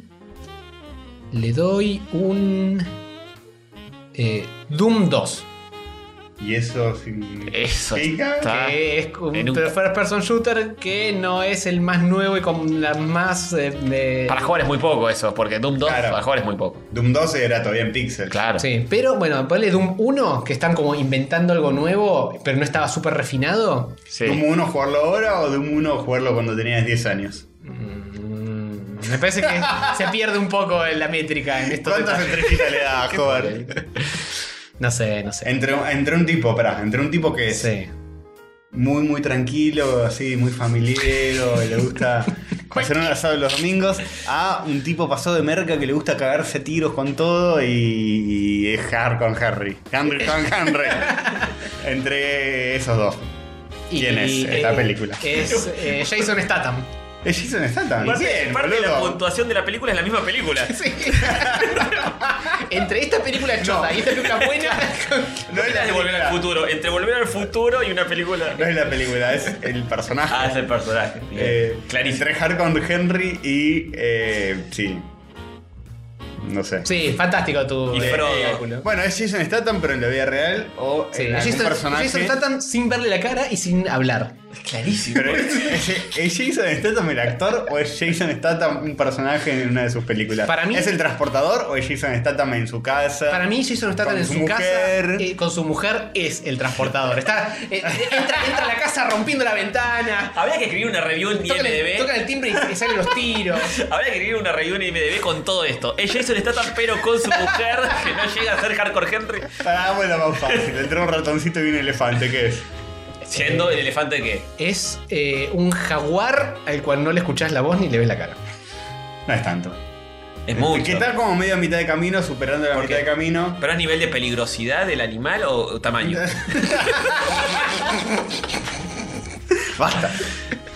Speaker 4: Le doy un. eh, Doom 2.
Speaker 3: Y eso significa.
Speaker 2: Eso
Speaker 3: Está...
Speaker 2: está- Ah,
Speaker 4: que es un
Speaker 2: en un-
Speaker 4: first person shooter que no es el más nuevo y con la más. eh, eh,
Speaker 2: Para jugar es muy poco eso, porque Doom 2
Speaker 3: Claro.
Speaker 2: para jugar es muy poco.
Speaker 3: Doom 2 era todavía en Pixel.
Speaker 2: Claro.
Speaker 4: Sí, pero bueno, ponle Doom 1, que están como inventando algo nuevo, pero no estaba súper refinado.
Speaker 2: Sí.
Speaker 3: ¿Doom 1 jugarlo ahora o Doom 1 jugarlo cuando tenías 10 años?
Speaker 4: Mm, me parece que se pierde un poco la métrica en esto.
Speaker 3: ¿Cuántas entrevistas le da a joder?
Speaker 4: No sé, no sé.
Speaker 3: Entre, entre un tipo, pará, entre un tipo que es
Speaker 4: Sí.
Speaker 3: muy, muy tranquilo, así, muy familiero, y le gusta hacer un asado los domingos, a un tipo pasado de merca que le gusta cagarse a tiros con todo y, y es Har con Harry. Henry con Henry. Entre esos dos. ¿Quién es en la
Speaker 4: eh,
Speaker 3: película?
Speaker 4: Es eh, Jason Statham.
Speaker 3: Es Jason Statham.
Speaker 2: Aparte,
Speaker 3: Bien,
Speaker 2: aparte la
Speaker 3: boludo.
Speaker 2: puntuación de la película es la misma película.
Speaker 4: Sí. Entre esta película chota y esta película buena.
Speaker 3: No es la
Speaker 2: de Volver al
Speaker 3: película.
Speaker 2: Futuro. Entre Volver al Futuro y una película.
Speaker 3: No es la película, es el personaje.
Speaker 2: Ah, es el personaje.
Speaker 3: Eh,
Speaker 2: Clarísimo.
Speaker 3: Entre Hard con Henry y. eh, sí. No sé.
Speaker 4: Sí, fantástico tu
Speaker 2: Y
Speaker 4: eh,
Speaker 2: Frodo.
Speaker 4: vehículo.
Speaker 3: Bueno, es Jason Statham, pero en la vida real o
Speaker 4: Sí,
Speaker 3: en algún
Speaker 4: Jason,
Speaker 3: personaje.
Speaker 4: Jason Statham sin verle la cara y sin hablar.
Speaker 2: Clarísimo.
Speaker 3: Pero es, es- ¿es Jason Statham el actor o es Jason Statham un personaje en una de sus películas?
Speaker 4: Para mí-
Speaker 3: ¿Es el transportador o es Jason Statham en su casa?
Speaker 4: Para mí, Jason Statham
Speaker 3: Con
Speaker 4: en
Speaker 3: su
Speaker 4: su
Speaker 3: mujer.
Speaker 4: casa eh, con su mujer es el transportador. Está, eh, entra, entra a la casa rompiendo la ventana.
Speaker 2: Habría que escribir una review en
Speaker 4: Tocan el,
Speaker 2: IMDb.
Speaker 4: tocan el timbre y, y salen los tiros.
Speaker 2: Habría que escribir una review en IMDb con todo esto. Es Jason Statham, pero con su mujer, que no llega a ser Hardcore Henry.
Speaker 3: Para bueno, más fácil. Entró un ratoncito y un elefante, ¿qué es?
Speaker 2: Siendo el elefante que.
Speaker 4: Es eh, un jaguar al cual no le escuchás la voz ni le ves la cara.
Speaker 3: No es tanto.
Speaker 2: Es mucho.
Speaker 3: Que está como medio a mitad de camino, superando la
Speaker 2: ¿Por
Speaker 3: mitad
Speaker 2: qué?
Speaker 3: de camino.
Speaker 2: ¿Pero es nivel de peligrosidad del animal o tamaño?
Speaker 3: Basta.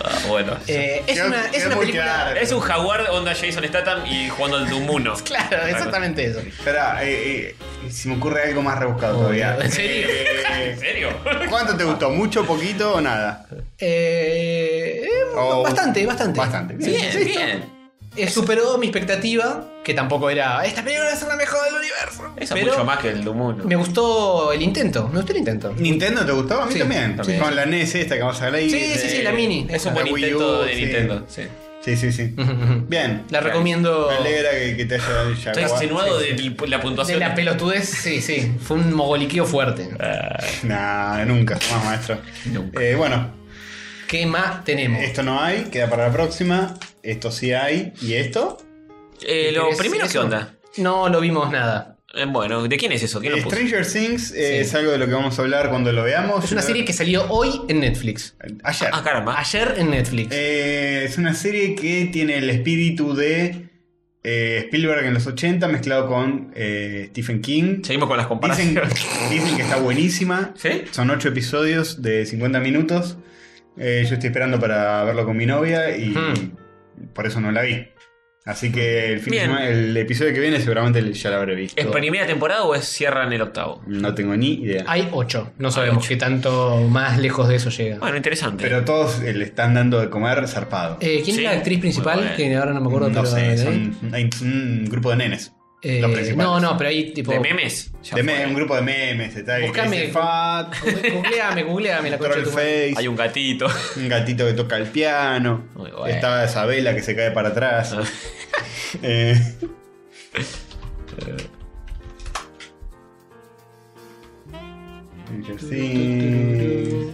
Speaker 2: Ah, bueno.
Speaker 4: Eh, es
Speaker 3: Creo-
Speaker 4: una, es
Speaker 3: creo
Speaker 4: una
Speaker 3: muy
Speaker 4: película.
Speaker 3: claro.
Speaker 2: Es un jaguar onda Jason Statham y jugando al Doom 1.
Speaker 4: Claro, exactamente eso.
Speaker 3: Espera, eh, eh, si me ocurre algo más rebuscado todavía.
Speaker 4: ¿en serio?
Speaker 2: ¿En
Speaker 3: Eh,
Speaker 2: serio?
Speaker 3: ¿Cuánto te gustó? ¿Mucho, poquito o nada?
Speaker 4: Eh, eh,
Speaker 3: O-
Speaker 4: bastante, bastante.
Speaker 3: Oh, Bastante. Bien.
Speaker 2: Bien, bien.
Speaker 4: Eh, superó mi expectativa, que tampoco era. Esta película es la mejor del universo.
Speaker 2: Eso es
Speaker 4: Pero
Speaker 2: mucho más que el Doom 1.
Speaker 4: Me gustó el intento. Me gustó el intento.
Speaker 3: ¿Nintendo te gustó? A mí
Speaker 4: Sí,
Speaker 3: también.
Speaker 4: también.
Speaker 3: Con la NES esta que vamos a hablar ahí.
Speaker 4: Sí,
Speaker 3: de-
Speaker 4: sí, sí, la mini.
Speaker 2: Es un
Speaker 3: La
Speaker 2: buen
Speaker 3: Wii
Speaker 2: intento
Speaker 3: U,
Speaker 2: de
Speaker 3: sí.
Speaker 2: Nintendo. Sí.
Speaker 3: Sí, sí, sí. Bien.
Speaker 4: La recomiendo.
Speaker 3: Me alegra que, que te haya
Speaker 2: Estoy
Speaker 3: ya-
Speaker 2: extenuado de la
Speaker 4: De
Speaker 2: puntuación.
Speaker 4: la pelotudez, sí, sí. Fue un mogoliqueo fuerte.
Speaker 3: Ah. Nah, nunca, más maestro.
Speaker 2: Nunca.
Speaker 3: Eh, bueno,
Speaker 4: ¿Qué más tenemos?
Speaker 3: esto no hay, queda para la próxima. Esto sí hay. ¿Y esto?
Speaker 2: Eh, lo
Speaker 4: ¿Es
Speaker 2: primero, ¿qué
Speaker 4: eso?
Speaker 2: onda?
Speaker 4: No lo vimos nada.
Speaker 2: Eh, bueno, ¿de quién es eso? ¿Quién
Speaker 3: Eh,
Speaker 2: lo puso?
Speaker 3: Stranger Things eh,
Speaker 4: Sí.
Speaker 3: es algo de lo que vamos a hablar cuando lo veamos. Eh,
Speaker 4: Es una serie que salió hoy en Netflix.
Speaker 3: Ayer.
Speaker 2: Ah, caramba.
Speaker 4: Ayer en Netflix.
Speaker 3: Eh, es una serie que tiene el espíritu de eh, Spielberg en los 80 mezclado con eh, Stephen King.
Speaker 2: Seguimos con las
Speaker 3: Dicen,
Speaker 2: comparaciones.
Speaker 3: dicen que está buenísima.
Speaker 2: ¿Sí?
Speaker 3: Son ocho episodios de 50 minutos. Eh, yo estoy esperando para verlo con mi novia y por eso no la vi. Así que el, fin de
Speaker 2: Bien.
Speaker 3: semana- el episodio que viene seguramente ya la habré visto.
Speaker 2: ¿Es primera temporada o es cierran el octavo?
Speaker 3: No tengo ni idea.
Speaker 4: Hay ocho. No sabemos qué tanto más lejos de eso llega.
Speaker 2: Bueno, interesante.
Speaker 3: Pero todos eh, le están dando de comer zarpado. Mm,
Speaker 4: Eh, ¿Quién
Speaker 2: Sí.
Speaker 4: es la actriz
Speaker 2: Muy
Speaker 4: principal?
Speaker 2: buena.
Speaker 4: Que ahora no me acuerdo.
Speaker 3: no
Speaker 4: pero-
Speaker 3: sé,
Speaker 4: ¿eh?
Speaker 3: son- hay un grupo de nenes.
Speaker 4: Eh,
Speaker 3: los principales.
Speaker 4: no, no, pero ahí tipo.
Speaker 2: ¿De memes? Ya
Speaker 3: De
Speaker 2: fue.
Speaker 3: me- un grupo de memes, está ahí,
Speaker 4: Buscame.
Speaker 3: Crazy Fat,
Speaker 4: Googleame, googleame la concha de
Speaker 3: Troll
Speaker 4: tu madre.
Speaker 3: Face,
Speaker 2: Hay un gatito.
Speaker 3: un gatito que toca el piano.
Speaker 2: Muy bueno.
Speaker 3: Estaba esa vela que se cae para atrás.
Speaker 4: Ah.
Speaker 3: Eh, sí.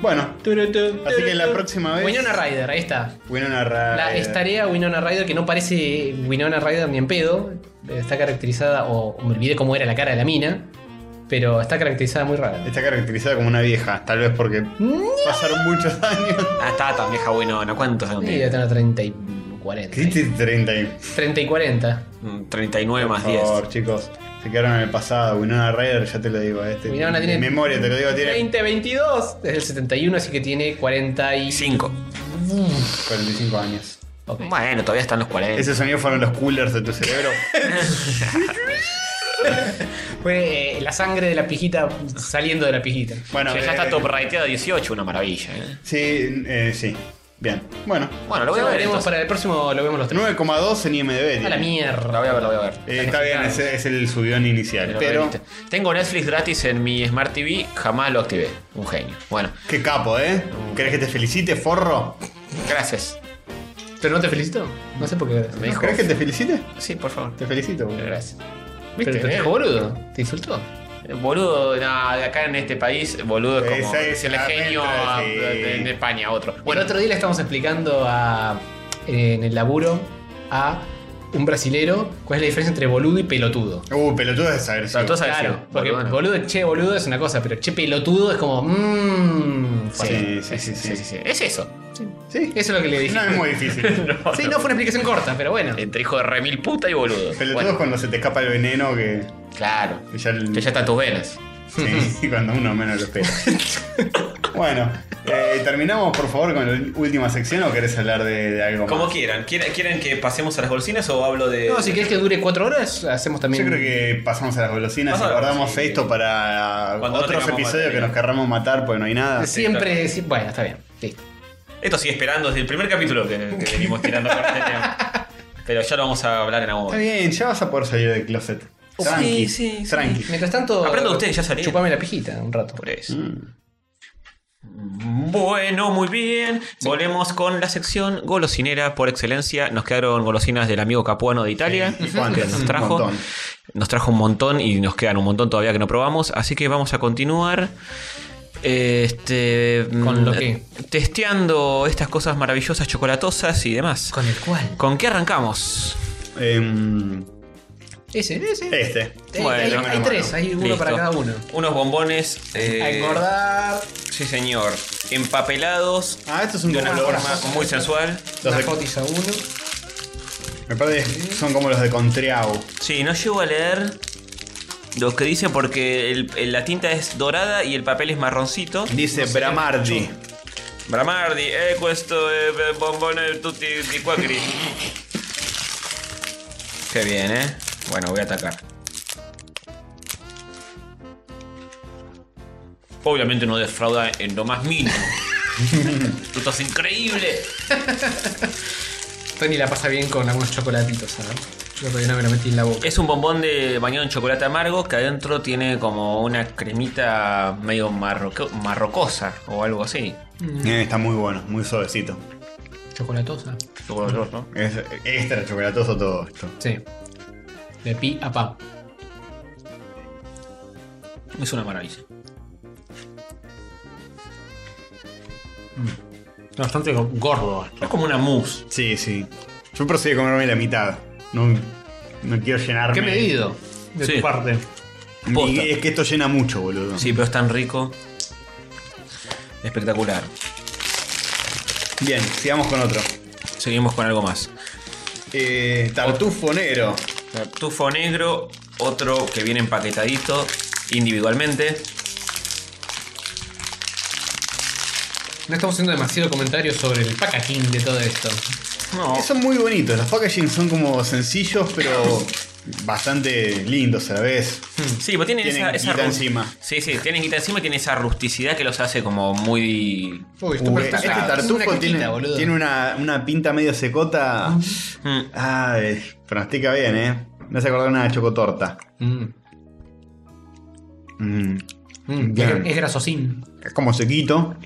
Speaker 3: Bueno, así que la próxima vez.
Speaker 4: Winona Ryder, ahí está.
Speaker 3: Winona Ryder.
Speaker 2: Eh.
Speaker 4: La es tarea Winona Ryder que no parece Winona Ryder ni en pedo. Está caracterizada, o me olvidé cómo era la cara de la mina, pero está caracterizada muy rara.
Speaker 3: Está caracterizada como una vieja, tal vez porque pasaron muchos años.
Speaker 2: Ah, está tan vieja buenona. ¿Cuántos años
Speaker 4: Sí, debe
Speaker 2: tiene?
Speaker 4: tener 30 y 40.
Speaker 3: ¿Qué dice 30 y-
Speaker 4: 30 y 40.
Speaker 2: Mm, 39
Speaker 3: Por
Speaker 2: más 10.
Speaker 3: favor, chicos. Se quedaron en el pasado. Winona Ryder, ya te lo digo. Este,
Speaker 4: Winona
Speaker 3: de
Speaker 4: tiene
Speaker 3: memoria, te lo digo. Tiene
Speaker 4: 20, 22. Es el 71, así que tiene 45.
Speaker 2: 5.
Speaker 3: 45 años.
Speaker 2: Bueno, todavía están los 40.
Speaker 3: Ese sonido fueron los coolers de tu cerebro.
Speaker 4: Fue eh, la sangre de la pijita saliendo de la pijita.
Speaker 3: Bueno,
Speaker 2: ya, ya
Speaker 3: eh,
Speaker 2: está top rateado 18, una maravilla. ¿eh?
Speaker 3: Sí, eh, sí. Bien. Bueno,
Speaker 2: Bueno, lo voy a
Speaker 4: Lo
Speaker 2: ver.
Speaker 4: veremos
Speaker 2: entonces.
Speaker 4: para el próximo, lo vemos los tres.
Speaker 3: 9,2 en IMDb.
Speaker 4: A la
Speaker 3: tiene.
Speaker 2: La
Speaker 4: mierda.
Speaker 2: voy a ver, la voy a ver.
Speaker 3: Eh, está bien, ese es el subión inicial.
Speaker 2: Pero
Speaker 3: Pero,
Speaker 2: viste. Tengo Netflix gratis en mi Smart TV, jamás lo activé. Un genio. Bueno,
Speaker 3: qué capo, ¿eh? ¿Querés que te felicite, forro?
Speaker 2: gracias.
Speaker 4: ¿Pero no te felicito? No sé por qué.
Speaker 2: Me dijo.
Speaker 3: ¿Querés que te felicite?
Speaker 2: Sí, por favor.
Speaker 3: Te felicito, boludo.
Speaker 2: Gracias.
Speaker 4: ¿Pero te
Speaker 2: eh?
Speaker 4: dijo boludo? ¿Te insultó?
Speaker 2: Boludo, no, de acá en este país, boludo es como
Speaker 3: Esa es
Speaker 2: decirle
Speaker 3: la
Speaker 2: genio
Speaker 3: letra,
Speaker 2: a-
Speaker 3: sí.
Speaker 2: de, de España a otro.
Speaker 4: Bueno,
Speaker 2: Bueno,
Speaker 4: eh, el otro día le estamos explicando a, en el laburo a un brasilero, ¿cuál es la diferencia entre boludo y pelotudo?
Speaker 3: Uh, pelotudo es agresivo.
Speaker 2: Pelotudo es agresivo.
Speaker 4: Claro, porque
Speaker 2: Boludo no.
Speaker 4: boludo, che, boludo es una cosa, pero che, pelotudo es como. Mmm.
Speaker 3: Sí, sí, sí, sí.
Speaker 4: Es eso.
Speaker 3: Sí.
Speaker 4: Eso es lo que le dije.
Speaker 3: No es muy difícil.
Speaker 4: sí, no, fue una explicación corta, pero bueno.
Speaker 2: Entre hijo de remil puta y boludo.
Speaker 3: Pelotudo
Speaker 2: Bueno,
Speaker 3: es cuando se te escapa el veneno que,
Speaker 2: Claro.
Speaker 3: que ya, el-
Speaker 2: Que ya está en tus venas.
Speaker 3: Sí, cuando uno menos lo espera. bueno, eh, terminamos por favor con la última sección o querés hablar de, de algo
Speaker 10: Como
Speaker 3: más.
Speaker 10: quieran. ¿Quieren, quieren que pasemos a las golosinas o hablo de.?
Speaker 4: No, si querés que dure cuatro horas, hacemos también.
Speaker 3: Yo creo que pasamos a las golosinas y
Speaker 10: Pasamos a las
Speaker 3: guardamos
Speaker 10: golosinas.
Speaker 3: esto para
Speaker 10: Cuando no
Speaker 3: otros
Speaker 10: tengamos
Speaker 3: episodios que
Speaker 10: material.
Speaker 3: nos querramos matar porque no hay nada.
Speaker 4: Siempre. sí, bueno, está bien. Listo.
Speaker 10: Esto sigue esperando desde el primer capítulo que, que venimos tirando con este tema. Pero ya lo vamos a hablar en algún
Speaker 3: Está
Speaker 10: momento.
Speaker 3: bien, ya vas a poder salir del closet. Tranqui, tranqui.
Speaker 4: Mientras tanto.
Speaker 10: Aprendo de ustedes, ya salí.
Speaker 4: Chupame la pijita un rato.
Speaker 10: Por eso.
Speaker 3: Mm.
Speaker 10: Bueno, muy bien. Volvemos con la sección golosinera por excelencia. Nos quedaron golosinas del amigo Capuano de Italia.
Speaker 3: Sí, y cuántas,
Speaker 10: que
Speaker 3: un
Speaker 10: nos trajo.
Speaker 3: montón.
Speaker 10: Nos trajo un montón y nos quedan un montón todavía que no probamos. Así que vamos a continuar. Este,
Speaker 4: ¿Con lo
Speaker 10: mm,
Speaker 4: qué?
Speaker 10: Testeando estas cosas maravillosas, chocolatosas y demás.
Speaker 4: Con el cual.
Speaker 10: ¿Con qué arrancamos?
Speaker 3: Em,
Speaker 4: Ese, ese.
Speaker 3: este.
Speaker 4: Hay-
Speaker 10: Bueno,
Speaker 4: hay,
Speaker 10: bueno,
Speaker 4: hay tres, hay uno
Speaker 10: Listo.
Speaker 4: para cada uno.
Speaker 10: Unos bombones. eh,
Speaker 4: A engordar.
Speaker 10: Sí, señor. Empapelados.
Speaker 3: Ah, esto es un
Speaker 10: De una
Speaker 3: color.
Speaker 10: forma muy sensual.
Speaker 3: Los
Speaker 4: Una
Speaker 3: de-
Speaker 4: fotis a uno.
Speaker 3: Me parece que son como los de Contreau.
Speaker 10: Sí, no llego a leer lo que dice porque el- el- la tinta es dorada y el papel es marroncito.
Speaker 3: Dice Bramardi.
Speaker 10: Bramardi, eh, questo eh, bombone tutti di quacri. Qué bien, eh. Bueno, voy a atacar. Obviamente no defrauda en lo más mínimo. Tú estás increíble.
Speaker 4: Tony la pasa bien con algunos chocolatitos, ¿no? Yo todavía no me lo metí en la boca.
Speaker 10: Es un bombón de bañado en chocolate amargo que adentro tiene como una cremita medio marroco- marrocosa o algo así.
Speaker 3: Eh, está muy bueno, muy suavecito.
Speaker 4: Chocolatosa.
Speaker 10: Chocolatoso, ¿no?
Speaker 3: Es extra chocolatoso todo esto.
Speaker 4: Sí. De pi a pa.
Speaker 10: Es una maravilla.
Speaker 4: Mm. Bastante gordo.
Speaker 10: Es como una mousse.
Speaker 3: Sí, sí. Yo procedí a comerme la mitad. No, no quiero llenarme.
Speaker 4: ¿Qué medido? De
Speaker 10: Sí.
Speaker 4: tu parte.
Speaker 3: Y
Speaker 10: Posta.
Speaker 3: es que esto llena mucho, boludo.
Speaker 10: Sí, pero es tan rico. Espectacular.
Speaker 3: Bien, sigamos con otro.
Speaker 10: Seguimos con algo más.
Speaker 3: Eh, tartufo negro.
Speaker 10: Tufo negro, otro que viene empaquetadito individualmente.
Speaker 4: No estamos haciendo demasiado comentario sobre el packaging de todo esto.
Speaker 10: No,
Speaker 3: Son muy bonitos. Los packaging son como sencillos, pero bastante lindos a la vez.
Speaker 10: sí, pero tienen,
Speaker 3: Tienen
Speaker 10: esa, esa
Speaker 3: guita
Speaker 10: ru-
Speaker 3: encima.
Speaker 10: Sí, sí, tienen guita encima y tienen esa rusticidad que los hace como muy.
Speaker 4: Uy,
Speaker 3: Uh, este tartufo
Speaker 4: una caquita,
Speaker 3: tiene,
Speaker 4: boludo.
Speaker 3: tiene una, una pinta medio secota.
Speaker 10: Mm.
Speaker 3: Ay, pronostica bien, ¿eh? Me hace acordar una chocotorta.
Speaker 4: Mm,
Speaker 3: Mm,
Speaker 4: mm,
Speaker 3: Bien.
Speaker 4: Es, es grasosín.
Speaker 3: Es como sequito.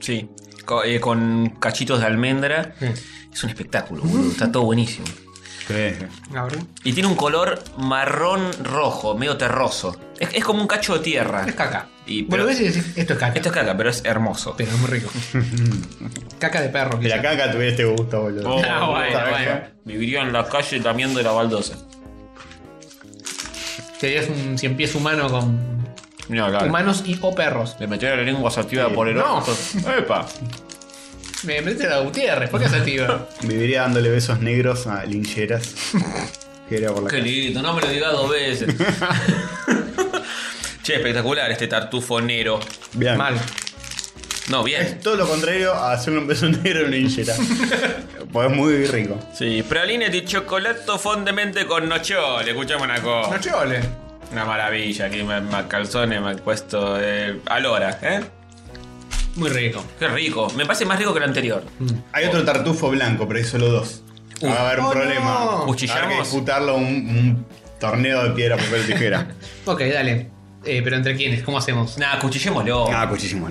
Speaker 10: Sí. Co- eh, Con, cachitos de almendra.
Speaker 4: Mm.
Speaker 10: Es un espectáculo, boludo. Está todo buenísimo.
Speaker 4: Ahora.
Speaker 10: Y tiene un color marrón rojo, medio terroso. Es, es como un cacho de tierra.
Speaker 4: Es caca.
Speaker 10: Y-
Speaker 4: bueno,
Speaker 10: pero-
Speaker 4: ves y decís, esto es caca.
Speaker 10: Esto es caca, pero es hermoso.
Speaker 4: Pero es muy rico. caca de perro.
Speaker 3: Que
Speaker 4: quizá.
Speaker 3: la caca tuviera este gusto, boludo.
Speaker 10: Oh,
Speaker 4: Ah, bueno,
Speaker 10: puta,
Speaker 4: bueno.
Speaker 10: ¿eh? Viviría en la calle lamiendo la baldosa.
Speaker 4: Serías un cien pies humano con
Speaker 10: Mira, claro.
Speaker 4: humanos y o perros.
Speaker 10: Le metió la lengua sativa por el
Speaker 4: No.
Speaker 10: ojo. ¡Epa!
Speaker 4: Me metiste la Gutiérrez, ¿por qué se activa?
Speaker 3: Viviría dándole besos negros a lincheras. que era por la
Speaker 10: Qué
Speaker 3: calle.
Speaker 10: lindo, no me lo digas dos veces. che, espectacular este tartufo negro.
Speaker 3: Bien.
Speaker 4: Mal.
Speaker 10: No, bien.
Speaker 3: Es todo lo contrario a hacer un beso negro a una linchera. pues es muy rico.
Speaker 10: Sí, praline di cioccolato fondemente con nocciole. Escuchame una cosa.
Speaker 4: chole.
Speaker 10: Una maravilla. Aquí me, me calzones me han puesto eh, al hora, ¿eh?
Speaker 4: Muy rico.
Speaker 10: Qué rico. Me parece más rico que el anterior.
Speaker 4: Mm.
Speaker 3: Hay otro tartufo blanco, pero hay solo dos. Va a haber un
Speaker 4: Oh,
Speaker 3: problema.
Speaker 4: no.
Speaker 3: Va a haber que
Speaker 10: Cuchillamos.
Speaker 3: disputarlo un, un torneo de piedra, papel, tijera.
Speaker 4: Ok, dale. Eh, pero entre quiénes, ¿cómo hacemos?
Speaker 10: Nada, cuchillémoslo.
Speaker 3: ah, cuchillísimo.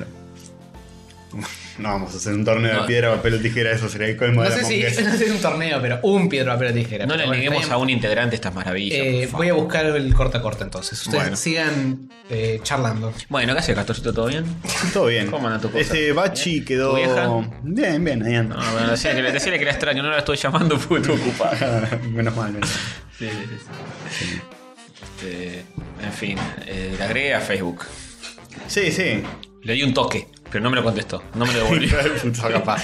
Speaker 3: No vamos a hacer un torneo de piedra, papel o tijera, eso sería el colmo
Speaker 4: No
Speaker 3: de la
Speaker 4: sé si
Speaker 3: mongueza.
Speaker 4: no sé si es un torneo, pero un piedra, papel o tijera.
Speaker 2: No le
Speaker 4: Pero bueno,
Speaker 2: neguemos
Speaker 4: está
Speaker 2: a
Speaker 4: bien.
Speaker 2: un integrante estas maravillas.
Speaker 4: Eh,
Speaker 2: por favor.
Speaker 4: voy a buscar el corta corta entonces. Ustedes
Speaker 3: Bueno.
Speaker 4: sigan eh, charlando.
Speaker 2: Bueno, ¿qué hace Castorcito? ¿Todo bien?
Speaker 3: Todo bien.
Speaker 2: ¿Cómo anda tu cosa?
Speaker 3: Ese Bachi quedó.
Speaker 2: ¿Tu vieja?
Speaker 3: Bien, bien, ahí anda.
Speaker 2: No, bueno, decía que, decirle que era extraño, no la estoy llamando porque estoy ocupado.
Speaker 3: menos mal, menos mal.
Speaker 2: Sí, sí, sí. Este, en fin, eh, la agregué a Facebook.
Speaker 3: Sí, sí.
Speaker 2: Le di un toque, pero no me lo contestó, no me lo devolvió.
Speaker 3: Sos capaz.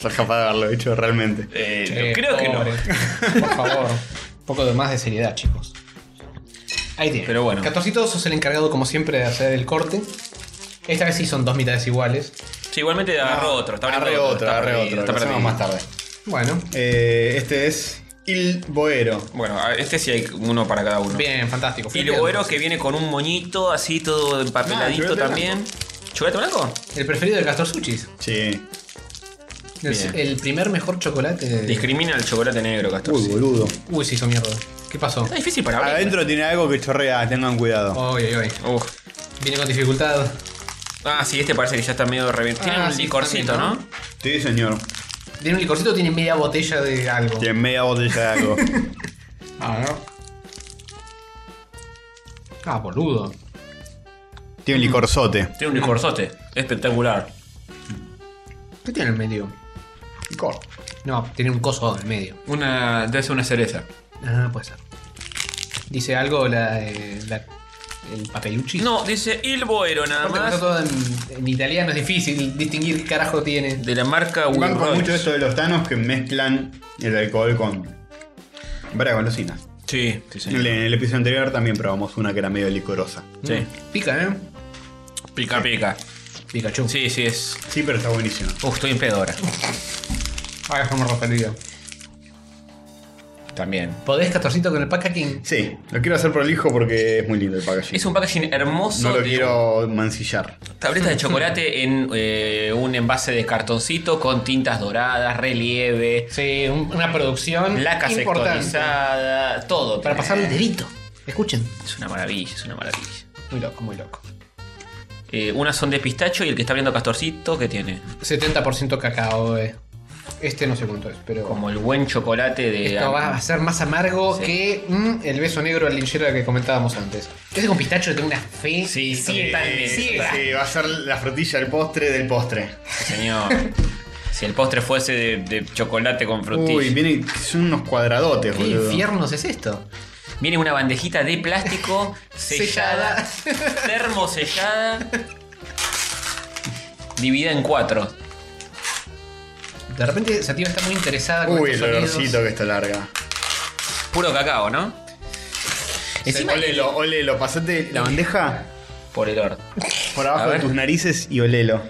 Speaker 3: Sos capaz de haberlo hecho realmente.
Speaker 2: Eh,
Speaker 4: Che,
Speaker 2: creo que no.
Speaker 4: pobre. Por favor. Un poco de más de seriedad, chicos. Ahí tiene.
Speaker 2: Pero bueno.
Speaker 4: Catorcito, sos el encargado, como siempre, de hacer el corte. Esta vez sí son dos mitades iguales.
Speaker 2: Sí, igualmente agarró otro. Está abriendo
Speaker 3: Arre otro,
Speaker 2: está
Speaker 3: arre
Speaker 2: perdido,
Speaker 3: otro.
Speaker 2: Está
Speaker 3: Lo hacemos
Speaker 2: perdido.
Speaker 3: más tarde.
Speaker 4: Bueno.
Speaker 3: Eh, este es Il Boero.
Speaker 2: Bueno, a- este sí hay uno para cada uno.
Speaker 4: Bien, fantástico.
Speaker 2: Y
Speaker 4: Felipe,
Speaker 2: el güero
Speaker 4: entonces.
Speaker 2: que viene con un moñito así todo empapeladito
Speaker 3: Ah, chuleta
Speaker 2: también. ¿Chocolate blanco?
Speaker 4: El preferido de Castor Suchis.
Speaker 3: Sí.
Speaker 4: El,
Speaker 2: Bien.
Speaker 4: el primer mejor chocolate. de-
Speaker 2: Discrimina el chocolate negro, Castor.
Speaker 3: Uy, boludo.
Speaker 4: Uy, se hizo mierda. ¿Qué pasó?
Speaker 2: Está difícil para abrir.
Speaker 3: Adentro tiene algo que chorrea, tengan cuidado.
Speaker 4: Uy, uy, uy.
Speaker 2: Uf.
Speaker 4: Viene con dificultad.
Speaker 2: Ah, sí, este parece que ya está medio reventado. Tiene
Speaker 4: Ah,
Speaker 2: un
Speaker 4: sí,
Speaker 2: licorcito,
Speaker 4: también,
Speaker 2: ¿no?
Speaker 4: ¿no?
Speaker 3: Sí, señor.
Speaker 4: Tiene un licorcito, tiene media botella de algo.
Speaker 3: Tiene media botella de algo.
Speaker 4: Ah, ¿no? Ah, boludo.
Speaker 3: tiene un licorzote.
Speaker 2: Tiene un licorzote. Espectacular.
Speaker 4: ¿Qué tiene en el medio?
Speaker 3: Licor.
Speaker 4: No, tiene un coso en el medio.
Speaker 2: Una. Debe ser una cereza.
Speaker 4: Ah, puede ser. Dice algo la, eh, la- el papeluchi.
Speaker 2: No, dice Il Boero nada
Speaker 4: Aparte, como está
Speaker 2: más.
Speaker 4: todo en, en italiano es difícil distinguir qué carajo tiene.
Speaker 2: De la marca
Speaker 3: Banco mucho
Speaker 2: Will Royce.
Speaker 3: esto de los tanos que mezclan el alcohol con. Para golosinas.
Speaker 2: Sí, sí,
Speaker 3: En el-
Speaker 2: sí.
Speaker 3: en el episodio anterior también probamos una que era medio licorosa.
Speaker 2: Sí.
Speaker 4: Pica, ¿eh?
Speaker 2: Pica, pica.
Speaker 4: Pikachu.
Speaker 2: Sí, sí, es.
Speaker 3: Sí, pero está buenísimo.
Speaker 2: Uf, estoy en pedo ahora.
Speaker 4: Ahora es como referido.
Speaker 2: También.
Speaker 4: ¿Podés catorcito con el packaging?
Speaker 3: Sí, lo quiero hacer prolijo porque es muy lindo el packaging.
Speaker 2: Es un packaging hermoso.
Speaker 3: no lo
Speaker 2: de
Speaker 3: quiero mancillar.
Speaker 2: Tableta de chocolate en eh, un envase de cartoncito con tintas doradas, relieve,
Speaker 4: Sí, un- una producción
Speaker 2: laca Eh.
Speaker 4: importante.
Speaker 2: sectorizada, todo.
Speaker 4: Para pasar el
Speaker 2: tiene.
Speaker 4: dedito. Escuchen.
Speaker 2: Es una maravilla, es una maravilla.
Speaker 4: Muy loco, muy loco.
Speaker 2: Eh, unas son de pistacho y el que está abriendo Castorcito, que tiene?
Speaker 4: 70% cacao, eh. Este no sé cuánto es, pero.
Speaker 2: Como el buen chocolate de.
Speaker 4: Esto va a ser más amargo
Speaker 2: Sí.
Speaker 4: que mm, el beso negro al linchera que comentábamos antes. Ese con pistacho le tengo una fe
Speaker 2: Sí,
Speaker 4: ciega,
Speaker 2: totalmente.
Speaker 4: ciega.
Speaker 3: Eh, Sí, va a ser la frutilla, el postre del postre.
Speaker 2: Señor. si el postre fuese de, de chocolate con frutilla.
Speaker 3: Uy, viene, son unos cuadradotes,
Speaker 4: ¿Qué
Speaker 3: boludo.
Speaker 4: infiernos es esto?
Speaker 2: Viene una bandejita de plástico sellada, termosellada, dividida en cuatro.
Speaker 4: De repente Sativa está muy interesada con
Speaker 3: Uy, el
Speaker 4: estos
Speaker 3: olorcito
Speaker 4: sonidos.
Speaker 3: que está larga.
Speaker 2: Puro cacao, ¿no? Encima,
Speaker 3: Olelo, olelo, pasate la bandeja
Speaker 2: por el orden.
Speaker 3: por
Speaker 2: A
Speaker 3: abajo de
Speaker 2: ver.
Speaker 3: tus narices y olelo.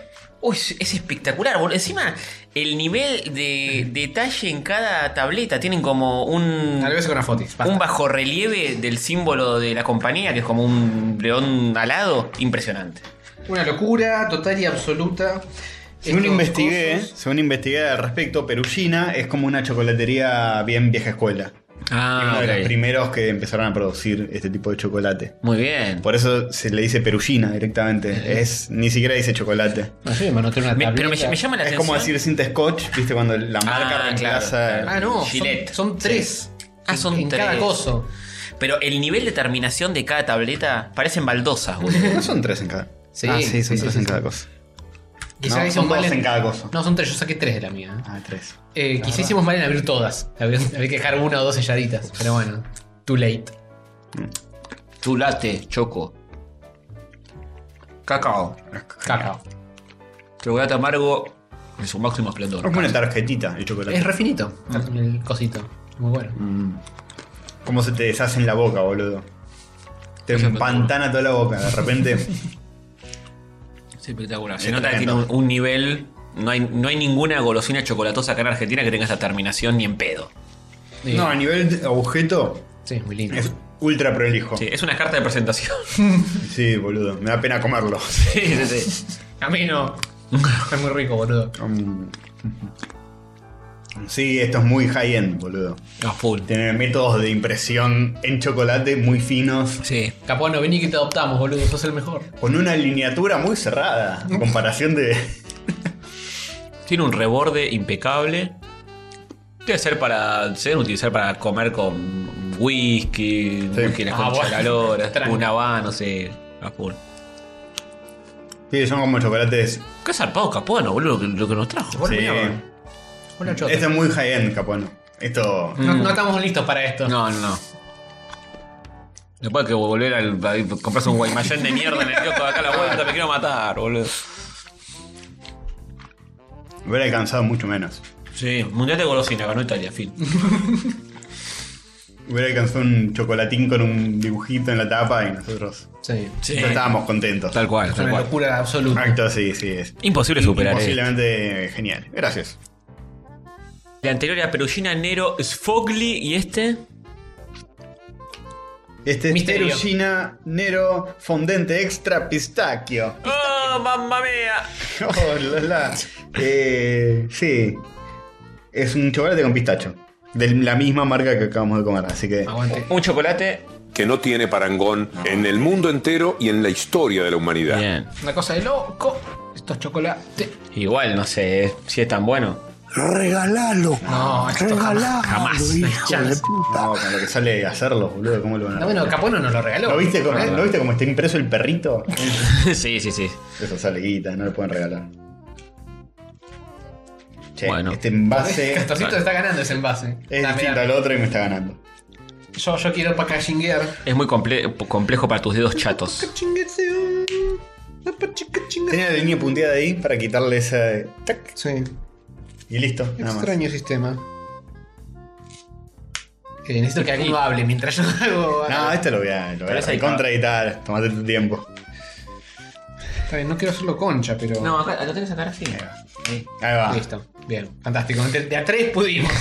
Speaker 2: Uy, es- es espectacular, boludo. Encima, el nivel de detalle en cada tableta. Tienen como un,
Speaker 4: Al beso con afotis. basta.
Speaker 2: un bajorrelieve del símbolo de la compañía, que es como un león alado. Impresionante.
Speaker 4: Una locura total y absoluta.
Speaker 3: Según
Speaker 4: Estos
Speaker 3: investigué, eh.
Speaker 4: cosos-
Speaker 3: según investigué al respecto, Perugina es como una chocolatería bien vieja escuela. Y uno
Speaker 2: Ah,
Speaker 3: de los primeros que empezaron a producir este tipo de chocolate.
Speaker 2: Muy bien.
Speaker 3: Por eso se le dice Perugina directamente. Es, ni siquiera dice chocolate.
Speaker 4: No sé, manotear una
Speaker 2: Me- pero me,
Speaker 4: tableta.
Speaker 2: me llama la
Speaker 3: Es
Speaker 2: atención.
Speaker 3: como decir cinta scotch, viste, cuando la marca
Speaker 2: Ah,
Speaker 3: reemplaza.
Speaker 2: claro,
Speaker 4: Ah, no. Son,
Speaker 2: Gillette.
Speaker 4: son tres.
Speaker 2: Ah, son
Speaker 4: en, en cada
Speaker 2: tres.
Speaker 4: coso.
Speaker 2: Pero el nivel de terminación de cada tableta parecen baldosas, boludo.
Speaker 3: No son tres en cada.
Speaker 4: Sí,
Speaker 3: ah, sí, son
Speaker 4: sí,
Speaker 3: tres
Speaker 4: sí,
Speaker 3: en
Speaker 4: sí.
Speaker 3: cada cosa.
Speaker 4: Quizá
Speaker 3: No,
Speaker 4: hice
Speaker 3: son
Speaker 4: un mal
Speaker 3: dos en cada coso.
Speaker 4: No, son tres. Yo saqué tres de la mía. ¿eh?
Speaker 3: Ah, tres.
Speaker 4: Eh, quizá hicimos mal en abrir todas. Había, había que dejar una o dos selladitas. Pero bueno, too late.
Speaker 2: Chulate, choco. Cacao.
Speaker 4: Cacao.
Speaker 2: Chocolate amargo en su máximo esplendor.
Speaker 3: Es como una tarjetita el chocolate.
Speaker 4: Es refinito
Speaker 3: Mm.
Speaker 4: el cosito. Muy bueno.
Speaker 3: Cómo se te deshace en la boca, boludo. Te empantana toda la boca, de repente.
Speaker 2: Es espectacular. Se
Speaker 3: Es
Speaker 2: nota que tiene
Speaker 3: tremendo.
Speaker 2: un, un nivel. No hay, no hay ninguna golosina chocolatosa acá en Argentina que tenga esa terminación ni en pedo.
Speaker 4: Eh,
Speaker 3: No, a nivel de objeto
Speaker 4: Sí, muy lindo.
Speaker 3: es ultra prolijo.
Speaker 2: Sí,
Speaker 3: Sí.
Speaker 2: es una carta de presentación.
Speaker 3: boludo. Me da pena comerlo.
Speaker 2: Sí, sí, sí.
Speaker 4: A mí no. Es muy rico, boludo.
Speaker 3: Mm. Sí, esto es muy high-end, boludo.
Speaker 2: A full.
Speaker 3: Tiene métodos de impresión en chocolate muy finos.
Speaker 2: Sí.
Speaker 4: Capuano, vení que te adoptamos, boludo. Sos el mejor.
Speaker 3: Con una lineatura muy cerrada. A comparación de,
Speaker 2: Tiene un reborde impecable. Debe ser para. Se deben utilizar para comer con whisky, whisky en la
Speaker 4: Ah,
Speaker 2: concha de la
Speaker 4: bueno.
Speaker 2: lora,
Speaker 4: Tranqui.
Speaker 2: una habana, no sé. a full.
Speaker 3: Sí, son como chocolates.
Speaker 2: Qué zarpado Capuano, boludo, lo que, lo que nos trajo.
Speaker 3: Sí.
Speaker 2: boludo, mira.
Speaker 4: Una chota.
Speaker 3: Esto es muy high-end, Capuano. Esto.
Speaker 4: No, no estamos listos para esto.
Speaker 2: No, no, no. Después que volver al, a comprarse un guaymallén de mierda en el kiosco de acá a la vuelta, me quiero matar, boludo.
Speaker 3: Hubiera alcanzado mucho menos.
Speaker 2: Sí, Mundial de Golosina, ganó Italia, fin.
Speaker 3: Hubiera alcanzado un chocolatín con un dibujito en la tapa y nosotros
Speaker 4: Sí.
Speaker 2: Sí,
Speaker 3: no estábamos contentos.
Speaker 2: tal cual,
Speaker 4: Es
Speaker 2: tal
Speaker 4: una
Speaker 2: cual.
Speaker 4: locura absoluta.
Speaker 3: Acto, sí, sí. Es
Speaker 2: Imposible superar esto.
Speaker 3: imposiblemente genial. Gracias.
Speaker 2: La anterior era Perugina Nero Sfogli y este.
Speaker 3: Este es
Speaker 4: Misterio.
Speaker 3: Perugina Nero Fondente Extra Pistacchio.
Speaker 2: ¡Oh, mamma mía!
Speaker 3: Oh, la, la. Eh, sí. Es un chocolate con pistacho. De la misma marca que acabamos de comer, así que.
Speaker 2: Ah,
Speaker 4: Aguante.
Speaker 2: Un chocolate.
Speaker 11: que no tiene parangón en el mundo entero y en la historia de la humanidad.
Speaker 2: Bien.
Speaker 4: Una cosa de loco. Estos chocolates.
Speaker 2: Igual, no sé eh, si es tan bueno.
Speaker 5: Regalalo.
Speaker 4: No, esto jamás.
Speaker 2: Jamás.
Speaker 4: Chance.
Speaker 3: No, con lo que sale hacerlo, boludo, ¿cómo lo van a
Speaker 4: No, bueno, Capuano nos lo regaló.
Speaker 3: ¿Lo viste, cómo,
Speaker 2: Ah,
Speaker 3: ¿Lo
Speaker 2: no.
Speaker 3: viste cómo está impreso el perrito?
Speaker 2: sí, sí, sí.
Speaker 3: Eso sale guita, no le pueden regalar. Che,
Speaker 2: Bueno.
Speaker 3: este envase es
Speaker 4: Castorcito se está ganando ese envase. Dame,
Speaker 3: distinto al
Speaker 4: dame.
Speaker 3: otro y me está ganando.
Speaker 4: Ah, Yo, yo quiero packaginggear.
Speaker 2: Es muy comple- complejo para tus dedos chatos.
Speaker 3: Tenía la línea punteada ahí para quitarle esa. tac,
Speaker 4: Sí.
Speaker 3: y listo, nada más.
Speaker 4: Extraño sistema. Eh, necesito que alguno hable mientras yo hago.
Speaker 3: No, este lo voy a, lo voy
Speaker 2: Pero
Speaker 3: a
Speaker 2: esa ahí
Speaker 3: contraeditar. Tomate tu tiempo.
Speaker 4: Está bien, no quiero hacerlo concha, pero.
Speaker 2: No, acá lo tenés acá así.
Speaker 3: Ahí va.
Speaker 4: Listo. Bien, fantástico. De, de a tres pudimos.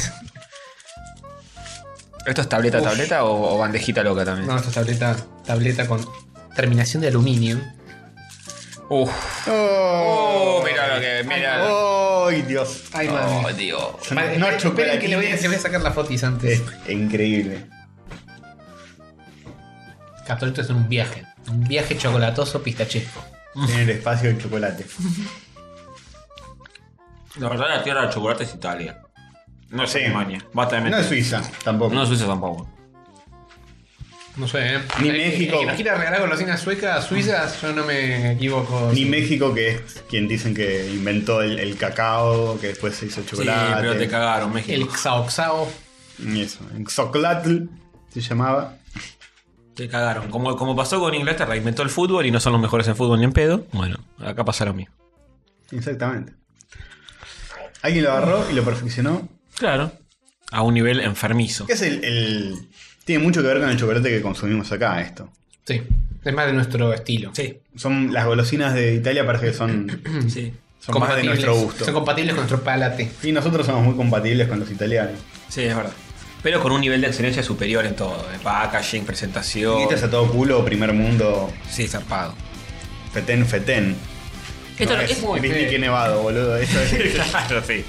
Speaker 2: ¿Esto es tableta,
Speaker 4: Uf.
Speaker 2: tableta o, o bandejita loca también?
Speaker 4: No, esta es tableta, tableta con terminación de aluminio.
Speaker 2: Uf.
Speaker 3: Oh,
Speaker 2: Oh, mirá lo que. Mirá. lo-
Speaker 3: ¡Ay, Dios!
Speaker 4: Ay,
Speaker 2: Oh,
Speaker 4: madre.
Speaker 2: Dios.
Speaker 3: Son
Speaker 4: Madre,
Speaker 3: unos
Speaker 4: esperen- esperen que le voy, a,
Speaker 3: chocolatines.
Speaker 4: le voy a sacar las fotis antes.
Speaker 3: Es increíble.
Speaker 4: Castorito es un viaje. Un viaje chocolatoso pistachesco.
Speaker 3: Tiene el espacio de chocolate.
Speaker 10: La verdad, la tierra del chocolate es Italia. No es
Speaker 3: Sí.
Speaker 10: Alemania. Basta de
Speaker 3: No
Speaker 10: mentir.
Speaker 3: es Suiza, tampoco.
Speaker 10: No es Suiza tampoco.
Speaker 4: No sé, ¿eh?
Speaker 3: Ni
Speaker 4: El que-
Speaker 3: México.
Speaker 4: el que nos quiera regalar golosinas suecas, suizas, yo no me equivoco.
Speaker 3: Ni México, que es quien dicen que inventó el, el cacao, que después se hizo chocolate.
Speaker 10: Sí, pero te cagaron, México.
Speaker 4: El Xaoxao.
Speaker 3: Y eso. En Xocolatl se llamaba.
Speaker 10: Te cagaron. Como, como pasó con Inglaterra, inventó el fútbol y no son los mejores en fútbol ni en pedo. Bueno, acá pasa lo mismo.
Speaker 3: Exactamente. Alguien lo agarró y lo perfeccionó.
Speaker 10: Claro. A un nivel enfermizo.
Speaker 3: ¿Qué es el, el- Tiene mucho que ver con el chocolate que consumimos acá, esto.
Speaker 4: Sí, es más de nuestro estilo.
Speaker 10: Sí,
Speaker 3: Son las golosinas de Italia, parece que son,
Speaker 10: sí.
Speaker 3: son más de
Speaker 4: Compatibles-
Speaker 3: nuestro gusto.
Speaker 4: Son compatibles con nuestro palate.
Speaker 3: Y nosotros somos muy compatibles con los italianos.
Speaker 10: Sí, es verdad. Pero con un nivel de excelencia superior en todo. En packaging, presentación.
Speaker 3: Guitas a todo culo, primer mundo,
Speaker 10: Sí, zarpado.
Speaker 3: fetén, fetén.
Speaker 2: Esto
Speaker 3: no
Speaker 2: no-
Speaker 3: es,
Speaker 2: es
Speaker 4: muy
Speaker 3: Disney
Speaker 4: feo.
Speaker 3: que nevado, boludo. Eso es
Speaker 10: claro, sí.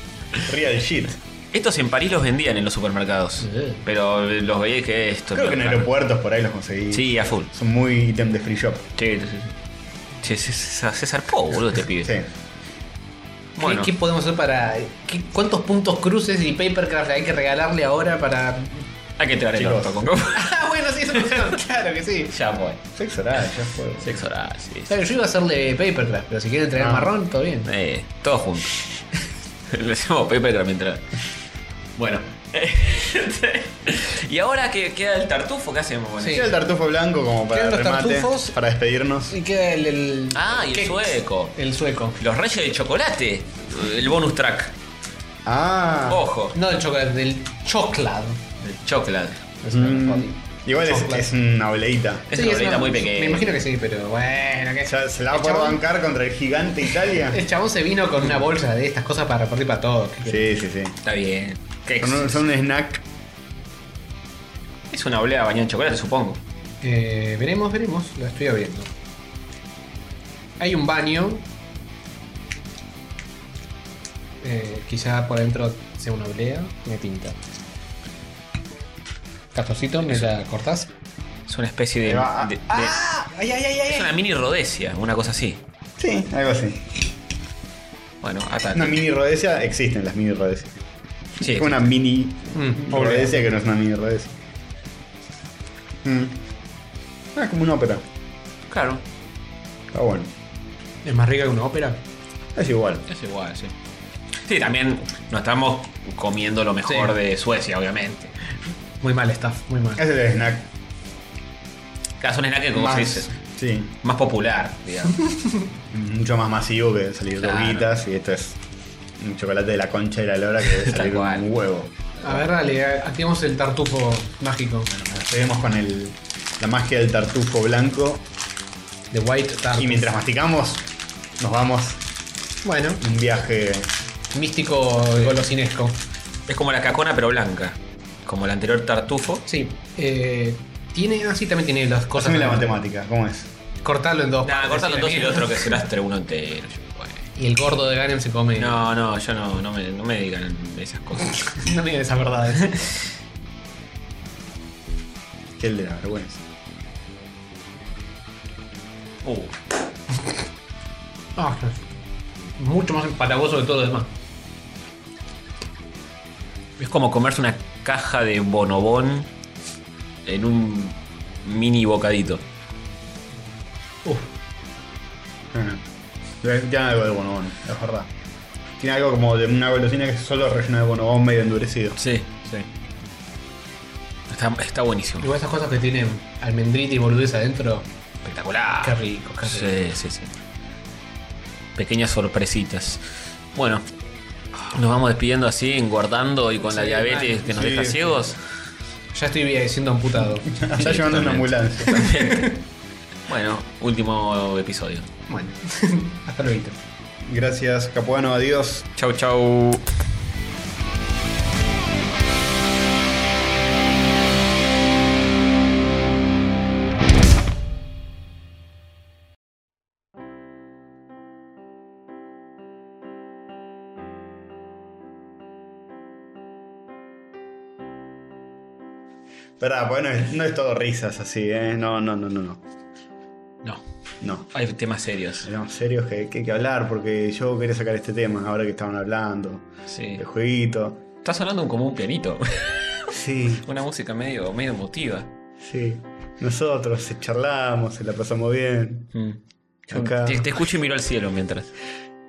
Speaker 3: real shit.
Speaker 2: Estos en París los vendían en los supermercados.
Speaker 4: Sí.
Speaker 2: Pero los veía que esto.
Speaker 3: Creo que en
Speaker 2: no,
Speaker 3: aeropuertos por ahí los conseguí.
Speaker 2: Sí, a full.
Speaker 3: Son muy ítem de free shop.
Speaker 2: Sí, sí, sí. Che, se, se- se zarpó, boludo, este pibe.
Speaker 3: Sí.
Speaker 4: ¿Qué-
Speaker 2: Bueno.
Speaker 4: ¿Qué, podemos hacer para.? qué- ¿Cuántos puntos cruces y papercraft hay que regalarle ahora para.?
Speaker 2: Hay que traer el
Speaker 3: Chicos.
Speaker 2: orto con
Speaker 4: ah, bueno, sí, eso funciona, claro que sí.
Speaker 2: Ya voy.
Speaker 3: Sexo oral, ya fue.
Speaker 2: Sexo oral, sí. sí.
Speaker 4: Claro, yo iba a hacerle papercraft, pero si quieren entregar
Speaker 3: Ah.
Speaker 4: marrón, todo bien.
Speaker 2: Eh, todos juntos. Le hacemos paper mientras. Bueno. y ahora que queda el tartufo, ¿qué hacemos con
Speaker 4: Sí.
Speaker 2: eso?
Speaker 3: Queda el tartufo blanco como para
Speaker 4: Quedan los
Speaker 3: remate,
Speaker 4: tartufos.
Speaker 3: para despedirnos.
Speaker 4: Y queda el. el-
Speaker 2: Ah, y el
Speaker 4: cake.
Speaker 2: sueco.
Speaker 4: El sueco.
Speaker 2: Los reyes del chocolate. El bonus track.
Speaker 3: Ah.
Speaker 2: Ojo.
Speaker 4: No del chocolate, del chocolate.
Speaker 2: El chocolate.
Speaker 3: Mm. Igual es,
Speaker 4: Chocolate.
Speaker 3: es una oleita.
Speaker 2: Es una bolita muy pequeña.
Speaker 4: Me imagino que sí, pero bueno. Que
Speaker 3: Ya se la va
Speaker 4: el
Speaker 3: a poder
Speaker 4: chabón-
Speaker 3: bancar contra el gigante Italia.
Speaker 4: El chabón se vino con una bolsa de estas cosas para repartir para todos. ¿Qué querés?
Speaker 3: Sí, sí, sí.
Speaker 2: Está bien. ¿Qué
Speaker 3: Son un, son un snack.
Speaker 2: Es una oblea bañada en chocolate, supongo.
Speaker 4: Eh, veremos, veremos. Lo estoy abriendo. Hay un baño. Eh, quizá por dentro sea una oblea. Me pinta. Castorcito, me la cortás.
Speaker 2: Es una especie de.
Speaker 3: Ahí va. Ah,
Speaker 2: de- de-
Speaker 4: ¡Ay, ay, ay, ay!
Speaker 2: es una mini rodesia, una cosa así.
Speaker 3: Sí, algo así.
Speaker 2: Bueno, hasta.
Speaker 3: Una mini Rodesia, existen las mini Rodesias.
Speaker 2: Sí,
Speaker 3: es una mini
Speaker 2: Mm,
Speaker 3: Rodesia que no es una mini Rodesia. Mm. Ah, es como una ópera.
Speaker 2: Claro,
Speaker 3: Está bueno.
Speaker 4: ¿Es más rica que una ópera?
Speaker 3: Es igual.
Speaker 2: es igual, sí. Sí, también nos estamos comiendo lo mejor
Speaker 4: Sí.
Speaker 2: de Suecia, obviamente.
Speaker 4: Muy mal, staff, muy mal.
Speaker 3: Es el snack
Speaker 2: Cada son snack que, como
Speaker 3: más,
Speaker 2: se dice,
Speaker 3: sí,
Speaker 2: más popular, digamos.
Speaker 3: mucho más masivo que salir
Speaker 2: Claro.
Speaker 3: dos guitas y esto es un chocolate de la concha de la lora que debe salir
Speaker 2: cual.
Speaker 3: un huevo.
Speaker 4: A ver, dale, activemos el tartufo mágico.
Speaker 3: Seguimos con el, la magia del tartufo blanco
Speaker 4: The White Tartufo.
Speaker 3: y mientras masticamos nos vamos
Speaker 4: Bueno,
Speaker 3: un viaje
Speaker 4: místico golosinesco.
Speaker 2: es como la cacona, pero blanca. Como el anterior tartufo.
Speaker 4: Sí. eh, tiene. Ah, sí, también tiene las cosas.
Speaker 3: Haceme la matemática, ¿cómo es?
Speaker 4: Cortarlo en dos.
Speaker 2: Nada,
Speaker 4: partes,
Speaker 2: cortalo en dos y el
Speaker 4: mierda.
Speaker 2: otro que se lastre uno entero. Yo, bueno.
Speaker 4: Y el gordo de Ganem se come.
Speaker 2: No, no, yo no, no, me, no me digan esas cosas.
Speaker 4: no digan esas verdades.
Speaker 3: Que el de la vergüenza.
Speaker 2: Uh,
Speaker 4: Ah, mucho más empalagoso que todo lo demás.
Speaker 2: es como comerse una caja de bonobón en un mini bocadito.
Speaker 4: Uf.
Speaker 3: Tiene tiene algo de bonobón, es verdad. Tiene algo como de una golosina que es solo relleno de bonobón medio endurecido.
Speaker 2: Sí, sí. Está, está buenísimo.
Speaker 4: Igual esas cosas que tienen almendrita y boludez adentro.
Speaker 2: Espectacular.
Speaker 4: Qué rico, qué rico.
Speaker 2: Ah, Sí, sí, sí. Pequeñas sorpresitas. Bueno, nos vamos despidiendo así, engordando y con la
Speaker 4: Sí,
Speaker 2: diabetes
Speaker 4: mal.
Speaker 2: que nos
Speaker 3: Sí,
Speaker 2: deja
Speaker 3: sí.
Speaker 2: ciegos.
Speaker 4: Ya estoy siendo amputado.
Speaker 3: Está llevando una
Speaker 2: totalmente.
Speaker 3: ambulancia.
Speaker 2: Bueno, último episodio.
Speaker 4: bueno, hasta luego.
Speaker 3: Gracias, Capuano, adiós.
Speaker 2: Chau, chau.
Speaker 3: Pará, bueno, pues no es todo risas así, ¿eh? No, no, no, no, no.
Speaker 2: No,
Speaker 3: No.
Speaker 2: hay temas serios.
Speaker 3: Seamos serios que, que hay que hablar porque yo quería sacar este tema ahora que estaban hablando.
Speaker 2: Sí.
Speaker 3: El jueguito.
Speaker 2: Está sonando como un pianito.
Speaker 3: Sí,
Speaker 2: Una música medio, medio emotiva.
Speaker 3: sí. Nosotros charlamos, se la pasamos bien.
Speaker 2: Mm. Yo
Speaker 3: Acá.
Speaker 2: Te, te escucho y miro al cielo mientras.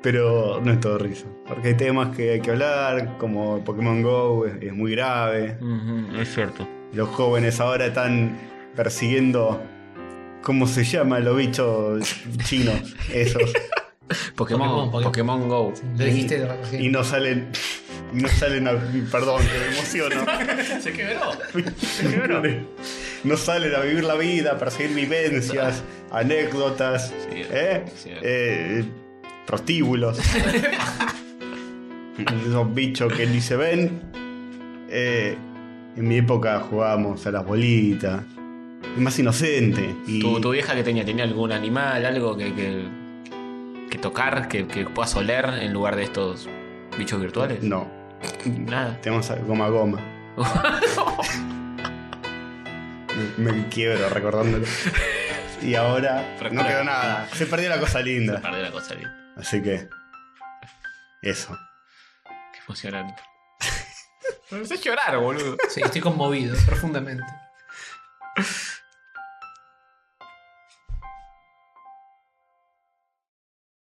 Speaker 3: Pero no es todo risa. Porque hay temas que hay que hablar, como Pokémon Go es, es muy grave.
Speaker 2: Ujú, es cierto.
Speaker 3: Los jóvenes ahora están persiguiendo. ¿Cómo se llama los bichos chinos? Esos.
Speaker 2: Pokémon,
Speaker 4: Pokémon, Pokémon.
Speaker 2: Pokémon Go.
Speaker 4: Lo dijiste de recién.
Speaker 3: Y no salen. Y no salen a. Perdón, que me emociono.
Speaker 2: Se quebró.
Speaker 3: No salen a vivir la vida, a perseguir vivencias, anécdotas,
Speaker 2: Sí,
Speaker 3: ¿eh?
Speaker 2: sí.
Speaker 3: Eh, prostíbulos. Esos bichos que ni se ven. Eh, en mi época jugábamos a las bolitas. Es más inocente. Y
Speaker 2: ¿Tu, tu vieja que tenía? ¿Tenía algún animal, algo que, que, que tocar, que, que puedas oler en lugar de estos bichos virtuales?
Speaker 3: No,
Speaker 2: Nada.
Speaker 3: tenemos a- goma a goma. me, me quiebro recordándolo. Y ahora no
Speaker 2: Fractura.
Speaker 3: quedó nada. Se perdió la cosa linda.
Speaker 2: Perdí la cosa ahí.
Speaker 3: Así que. Eso.
Speaker 2: Qué emocionante. Me empecé a llorar, boludo.
Speaker 4: Sí, estoy conmovido profundamente.